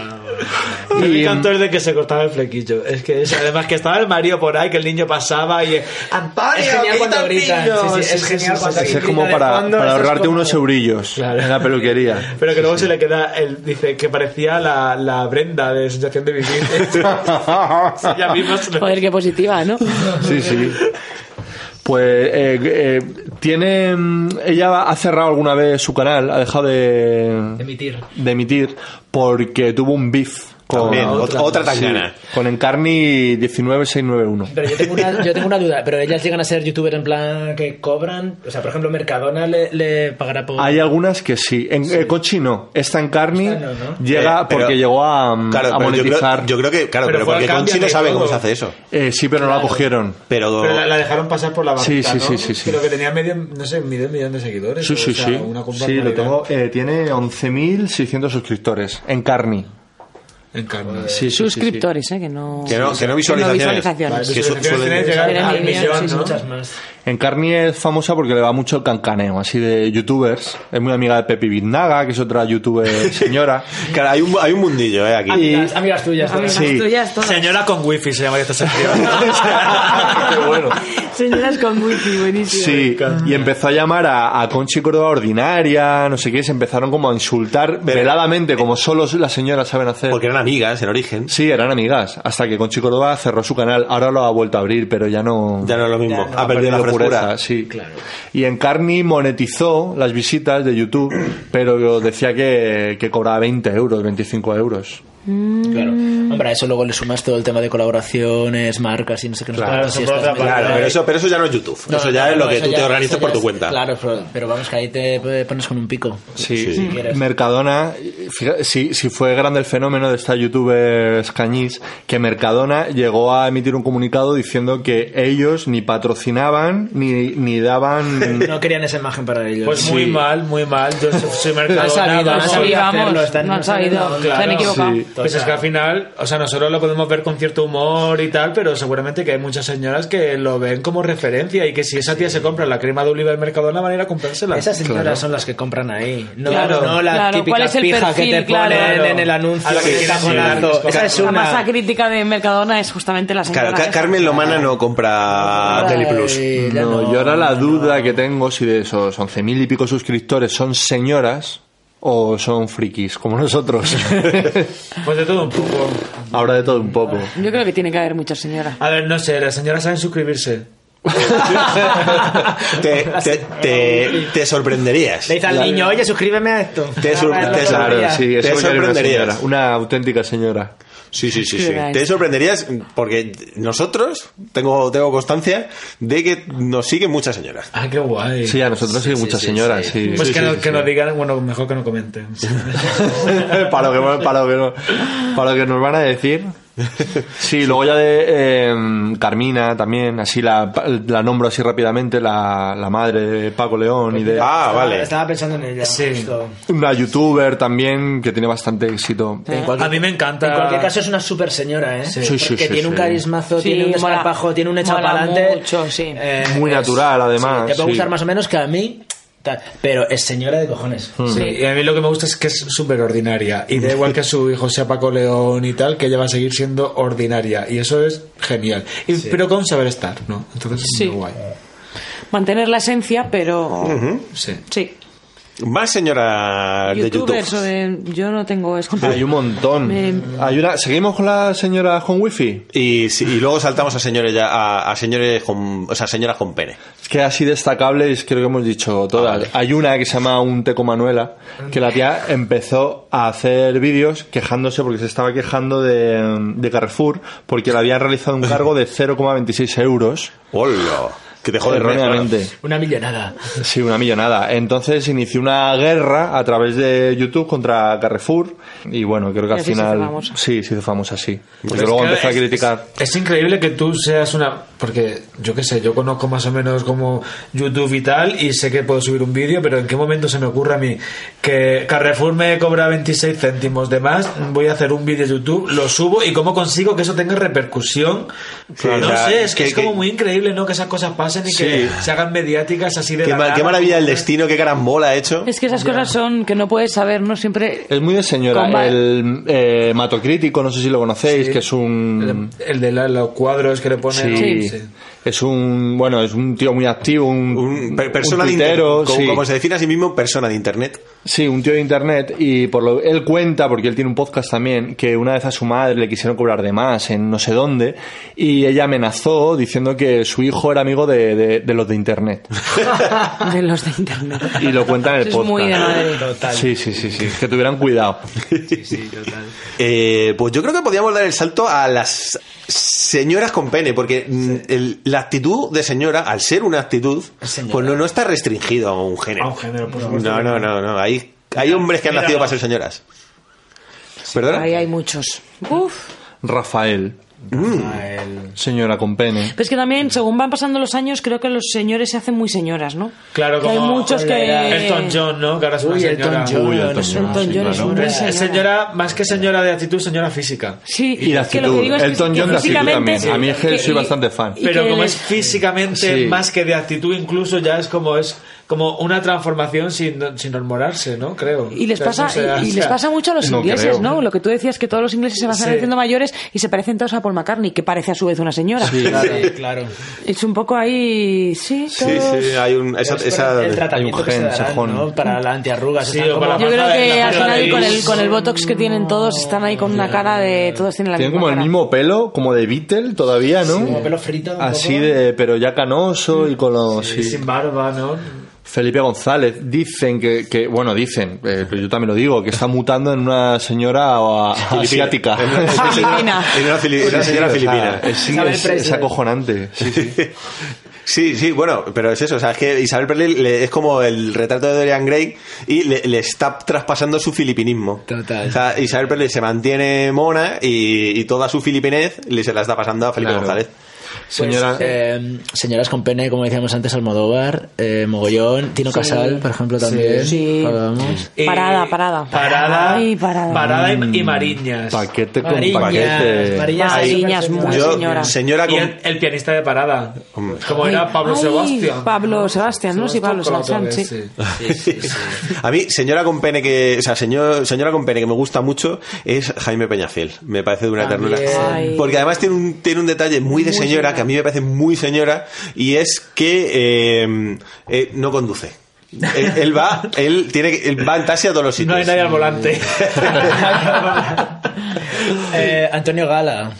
[SPEAKER 3] Y me encantó el de que se cortaba el flequillo. Es que es- además que estaba el marido por ahí, que el niño pasaba y... ¡Amparo!
[SPEAKER 9] Es genial cuando gritan. Sí, sí, es genial cuando
[SPEAKER 6] Ese es
[SPEAKER 9] gritan
[SPEAKER 6] como
[SPEAKER 9] de
[SPEAKER 6] para,
[SPEAKER 9] fondo, eso
[SPEAKER 6] para
[SPEAKER 9] es
[SPEAKER 6] ahorrarte
[SPEAKER 9] como-
[SPEAKER 6] unos eurillos en la peluquería.
[SPEAKER 3] Pero que luego se le queda, el, dice que parecía la, la Brenda de Sensación de Vivir. Sí, ya mismo se lo-
[SPEAKER 12] Joder, qué positiva, ¿no?
[SPEAKER 6] Sí, sí. Pues eh, eh, tiene mm, ella ha cerrado alguna vez su canal, ha dejado de
[SPEAKER 9] Emitir.
[SPEAKER 6] de emitir porque tuvo un beef con
[SPEAKER 4] También,
[SPEAKER 9] Ah,
[SPEAKER 4] otra- otra tangana.
[SPEAKER 6] Sí, con Encarni 19691.
[SPEAKER 9] Pero yo tengo, una, yo tengo una duda, pero ellas llegan a ser youtubers en plan que cobran, o sea, por ejemplo, Mercadona le, le pagará por...
[SPEAKER 6] Hay algunas que sí. En eh, Conchi no. Esta Encarni
[SPEAKER 9] Esta no, ¿no?
[SPEAKER 6] llega
[SPEAKER 4] Eh, pero-
[SPEAKER 6] porque llegó a, mm,
[SPEAKER 4] Claro,
[SPEAKER 6] a
[SPEAKER 4] pero yo creo-
[SPEAKER 6] monetizar.
[SPEAKER 4] yo creo que- claro, Pero pero fue a porque cambio Conchi no de sabe cómo todo. se hace eso.
[SPEAKER 6] Eh, sí, pero no la cogieron.
[SPEAKER 4] Pero,
[SPEAKER 3] Pero la, la dejaron pasar por la barrita,
[SPEAKER 6] Sí, sí,
[SPEAKER 3] ¿no?
[SPEAKER 6] sí, sí, sí.
[SPEAKER 3] Pero que tenía medio, no sé, medio millón de seguidores.
[SPEAKER 6] Sí,
[SPEAKER 3] o
[SPEAKER 6] sí,
[SPEAKER 3] sea,
[SPEAKER 6] sí.
[SPEAKER 3] una cosa
[SPEAKER 6] Sí, lo
[SPEAKER 3] barbaridad.
[SPEAKER 6] tengo. eh, tiene 11.600 suscriptores en Carni.
[SPEAKER 3] En Carni.
[SPEAKER 6] Sí, sí, sí,
[SPEAKER 12] Suscriptores, ¿eh? Que no...
[SPEAKER 6] Que no- que no visualizaciones.
[SPEAKER 12] visualizaciones.
[SPEAKER 6] Que su- suelen-
[SPEAKER 3] Tiene que llegar al millón, ¿no?
[SPEAKER 6] En Carni es famosa porque le va mucho el cancaneo, así de youtubers. Es muy amiga de Pepi Biznaga, que es otra youtuber señora.
[SPEAKER 4] claro, hay un, hay un mundillo, ¿eh? Aquí.
[SPEAKER 9] Amigas, amigas tuyas. ¿no?
[SPEAKER 6] Amigas Sí.
[SPEAKER 12] tuyas, todas.
[SPEAKER 3] Señora con wifi se llama esta sección.
[SPEAKER 12] Señoras con wifi, buenísimo.
[SPEAKER 6] Sí, y empezó a llamar a, a Conchi Córdoba ordinaria, no sé qué, se empezaron como a insultar veladamente, como solo las señoras saben hacer. Porque
[SPEAKER 4] eran amigas en origen.
[SPEAKER 6] Sí, eran amigas, hasta que Conchi Córdoba cerró su canal, ahora lo ha vuelto a abrir, pero ya no...
[SPEAKER 4] Ya no es lo mismo,
[SPEAKER 6] Ya no,
[SPEAKER 4] ha perdido la frescura.
[SPEAKER 6] pureza, sí. Y en Carni monetizó las visitas de YouTube, pero decía que, que cobraba 20 euros, 25 euros.
[SPEAKER 9] Claro. Hombre, a eso luego le sumas todo el tema de colaboraciones, marcas y no sé qué. no sé
[SPEAKER 4] Claro,
[SPEAKER 9] cuántas,
[SPEAKER 4] eso
[SPEAKER 9] y
[SPEAKER 4] por
[SPEAKER 9] estás
[SPEAKER 4] otra parte.
[SPEAKER 9] metido
[SPEAKER 4] Claro, pero
[SPEAKER 9] ahí.
[SPEAKER 4] eso- pero eso ya no es YouTube. Eso ya es lo que
[SPEAKER 9] eso
[SPEAKER 4] tú te organizas
[SPEAKER 9] eso
[SPEAKER 4] por
[SPEAKER 9] ya
[SPEAKER 4] tu
[SPEAKER 9] es-
[SPEAKER 4] cuenta.
[SPEAKER 9] Claro, pero, pero vamos que ahí te eh, pones con un pico.
[SPEAKER 6] Sí,
[SPEAKER 9] Si quieres.
[SPEAKER 6] Mercadona, fija- si, si fue grande el fenómeno de esta youtuber Cañiz, que Mercadona llegó a emitir un comunicado diciendo que ellos ni patrocinaban ni, ni daban...
[SPEAKER 4] Mm.
[SPEAKER 9] No querían esa imagen para ellos.
[SPEAKER 3] Pues muy mal, muy mal. Yo soy- soy
[SPEAKER 9] No
[SPEAKER 3] mercadona.
[SPEAKER 9] han sabido, no han
[SPEAKER 3] vamos.
[SPEAKER 9] sabido Vamos, hacerlo, están- no han no saben sabido, dónde. se han equivocado. Sí.
[SPEAKER 3] Pues es que al final, o sea, nosotros lo podemos ver con cierto humor y tal, pero seguramente que hay muchas señoras que lo ven como referencia y que si esa tía se compra la crema de oliva del Mercadona, van a ir a comprársela.
[SPEAKER 9] Esas señoras
[SPEAKER 3] Claro.
[SPEAKER 9] son las que compran ahí. No,
[SPEAKER 3] Claro.
[SPEAKER 9] no la
[SPEAKER 3] Claro,
[SPEAKER 9] típica
[SPEAKER 3] ¿cuál es el
[SPEAKER 9] pija
[SPEAKER 3] perfil?
[SPEAKER 9] que te
[SPEAKER 3] Claro.
[SPEAKER 9] ponen en el anuncio.
[SPEAKER 3] A la que
[SPEAKER 9] que
[SPEAKER 3] te
[SPEAKER 9] está
[SPEAKER 3] ponen.
[SPEAKER 9] cojonazo. Esa es
[SPEAKER 12] La
[SPEAKER 9] una.
[SPEAKER 12] masa crítica de Mercadona es justamente la señora.
[SPEAKER 4] Claro, Ca- Carmen Lomana no compra Tele Plus.
[SPEAKER 6] No, yo ahora la duda que tengo si de esos 11.000 y pico suscriptores son señoras o son frikis como nosotros.
[SPEAKER 3] Pues de todo un poco.
[SPEAKER 6] Ahora de todo un poco.
[SPEAKER 12] Yo creo que tiene que haber muchas señoras.
[SPEAKER 3] A ver, no sé, las señoras saben suscribirse.
[SPEAKER 4] Te, te, te, te sorprenderías.
[SPEAKER 9] Le dice al niño, oye, suscríbeme a esto.
[SPEAKER 4] Te sur-
[SPEAKER 9] Ah,
[SPEAKER 4] te
[SPEAKER 9] lo
[SPEAKER 4] sur-
[SPEAKER 9] sabía.
[SPEAKER 6] Claro, sí,
[SPEAKER 4] Te
[SPEAKER 6] eso ya era una
[SPEAKER 4] sorprenderías.
[SPEAKER 6] señora, una auténtica señora.
[SPEAKER 4] Sí, sí, sí, sí.
[SPEAKER 7] Crudas.
[SPEAKER 4] Te sorprenderías porque nosotros, tengo, tengo constancia de que nos siguen muchas señoras.
[SPEAKER 3] Ah, qué guay.
[SPEAKER 6] Sí, a nosotros siguen muchas señoras, sí.
[SPEAKER 3] Pues
[SPEAKER 6] Sí,
[SPEAKER 3] que,
[SPEAKER 6] sí,
[SPEAKER 3] no,
[SPEAKER 6] sí,
[SPEAKER 3] que
[SPEAKER 6] sí.
[SPEAKER 3] nos digan, bueno, mejor que no comenten.
[SPEAKER 6] para, lo que, para, lo que no- para lo que nos van a decir. Sí, luego ya de eh, Carmina también, así la, la nombro así rápidamente, la, la madre de Paco León y de...
[SPEAKER 4] Ah,
[SPEAKER 9] Estaba- Estaba pensando en ella. justo.
[SPEAKER 6] Una youtuber también que tiene bastante éxito.
[SPEAKER 9] cualquier-
[SPEAKER 3] a mí me encanta.
[SPEAKER 9] En cualquier caso es una super señora, ¿eh?
[SPEAKER 6] Sí, sí, sí,
[SPEAKER 9] Porque
[SPEAKER 6] sí,
[SPEAKER 9] tiene un
[SPEAKER 6] sí.
[SPEAKER 9] carismazo,
[SPEAKER 6] Sí,
[SPEAKER 9] tiene un
[SPEAKER 6] mola-
[SPEAKER 9] escarapajo, tiene un hecho
[SPEAKER 6] mola
[SPEAKER 9] para adelante.
[SPEAKER 6] mucho,
[SPEAKER 9] sí.
[SPEAKER 6] Muy natural, además,
[SPEAKER 9] te puede
[SPEAKER 6] sí.
[SPEAKER 9] gustar más o menos que a mí, tal, pero es señora de cojones.
[SPEAKER 6] Mm.
[SPEAKER 3] Sí, y a mí lo que me gusta es que es súper ordinaria. Y da igual que su hijo sea Paco León y tal, que ella va a seguir siendo ordinaria. Y eso es genial. Y- Pero con saber estar, ¿no? Entonces es muy guay.
[SPEAKER 12] Mantener la esencia, pero.
[SPEAKER 3] Sí.
[SPEAKER 12] Sí.
[SPEAKER 4] Más señoras de YouTube.
[SPEAKER 12] Youtubers o de. Yo no tengo eso.
[SPEAKER 6] Hay un montón.
[SPEAKER 12] Me-
[SPEAKER 6] Hay una- ¿Seguimos con la señora con wifi?
[SPEAKER 4] Y, sí, y luego saltamos a señores ya, a, a señores con, o sea, señoras con pene. Ah,
[SPEAKER 6] Es que así destacables, creo que hemos dicho todas. Hay una que se llama Un Teco Manuela, que la tía empezó a hacer vídeos quejándose porque se estaba quejando de, de Carrefour porque le habían realizado un cargo de 0,26 euros.
[SPEAKER 4] ¡Hola! Que te jode el mes,
[SPEAKER 6] Erróneamente.
[SPEAKER 9] Una millonada.
[SPEAKER 6] Sí, una millonada. Entonces inició una guerra a través de YouTube contra Carrefour y bueno, creo
[SPEAKER 3] Y
[SPEAKER 6] que al
[SPEAKER 3] así se hizo
[SPEAKER 6] final...
[SPEAKER 3] famosa.
[SPEAKER 6] Sí, se hizo famosa, sí. Porque
[SPEAKER 3] Es
[SPEAKER 6] luego
[SPEAKER 3] que
[SPEAKER 6] empezó a
[SPEAKER 3] es-
[SPEAKER 6] criticar.
[SPEAKER 3] Es, es increíble que tú seas una. Porque yo qué sé, yo conozco más o menos como YouTube y tal, y sé que puedo subir un vídeo, pero ¿en qué momento se me ocurre a mí que Carrefour me cobra 26 céntimos de más? Voy a hacer un vídeo de YouTube, lo subo, y cómo consigo que eso tenga repercusión. no
[SPEAKER 4] o sea,
[SPEAKER 3] sé, es que,
[SPEAKER 4] que-
[SPEAKER 3] es como muy increíble, ¿no? Que esas cosas pasen y que
[SPEAKER 4] Sí.
[SPEAKER 3] se hagan mediáticas así de.
[SPEAKER 4] Qué,
[SPEAKER 3] la
[SPEAKER 4] ma-
[SPEAKER 3] nada.
[SPEAKER 4] qué maravilla el destino, qué carambola ha hecho.
[SPEAKER 12] Es que esas cosas son que no puedes saber, ¿no? Siempre.
[SPEAKER 6] Es muy de señora.
[SPEAKER 12] Comba-
[SPEAKER 6] El eh, Matocrítico, no sé si lo conocéis, que es un...
[SPEAKER 3] El de la- los cuadros que le ponen.
[SPEAKER 6] Sí.
[SPEAKER 3] Sí.
[SPEAKER 6] Es un, bueno, es un tío muy activo, un,
[SPEAKER 4] Pe-
[SPEAKER 6] un
[SPEAKER 4] persona de internet.
[SPEAKER 6] tuitero,
[SPEAKER 4] Como,
[SPEAKER 6] sí.
[SPEAKER 4] como se define a sí mismo, persona de internet.
[SPEAKER 6] Sí, un tío de internet y por lo él cuenta porque él tiene un podcast también que una vez a su madre le quisieron cobrar de más en no sé dónde y ella amenazó diciendo que su hijo era amigo de, de- de los de internet
[SPEAKER 12] De los de internet.
[SPEAKER 6] y lo cuenta en el
[SPEAKER 12] Eso
[SPEAKER 6] podcast.
[SPEAKER 12] es muy de madre. Total.
[SPEAKER 6] Sí, sí, sí, sí, que tuvieran cuidado.
[SPEAKER 4] Eh, pues yo creo que podíamos dar el salto a las señoras con pene, porque mm, el- la actitud de señora, al ser una actitud, pues no, no está restringido a un género.
[SPEAKER 3] A un género, por supuesto.
[SPEAKER 4] No, no, no, no. Hay, hay hombres que han
[SPEAKER 3] Mira.
[SPEAKER 4] nacido para ser señoras. ¿Perdona?
[SPEAKER 12] Ahí hay muchos. Uf.
[SPEAKER 6] Rafael.
[SPEAKER 4] Mm.
[SPEAKER 6] Señora con pene.
[SPEAKER 12] Pero es que también, según van pasando los años, creo que los señores se hacen muy señoras, ¿no?
[SPEAKER 3] Claro,
[SPEAKER 12] Que
[SPEAKER 3] como
[SPEAKER 12] hay muchos que-
[SPEAKER 3] Elton John, ¿no? Que ahora es una
[SPEAKER 12] Uy, Elton
[SPEAKER 3] señora.
[SPEAKER 12] John. Uy, Elton John, Elton sí, John es claro. una
[SPEAKER 3] Es- es señora, más que señora de actitud, señora física.
[SPEAKER 12] Sí,
[SPEAKER 6] Y de
[SPEAKER 3] la
[SPEAKER 6] actitud. Elton John de actitud también. A mí es que soy bastante fan.
[SPEAKER 3] Pero como es físicamente
[SPEAKER 6] Sí.
[SPEAKER 3] más que de actitud, incluso ya es como es como una transformación sin, sin hormonarse, ¿no? Creo.
[SPEAKER 12] Y les
[SPEAKER 3] O sea,
[SPEAKER 12] pasa,
[SPEAKER 3] no sé,
[SPEAKER 12] y, y
[SPEAKER 3] o
[SPEAKER 12] les
[SPEAKER 3] sea,
[SPEAKER 12] pasa mucho a los ingleses, ¿no? Lo que tú decías que todos los ingleses se van
[SPEAKER 3] Sí.
[SPEAKER 12] haciendo mayores y se parecen todos a Paul McCartney, que parece a su vez una señora.
[SPEAKER 4] Sí, claro,
[SPEAKER 9] claro.
[SPEAKER 12] Es un poco ahí, sí,
[SPEAKER 4] Sí,
[SPEAKER 12] todos-
[SPEAKER 4] sí, hay un, esa,
[SPEAKER 9] Es
[SPEAKER 4] esa-
[SPEAKER 9] Pues el tratamiento que se darán, ¿no? Para la antiarrugas.
[SPEAKER 3] Sí,
[SPEAKER 9] están
[SPEAKER 3] o
[SPEAKER 9] como-
[SPEAKER 3] para
[SPEAKER 12] Yo creo que al
[SPEAKER 9] Pero
[SPEAKER 12] final
[SPEAKER 9] ahí-
[SPEAKER 12] con el, con el botox que tienen todos están ahí con una cara de todos tienen la
[SPEAKER 6] Tiene
[SPEAKER 12] misma
[SPEAKER 6] como el
[SPEAKER 12] cara.
[SPEAKER 6] mismo pelo, como de Beatle todavía, ¿no?
[SPEAKER 3] como pelo frito. un
[SPEAKER 6] Así
[SPEAKER 3] poco.
[SPEAKER 6] de, pero ya canoso y con los...
[SPEAKER 3] Sí,
[SPEAKER 6] sí.
[SPEAKER 3] Sin barba, ¿no?
[SPEAKER 6] Felipe González, dicen que, que- bueno, dicen, eh, pero yo también lo digo, que está mutando en una señora a-
[SPEAKER 4] Filipina.
[SPEAKER 6] asiática.
[SPEAKER 4] En una- Filipina. en una fili- en una señora
[SPEAKER 6] Ah, Sí, o sea,
[SPEAKER 4] filipina.
[SPEAKER 6] es-
[SPEAKER 4] Isabel
[SPEAKER 6] es,
[SPEAKER 4] Presley.
[SPEAKER 6] es acojonante. sí, sí.
[SPEAKER 4] Sí, sí, bueno, pero es eso, o sea, es que Isabel Presley le- es como el retrato de Dorian Gray y le, le está traspasando su filipinismo. Total. O sea, Isabel Presley se mantiene mona y, y toda su filipinez le se la está pasando a Felipe González. Pues,
[SPEAKER 9] Señora- eh, señoras con pene, como decíamos antes, Almodóvar, eh, Mogollón, Tino
[SPEAKER 12] Sí.
[SPEAKER 9] Casal, por ejemplo,
[SPEAKER 12] Sí.
[SPEAKER 9] también.
[SPEAKER 12] Sí.
[SPEAKER 9] Hablábamos.
[SPEAKER 12] Parada, parada.
[SPEAKER 3] Parada.
[SPEAKER 12] Ay, parada.
[SPEAKER 3] Parada y, y Mariñas.
[SPEAKER 6] Paquete
[SPEAKER 12] con Mariñas, paquete. Mariñas,
[SPEAKER 3] Ahí-
[SPEAKER 12] Mariñas, muy
[SPEAKER 3] Yo-
[SPEAKER 12] señora.
[SPEAKER 3] Y el, el pianista de parada. Como era Pablo
[SPEAKER 12] Ay,
[SPEAKER 3] Sebastián.
[SPEAKER 12] Pablo Sebastián, ¿no? Sí, Pablo Sebastián, sí.
[SPEAKER 4] A mí, señora con pene que, o sea, señor, señora con pene que me gusta mucho es Jaime Peñafiel. Me parece de una
[SPEAKER 9] También.
[SPEAKER 4] ternura.
[SPEAKER 9] Ay.
[SPEAKER 4] Porque además tiene un, tiene un detalle muy de
[SPEAKER 9] Muy
[SPEAKER 4] señora,
[SPEAKER 9] señora.
[SPEAKER 4] que a mí me parece muy señora y es que eh, eh, no conduce. él, él va, él tiene, que- él va en taxi a todos los sitios.
[SPEAKER 3] No hay nadie al volante.
[SPEAKER 9] Eh, Antonio Gala.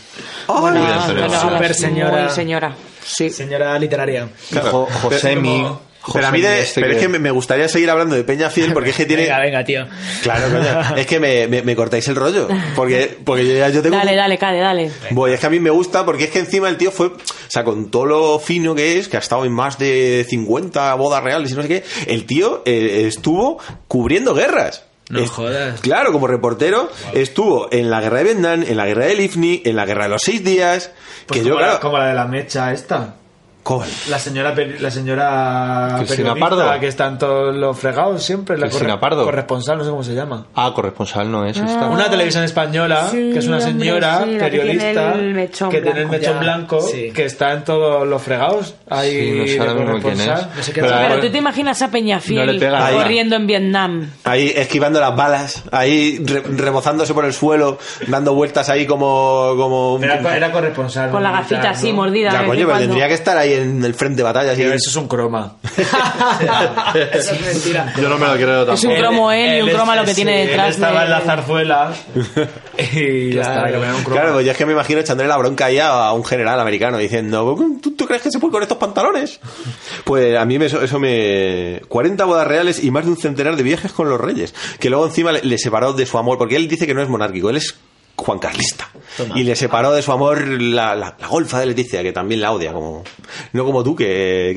[SPEAKER 4] Bueno, Mira, Antonio Gala.
[SPEAKER 9] super señora.
[SPEAKER 12] Muy señora.
[SPEAKER 9] Señora literaria.
[SPEAKER 4] Claro.
[SPEAKER 6] Jo- Josemi.
[SPEAKER 9] Como-
[SPEAKER 4] pero a mí de-
[SPEAKER 6] este
[SPEAKER 4] pero
[SPEAKER 6] que-
[SPEAKER 4] es que me- me gustaría seguir hablando de Peña Fiel porque es que tiene.
[SPEAKER 9] Venga, venga, tío.
[SPEAKER 4] Claro, coño, es que me, me- me cortáis el rollo. Porque, porque yo ya yo tengo.
[SPEAKER 5] Dale, dale, Cade, dale.
[SPEAKER 4] Voy, es que a mí me gusta porque es que encima el tío fue, o sea, con todo lo fino que es, que ha estado en más de 50 bodas reales y no sé qué, el tío eh, estuvo cubriendo guerras.
[SPEAKER 9] No
[SPEAKER 4] Es-
[SPEAKER 9] jodas.
[SPEAKER 4] Claro, como reportero, estuvo en la guerra de Vietnam, en la guerra del IFNI, en la guerra de los seis días, que yo,
[SPEAKER 3] como,
[SPEAKER 4] claro...
[SPEAKER 3] la, como la de la mecha esta.
[SPEAKER 4] ¿Cómo?
[SPEAKER 3] La señora, peri- la señora
[SPEAKER 6] Cristina
[SPEAKER 3] periodista
[SPEAKER 6] Pardo.
[SPEAKER 3] que están todos los fregados siempre. La
[SPEAKER 6] Cristina
[SPEAKER 3] corre-
[SPEAKER 6] Pardo.
[SPEAKER 3] Corresponsal, no sé cómo se llama.
[SPEAKER 6] Ah, corresponsal no es esta.
[SPEAKER 3] Una televisión española,
[SPEAKER 6] Ah. Sí,
[SPEAKER 3] que es una
[SPEAKER 6] hombre,
[SPEAKER 3] señora
[SPEAKER 6] sí, la que tiene
[SPEAKER 3] periodista
[SPEAKER 6] el mechón
[SPEAKER 3] que tiene el
[SPEAKER 6] blanco.
[SPEAKER 3] mechón
[SPEAKER 6] Ya,
[SPEAKER 3] blanco, que está en todos los fregados. Ahí
[SPEAKER 6] Sí, no sé
[SPEAKER 3] de
[SPEAKER 6] ahora mismo quién
[SPEAKER 3] corresponsal.
[SPEAKER 6] es.
[SPEAKER 3] No sé qué
[SPEAKER 5] Pero,
[SPEAKER 3] tal.
[SPEAKER 5] tú te imaginas a
[SPEAKER 4] No le
[SPEAKER 5] Peñafiel
[SPEAKER 4] pega nada.
[SPEAKER 5] corriendo en Vietnam.
[SPEAKER 4] Ahí esquivando las balas, ahí re- rebozándose por el suelo, dando vueltas ahí como... como un-
[SPEAKER 3] Era, era corresponsal.
[SPEAKER 5] Con la
[SPEAKER 3] militar,
[SPEAKER 5] gafita así,
[SPEAKER 3] ¿no?
[SPEAKER 5] mordida. de
[SPEAKER 4] Ya,
[SPEAKER 5] vez
[SPEAKER 4] coño,
[SPEAKER 5] en
[SPEAKER 4] pero
[SPEAKER 5] cuando.
[SPEAKER 4] tendría que estar ahí en el frente de batalla. así.
[SPEAKER 3] Eso es un croma.
[SPEAKER 6] Eso es mentira. Yo no me lo creo tampoco.
[SPEAKER 5] Es un cromo él y un croma lo que tiene
[SPEAKER 3] él
[SPEAKER 5] detrás.
[SPEAKER 3] estaba
[SPEAKER 5] de-
[SPEAKER 3] en la zarzuela y ya estaba, que me da un croma.
[SPEAKER 4] Claro, pues yo es que me imagino echándole la bronca ahí a a un general americano diciendo, ¿tú, tú crees que se puede con estos pantalones? Pues a mí me- eso, eso me... 40 bodas reales y más de un centenar de viajes con los reyes, que luego encima le, le separó de su amor, porque él dice que no es monárquico, él es Juan Carlista.
[SPEAKER 9] Toma.
[SPEAKER 4] Y le separó de su amor la, la- la golfa de Leticia, que también la odia, como no como tú, que,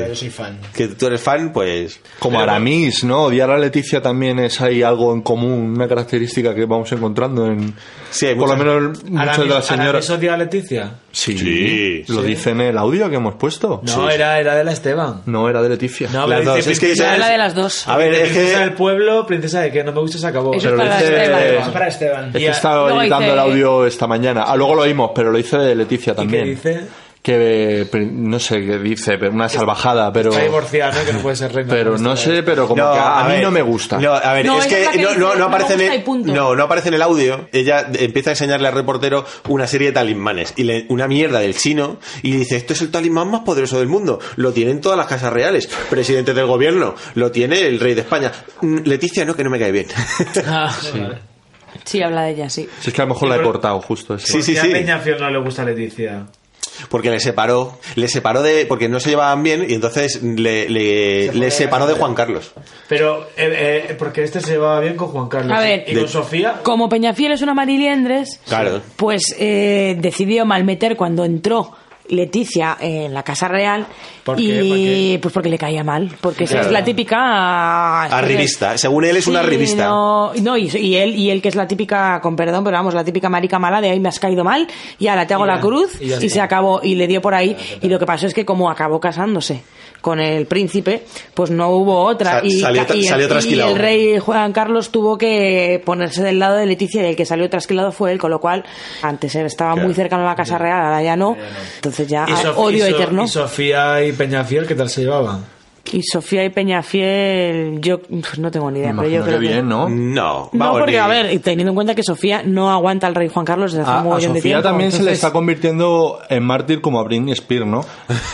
[SPEAKER 9] Yo
[SPEAKER 4] que,
[SPEAKER 9] soy fan.
[SPEAKER 4] que tú eres fan, pues...
[SPEAKER 6] Como
[SPEAKER 4] Pero-
[SPEAKER 6] Aramis, ¿no? Odiar a Leticia también es ahí algo en común, una característica que vamos encontrando en. por lo
[SPEAKER 3] muchas-
[SPEAKER 6] menos muchas de
[SPEAKER 3] Aramis-
[SPEAKER 6] las
[SPEAKER 3] Aramis
[SPEAKER 6] señoras.
[SPEAKER 3] odia a Leticia?
[SPEAKER 6] Sí, lo dice en el audio que hemos puesto.
[SPEAKER 3] No,
[SPEAKER 6] Sí.
[SPEAKER 3] era, era de la Esteban.
[SPEAKER 6] No, era de Leticia.
[SPEAKER 3] No, pero dice princesa-
[SPEAKER 6] A ver, es
[SPEAKER 3] princesa
[SPEAKER 6] que.
[SPEAKER 3] del pueblo, princesa de que no me gusta, se acabó.
[SPEAKER 6] Eso es Pero para dice- Esteban.
[SPEAKER 3] Eso es para Esteban.
[SPEAKER 6] Es que
[SPEAKER 3] Y a-
[SPEAKER 6] estaba
[SPEAKER 3] luego
[SPEAKER 6] editando
[SPEAKER 3] dice-
[SPEAKER 6] el audio esta mañana. Ah, luego lo oímos, pero lo hice de Leticia también.
[SPEAKER 3] dice?
[SPEAKER 6] Que eh, pri- no sé qué dice, pero una salvajada, pero.
[SPEAKER 3] Está divorciada, ¿no? Que no puede ser reina.
[SPEAKER 6] Pero no sé, pero como
[SPEAKER 4] No,
[SPEAKER 6] que a, a
[SPEAKER 4] a
[SPEAKER 6] mí
[SPEAKER 4] ver.
[SPEAKER 6] no me gusta.
[SPEAKER 4] No, a ver,
[SPEAKER 6] No,
[SPEAKER 4] es
[SPEAKER 6] ella
[SPEAKER 4] que,
[SPEAKER 6] es la que
[SPEAKER 4] no,
[SPEAKER 6] dice,
[SPEAKER 4] no- no
[SPEAKER 6] "No me
[SPEAKER 4] aparece en
[SPEAKER 6] gusta
[SPEAKER 4] el,
[SPEAKER 6] y punto".
[SPEAKER 4] no, no aparece en el audio. Ella eh, empieza a enseñarle al reportero una serie de talismanes y le- una mierda del chino y dice, esto es el talismán más poderoso del mundo. Lo tienen todas las casas reales, presidentes del gobierno, lo tiene el rey de España. Mm, Leticia no, que no me cae bien.
[SPEAKER 5] Sí, habla de ella, sí.
[SPEAKER 6] Si es que a lo mejor la he cortado justo eso.
[SPEAKER 4] Sí, sí,
[SPEAKER 3] ¿Por qué
[SPEAKER 4] sí.
[SPEAKER 3] A Peña Fiel no le gusta Leticia.
[SPEAKER 4] Porque le separó, le separó de, porque no se llevaban bien y entonces le, le- le separó de Juan Carlos.
[SPEAKER 3] Pero, eh, eh, porque este se llevaba bien con Juan Carlos.
[SPEAKER 5] A ver.
[SPEAKER 3] y con
[SPEAKER 5] De-
[SPEAKER 3] Sofía.
[SPEAKER 5] Como Peñafiel es una mariliendres,
[SPEAKER 4] Claro.
[SPEAKER 5] pues eh, decidió malmeter cuando entró Leticia en la Casa Real
[SPEAKER 4] ¿Por qué?
[SPEAKER 5] y
[SPEAKER 4] ¿Por
[SPEAKER 5] pues porque le caía mal, porque esa
[SPEAKER 4] Claro.
[SPEAKER 5] es la
[SPEAKER 6] Ah,
[SPEAKER 5] típica
[SPEAKER 4] Arribista. Según él, es una arribista.
[SPEAKER 5] No, no, y, y él y él que es la típica, con perdón, pero vamos, la típica marica mala de ahí me has caído mal y ahora te hago la cruz
[SPEAKER 3] y
[SPEAKER 5] y,
[SPEAKER 3] ya está.
[SPEAKER 5] se acabó y le dio por ahí y lo que pasó es que como acabó casándose con el príncipe, pues no hubo otra
[SPEAKER 4] Sa-
[SPEAKER 5] y,
[SPEAKER 4] salió
[SPEAKER 5] ca-
[SPEAKER 4] tra-
[SPEAKER 5] y el-
[SPEAKER 4] salió
[SPEAKER 5] y
[SPEAKER 4] trasquilado.
[SPEAKER 5] el rey y Juan Carlos tuvo que ponerse del lado de Leticia y el que salió trasquilado fue él, con lo cual antes él estaba
[SPEAKER 3] Claro.
[SPEAKER 5] muy cercano a la Casa Real, ahora ya no. Entonces ya
[SPEAKER 3] Y
[SPEAKER 5] ah,
[SPEAKER 3] Sof-
[SPEAKER 5] odio
[SPEAKER 3] y So-
[SPEAKER 5] eterno.
[SPEAKER 3] Y Sofía y Peña Fiel, ¿qué tal se llevaban?
[SPEAKER 5] Y Sofía y Peñafiel, yo pf, no tengo ni idea, pero yo creo que...
[SPEAKER 6] ¿no?
[SPEAKER 5] No,
[SPEAKER 4] No, vamos,
[SPEAKER 5] porque
[SPEAKER 4] ni-
[SPEAKER 5] a ver, y teniendo en cuenta que Sofía no aguanta al rey Juan Carlos desde hace
[SPEAKER 6] Ah, A,
[SPEAKER 5] un
[SPEAKER 6] a
[SPEAKER 5] mogollón de
[SPEAKER 6] Sofía
[SPEAKER 5] tiempo.
[SPEAKER 6] también se le
[SPEAKER 5] entonces-
[SPEAKER 6] está convirtiendo en mártir como a Britney Spears, ¿no?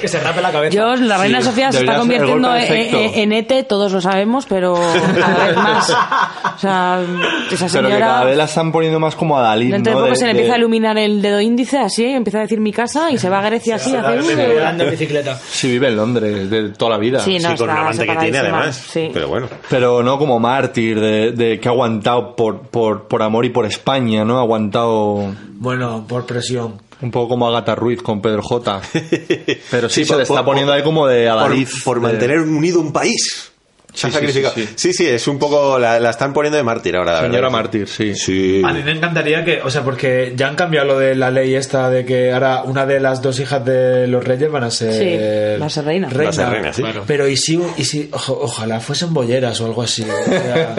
[SPEAKER 3] que se rape la cabeza.
[SPEAKER 5] Yo, la reina
[SPEAKER 6] Sí,
[SPEAKER 5] Sofía se está
[SPEAKER 6] debería ser el
[SPEAKER 5] convirtiendo
[SPEAKER 6] golpe
[SPEAKER 5] en,
[SPEAKER 6] de efecto.
[SPEAKER 5] en- en ET, todos lo sabemos, pero cada vez más. O sea, esa
[SPEAKER 6] Pero
[SPEAKER 5] señora...
[SPEAKER 6] que cada vez la están poniendo más como a Dalí,
[SPEAKER 5] Dentro de
[SPEAKER 6] ¿no?
[SPEAKER 5] poco
[SPEAKER 6] De-
[SPEAKER 5] se le
[SPEAKER 6] de-
[SPEAKER 5] empieza a iluminar el dedo índice así, empieza a decir mi casa y se va a Grecia así. hace,
[SPEAKER 6] Sí.
[SPEAKER 5] "Uh".
[SPEAKER 6] Sí, vive en Londres de toda la vida.
[SPEAKER 5] Sí, no, Sí, con está un amante que tiene, separadísima, además. sí.
[SPEAKER 4] Pero bueno.
[SPEAKER 6] Pero no como mártir de, de que ha aguantado por, por, por amor y por España, ¿no? Ha aguantado...
[SPEAKER 3] Bueno, por presión.
[SPEAKER 6] Un poco como Agatha Ruiz con Pedro J. Pero sí,
[SPEAKER 4] Sí,
[SPEAKER 6] se
[SPEAKER 4] por-
[SPEAKER 6] le está
[SPEAKER 4] por-
[SPEAKER 6] poniendo ahí como de
[SPEAKER 4] por,
[SPEAKER 6] adalid.
[SPEAKER 4] por
[SPEAKER 6] de-
[SPEAKER 4] mantener unido un país. Se ha
[SPEAKER 6] Sí, sí,
[SPEAKER 4] sacrificado.
[SPEAKER 6] sí,
[SPEAKER 4] Sí
[SPEAKER 6] sí.
[SPEAKER 4] sí, es un poco. La, la están poniendo de mártir ahora, la
[SPEAKER 6] Señora
[SPEAKER 4] verdad.
[SPEAKER 6] mártir, sí.
[SPEAKER 4] Sí.
[SPEAKER 3] A mí me encantaría que, o sea, porque ya han cambiado lo de la ley esta de que ahora una de las dos hijas de los reyes van a ser
[SPEAKER 5] Sí, va a ser reina.
[SPEAKER 3] reina.
[SPEAKER 5] Va a ser reina, sí.
[SPEAKER 3] Claro. Pero y si, y si ojo- ojalá fuesen bolleras o algo así. o sea,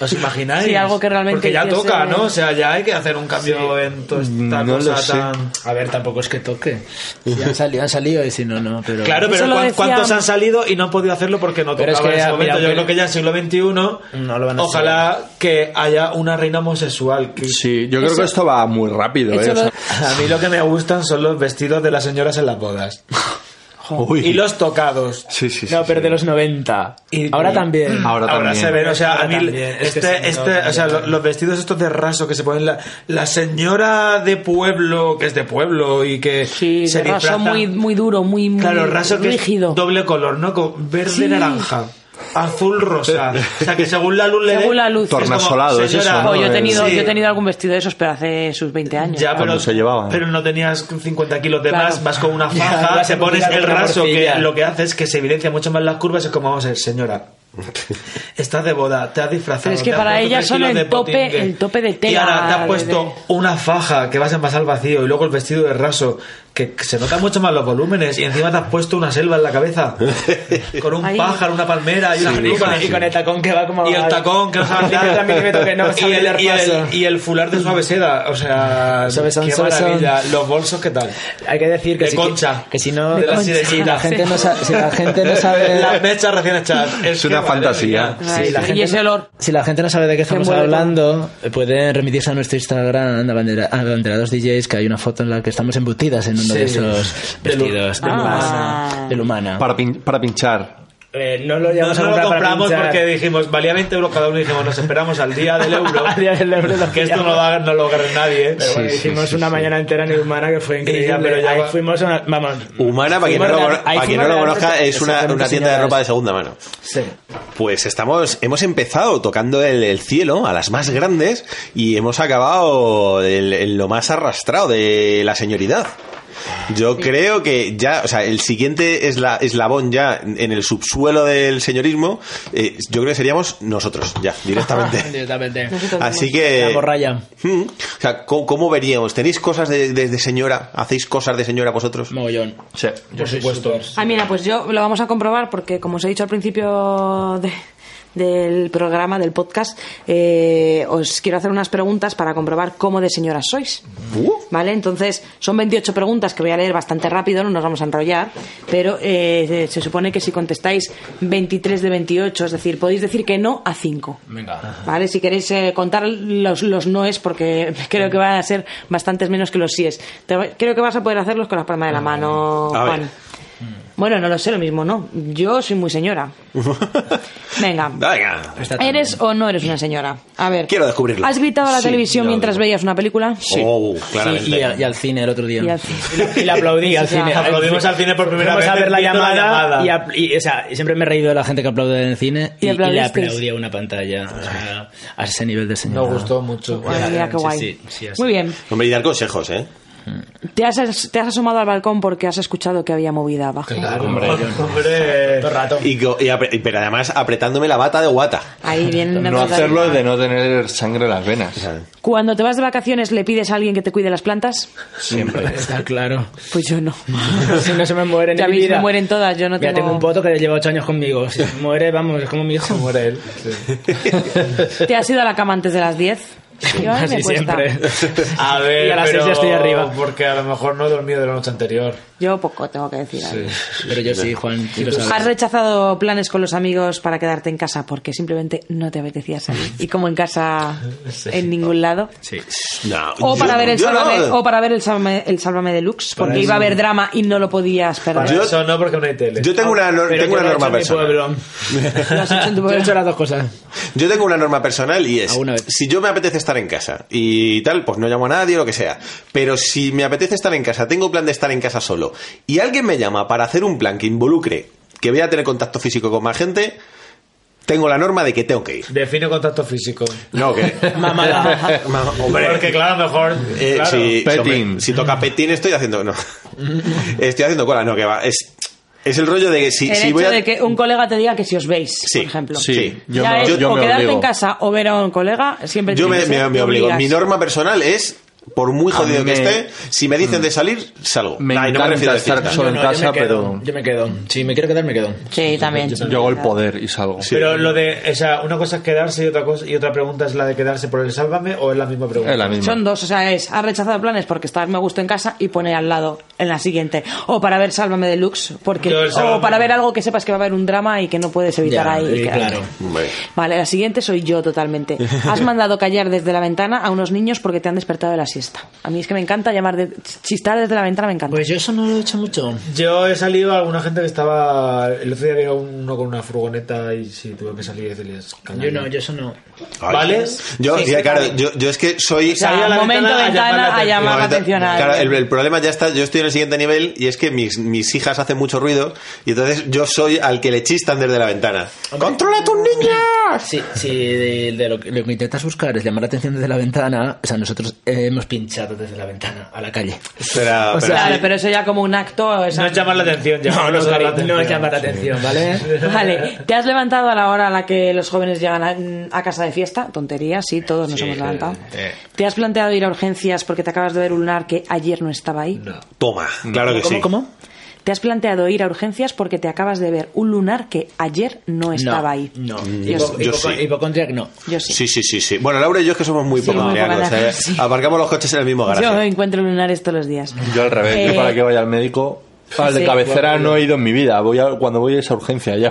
[SPEAKER 3] ¿Os imagináis?
[SPEAKER 5] Sí, algo que realmente
[SPEAKER 3] Porque ya
[SPEAKER 5] hiciese-
[SPEAKER 3] toca, ¿no? O sea, ya hay que hacer un cambio en toda esta
[SPEAKER 9] No
[SPEAKER 3] cosa
[SPEAKER 9] lo sé.
[SPEAKER 3] tan.
[SPEAKER 9] A ver, tampoco es que toque. Si han salido, han salido y si no, no. Pero...
[SPEAKER 3] Claro, pero ¿cuán- ¿cuántos han salido y no han podido hacerlo porque no
[SPEAKER 9] Pero
[SPEAKER 3] tocaba
[SPEAKER 9] es que
[SPEAKER 3] en ese
[SPEAKER 9] ya,
[SPEAKER 3] momento?
[SPEAKER 9] mira,
[SPEAKER 3] Yo
[SPEAKER 9] pero-
[SPEAKER 3] creo que ya en el siglo XXI
[SPEAKER 9] No lo van a hacer.
[SPEAKER 3] ojalá que haya una reina homosexual. que-
[SPEAKER 6] Sí, yo creo que esto va muy rápido, ¿eh? O sea,
[SPEAKER 3] a mí lo que me gustan son los vestidos de las señoras en las bodas.
[SPEAKER 6] Uy.
[SPEAKER 3] Y los tocados.
[SPEAKER 6] Sí, sí, sí.
[SPEAKER 3] No, pero de los 90.
[SPEAKER 6] Ahora también. Ahora también.
[SPEAKER 3] se ven, o sea,
[SPEAKER 6] Ahora
[SPEAKER 3] a mí
[SPEAKER 6] también.
[SPEAKER 3] este,
[SPEAKER 6] Es que se
[SPEAKER 3] este,
[SPEAKER 6] nota.
[SPEAKER 3] o sea, lo- los vestidos estos de raso que se ponen la, la señora de pueblo, que es de pueblo y que se
[SPEAKER 5] de raso
[SPEAKER 3] disfraza.
[SPEAKER 5] muy, muy duro, muy, muy
[SPEAKER 3] claro, raso que es
[SPEAKER 5] rígido.
[SPEAKER 3] doble color, ¿no? Con verde
[SPEAKER 5] Sí.
[SPEAKER 3] naranja. Azul rosa. O sea, que según la luz le dé-
[SPEAKER 5] Según la luz.
[SPEAKER 3] es como, señora,
[SPEAKER 5] Oh, yo, he tenido,
[SPEAKER 3] Sí.
[SPEAKER 5] yo he tenido algún vestido de esos, pero hace sus 20 años.
[SPEAKER 3] Ya, pero,
[SPEAKER 6] llevaban.
[SPEAKER 3] pero no tenías 50 kilos de
[SPEAKER 5] Claro.
[SPEAKER 3] más, vas con una
[SPEAKER 5] Ya,
[SPEAKER 3] faja,
[SPEAKER 5] vas
[SPEAKER 3] te
[SPEAKER 5] con
[SPEAKER 3] pones
[SPEAKER 5] una
[SPEAKER 3] el
[SPEAKER 5] gorra
[SPEAKER 3] raso que
[SPEAKER 5] morcilla.
[SPEAKER 3] lo que hace es que se evidencia mucho más las curvas, es como, vamos a ver, señora, estás de boda, te has disfrazado.
[SPEAKER 5] Pero es que
[SPEAKER 3] te has
[SPEAKER 5] para
[SPEAKER 3] puesto
[SPEAKER 5] ellas
[SPEAKER 3] tres
[SPEAKER 5] son
[SPEAKER 3] kilos
[SPEAKER 5] el
[SPEAKER 3] de
[SPEAKER 5] tope-
[SPEAKER 3] potingue,
[SPEAKER 5] el tope de
[SPEAKER 3] Y
[SPEAKER 5] tela,
[SPEAKER 3] ahora te has
[SPEAKER 5] de-
[SPEAKER 3] puesto una faja que vas a envasar al vacío y luego el vestido de raso, que que se nota mucho más los volúmenes, y encima te has puesto una selva en la cabeza, con un
[SPEAKER 22] Ahí.
[SPEAKER 3] pájaro, una palmera y una
[SPEAKER 22] Sí,
[SPEAKER 3] peluca.
[SPEAKER 22] sí, sí. Y con el
[SPEAKER 3] tacón que va como... Y el tacón que no sabe
[SPEAKER 22] A 50 milímetros que no
[SPEAKER 3] y
[SPEAKER 22] sabe
[SPEAKER 3] el,
[SPEAKER 22] dar
[SPEAKER 3] y, el,
[SPEAKER 22] paso.
[SPEAKER 3] y el fular de suave seda, o sea, qué
[SPEAKER 22] suave son.
[SPEAKER 3] maravilla. Los bolsos, ¿qué tal? Hay que decir
[SPEAKER 22] que
[SPEAKER 3] de
[SPEAKER 22] si-
[SPEAKER 3] concha.
[SPEAKER 22] que si no-
[SPEAKER 3] De
[SPEAKER 22] De
[SPEAKER 3] la
[SPEAKER 22] concha.
[SPEAKER 3] sirenita.
[SPEAKER 22] Si la gente no sa- si la gente no sabe-
[SPEAKER 3] las mechas recién hechas.
[SPEAKER 6] Es una fantasía.
[SPEAKER 5] Sí, la gente- ese olor.
[SPEAKER 22] Si la gente no sabe de qué estamos
[SPEAKER 5] mueve todo.
[SPEAKER 22] hablando, eh, pueden remitirse a nuestro Instagram, abandera- abanderados DJs, que hay una foto en la que estamos embutidas en uno
[SPEAKER 9] Sí.
[SPEAKER 22] de esos
[SPEAKER 9] De lu- Ah.
[SPEAKER 22] vestidos
[SPEAKER 9] de
[SPEAKER 22] de
[SPEAKER 9] lumana.
[SPEAKER 22] lumana. De lumana.
[SPEAKER 6] Para, pin- para pinchar.
[SPEAKER 9] Eh, no lo
[SPEAKER 3] No,
[SPEAKER 9] llevamos
[SPEAKER 3] no
[SPEAKER 9] a
[SPEAKER 3] lo
[SPEAKER 9] comprar para
[SPEAKER 3] compramos
[SPEAKER 9] pinchar.
[SPEAKER 3] porque dijimos, valía 20 euros cada uno y dijimos, nos esperamos al día del euro. que esto no lo, haga, no lo agarre nadie. ¿eh?
[SPEAKER 9] Pero bueno, hicimos una mañana entera en humana que fue increíble.
[SPEAKER 3] ya, pero ya
[SPEAKER 9] ahí
[SPEAKER 3] va-
[SPEAKER 9] fuimos a, vamos.
[SPEAKER 4] Humana, para quien
[SPEAKER 9] fuimos
[SPEAKER 4] no lo,
[SPEAKER 9] real-
[SPEAKER 4] cono-
[SPEAKER 9] ahí
[SPEAKER 4] para quien
[SPEAKER 9] fuimos
[SPEAKER 4] no lo
[SPEAKER 9] realmente-
[SPEAKER 4] conozca, es una,
[SPEAKER 9] exactamente,
[SPEAKER 4] una tienda de
[SPEAKER 9] señoras.
[SPEAKER 4] ropa de segunda mano.
[SPEAKER 9] Sí.
[SPEAKER 4] Pues estamos, hemos empezado tocando el, el cielo a las más grandes y hemos acabado en, en lo más arrastrado de la señoridad. Yo creo que ya, o sea, el siguiente esla- eslabón ya en en el subsuelo del señorismo, eh, yo creo que seríamos nosotros, ya, directamente.
[SPEAKER 9] Ah, Directamente.
[SPEAKER 4] Así que-
[SPEAKER 9] La borralla.
[SPEAKER 4] Mm. O sea, ¿cómo, cómo veríamos? ¿Tenéis cosas de, de- de señora? ¿Hacéis cosas de señora vosotros?
[SPEAKER 9] Mogollón.
[SPEAKER 4] Sí,
[SPEAKER 9] por supuesto.
[SPEAKER 5] Ah, mira, pues yo lo vamos a comprobar porque, como os he dicho al principio de- del programa, del podcast, eh, os quiero hacer unas preguntas para comprobar cómo de señoras sois. ¿Vale? Entonces, son 28 preguntas que voy a leer bastante rápido, no nos vamos a enrollar, pero eh, se supone que si contestáis 23 de 28, es decir, podéis decir que no a 5.
[SPEAKER 9] Venga.
[SPEAKER 5] ¿Vale? Si queréis eh, contar los, los noes, porque creo que van a ser bastantes menos que los síes. Te va- creo que vas a poder hacerlos con la palma de la mano,
[SPEAKER 4] A ver.
[SPEAKER 5] Juan. Bueno, no lo sé, lo mismo, ¿no? Yo soy muy señora. Venga.
[SPEAKER 4] Venga.
[SPEAKER 5] ¿Eres o no eres una señora? A ver.
[SPEAKER 4] Quiero descubrirlo.
[SPEAKER 5] ¿Has gritado a la
[SPEAKER 9] Sí,
[SPEAKER 5] televisión
[SPEAKER 9] lo
[SPEAKER 5] mientras
[SPEAKER 9] digo.
[SPEAKER 5] veías una película?
[SPEAKER 4] Oh, claramente.
[SPEAKER 9] Sí, y, al, y al cine el otro día.
[SPEAKER 5] Y al
[SPEAKER 9] Y la aplaudí al
[SPEAKER 5] Ya.
[SPEAKER 9] cine.
[SPEAKER 5] Aplaudimos
[SPEAKER 3] al cine por primera
[SPEAKER 9] Fuimos
[SPEAKER 3] vez
[SPEAKER 9] a ver la
[SPEAKER 3] viendo la
[SPEAKER 9] llamada.
[SPEAKER 3] llamada.
[SPEAKER 9] Y, apl- y, o sea, siempre me he reído de la gente que aplaude en el cine.
[SPEAKER 5] Y
[SPEAKER 9] Y, y le
[SPEAKER 5] aplaudisteis.
[SPEAKER 9] aplaudí a una pantalla. O sea, a ese nivel de señora.
[SPEAKER 3] Nos gustó mucho.
[SPEAKER 5] Madre mía, qué guay.
[SPEAKER 9] Sí, sí, sí, así.
[SPEAKER 5] Muy bien.
[SPEAKER 4] Hombre, y dar consejos, ¿eh?
[SPEAKER 5] ¿Te has, as- te has asomado al balcón porque has escuchado que había movida abajo.
[SPEAKER 4] Hombre,
[SPEAKER 3] hombre.
[SPEAKER 4] Y, co- y apre- y- pero además apretándome la bata de guata.
[SPEAKER 5] Ahí viene una
[SPEAKER 6] No
[SPEAKER 5] cosa.
[SPEAKER 6] hacerlo es de no tener sangre en las venas.
[SPEAKER 5] Cuando te vas de vacaciones, ¿le pides a alguien que te cuide las plantas?
[SPEAKER 9] Siempre. Está claro.
[SPEAKER 5] Pues yo no.
[SPEAKER 9] si no se me mueren
[SPEAKER 5] Ya
[SPEAKER 9] en mi
[SPEAKER 5] veis,
[SPEAKER 9] vida.
[SPEAKER 5] me mueren todas, yo no
[SPEAKER 9] Mira,
[SPEAKER 5] tengo-
[SPEAKER 9] tengo un voto que lleva ocho años conmigo. Si se muere, vamos, es como mi hijo. muere él.
[SPEAKER 5] ¿Te has ido a la cama antes de las 10? Yo a mí me
[SPEAKER 3] Así
[SPEAKER 5] cuesta.
[SPEAKER 3] A ver,
[SPEAKER 9] Y a las seis
[SPEAKER 3] pero-
[SPEAKER 9] ya estoy arriba.
[SPEAKER 3] Porque a lo mejor no he dormido de la noche anterior.
[SPEAKER 5] Yo poco tengo que decir. ahí.
[SPEAKER 9] Pero yo sí, Juan, tú lo
[SPEAKER 5] ¿Has
[SPEAKER 9] sabes.
[SPEAKER 5] rechazado planes con los amigos para quedarte en casa porque simplemente no te apetecía salir? Y como en casa, en ningún lado.
[SPEAKER 9] Sí.
[SPEAKER 4] No,
[SPEAKER 5] O
[SPEAKER 4] yo-
[SPEAKER 5] para ver el
[SPEAKER 4] yo no.
[SPEAKER 5] Sálvame, o para ver el Sálvame, el Sálvame Deluxe, porque
[SPEAKER 3] Para
[SPEAKER 5] iba a
[SPEAKER 3] eso.
[SPEAKER 5] haber drama y no lo podías perder.
[SPEAKER 3] Para eso no, porque no hay tele.
[SPEAKER 4] Yo tengo una, nor-
[SPEAKER 3] Pero
[SPEAKER 4] tengo
[SPEAKER 3] yo
[SPEAKER 4] una
[SPEAKER 3] lo he
[SPEAKER 4] norma
[SPEAKER 3] hecho en mi
[SPEAKER 4] personal.
[SPEAKER 3] pueblo.
[SPEAKER 9] Yo he hecho las dos cosas.
[SPEAKER 4] Yo tengo una norma personal y es, si yo me apetece estar en casa y tal, pues no llamo a nadie o lo que sea. Pero si me apetece estar en casa, tengo plan de estar en casa solo, y alguien me llama para hacer un plan que involucre que voy a tener contacto físico con más gente, tengo la norma de que tengo que ir.
[SPEAKER 3] Define contacto físico.
[SPEAKER 4] No, que...
[SPEAKER 3] Mamada.
[SPEAKER 4] Ma- hombre.
[SPEAKER 3] Porque claro, a lo mejor.
[SPEAKER 4] Eh,
[SPEAKER 3] claro.
[SPEAKER 4] si, si, hombre, si toca petín estoy haciendo... No. Estoy haciendo cola, no, que va. Es, es el rollo de que si,
[SPEAKER 5] el
[SPEAKER 4] si
[SPEAKER 5] hecho
[SPEAKER 4] voy a...
[SPEAKER 5] de que un colega te diga que si os veis, por ejemplo.
[SPEAKER 4] Sí, yo
[SPEAKER 5] ya
[SPEAKER 4] me-
[SPEAKER 5] es,
[SPEAKER 4] yo
[SPEAKER 5] o
[SPEAKER 4] me
[SPEAKER 5] quedarte
[SPEAKER 4] obligo.
[SPEAKER 5] en casa o ver a un colega, siempre
[SPEAKER 4] Yo me,
[SPEAKER 5] tienes que
[SPEAKER 4] me-
[SPEAKER 5] ser-
[SPEAKER 4] me
[SPEAKER 5] te
[SPEAKER 4] obligo.
[SPEAKER 5] obligas.
[SPEAKER 4] Mi norma personal es, por muy jodido que esté, si me dicen de salir, salgo.
[SPEAKER 6] Me
[SPEAKER 4] Ay, no me
[SPEAKER 6] encanta
[SPEAKER 4] refiero a
[SPEAKER 6] estar
[SPEAKER 4] fiesta.
[SPEAKER 6] solo en casa, pero
[SPEAKER 9] Yo me quedo. Si me quiero quedar, me quedo.
[SPEAKER 5] Sí, también.
[SPEAKER 6] yo hago el poder y salgo.
[SPEAKER 3] Pero lo de, o sea, una cosa es quedarse y otra cosa y otra pregunta es la de quedarse por el sálvame o es la misma pregunta.
[SPEAKER 6] Es la
[SPEAKER 5] Son dos, o sea, es ha rechazado planes porque está me gusta en casa y pone al lado en la siguiente. O para ver Sálvame Deluxe, porque
[SPEAKER 3] Yo el Sálvame-
[SPEAKER 5] o para ver algo que sepas que va a haber un drama y que no puedes evitar
[SPEAKER 9] Ya,
[SPEAKER 5] ahí.
[SPEAKER 9] y
[SPEAKER 5] quedarte.
[SPEAKER 9] claro.
[SPEAKER 5] Vale, la siguiente soy yo totalmente. Has mandado callar desde la ventana a unos niños porque te han despertado de la siesta. A mí es que me encanta llamar de chistar desde la ventana, me encanta. Pues
[SPEAKER 9] yo eso no lo he hecho mucho.
[SPEAKER 3] Yo he salido a alguna gente que estaba. El otro día había uno con una furgoneta y sí, tuve que salir y decirles.
[SPEAKER 9] Yo no, yo eso no.
[SPEAKER 3] ¿Vale?
[SPEAKER 4] Yo,
[SPEAKER 3] Sí,
[SPEAKER 4] ya,
[SPEAKER 3] sí,
[SPEAKER 4] claro,
[SPEAKER 3] vale.
[SPEAKER 4] yo, yo es que soy.
[SPEAKER 3] O sea, Salí a la momento ventana a llamar la ventana a atención. llamar la
[SPEAKER 4] Momento-
[SPEAKER 3] atención a
[SPEAKER 4] Claro,
[SPEAKER 3] alguien.
[SPEAKER 4] el, el problema ya está. Yo estoy en el siguiente nivel y es que mis, mis hijas hacen mucho ruido y entonces yo soy al que le chistan desde la ventana. ¡Controla a tus niñas!
[SPEAKER 9] Sí, sí eh, de, de lo, que, lo que intentas buscar es llamar la atención desde la ventana. O sea, nosotros eh, hemos pinchado desde la ventana a la calle.
[SPEAKER 4] Será,
[SPEAKER 9] O
[SPEAKER 4] pero
[SPEAKER 9] sea,
[SPEAKER 4] sí.
[SPEAKER 5] Claro, pero eso ya como un acto. esa-
[SPEAKER 9] No, no, cariño, no es llamar la atención, ¿vale?
[SPEAKER 5] Vale, ¿te has levantado a la hora a la que los jóvenes llegan a, a casa de fiesta? Tontería, sí, todos nos
[SPEAKER 9] Sí,
[SPEAKER 5] hemos
[SPEAKER 9] eh,
[SPEAKER 5] levantado.
[SPEAKER 9] eh.
[SPEAKER 5] ¿Te has planteado ir a urgencias porque te acabas de ver un lunar que ayer no estaba ahí?
[SPEAKER 4] Toma, claro que
[SPEAKER 5] ¿Cómo,
[SPEAKER 4] sí.
[SPEAKER 5] cómo? ¿Te has planteado ir a urgencias porque te acabas de ver un lunar que ayer no estaba ahí?
[SPEAKER 9] No.
[SPEAKER 4] Yo sí. Yo sí.
[SPEAKER 9] Hipocondriac no.
[SPEAKER 4] Sí, sí, sí, sí. Bueno, Laura y yo es que somos muy
[SPEAKER 5] Sí, muy
[SPEAKER 4] hipocondriacos,
[SPEAKER 5] hipocondriacos,
[SPEAKER 4] ¿eh? Aparcamos los coches en el mismo garaje.
[SPEAKER 5] Yo encuentro lunares todos los días.
[SPEAKER 6] Yo al revés,
[SPEAKER 5] Eh,
[SPEAKER 6] yo para que vaya al médico. Al de
[SPEAKER 5] Sí.
[SPEAKER 6] cabecera no he ido en mi vida, voy a- cuando voy a esa urgencia ya.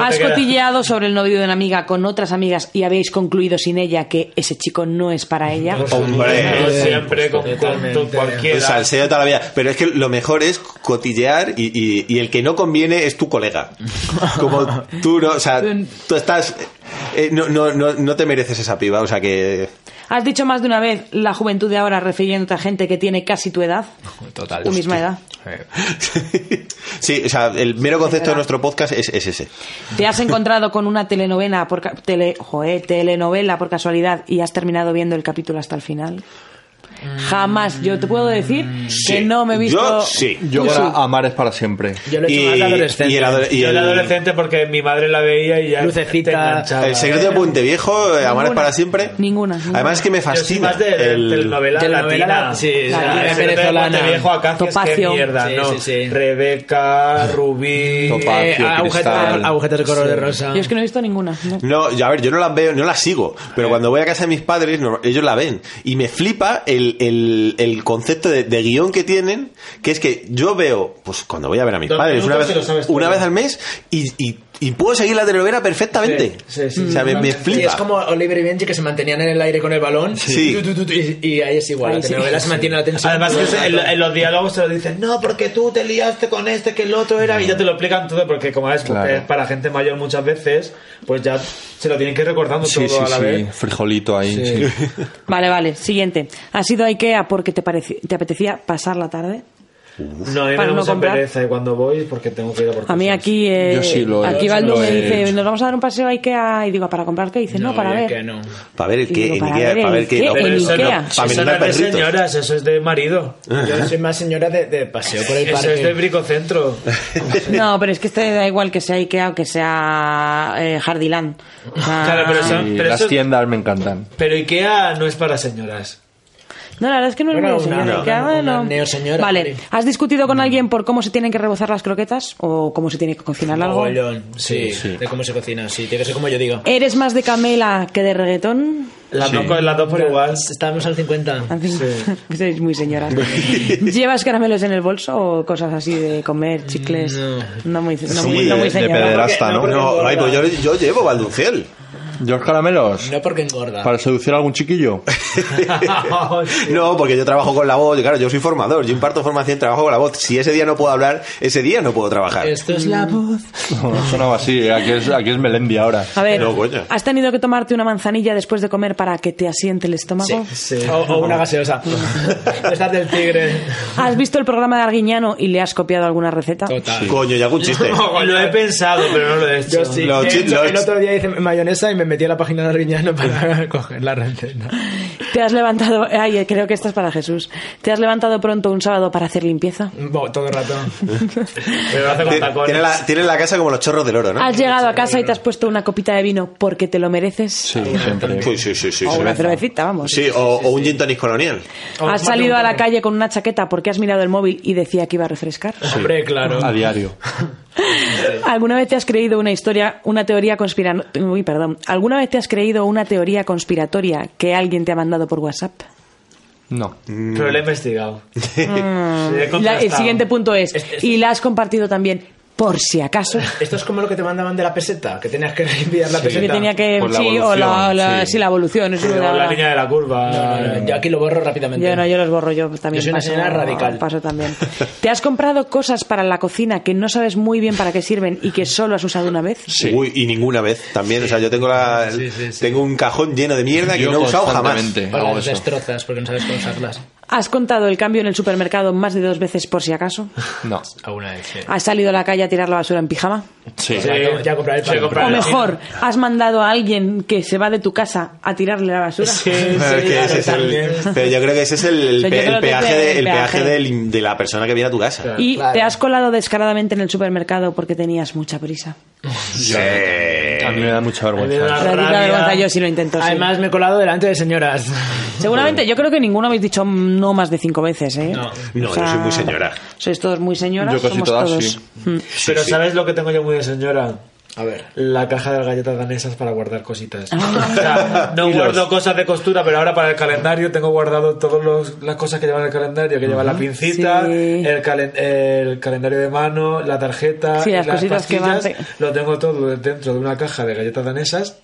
[SPEAKER 5] ¿Has cotilleado sobre el novio de una amiga con otras amigas y habéis concluido sin ella que ese chico no es para ella?
[SPEAKER 4] Oh, Hombre,
[SPEAKER 9] pues,
[SPEAKER 3] siempre con, con- con cualquiera.
[SPEAKER 4] El salseo toda la vida. Pero es que lo mejor es cotillear y, y- y el que no conviene es tu colega. Pues, Como tú no, o sea, tú estás. eh, no, no, no, no te mereces esa piba, o sea que.
[SPEAKER 5] ¿Has dicho más de una vez la juventud de ahora refiriéndote a gente que tiene casi tu edad?
[SPEAKER 6] Total.
[SPEAKER 5] Tu misma edad.
[SPEAKER 4] Sí, o sea, el mero concepto de nuestro podcast es, es ese.
[SPEAKER 5] ¿Te has encontrado con una telenovela por, ca- tele, joe, telenovela por casualidad y has terminado viendo el capítulo hasta el final?
[SPEAKER 3] Mm,
[SPEAKER 5] Jamás. Yo te puedo decir que no me he visto...
[SPEAKER 6] Yo
[SPEAKER 5] Tú
[SPEAKER 6] para
[SPEAKER 5] sí.
[SPEAKER 6] amar es para siempre.
[SPEAKER 9] Yo lo he hecho más de adolescente.
[SPEAKER 3] Yo era adolescente porque mi madre la veía y ya.
[SPEAKER 9] Lucecita.
[SPEAKER 3] te enganchaba.
[SPEAKER 4] El secreto de Puente Viejo, eh, amar es para siempre.
[SPEAKER 5] Ninguna.
[SPEAKER 4] Además es que me
[SPEAKER 3] Yo soy
[SPEAKER 4] fascina.
[SPEAKER 3] más de, de
[SPEAKER 4] el-
[SPEAKER 3] telenovela
[SPEAKER 9] telenovela
[SPEAKER 3] latina.
[SPEAKER 9] la- sí,
[SPEAKER 3] o sea,
[SPEAKER 9] la-
[SPEAKER 3] el
[SPEAKER 9] la
[SPEAKER 3] secreto de
[SPEAKER 9] venezolana.
[SPEAKER 3] Puente Viejo acá
[SPEAKER 9] Topacio.
[SPEAKER 3] mierda,
[SPEAKER 9] Sí,
[SPEAKER 3] ¿no?
[SPEAKER 9] sí, sí.
[SPEAKER 3] Rebeca, Rubí,
[SPEAKER 9] Eh, agujetas, agujetas de color
[SPEAKER 3] Sí.
[SPEAKER 9] de rosa.
[SPEAKER 5] Yo es que no he visto ninguna. no.
[SPEAKER 4] No, yo, a ver, yo no las veo, no las sigo,
[SPEAKER 3] Eh.
[SPEAKER 4] pero cuando voy a casa de mis padres, no- ellos la ven. Y me flipa el, el, el concepto de, de guión que tienen, que es que yo veo, pues cuando voy a ver a mis
[SPEAKER 3] Dos
[SPEAKER 4] padres, una
[SPEAKER 3] minutos y
[SPEAKER 4] vez,
[SPEAKER 3] lo sabes todo.
[SPEAKER 4] una vez al mes, y, y, y puedo seguir la telenovela perfectamente.
[SPEAKER 9] Sí, sí,
[SPEAKER 4] o sea, me, me
[SPEAKER 9] Sí, es
[SPEAKER 4] flipa.
[SPEAKER 9] como Oliver y Benji que se mantenían en el aire con el balón.
[SPEAKER 4] Sí.
[SPEAKER 9] Y, tu, tu, tu, y- y ahí es igual.
[SPEAKER 3] Ahí
[SPEAKER 9] la
[SPEAKER 3] sí.
[SPEAKER 9] telenovela se mantiene la tensión.
[SPEAKER 3] Además,
[SPEAKER 9] todo el
[SPEAKER 3] que se- en,
[SPEAKER 9] rato.
[SPEAKER 3] en los diálogos se lo dicen, no, porque tú te liaste con este, que el otro era, y ya te lo explican todo, porque como es
[SPEAKER 6] Claro.
[SPEAKER 3] es para gente mayor muchas veces, pues ya se lo tienen que ir recordando
[SPEAKER 6] Sí,
[SPEAKER 3] todo
[SPEAKER 6] sí,
[SPEAKER 3] a la
[SPEAKER 6] sí,
[SPEAKER 3] vez.
[SPEAKER 6] frijolito ahí.
[SPEAKER 3] Sí.
[SPEAKER 6] sí.
[SPEAKER 5] Vale, vale. Siguiente. ¿Has ido a Ikea porque te, pareci- te apetecía pasar la tarde?
[SPEAKER 3] No, a mí me
[SPEAKER 5] Para
[SPEAKER 3] da
[SPEAKER 5] no
[SPEAKER 3] mucha
[SPEAKER 5] comprar.
[SPEAKER 3] pereza y cuando voy porque tengo que ir a por
[SPEAKER 5] A mí aquí, eh,
[SPEAKER 3] Yo sí lo he
[SPEAKER 5] aquí
[SPEAKER 3] hecho,
[SPEAKER 5] Baldu
[SPEAKER 3] lo
[SPEAKER 5] me
[SPEAKER 3] he
[SPEAKER 5] dice,
[SPEAKER 3] hecho.
[SPEAKER 5] nos vamos a dar un paseo a Ikea y digo, ¿para comprar qué? Y dice, no, para ver.
[SPEAKER 4] Para ver el
[SPEAKER 5] Y
[SPEAKER 4] qué,
[SPEAKER 5] digo,
[SPEAKER 4] en
[SPEAKER 5] para
[SPEAKER 4] Ikea,
[SPEAKER 5] ver
[SPEAKER 4] para
[SPEAKER 5] el
[SPEAKER 4] ver qué.
[SPEAKER 5] qué,
[SPEAKER 4] no,
[SPEAKER 5] en
[SPEAKER 4] pero eso no,
[SPEAKER 5] Ikea.
[SPEAKER 4] para
[SPEAKER 3] Eso no
[SPEAKER 4] merendar
[SPEAKER 3] es de
[SPEAKER 4] perritos.
[SPEAKER 3] señoras, eso es de marido.
[SPEAKER 9] Yo soy más señora de, de paseo por el
[SPEAKER 3] Eso
[SPEAKER 9] parque.
[SPEAKER 3] es de bricocentro.
[SPEAKER 5] No, pero es que este da igual que sea Ikea o que sea eh, Ah. Hardyland. O sea,
[SPEAKER 3] Claro, pero son-
[SPEAKER 6] Y
[SPEAKER 3] pero
[SPEAKER 6] las
[SPEAKER 3] eso-
[SPEAKER 6] tiendas me encantan.
[SPEAKER 3] Pero Ikea no es para señoras.
[SPEAKER 5] No, la verdad es que no es
[SPEAKER 3] Bueno,
[SPEAKER 5] muy de
[SPEAKER 3] una-
[SPEAKER 5] señora
[SPEAKER 3] no,
[SPEAKER 5] Ikea,
[SPEAKER 3] no, no,
[SPEAKER 5] no.
[SPEAKER 3] una neoseñora,
[SPEAKER 5] Vale,
[SPEAKER 3] hombre.
[SPEAKER 5] ¿has discutido con alguien por cómo se tienen que rebozar las croquetas o cómo se tiene que cocinar algo?
[SPEAKER 9] Mogollón, sí, de cómo se cocina, sí, tiene que ser como yo digo.
[SPEAKER 5] ¿Eres más de camela que de reggaetón?
[SPEAKER 3] Las
[SPEAKER 9] Sí.
[SPEAKER 3] dos, las dos por igual.
[SPEAKER 9] Estábamos al 50.
[SPEAKER 5] En fin, sois muy señoras. ¿Llevas caramelos en el bolso o cosas así de comer chicles? No, muy, no, muy, no muy señora.
[SPEAKER 4] No, ay, pues yo, yo llevo balduciel.
[SPEAKER 6] ¿Yo caramelos?
[SPEAKER 9] No porque engorda.
[SPEAKER 6] ¿Para seducir a algún chiquillo?
[SPEAKER 4] no, porque yo trabajo con la voz, claro, yo soy formador, yo imparto formación, trabajo con la voz. Si ese día no puedo hablar, ese día no puedo trabajar.
[SPEAKER 9] Esto
[SPEAKER 5] Mm.
[SPEAKER 9] es la voz.
[SPEAKER 6] Sonaba así, ¿eh? aquí es, aquí es Melendi ahora.
[SPEAKER 5] A ver, ¿has tenido que tomarte una manzanilla después de comer para que te asiente el estómago?
[SPEAKER 9] O, o una gaseosa. Estás del tigre.
[SPEAKER 5] ¿Has visto el programa de Arguiñano y le has copiado alguna receta?
[SPEAKER 4] Coño, ya hago un chiste.
[SPEAKER 3] lo he pensado, pero no lo he hecho.
[SPEAKER 9] eh. Yo sí.
[SPEAKER 4] Los
[SPEAKER 9] De
[SPEAKER 4] chi-
[SPEAKER 9] hecho,
[SPEAKER 4] los-
[SPEAKER 9] el otro día hice mayonesa y me metí a la página de Arguiñano para coger la receta.
[SPEAKER 5] ¿Te has levantado... Ay, eh, creo que esta es para Jesús. ¿Te has levantado pronto un sábado para hacer limpieza?
[SPEAKER 9] Bo, todo el rato.
[SPEAKER 3] Pero lo hace con
[SPEAKER 4] Tiene-
[SPEAKER 3] tacones.
[SPEAKER 4] Tiene la, tiene la casa como los chorros del oro, ¿no?
[SPEAKER 5] ¿Has llegado a casa y te has puesto una copita de vino porque te lo mereces?
[SPEAKER 4] Sí, sí, sí, sí,
[SPEAKER 5] O
[SPEAKER 4] sí.
[SPEAKER 5] una cervecita, vamos.
[SPEAKER 4] Sí, o, o un gin tonic colonial.
[SPEAKER 5] ¿Has salido a la calle con una chaqueta porque has mirado el móvil y decía que iba a refrescar?
[SPEAKER 3] Hombre, claro.
[SPEAKER 6] A diario.
[SPEAKER 5] ¿Alguna vez te has creído una historia, una teoría conspiratoria... Uy, perdón. ¿Alguna vez te has creído una teoría conspiratoria que alguien te ha mandado por WhatsApp?
[SPEAKER 6] No.
[SPEAKER 3] Pero lo he investigado.
[SPEAKER 5] Mm.
[SPEAKER 3] Sí, he
[SPEAKER 5] La- el
[SPEAKER 3] contrastado.
[SPEAKER 5] siguiente punto es, y la has compartido también, por si acaso.
[SPEAKER 9] Esto es como lo que te mandaban de la peseta, que tenías que enviar la
[SPEAKER 5] Sí,
[SPEAKER 9] peseta.
[SPEAKER 5] que tenía que- Por la sí, o la- evolución, la- sí. sí, la evolución, eso
[SPEAKER 9] Sí,
[SPEAKER 5] es
[SPEAKER 9] o
[SPEAKER 5] verdad.
[SPEAKER 9] la línea de la curva. Yo aquí lo borro rápidamente.
[SPEAKER 5] Yo no, yo los borro yo también.
[SPEAKER 9] Yo soy una
[SPEAKER 5] paso-
[SPEAKER 9] señora radical.
[SPEAKER 5] Paso también. ¿Te has comprado cosas para la cocina que no sabes muy bien para qué sirven y que solo has usado una vez?
[SPEAKER 4] Uy, y ninguna vez también. O sea, yo tengo la, tengo un cajón lleno de mierda que
[SPEAKER 6] Yo
[SPEAKER 4] no he usado jamás.
[SPEAKER 6] constantemente
[SPEAKER 9] Ahora las destrozas porque no sabes cómo usarlas.
[SPEAKER 5] ¿Has contado el cambio en el supermercado más de dos veces por si acaso?
[SPEAKER 6] No.
[SPEAKER 9] Alguna vez, sí.
[SPEAKER 5] ¿Has salido a la calle a tirar la basura en pijama?
[SPEAKER 6] Sí.
[SPEAKER 9] Ya, ya compraré el
[SPEAKER 6] Sí, compraré
[SPEAKER 5] O mejor, ¿has mandado a alguien que se va de tu casa a tirarle la basura?
[SPEAKER 4] Pero, es que ese es el- pero yo creo que ese es el, el
[SPEAKER 5] Pero yo
[SPEAKER 4] pe-
[SPEAKER 5] creo
[SPEAKER 4] el
[SPEAKER 5] que es
[SPEAKER 4] peaje, de,
[SPEAKER 5] el
[SPEAKER 4] el peaje
[SPEAKER 5] peaje.
[SPEAKER 4] del- de la persona que viene a tu casa.
[SPEAKER 5] Y te has colado descaradamente en el supermercado porque tenías mucha prisa.
[SPEAKER 6] Sí. A mí me da mucha
[SPEAKER 9] Me da
[SPEAKER 5] Pero
[SPEAKER 6] vergüenza.
[SPEAKER 5] a ti te da
[SPEAKER 9] rabia.
[SPEAKER 5] vergüenza, yo sí lo intento. sí.
[SPEAKER 9] Además, me he colado delante de señoras.
[SPEAKER 5] Seguramente, yo creo que ninguno habéis dicho no más de cinco veces, ¿eh?
[SPEAKER 4] No,
[SPEAKER 5] O sea,
[SPEAKER 4] yo soy muy señora.
[SPEAKER 5] Sois todos muy señoras,
[SPEAKER 3] Yo casi
[SPEAKER 5] somos
[SPEAKER 3] todas,
[SPEAKER 5] todos.
[SPEAKER 3] sí.
[SPEAKER 5] Mm.
[SPEAKER 3] Pero ¿sabes lo que tengo yo muy de señora?
[SPEAKER 9] A ver.
[SPEAKER 3] La caja de las galletas danesas para guardar cositas.
[SPEAKER 5] Ah.
[SPEAKER 3] O sea, no guardo cosas de costura, pero ahora para el calendario tengo guardado todas las cosas que llevan el calendario, que lleva la
[SPEAKER 5] Ujú.
[SPEAKER 3] pincita, el, calen- el calendario de mano, la tarjeta,
[SPEAKER 5] Sí,
[SPEAKER 3] y
[SPEAKER 5] las
[SPEAKER 3] las
[SPEAKER 5] cositas que
[SPEAKER 3] pastillas.
[SPEAKER 5] van-
[SPEAKER 3] Lo tengo todo dentro de una caja de galletas danesas.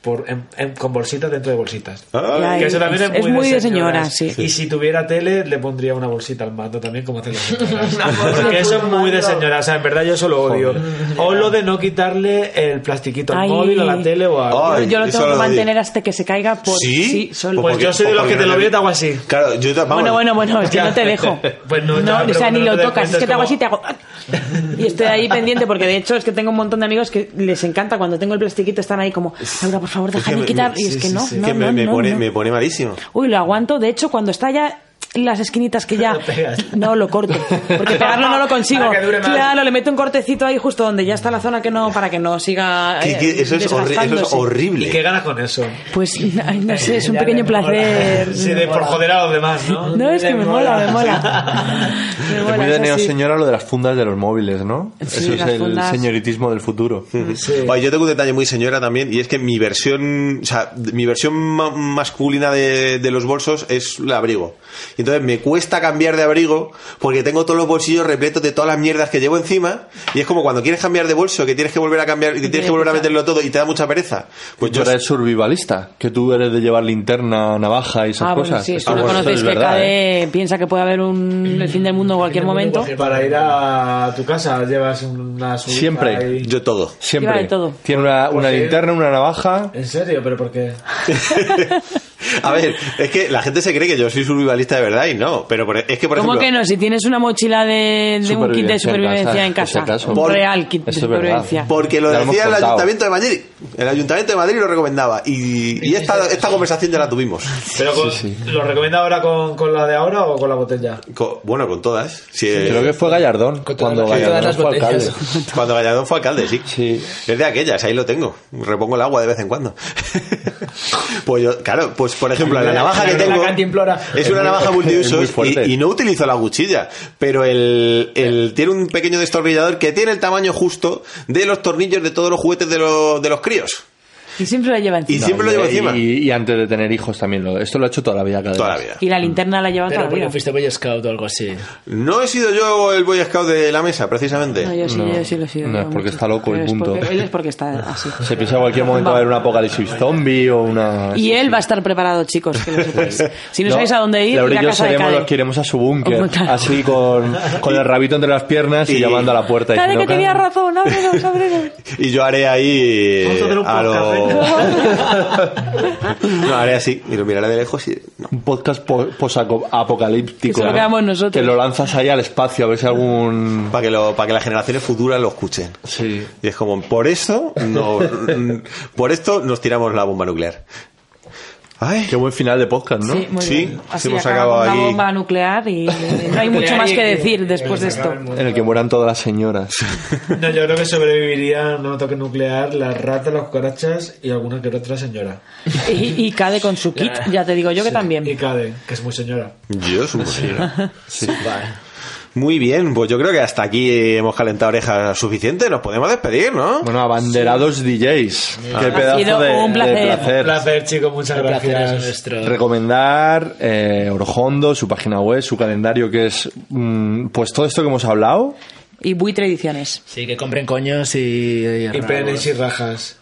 [SPEAKER 3] Por, en- en- con bolsitas dentro de bolsitas.
[SPEAKER 5] Ah.
[SPEAKER 3] Que eso también es,
[SPEAKER 5] Es- es muy de señora,
[SPEAKER 3] señoras.
[SPEAKER 5] sí.
[SPEAKER 3] Y si tuviera tele, le pondría una bolsita al mando también, como hacen las señoras. Porque eso es muy de señora. O sea, en verdad yo eso lo odio. O lo de no quitarle el plastiquito al
[SPEAKER 5] Ay.
[SPEAKER 3] móvil, a la tele o a...
[SPEAKER 4] Ay,
[SPEAKER 5] yo lo
[SPEAKER 4] eso
[SPEAKER 5] tengo
[SPEAKER 4] lo
[SPEAKER 5] que
[SPEAKER 4] odio.
[SPEAKER 5] mantener hasta que se caiga por
[SPEAKER 4] ¿Sí?
[SPEAKER 5] solo.
[SPEAKER 3] Pues
[SPEAKER 4] porque- porque no le- Claro, yo te- vamos.
[SPEAKER 5] Bueno, bueno, bueno, es que
[SPEAKER 4] Ya.
[SPEAKER 5] no te dejo.
[SPEAKER 4] Pues no,
[SPEAKER 5] No,
[SPEAKER 4] ya,
[SPEAKER 5] o
[SPEAKER 4] pero
[SPEAKER 5] sea,
[SPEAKER 4] cuando
[SPEAKER 5] ni
[SPEAKER 4] no
[SPEAKER 5] lo
[SPEAKER 4] te das
[SPEAKER 5] tocas. Es
[SPEAKER 4] cuenta
[SPEAKER 5] que
[SPEAKER 4] es
[SPEAKER 5] te hago
[SPEAKER 4] como-
[SPEAKER 5] así, te hago. Y estoy ahí pendiente porque de hecho es que tengo un montón de amigos que les encanta cuando tengo el plastiquito están ahí como, Laura, por favor,
[SPEAKER 4] Es que
[SPEAKER 5] déjame
[SPEAKER 4] me-
[SPEAKER 5] quitar.
[SPEAKER 4] me-
[SPEAKER 5] Y es
[SPEAKER 4] sí,
[SPEAKER 5] que
[SPEAKER 4] sí,
[SPEAKER 5] no,
[SPEAKER 4] sí.
[SPEAKER 5] no,
[SPEAKER 4] Que me,
[SPEAKER 5] no,
[SPEAKER 4] me
[SPEAKER 5] no,
[SPEAKER 4] pone,
[SPEAKER 5] no.
[SPEAKER 4] me pone malísimo.
[SPEAKER 5] Uy, lo aguanto. De hecho, cuando está ya las esquinitas que ya no lo corto porque pegarlo no lo consigo
[SPEAKER 9] Para que dure más.
[SPEAKER 5] claro le meto un cortecito ahí justo donde ya está la zona que no para que no siga
[SPEAKER 4] Que-
[SPEAKER 5] eh,
[SPEAKER 4] que eso, es horri- eso es
[SPEAKER 5] desgastándose.
[SPEAKER 4] horrible.
[SPEAKER 3] ¿Y qué ganas con eso?
[SPEAKER 5] pues ay, no sé es un
[SPEAKER 3] Ya
[SPEAKER 5] pequeño
[SPEAKER 3] me mola.
[SPEAKER 5] placer
[SPEAKER 3] Sí, de por joder a los demás, ¿no?
[SPEAKER 5] no es que me mola me mola Me mola,
[SPEAKER 6] Muy
[SPEAKER 5] es
[SPEAKER 6] de
[SPEAKER 5] así.
[SPEAKER 6] neo señora lo de las fundas de los móviles, ¿no?
[SPEAKER 5] Sí,
[SPEAKER 6] Eso es
[SPEAKER 5] las
[SPEAKER 6] el
[SPEAKER 5] fundas. Mm.
[SPEAKER 6] señoritismo del futuro.
[SPEAKER 4] Oye, yo tengo un detalle muy señora también, y es que mi versión, o sea, mi versión ma- masculina de, de los bolsos es el abrigo. Y entonces me cuesta cambiar de abrigo porque tengo todos los bolsillos repletos de todas las mierdas que llevo encima, y es como cuando quieres cambiar de bolso, que tienes que volver a cambiar, y te tienes que volver a meterlo todo, y te da mucha pereza.
[SPEAKER 6] Pues yo eres survivalista, que tú eres de llevar linterna, navaja y esas
[SPEAKER 5] Ah, bueno,
[SPEAKER 6] cosas.
[SPEAKER 5] sí, eso
[SPEAKER 6] Ah,
[SPEAKER 5] lo
[SPEAKER 6] pues
[SPEAKER 5] conocéis,
[SPEAKER 6] es
[SPEAKER 5] que
[SPEAKER 6] verdad, ¿eh?
[SPEAKER 5] CADE piensa que puede haber un, el fin del mundo en cualquier momento.
[SPEAKER 3] Para ir a tu casa llevas una... subida
[SPEAKER 6] Siempre.
[SPEAKER 3] ahí.
[SPEAKER 4] Yo todo.
[SPEAKER 6] Siempre.
[SPEAKER 3] Lleva de todo.
[SPEAKER 6] Tiene una, una
[SPEAKER 3] Pues sí.
[SPEAKER 6] linterna, una navaja.
[SPEAKER 3] ¿En serio? ¿Pero por qué?
[SPEAKER 4] A ver, es que la gente se cree que yo soy survivalista de verdad, y no, pero por- e, es que por
[SPEAKER 5] ¿Cómo
[SPEAKER 4] ejemplo.
[SPEAKER 5] que no? Si tienes una mochila de, de un kit de supervivencia en casa. Un
[SPEAKER 4] Por-
[SPEAKER 5] real kit de supervivencia.
[SPEAKER 4] Porque lo
[SPEAKER 6] Ya lo hemos
[SPEAKER 4] decía el
[SPEAKER 6] contado.
[SPEAKER 4] Ayuntamiento de Madrid. El Ayuntamiento de Madrid lo recomendaba. Y, y esta, esta conversación ya la tuvimos.
[SPEAKER 3] Pero con- ¿Lo recomienda ahora con, con la de ahora o con la botella?
[SPEAKER 4] Co- bueno, con todas. Sí, eh,
[SPEAKER 6] Creo que fue Gallardón cuando
[SPEAKER 4] con todas
[SPEAKER 6] Gallardón
[SPEAKER 4] las
[SPEAKER 6] fue alcalde.
[SPEAKER 4] botellas. Cuando Gallardón fue alcalde, sí. Es de aquellas, ahí lo tengo. Repongo el agua de vez en cuando. pues yo, claro, pues por ejemplo, la navaja que tengo.
[SPEAKER 9] La cantimplora.
[SPEAKER 4] Es una navaja multiusos y,
[SPEAKER 6] fuerte.
[SPEAKER 4] y no utilizo la cuchilla, pero el, el- tiene un pequeño destornillador que tiene el tamaño justo de los tornillos de todos los juguetes de, los- de los críos.
[SPEAKER 5] Y siempre la lleva encima.
[SPEAKER 6] No, y- Y, y antes de tener hijos también. Lo, esto lo ha hecho toda la vida. Toda la vida.
[SPEAKER 5] Y la linterna la lleva
[SPEAKER 9] Pero
[SPEAKER 5] toda la
[SPEAKER 9] porque
[SPEAKER 5] vida.
[SPEAKER 9] fuiste Boy Scout o algo así.
[SPEAKER 4] No he sido yo el Boy Scout de la mesa, precisamente.
[SPEAKER 5] No, yo sí, yo sí lo he sido.
[SPEAKER 6] No, es
[SPEAKER 5] yo
[SPEAKER 6] porque
[SPEAKER 5] mucho.
[SPEAKER 6] está loco el
[SPEAKER 5] Él es
[SPEAKER 6] punto.
[SPEAKER 5] porque- él es porque está así.
[SPEAKER 6] Se piensa en cualquier momento va a haber un apocalipsis zombie o una...
[SPEAKER 5] Y él va a estar preparado, chicos, que lo sepáis. Si no, sabéis a dónde ir,
[SPEAKER 6] Laura
[SPEAKER 5] ir
[SPEAKER 6] y
[SPEAKER 5] a
[SPEAKER 6] yo
[SPEAKER 5] casa de
[SPEAKER 6] seremos
[SPEAKER 5] Cade.
[SPEAKER 6] los que iremos a su búnker.
[SPEAKER 5] Oh, claro.
[SPEAKER 6] Así con, con el rabito entre las piernas y, llamando a la puerta.
[SPEAKER 5] Cade,
[SPEAKER 6] diciendo,
[SPEAKER 5] que tenía
[SPEAKER 6] "Cade".
[SPEAKER 5] razón, ábrenos, ábrenos.
[SPEAKER 4] Y yo haré ahí. a
[SPEAKER 9] ¿eh?
[SPEAKER 4] lo- No, haré así. Y lo miraré de lejos y.
[SPEAKER 6] Un podcast po- posapocalíptico.
[SPEAKER 5] Eso lo creamos nosotros.
[SPEAKER 6] Que lo lanzas ahí al espacio a ver si algún...
[SPEAKER 4] Para que, lo, para que las generaciones futuras lo escuchen.
[SPEAKER 6] Sí.
[SPEAKER 4] Y es como, por eso no, por esto nos tiramos la bomba nuclear. Ay.
[SPEAKER 6] Qué buen final de podcast, ¿no?
[SPEAKER 5] Sí, muy
[SPEAKER 4] Sí,
[SPEAKER 5] bien.
[SPEAKER 4] sí,
[SPEAKER 5] Así
[SPEAKER 4] hemos
[SPEAKER 5] acaba
[SPEAKER 4] acabado
[SPEAKER 5] con
[SPEAKER 4] ahí.
[SPEAKER 5] una bomba nuclear y eh, no hay mucho más que decir después de esto.
[SPEAKER 6] En el que mueran todas las señoras.
[SPEAKER 3] No, yo creo que sobreviviría a un ataque nuclear las ratas, las cucarachas y alguna que otra señora.
[SPEAKER 5] Y, y Cade con su kit, ya te digo yo que también.
[SPEAKER 3] Y Cade, que es muy señora.
[SPEAKER 4] Yo soy muy señora. Muy bien, pues yo creo que hasta aquí hemos calentado orejas suficiente. Nos podemos despedir, ¿no?
[SPEAKER 6] Bueno, abanderados DJs. Qué
[SPEAKER 4] Ha
[SPEAKER 6] pedazo
[SPEAKER 4] sido
[SPEAKER 6] de,
[SPEAKER 4] un
[SPEAKER 6] de
[SPEAKER 5] Eh,
[SPEAKER 4] placer.
[SPEAKER 6] placer.
[SPEAKER 3] chicos, muchas
[SPEAKER 9] placer
[SPEAKER 3] gracias.
[SPEAKER 9] es nuestro.
[SPEAKER 6] Recomendar eh, Orojondo, su página web, su calendario, que es mm, pues todo esto que hemos hablado.
[SPEAKER 5] Y buitre ediciones.
[SPEAKER 9] Sí, que compren coños y. Y,
[SPEAKER 3] Y penes y rajas.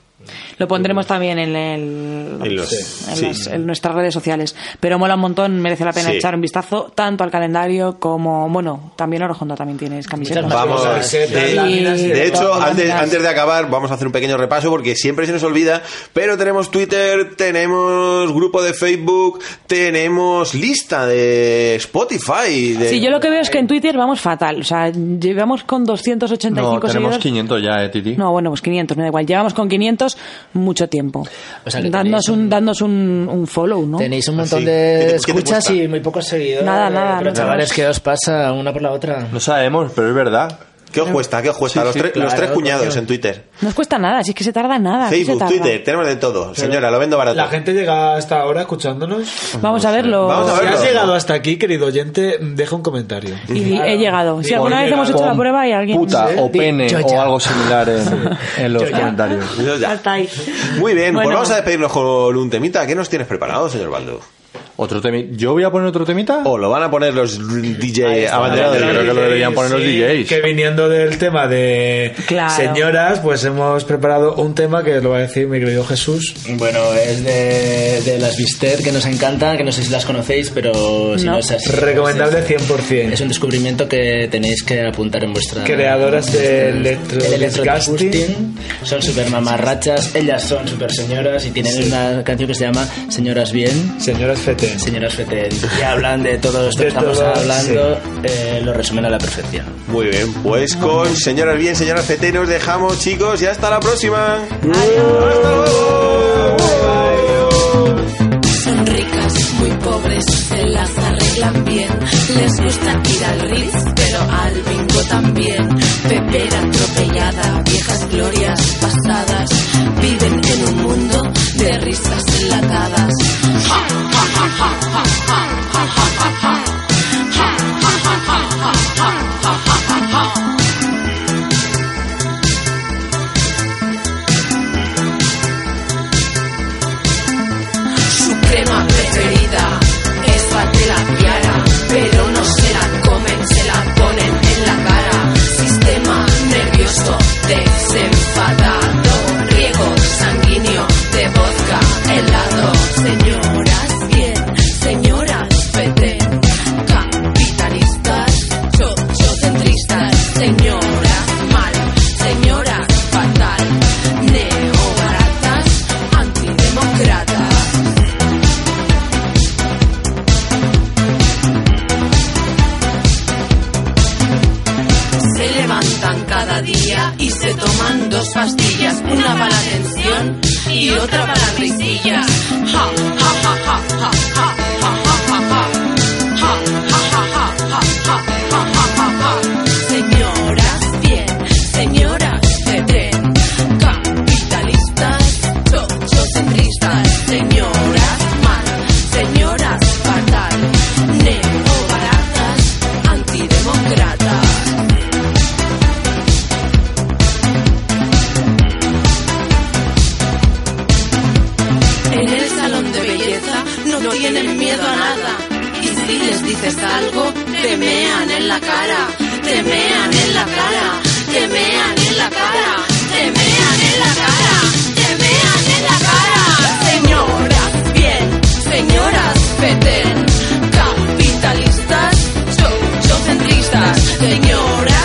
[SPEAKER 5] Lo pondremos también en, el-
[SPEAKER 3] En los-
[SPEAKER 5] en
[SPEAKER 3] sí.
[SPEAKER 5] las- en nuestras redes sociales. Pero mola un montón, merece la pena
[SPEAKER 4] Sí.
[SPEAKER 5] echar un vistazo tanto al calendario como, bueno, también Orojondo también tienes camisetas.
[SPEAKER 4] Vamos, de, de hecho, antes, antes de acabar, vamos a hacer un pequeño repaso porque siempre se nos olvida, pero tenemos Twitter, tenemos grupo de Facebook, tenemos lista de Spotify. De...
[SPEAKER 5] Sí, yo lo que veo es que en Twitter vamos fatal. O sea, llevamos con 285
[SPEAKER 6] No, tenemos
[SPEAKER 5] seguidores.
[SPEAKER 6] 500 ya, eh, Titi.
[SPEAKER 5] No, bueno, pues 500, me da igual. Llevamos con 500 mucho tiempo.
[SPEAKER 6] sea, que
[SPEAKER 5] dándonos un, dándonos un, un follow, ¿no?
[SPEAKER 9] Tenéis
[SPEAKER 6] Ah,
[SPEAKER 4] Ah,
[SPEAKER 9] un montón de escuchas y muy pocos seguidores.
[SPEAKER 5] Nada, nada,
[SPEAKER 9] Pero
[SPEAKER 5] no.
[SPEAKER 9] chavales, ¿qué os pasa una por la otra?
[SPEAKER 6] No sabemos, pero es verdad.
[SPEAKER 4] ¿Qué os cuesta? ¿Qué os cuesta? los, tres, los tres cuñados en Twitter.
[SPEAKER 5] No os cuesta nada, si es que se tarda nada. ¿qué se
[SPEAKER 4] Facebook,
[SPEAKER 5] tarda?
[SPEAKER 4] Twitter, tenemos de todo. Señora, lo vendo barato.
[SPEAKER 3] ¿La gente llega hasta ahora escuchándonos?
[SPEAKER 5] Vamos a verlo.
[SPEAKER 4] Vamos a
[SPEAKER 3] Si
[SPEAKER 4] verlo.
[SPEAKER 3] has llegado hasta aquí, querido oyente, deja un comentario.
[SPEAKER 5] Y he llegado. Si
[SPEAKER 3] Por
[SPEAKER 5] alguna vez hemos hecho la
[SPEAKER 3] con
[SPEAKER 5] prueba y alguien...
[SPEAKER 6] Puta
[SPEAKER 5] Sí.
[SPEAKER 6] o pene
[SPEAKER 5] Yo
[SPEAKER 6] o
[SPEAKER 5] ya.
[SPEAKER 6] algo similar en, en los
[SPEAKER 5] Yo ya.
[SPEAKER 6] comentarios.
[SPEAKER 5] Hasta ahí.
[SPEAKER 4] Muy bien,
[SPEAKER 5] Bueno.
[SPEAKER 4] pues vamos a despedirnos con un temita. ¿Qué nos tienes preparado, señor Baldo?
[SPEAKER 6] ¿Otro temita? ¿Yo voy a poner otro temita?
[SPEAKER 4] O lo van a poner los DJ abanderados.
[SPEAKER 6] Yo creo que lo deberían poner los DJs.
[SPEAKER 3] Que viniendo del tema de
[SPEAKER 5] Claro.
[SPEAKER 3] señoras, pues hemos preparado un tema que lo va a decir mi querido Jesús.
[SPEAKER 9] Bueno, es de, de las Bister que nos encantan, que no sé si las conocéis, pero si no,
[SPEAKER 3] No.
[SPEAKER 9] es así.
[SPEAKER 3] Recomendable
[SPEAKER 9] 100%. Es un descubrimiento que tenéis que apuntar en vuestra.
[SPEAKER 3] Creadoras de electro-
[SPEAKER 9] del electrodisgusting. Son súper mamarrachas, ellas son súper señoras y tienen
[SPEAKER 3] Sí.
[SPEAKER 9] una canción que se llama Señoras Bien.
[SPEAKER 3] Señoras Feten.
[SPEAKER 9] Señoras Feten. Y hablan de todo esto
[SPEAKER 3] De
[SPEAKER 9] que estamos
[SPEAKER 3] todo,
[SPEAKER 9] hablando, eh, lo resumen a la perfección.
[SPEAKER 4] Muy bien, pues con señoras bien, señoras fete nos dejamos, chicos, y hasta la próxima.
[SPEAKER 18] Son ricas, muy pobres, se las arreglan bien. Les gusta ir al Ritz, pero al bingo también. Pepera atropellada, viejas glorias pasadas. Viven en un mundo de risas enlatadas. Ja, ja, ja, ja, ja, ja, ja, ja, ja, ja. Ja, ja, ja, ja, ja, ja, ja, ja, ja, ja. Su crema preferida es la Chiara, pero no se la comen, se la ponen en la cara. Sistema nervioso desenfadado, riego sanguíneo de vodka helado. Señoras bien, señoras petén, capitalistas, chochocentristas, señoras mal, señoras fatal, neobaratas, antidemócratas. Se levantan cada día y se toman dos pastillas, una para la tensión y otra para las risillas. Ja, ja, ja, ja, ja, ja, ja, ja, ja, ja. Ja, ja, ja, ja, ja, ja, ja, ja, ja, ja. Señoras bien, señoras de tren, capitalistas, chochocentristas, señoras mal, señoras fatal, neobaratas, antidemócratas. En el salón de belleza no tienen miedo a nada. Y si les dices algo, te mean en la cara, te mean en la cara, te mean en la cara, te mean en la cara, te mean en la cara. Señoras, bien, señoras, petén, capitalistas, chocentristas, señoras.